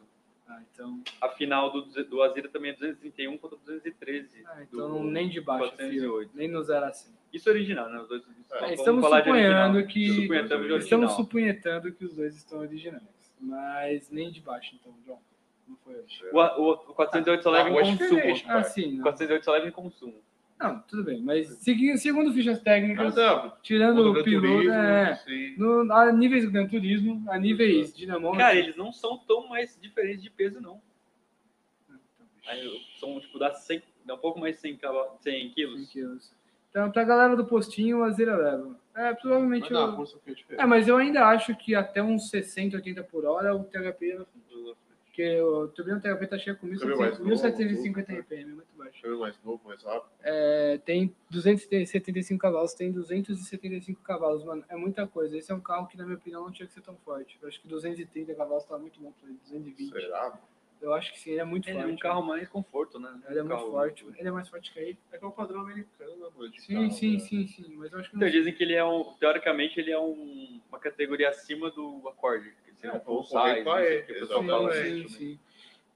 [SPEAKER 2] Ah, então.
[SPEAKER 3] A final do, duze- do Azira também é 231 contra 213.
[SPEAKER 2] Ah,
[SPEAKER 3] do-
[SPEAKER 2] então nem de baixo, filho.
[SPEAKER 3] 408.
[SPEAKER 2] Nem no 0 a 100.
[SPEAKER 3] Isso é original, né? Os dois, vamos
[SPEAKER 2] estamos
[SPEAKER 3] falar de
[SPEAKER 2] suponhando
[SPEAKER 3] original.
[SPEAKER 2] que-
[SPEAKER 3] Suponhamos de é original.
[SPEAKER 2] Estamos supunhetando que os dois estão originais. Mas nem de baixo, então, John. Não foi hoje.
[SPEAKER 3] O, o, o 408 só leva
[SPEAKER 1] Ah,
[SPEAKER 3] em
[SPEAKER 1] hoje
[SPEAKER 3] consumo.
[SPEAKER 1] diferente.
[SPEAKER 2] Ah, sim.
[SPEAKER 3] O
[SPEAKER 2] Não.
[SPEAKER 3] 408 só leva em consumo.
[SPEAKER 2] Não, tudo bem, mas seguindo, segundo fichas técnicas,
[SPEAKER 1] Caramba,
[SPEAKER 2] tirando o tá piloto,
[SPEAKER 1] é, turismo,
[SPEAKER 2] é,
[SPEAKER 1] sim.
[SPEAKER 2] no, a níveis do Gran Turismo, a níveis dinamômetro.
[SPEAKER 3] Cara, eles não são tão mais diferentes de peso, não.
[SPEAKER 2] assim,
[SPEAKER 3] Aí, são, tipo, dá, 100, dá um pouco mais de 100, cava- 100
[SPEAKER 2] 5
[SPEAKER 3] quilos.
[SPEAKER 2] quilos. Então, pra galera do postinho, a Zira leva. É,
[SPEAKER 1] Mas
[SPEAKER 2] provavelmente.
[SPEAKER 1] dá uma
[SPEAKER 2] Eu...
[SPEAKER 1] força que é
[SPEAKER 2] É,
[SPEAKER 1] diferente.
[SPEAKER 2] mas eu ainda acho que até uns 60, 80 por hora o THP. era- Porque o turbina THP tá cheio com
[SPEAKER 1] Também mais
[SPEAKER 2] 1700
[SPEAKER 1] novo,
[SPEAKER 2] 1750
[SPEAKER 1] novo,
[SPEAKER 2] RPM, é muito baixo.
[SPEAKER 1] Chama mais novo, mais rápido.
[SPEAKER 2] É, tem 275 cavalos, tem 275 cavalos, mano. É muita coisa. Esse é um carro que, na minha opinião, não tinha que ser tão forte. Eu acho que 230 cavalos tá muito bom pra ele, 220.
[SPEAKER 1] Será?
[SPEAKER 2] Eu acho que sim, ele é muito
[SPEAKER 3] Ele
[SPEAKER 2] forte.
[SPEAKER 3] é um carro mais conforto, né?
[SPEAKER 2] mano. Ele é
[SPEAKER 3] Um
[SPEAKER 2] muito
[SPEAKER 3] carro-
[SPEAKER 2] forte. mano. Ele é mais forte que a ele.
[SPEAKER 1] É que é o padrão americano, né, mano? de
[SPEAKER 2] Sim,
[SPEAKER 1] carro,
[SPEAKER 2] sim,
[SPEAKER 3] é
[SPEAKER 1] né?
[SPEAKER 2] sim, sim. Mas eu acho que não.
[SPEAKER 3] Então dizem que ele é um. Teoricamente, ele é um- uma categoria acima do acorde. Que
[SPEAKER 1] É,
[SPEAKER 3] seria um full
[SPEAKER 1] vamos correr
[SPEAKER 3] size,
[SPEAKER 1] com
[SPEAKER 3] não
[SPEAKER 1] a
[SPEAKER 3] sei
[SPEAKER 1] ele,
[SPEAKER 3] o que o pessoal fala, né?
[SPEAKER 2] sim, sim,
[SPEAKER 1] exatamente.
[SPEAKER 2] sim.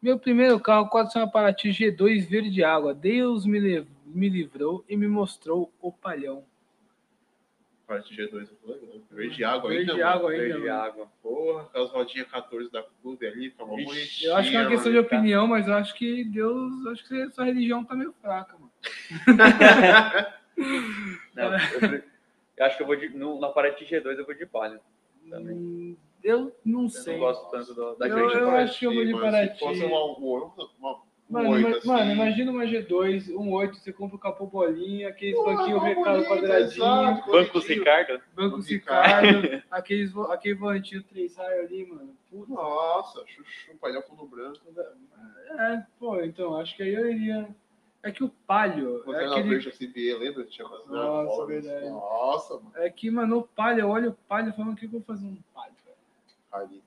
[SPEAKER 2] Meu primeiro carro quase foi uma Paraty G2 verde água. Deus me, lev- me livrou e me mostrou o palhão.
[SPEAKER 1] Parte G2, eu falei, né? verde água
[SPEAKER 2] Verde
[SPEAKER 1] ainda. mano.
[SPEAKER 2] água ainda,
[SPEAKER 1] Verde
[SPEAKER 3] De
[SPEAKER 2] mano.
[SPEAKER 3] água.
[SPEAKER 1] Porra, aquelas rodinhas 14 da clube ali, com uma
[SPEAKER 3] Ixi,
[SPEAKER 1] bonitinha,
[SPEAKER 2] Eu acho que é uma questão de
[SPEAKER 1] mano.
[SPEAKER 2] opinião, mas eu acho que Deus, acho que sua religião tá meio fraca, mano.
[SPEAKER 3] Não, eu, pre- eu acho que eu vou de. No, na Paraty G2 eu vou de palha. Também.
[SPEAKER 2] Hum, Eu não
[SPEAKER 3] Eu
[SPEAKER 2] sei.
[SPEAKER 3] não gosto tanto do- da
[SPEAKER 2] Eu-
[SPEAKER 3] grande
[SPEAKER 2] eu
[SPEAKER 3] Paraty.
[SPEAKER 2] acho que é eu vou de
[SPEAKER 1] mano,
[SPEAKER 2] Paraty.
[SPEAKER 1] Se fosse uma, uma, uma,
[SPEAKER 2] Mano,
[SPEAKER 1] um oito,
[SPEAKER 2] ima-
[SPEAKER 1] assim.
[SPEAKER 2] mano, imagina uma G2, um 8, você compra o capô bolinha, aqueles
[SPEAKER 1] Porra,
[SPEAKER 2] banquinhos
[SPEAKER 1] uma
[SPEAKER 2] recado
[SPEAKER 1] bonita,
[SPEAKER 2] quadradinho,
[SPEAKER 1] exato,
[SPEAKER 3] Banco
[SPEAKER 1] bonitinho.
[SPEAKER 3] Ricardo?
[SPEAKER 2] banco
[SPEAKER 1] Banco
[SPEAKER 2] cicado, aqueles, vo- aquele volantinho 3 raio ali, mano. Puta,
[SPEAKER 1] Nossa, chuchu, palhar fundo branco.
[SPEAKER 2] É, pô, então, acho que aí eu iria. É que o palho.
[SPEAKER 1] Você
[SPEAKER 2] É,
[SPEAKER 1] é
[SPEAKER 2] aquele...
[SPEAKER 1] verde CBE, lembra? Tinha umas
[SPEAKER 2] Nossa,
[SPEAKER 1] formas.
[SPEAKER 2] verdade.
[SPEAKER 1] Nossa, mano.
[SPEAKER 2] é que, mano, o palho, eu olho o palho e falo, o que eu vou fazer um palho, velho?
[SPEAKER 1] Ali.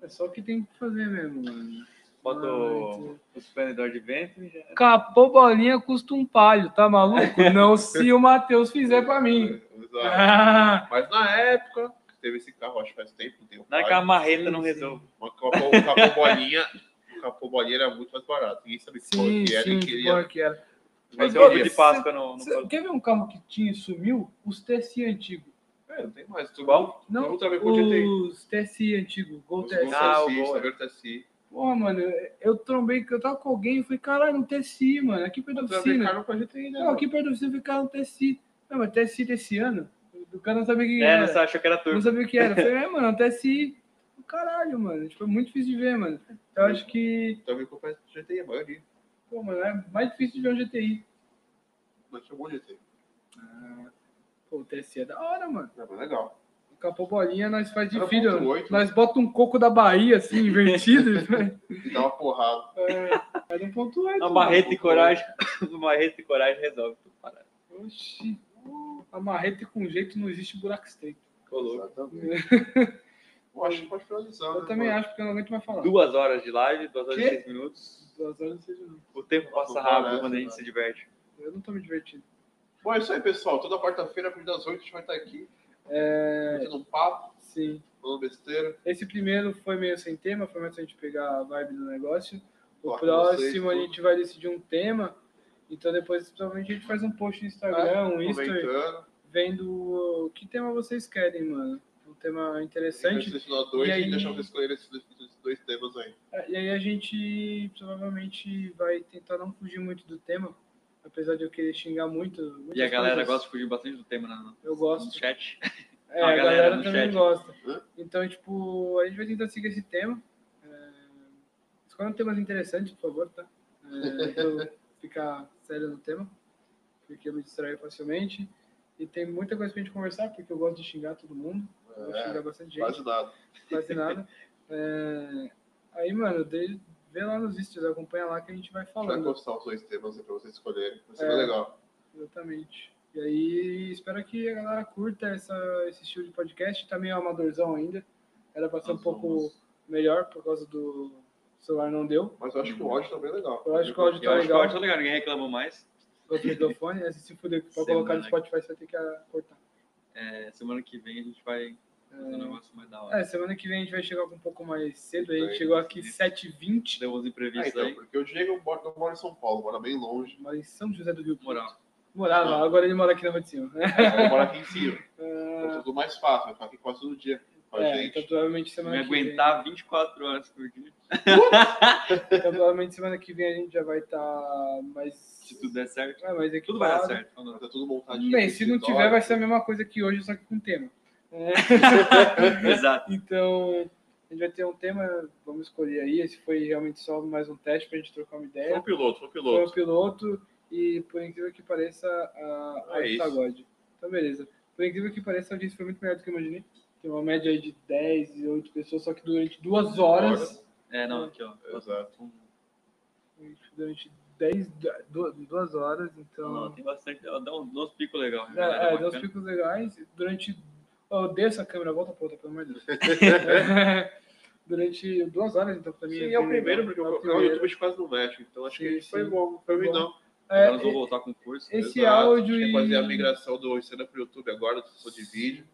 [SPEAKER 2] É só o que tem que fazer mesmo, mano.
[SPEAKER 3] Bota
[SPEAKER 2] Mano,
[SPEAKER 3] o, o suspendedor de vento e já.
[SPEAKER 2] Capô bolinha custa um palho, tá maluco? Não se o Matheus fizer pra mim.
[SPEAKER 1] Exato.
[SPEAKER 2] Ah,
[SPEAKER 1] Mas na época, que teve esse carro, acho que faz tempo, não tem um
[SPEAKER 3] Não é que a
[SPEAKER 1] carro.
[SPEAKER 3] marreta não
[SPEAKER 2] sim.
[SPEAKER 3] resolve.
[SPEAKER 1] Uma capô, um capô bolinha. O capô bolinha era muito mais barato. Ninguém sabia que porra
[SPEAKER 2] sim,
[SPEAKER 1] que era.
[SPEAKER 2] sim,
[SPEAKER 1] Ele
[SPEAKER 2] que
[SPEAKER 1] queria.
[SPEAKER 2] porra que era.
[SPEAKER 3] Vai
[SPEAKER 1] ele
[SPEAKER 3] ser ovo
[SPEAKER 1] queria.
[SPEAKER 3] é de Páscoa no, no
[SPEAKER 2] Cê, quer ver um carro que tinha e sumiu? Os TSI antigos.
[SPEAKER 1] É, não tem mais. Tu
[SPEAKER 3] Qual?
[SPEAKER 1] Não,
[SPEAKER 2] Não,
[SPEAKER 1] não também com o GT.
[SPEAKER 2] os TSI antigos, Gol
[SPEAKER 1] Os
[SPEAKER 2] TSI.
[SPEAKER 1] Golf
[SPEAKER 3] Ah, o
[SPEAKER 1] Taxi,
[SPEAKER 3] Gol.
[SPEAKER 1] Saber Taxi.
[SPEAKER 2] Porra, mano, eu trombei, eu tava com alguém e falei, caralho, um TSI, mano, aqui perto da
[SPEAKER 1] Mas
[SPEAKER 2] oficina.
[SPEAKER 1] americano com a gente ainda,
[SPEAKER 2] né? Não,
[SPEAKER 1] mano.
[SPEAKER 2] aqui perto da oficina ficaram um TSI. Não, mas TSI desse ano, o cara não sabia o que
[SPEAKER 3] É,
[SPEAKER 2] era.
[SPEAKER 3] não achou que era
[SPEAKER 2] não
[SPEAKER 3] turbo.
[SPEAKER 2] sabia o que era. Eu falei, é, mano, um TSI. Caralho, mano, tipo, é muito difícil de ver, mano. Então, Eu acho que,
[SPEAKER 1] Também com o GT, a maioria.
[SPEAKER 2] pô, mano, é mais difícil de ver um GTI.
[SPEAKER 1] Mas tinha um bom GT.
[SPEAKER 2] Pô, o TSI é da hora, mano.
[SPEAKER 1] Era bem legal.
[SPEAKER 2] Capô bolinha, nós faz de
[SPEAKER 1] Era
[SPEAKER 2] filho.
[SPEAKER 1] ponto oito.
[SPEAKER 2] Nós bota um coco da Bahia, assim, invertido. né?
[SPEAKER 1] E dava porrada.
[SPEAKER 2] é, é do ponto 8.
[SPEAKER 3] Uma marreta e
[SPEAKER 2] né?
[SPEAKER 3] coragem. Uma marreta e coragem resolve tudo. parado.
[SPEAKER 2] Oxi. A marreta com jeito não existe buraco estreito.
[SPEAKER 3] Colou.
[SPEAKER 1] Exatamente. Eu acho que pode finalizar.
[SPEAKER 2] Eu
[SPEAKER 1] né,
[SPEAKER 2] também
[SPEAKER 1] mano?
[SPEAKER 2] acho, porque eu não aguento mais falar.
[SPEAKER 3] Duas horas de live, duas horas
[SPEAKER 2] Ah. Quê?
[SPEAKER 3] e seis minutos.
[SPEAKER 2] Duas horas não seja não.
[SPEAKER 3] O é tempo passa
[SPEAKER 1] Nossa,
[SPEAKER 3] rápido
[SPEAKER 1] parece,
[SPEAKER 3] quando a gente
[SPEAKER 1] mano.
[SPEAKER 3] se diverte.
[SPEAKER 2] Eu não tô me divertindo.
[SPEAKER 1] Bom, é isso aí, pessoal. Toda quarta-feira, a partir das 8, a gente vai estar aqui.
[SPEAKER 2] É,
[SPEAKER 1] Fazendo um papo,
[SPEAKER 2] sim.
[SPEAKER 1] falando besteira.
[SPEAKER 2] Esse primeiro foi meio sem tema, foi mais pra gente pegar a vibe do negócio. O
[SPEAKER 1] Falar com
[SPEAKER 2] próximo a
[SPEAKER 1] vocês,
[SPEAKER 2] gente vai decidir um tema. Então depois, provavelmente, a gente faz um post no
[SPEAKER 3] Ah,
[SPEAKER 2] Instagram, um history,
[SPEAKER 1] Comentando.
[SPEAKER 2] vendo o que tema vocês querem, mano. Um tema
[SPEAKER 1] Sente.
[SPEAKER 2] interessante.
[SPEAKER 1] dois,
[SPEAKER 2] E
[SPEAKER 1] e
[SPEAKER 2] aí-
[SPEAKER 1] deixar vocês escolherem esses dois- esses dois temas aí.
[SPEAKER 2] É, E aí a gente provavelmente vai tentar não fugir muito do tema, apesar de eu querer xingar muito.
[SPEAKER 3] E a
[SPEAKER 2] muitas
[SPEAKER 3] galera
[SPEAKER 2] coisas.
[SPEAKER 3] gosta de fugir bastante do tema na-
[SPEAKER 2] Eu
[SPEAKER 3] no
[SPEAKER 2] gosto.
[SPEAKER 3] chat.
[SPEAKER 2] É,
[SPEAKER 3] Não,
[SPEAKER 2] a
[SPEAKER 3] a
[SPEAKER 2] galera,
[SPEAKER 3] galera no
[SPEAKER 2] também
[SPEAKER 3] chat.
[SPEAKER 2] gosta.
[SPEAKER 1] Hã?
[SPEAKER 2] Então, tipo, a gente vai tentar seguir esse tema. É... Escolha temas interessantes, por favor, tá? É, pra eu ficar sério no tema, porque eu me distraio facilmente. E tem muita coisa pra gente conversar, porque eu gosto de xingar todo mundo. Eu gosto de xingar
[SPEAKER 1] É,
[SPEAKER 2] bastante gente,
[SPEAKER 1] quase nada.
[SPEAKER 2] quase nada. É, Aí, mano, de... vê lá nos vídeos, acompanha lá que a gente vai
[SPEAKER 1] A gente vai
[SPEAKER 2] falando.
[SPEAKER 1] postar os dois temas aí pra vocês escolherem. Vai ser
[SPEAKER 2] É.
[SPEAKER 1] bem legal.
[SPEAKER 2] Exatamente. E aí, espero que a galera curta essa, esse estilo de podcast. Tá meio amadorzão ainda. Era pra ser um
[SPEAKER 1] Nós
[SPEAKER 2] pouco
[SPEAKER 1] vamos-
[SPEAKER 2] melhor por causa do celular não deu.
[SPEAKER 1] Mas eu acho que o áudio tá bem legal.
[SPEAKER 2] Eu acho que o áudio
[SPEAKER 3] Eu
[SPEAKER 2] Tá
[SPEAKER 3] acho que o
[SPEAKER 2] legal.
[SPEAKER 3] áudio tá legal, ninguém reclamou mais.
[SPEAKER 2] Outro microfone. Esse se fudeu que pra colocar no
[SPEAKER 3] Semana.
[SPEAKER 2] Spotify você vai ter que ah, cortar.
[SPEAKER 3] É, semana que vem a gente vai fazer um negócio mais da hora.
[SPEAKER 2] É, semana que vem a gente vai chegar um pouco mais cedo. A gente
[SPEAKER 1] Bem,
[SPEAKER 2] chegou aqui
[SPEAKER 3] sim.
[SPEAKER 2] 7h20.
[SPEAKER 3] Deu uns
[SPEAKER 1] Ah,
[SPEAKER 3] imprevistos
[SPEAKER 1] então,
[SPEAKER 3] aí.
[SPEAKER 1] porque o Diego mora- não mora em São Paulo, mora bem longe.
[SPEAKER 2] Mas em São José do Rio Preto.
[SPEAKER 3] Moral.
[SPEAKER 2] Morava, agora ele mora aqui na rua de cima. né? Ah,
[SPEAKER 1] Ele mora aqui em cima. Então, tudo mais fácil, vai ficar aqui quase todo dia com a
[SPEAKER 2] É,
[SPEAKER 1] gente.
[SPEAKER 2] então provavelmente semana
[SPEAKER 3] Me
[SPEAKER 2] que vem.
[SPEAKER 3] aguentar 24 horas por dia,
[SPEAKER 2] Então, provavelmente semana que vem a gente já vai estar mais.
[SPEAKER 3] se tudo der certo.
[SPEAKER 2] É, mais
[SPEAKER 3] Tudo vai dar
[SPEAKER 2] equipado.
[SPEAKER 3] certo.
[SPEAKER 1] Vai estar tudo montadinho.
[SPEAKER 2] Bem, se não
[SPEAKER 1] escritório.
[SPEAKER 2] tiver, vai ser a mesma coisa que hoje, só que com tema.
[SPEAKER 3] Exato.
[SPEAKER 2] Então, a gente vai ter um tema, vamos escolher aí. Esse foi realmente só mais um teste pra gente trocar uma
[SPEAKER 1] Foi
[SPEAKER 2] ideia.
[SPEAKER 1] o um piloto, foi o
[SPEAKER 2] Foi o
[SPEAKER 1] piloto.
[SPEAKER 2] um piloto e, por incrível que pareça, a, a
[SPEAKER 1] É
[SPEAKER 2] do
[SPEAKER 1] isso.
[SPEAKER 2] pagode. Então, beleza. Por incrível que pareça, a audiência foi muito melhor do que eu imaginei. Tem uma média aí de 10 e 8 pessoas, só que durante duas horas.
[SPEAKER 3] É, não, aqui, ó. Um
[SPEAKER 1] Exato.
[SPEAKER 2] Durante 10, du- duas horas, então.
[SPEAKER 3] Não, tem bastante. ó, Dá uns, dá uns picos legais. né, galera?
[SPEAKER 2] É, é, deu uns
[SPEAKER 3] Bacana.
[SPEAKER 2] picos legais. Durante. Oh, eu dei essa câmera, volta pra outra, pelo amor de Deus. durante duas horas, então, pra mim.
[SPEAKER 1] Sim, é o primeiro, porque o canal do YouTube a gente quase não mexe, então acho
[SPEAKER 2] Sim,
[SPEAKER 1] que isso foi
[SPEAKER 2] sim.
[SPEAKER 1] bom, foi ruim
[SPEAKER 2] Bom.
[SPEAKER 1] não.
[SPEAKER 2] É,
[SPEAKER 3] Agora nós vamos voltar com o curso.
[SPEAKER 2] esse
[SPEAKER 1] Exato,
[SPEAKER 2] áudio
[SPEAKER 1] a gente
[SPEAKER 2] e-
[SPEAKER 1] quer fazer a migração do Instagram pro YouTube agora, do só de vídeo.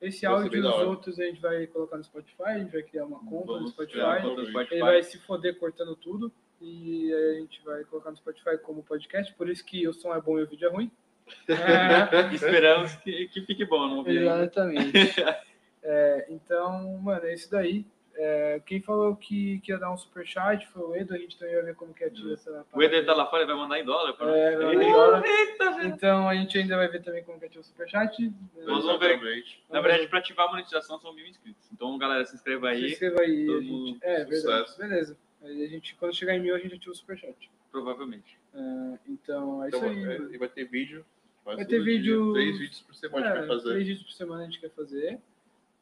[SPEAKER 2] esse
[SPEAKER 1] vai ser
[SPEAKER 2] áudio
[SPEAKER 1] bem
[SPEAKER 2] e
[SPEAKER 1] da
[SPEAKER 2] os
[SPEAKER 1] hora.
[SPEAKER 2] outros a gente vai colocar no Spotify, a gente vai criar uma é, conta no
[SPEAKER 1] Vamos
[SPEAKER 2] Spotify. né?
[SPEAKER 1] criar uma conta.
[SPEAKER 3] Enquanto o Spotify-
[SPEAKER 2] Ele vai se foder cortando tudo e a gente vai colocar no Spotify como podcast, por isso que o som é bom e o vídeo é ruim. É.
[SPEAKER 3] Esperamos que, que fique bom, não vi ainda.
[SPEAKER 2] Exatamente. É, então, mano, é isso daí. É, quem falou que, que ia dar um superchat foi o Edo, a gente também vai ver como que ativa essa
[SPEAKER 3] O tá Eder tá lá fora, ele vai mandar em dólar. pra
[SPEAKER 2] É,
[SPEAKER 3] nós.
[SPEAKER 2] vai mandar em dólar. Então a gente ainda vai ver também como que ativa o superchat.
[SPEAKER 3] Nós vamos ver.
[SPEAKER 2] É
[SPEAKER 1] Exatamente.
[SPEAKER 3] Na verdade, para ativar a monetização são mil inscritos. Então, galera, se inscreva
[SPEAKER 2] Se
[SPEAKER 3] aí.
[SPEAKER 2] inscreva aí.
[SPEAKER 3] todo
[SPEAKER 2] a gente-
[SPEAKER 3] mundo,
[SPEAKER 2] É, verdade.
[SPEAKER 1] sucesso.
[SPEAKER 2] Beleza. Aí a gente, quando chegar em mil, a gente ativa o superchat.
[SPEAKER 3] Provavelmente.
[SPEAKER 2] É, então é
[SPEAKER 1] Então,
[SPEAKER 2] isso aí.
[SPEAKER 1] é,
[SPEAKER 2] mano.
[SPEAKER 1] e vai ter vídeo. quase
[SPEAKER 2] Vai
[SPEAKER 1] todo
[SPEAKER 2] ter
[SPEAKER 1] dia,
[SPEAKER 2] vídeo-
[SPEAKER 1] Três vídeos por semana a gente
[SPEAKER 2] É,
[SPEAKER 1] vai fazer.
[SPEAKER 2] Três vídeos por semana a gente quer fazer,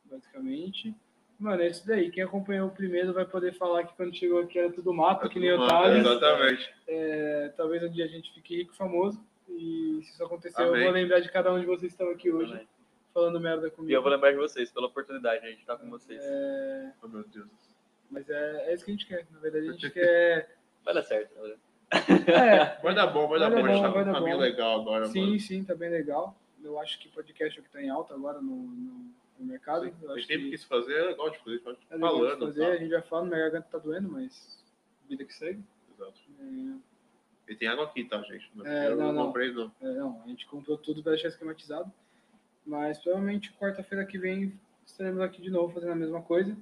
[SPEAKER 2] basicamente. Mano, é isso daí. Quem acompanhou o primeiro vai poder falar que quando chegou aqui era tudo mato, que nem
[SPEAKER 1] Uma-
[SPEAKER 2] otário.
[SPEAKER 1] Exatamente.
[SPEAKER 2] É, talvez um dia a gente fique rico e famoso. E se isso acontecer, eu
[SPEAKER 1] Amém.
[SPEAKER 2] vou lembrar de cada um de vocês que estão aqui hoje falando merda
[SPEAKER 3] E eu
[SPEAKER 2] comigo.
[SPEAKER 3] vou lembrar de vocês, pela oportunidade, a gente tá com vocês.
[SPEAKER 2] É,
[SPEAKER 1] Oh, meu Deus.
[SPEAKER 2] mas é, é isso que a gente quer. Na verdade, a gente quer.
[SPEAKER 3] Vai dar certo. né? galera.
[SPEAKER 2] É,
[SPEAKER 1] Vai dar bom, vai dar
[SPEAKER 2] Vai
[SPEAKER 1] bom.
[SPEAKER 2] dar
[SPEAKER 1] A gente
[SPEAKER 2] bom,
[SPEAKER 1] tá com
[SPEAKER 2] vai
[SPEAKER 1] um
[SPEAKER 2] dar
[SPEAKER 1] caminho
[SPEAKER 2] bom.
[SPEAKER 1] legal agora, mano.
[SPEAKER 2] sim, sim, tá bem legal. Eu acho que podcast é o que tá em alta agora no, no, no mercado. Eu
[SPEAKER 1] A
[SPEAKER 2] acho
[SPEAKER 1] gente
[SPEAKER 2] que-
[SPEAKER 1] sempre quis fazer, é legal de fazer, a gente pode
[SPEAKER 2] É legal de
[SPEAKER 1] falando.
[SPEAKER 2] fazer,
[SPEAKER 1] tá?
[SPEAKER 2] a gente já fala, minha garganta tá doendo, mas vida que segue.
[SPEAKER 1] Exato.
[SPEAKER 2] É,
[SPEAKER 1] E tem água aqui, tá, gente?
[SPEAKER 2] É,
[SPEAKER 1] eu
[SPEAKER 2] não, não.
[SPEAKER 1] comprei, não.
[SPEAKER 2] é, não, a gente comprou tudo pra deixar esquematizado, mas provavelmente quarta-feira que vem estaremos aqui de novo fazendo a mesma coisa.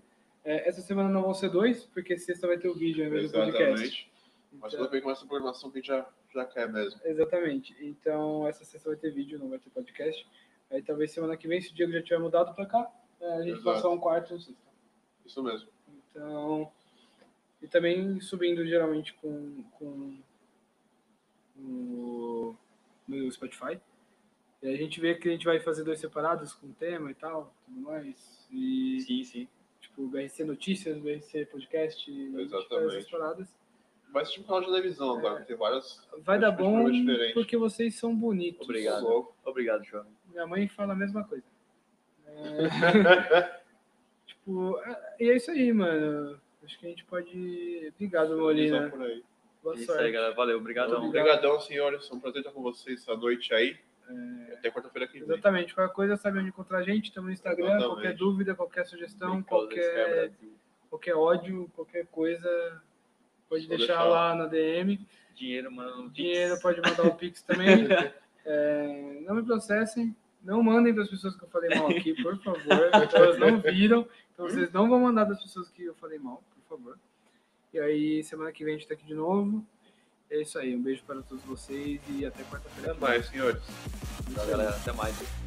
[SPEAKER 2] É, essa semana não vão ser dois, porque sexta vai ter o vídeo ao invés do um podcast.
[SPEAKER 1] Exatamente. Mas quando
[SPEAKER 2] Então-
[SPEAKER 1] vem com essa programação que já, já cai mesmo.
[SPEAKER 2] Exatamente. Então, essa sexta vai ter vídeo, não vai ter podcast. Aí talvez semana que vem, se o Diego já tiver mudado pra cá, é, a gente
[SPEAKER 1] Exato.
[SPEAKER 2] passar um quarto e um sexta.
[SPEAKER 1] Isso mesmo.
[SPEAKER 2] Então. E também subindo geralmente com. com no, no Spotify. E aí a gente vê que a gente vai fazer dois separados com tema e tal, tudo mais. E
[SPEAKER 3] Sim, sim.
[SPEAKER 2] tipo, BRC Notícias, BRC Podcast, a gente faz
[SPEAKER 1] Exatamente.
[SPEAKER 2] essas paradas.
[SPEAKER 1] Vai assistir um canal de
[SPEAKER 2] É.
[SPEAKER 1] televisão agora, tem várias.
[SPEAKER 2] Vai dar
[SPEAKER 1] acho que
[SPEAKER 2] bom
[SPEAKER 1] é diferente.
[SPEAKER 2] porque vocês são bonitos.
[SPEAKER 3] Obrigado.
[SPEAKER 1] Louco.
[SPEAKER 3] Obrigado, jovem.
[SPEAKER 2] Minha mãe fala a mesma coisa. É, tipo, é- e é isso aí, mano. Acho que a gente pode. Obrigado,
[SPEAKER 1] Televisão
[SPEAKER 2] Molina.
[SPEAKER 1] por aí.
[SPEAKER 2] Boa
[SPEAKER 3] É isso
[SPEAKER 2] sorte.
[SPEAKER 3] aí, galera. Valeu,
[SPEAKER 1] Então,
[SPEAKER 3] obrigadão.
[SPEAKER 1] Obrigadão, senhores. Foi um prazer estar com vocês essa noite aí.
[SPEAKER 2] É.
[SPEAKER 1] Até quarta-feira que vem.
[SPEAKER 2] Exatamente. Qualquer coisa, sabe onde encontrar a gente. Estamos no Instagram.
[SPEAKER 1] Exatamente.
[SPEAKER 2] Qualquer dúvida, qualquer sugestão,
[SPEAKER 3] Because it's fair,
[SPEAKER 2] qualquer,
[SPEAKER 3] Brasil.
[SPEAKER 2] qualquer ódio, qualquer coisa, pode
[SPEAKER 1] Só
[SPEAKER 2] deixar,
[SPEAKER 1] deixar.
[SPEAKER 2] lá na DM.
[SPEAKER 3] Dinheiro, mano.
[SPEAKER 2] Dinheiro, pode mandar o Pix também. É, não me processem. Não mandem para as pessoas que eu falei mal aqui, por favor. Elas não viram. Então vocês não vão mandar das pessoas que eu falei mal, por favor. E aí, semana que vem a gente tá aqui de novo. É isso aí. Um beijo para todos vocês e até quarta-feira.
[SPEAKER 1] Até mais, senhores.
[SPEAKER 3] Tchau, galera. Até mais.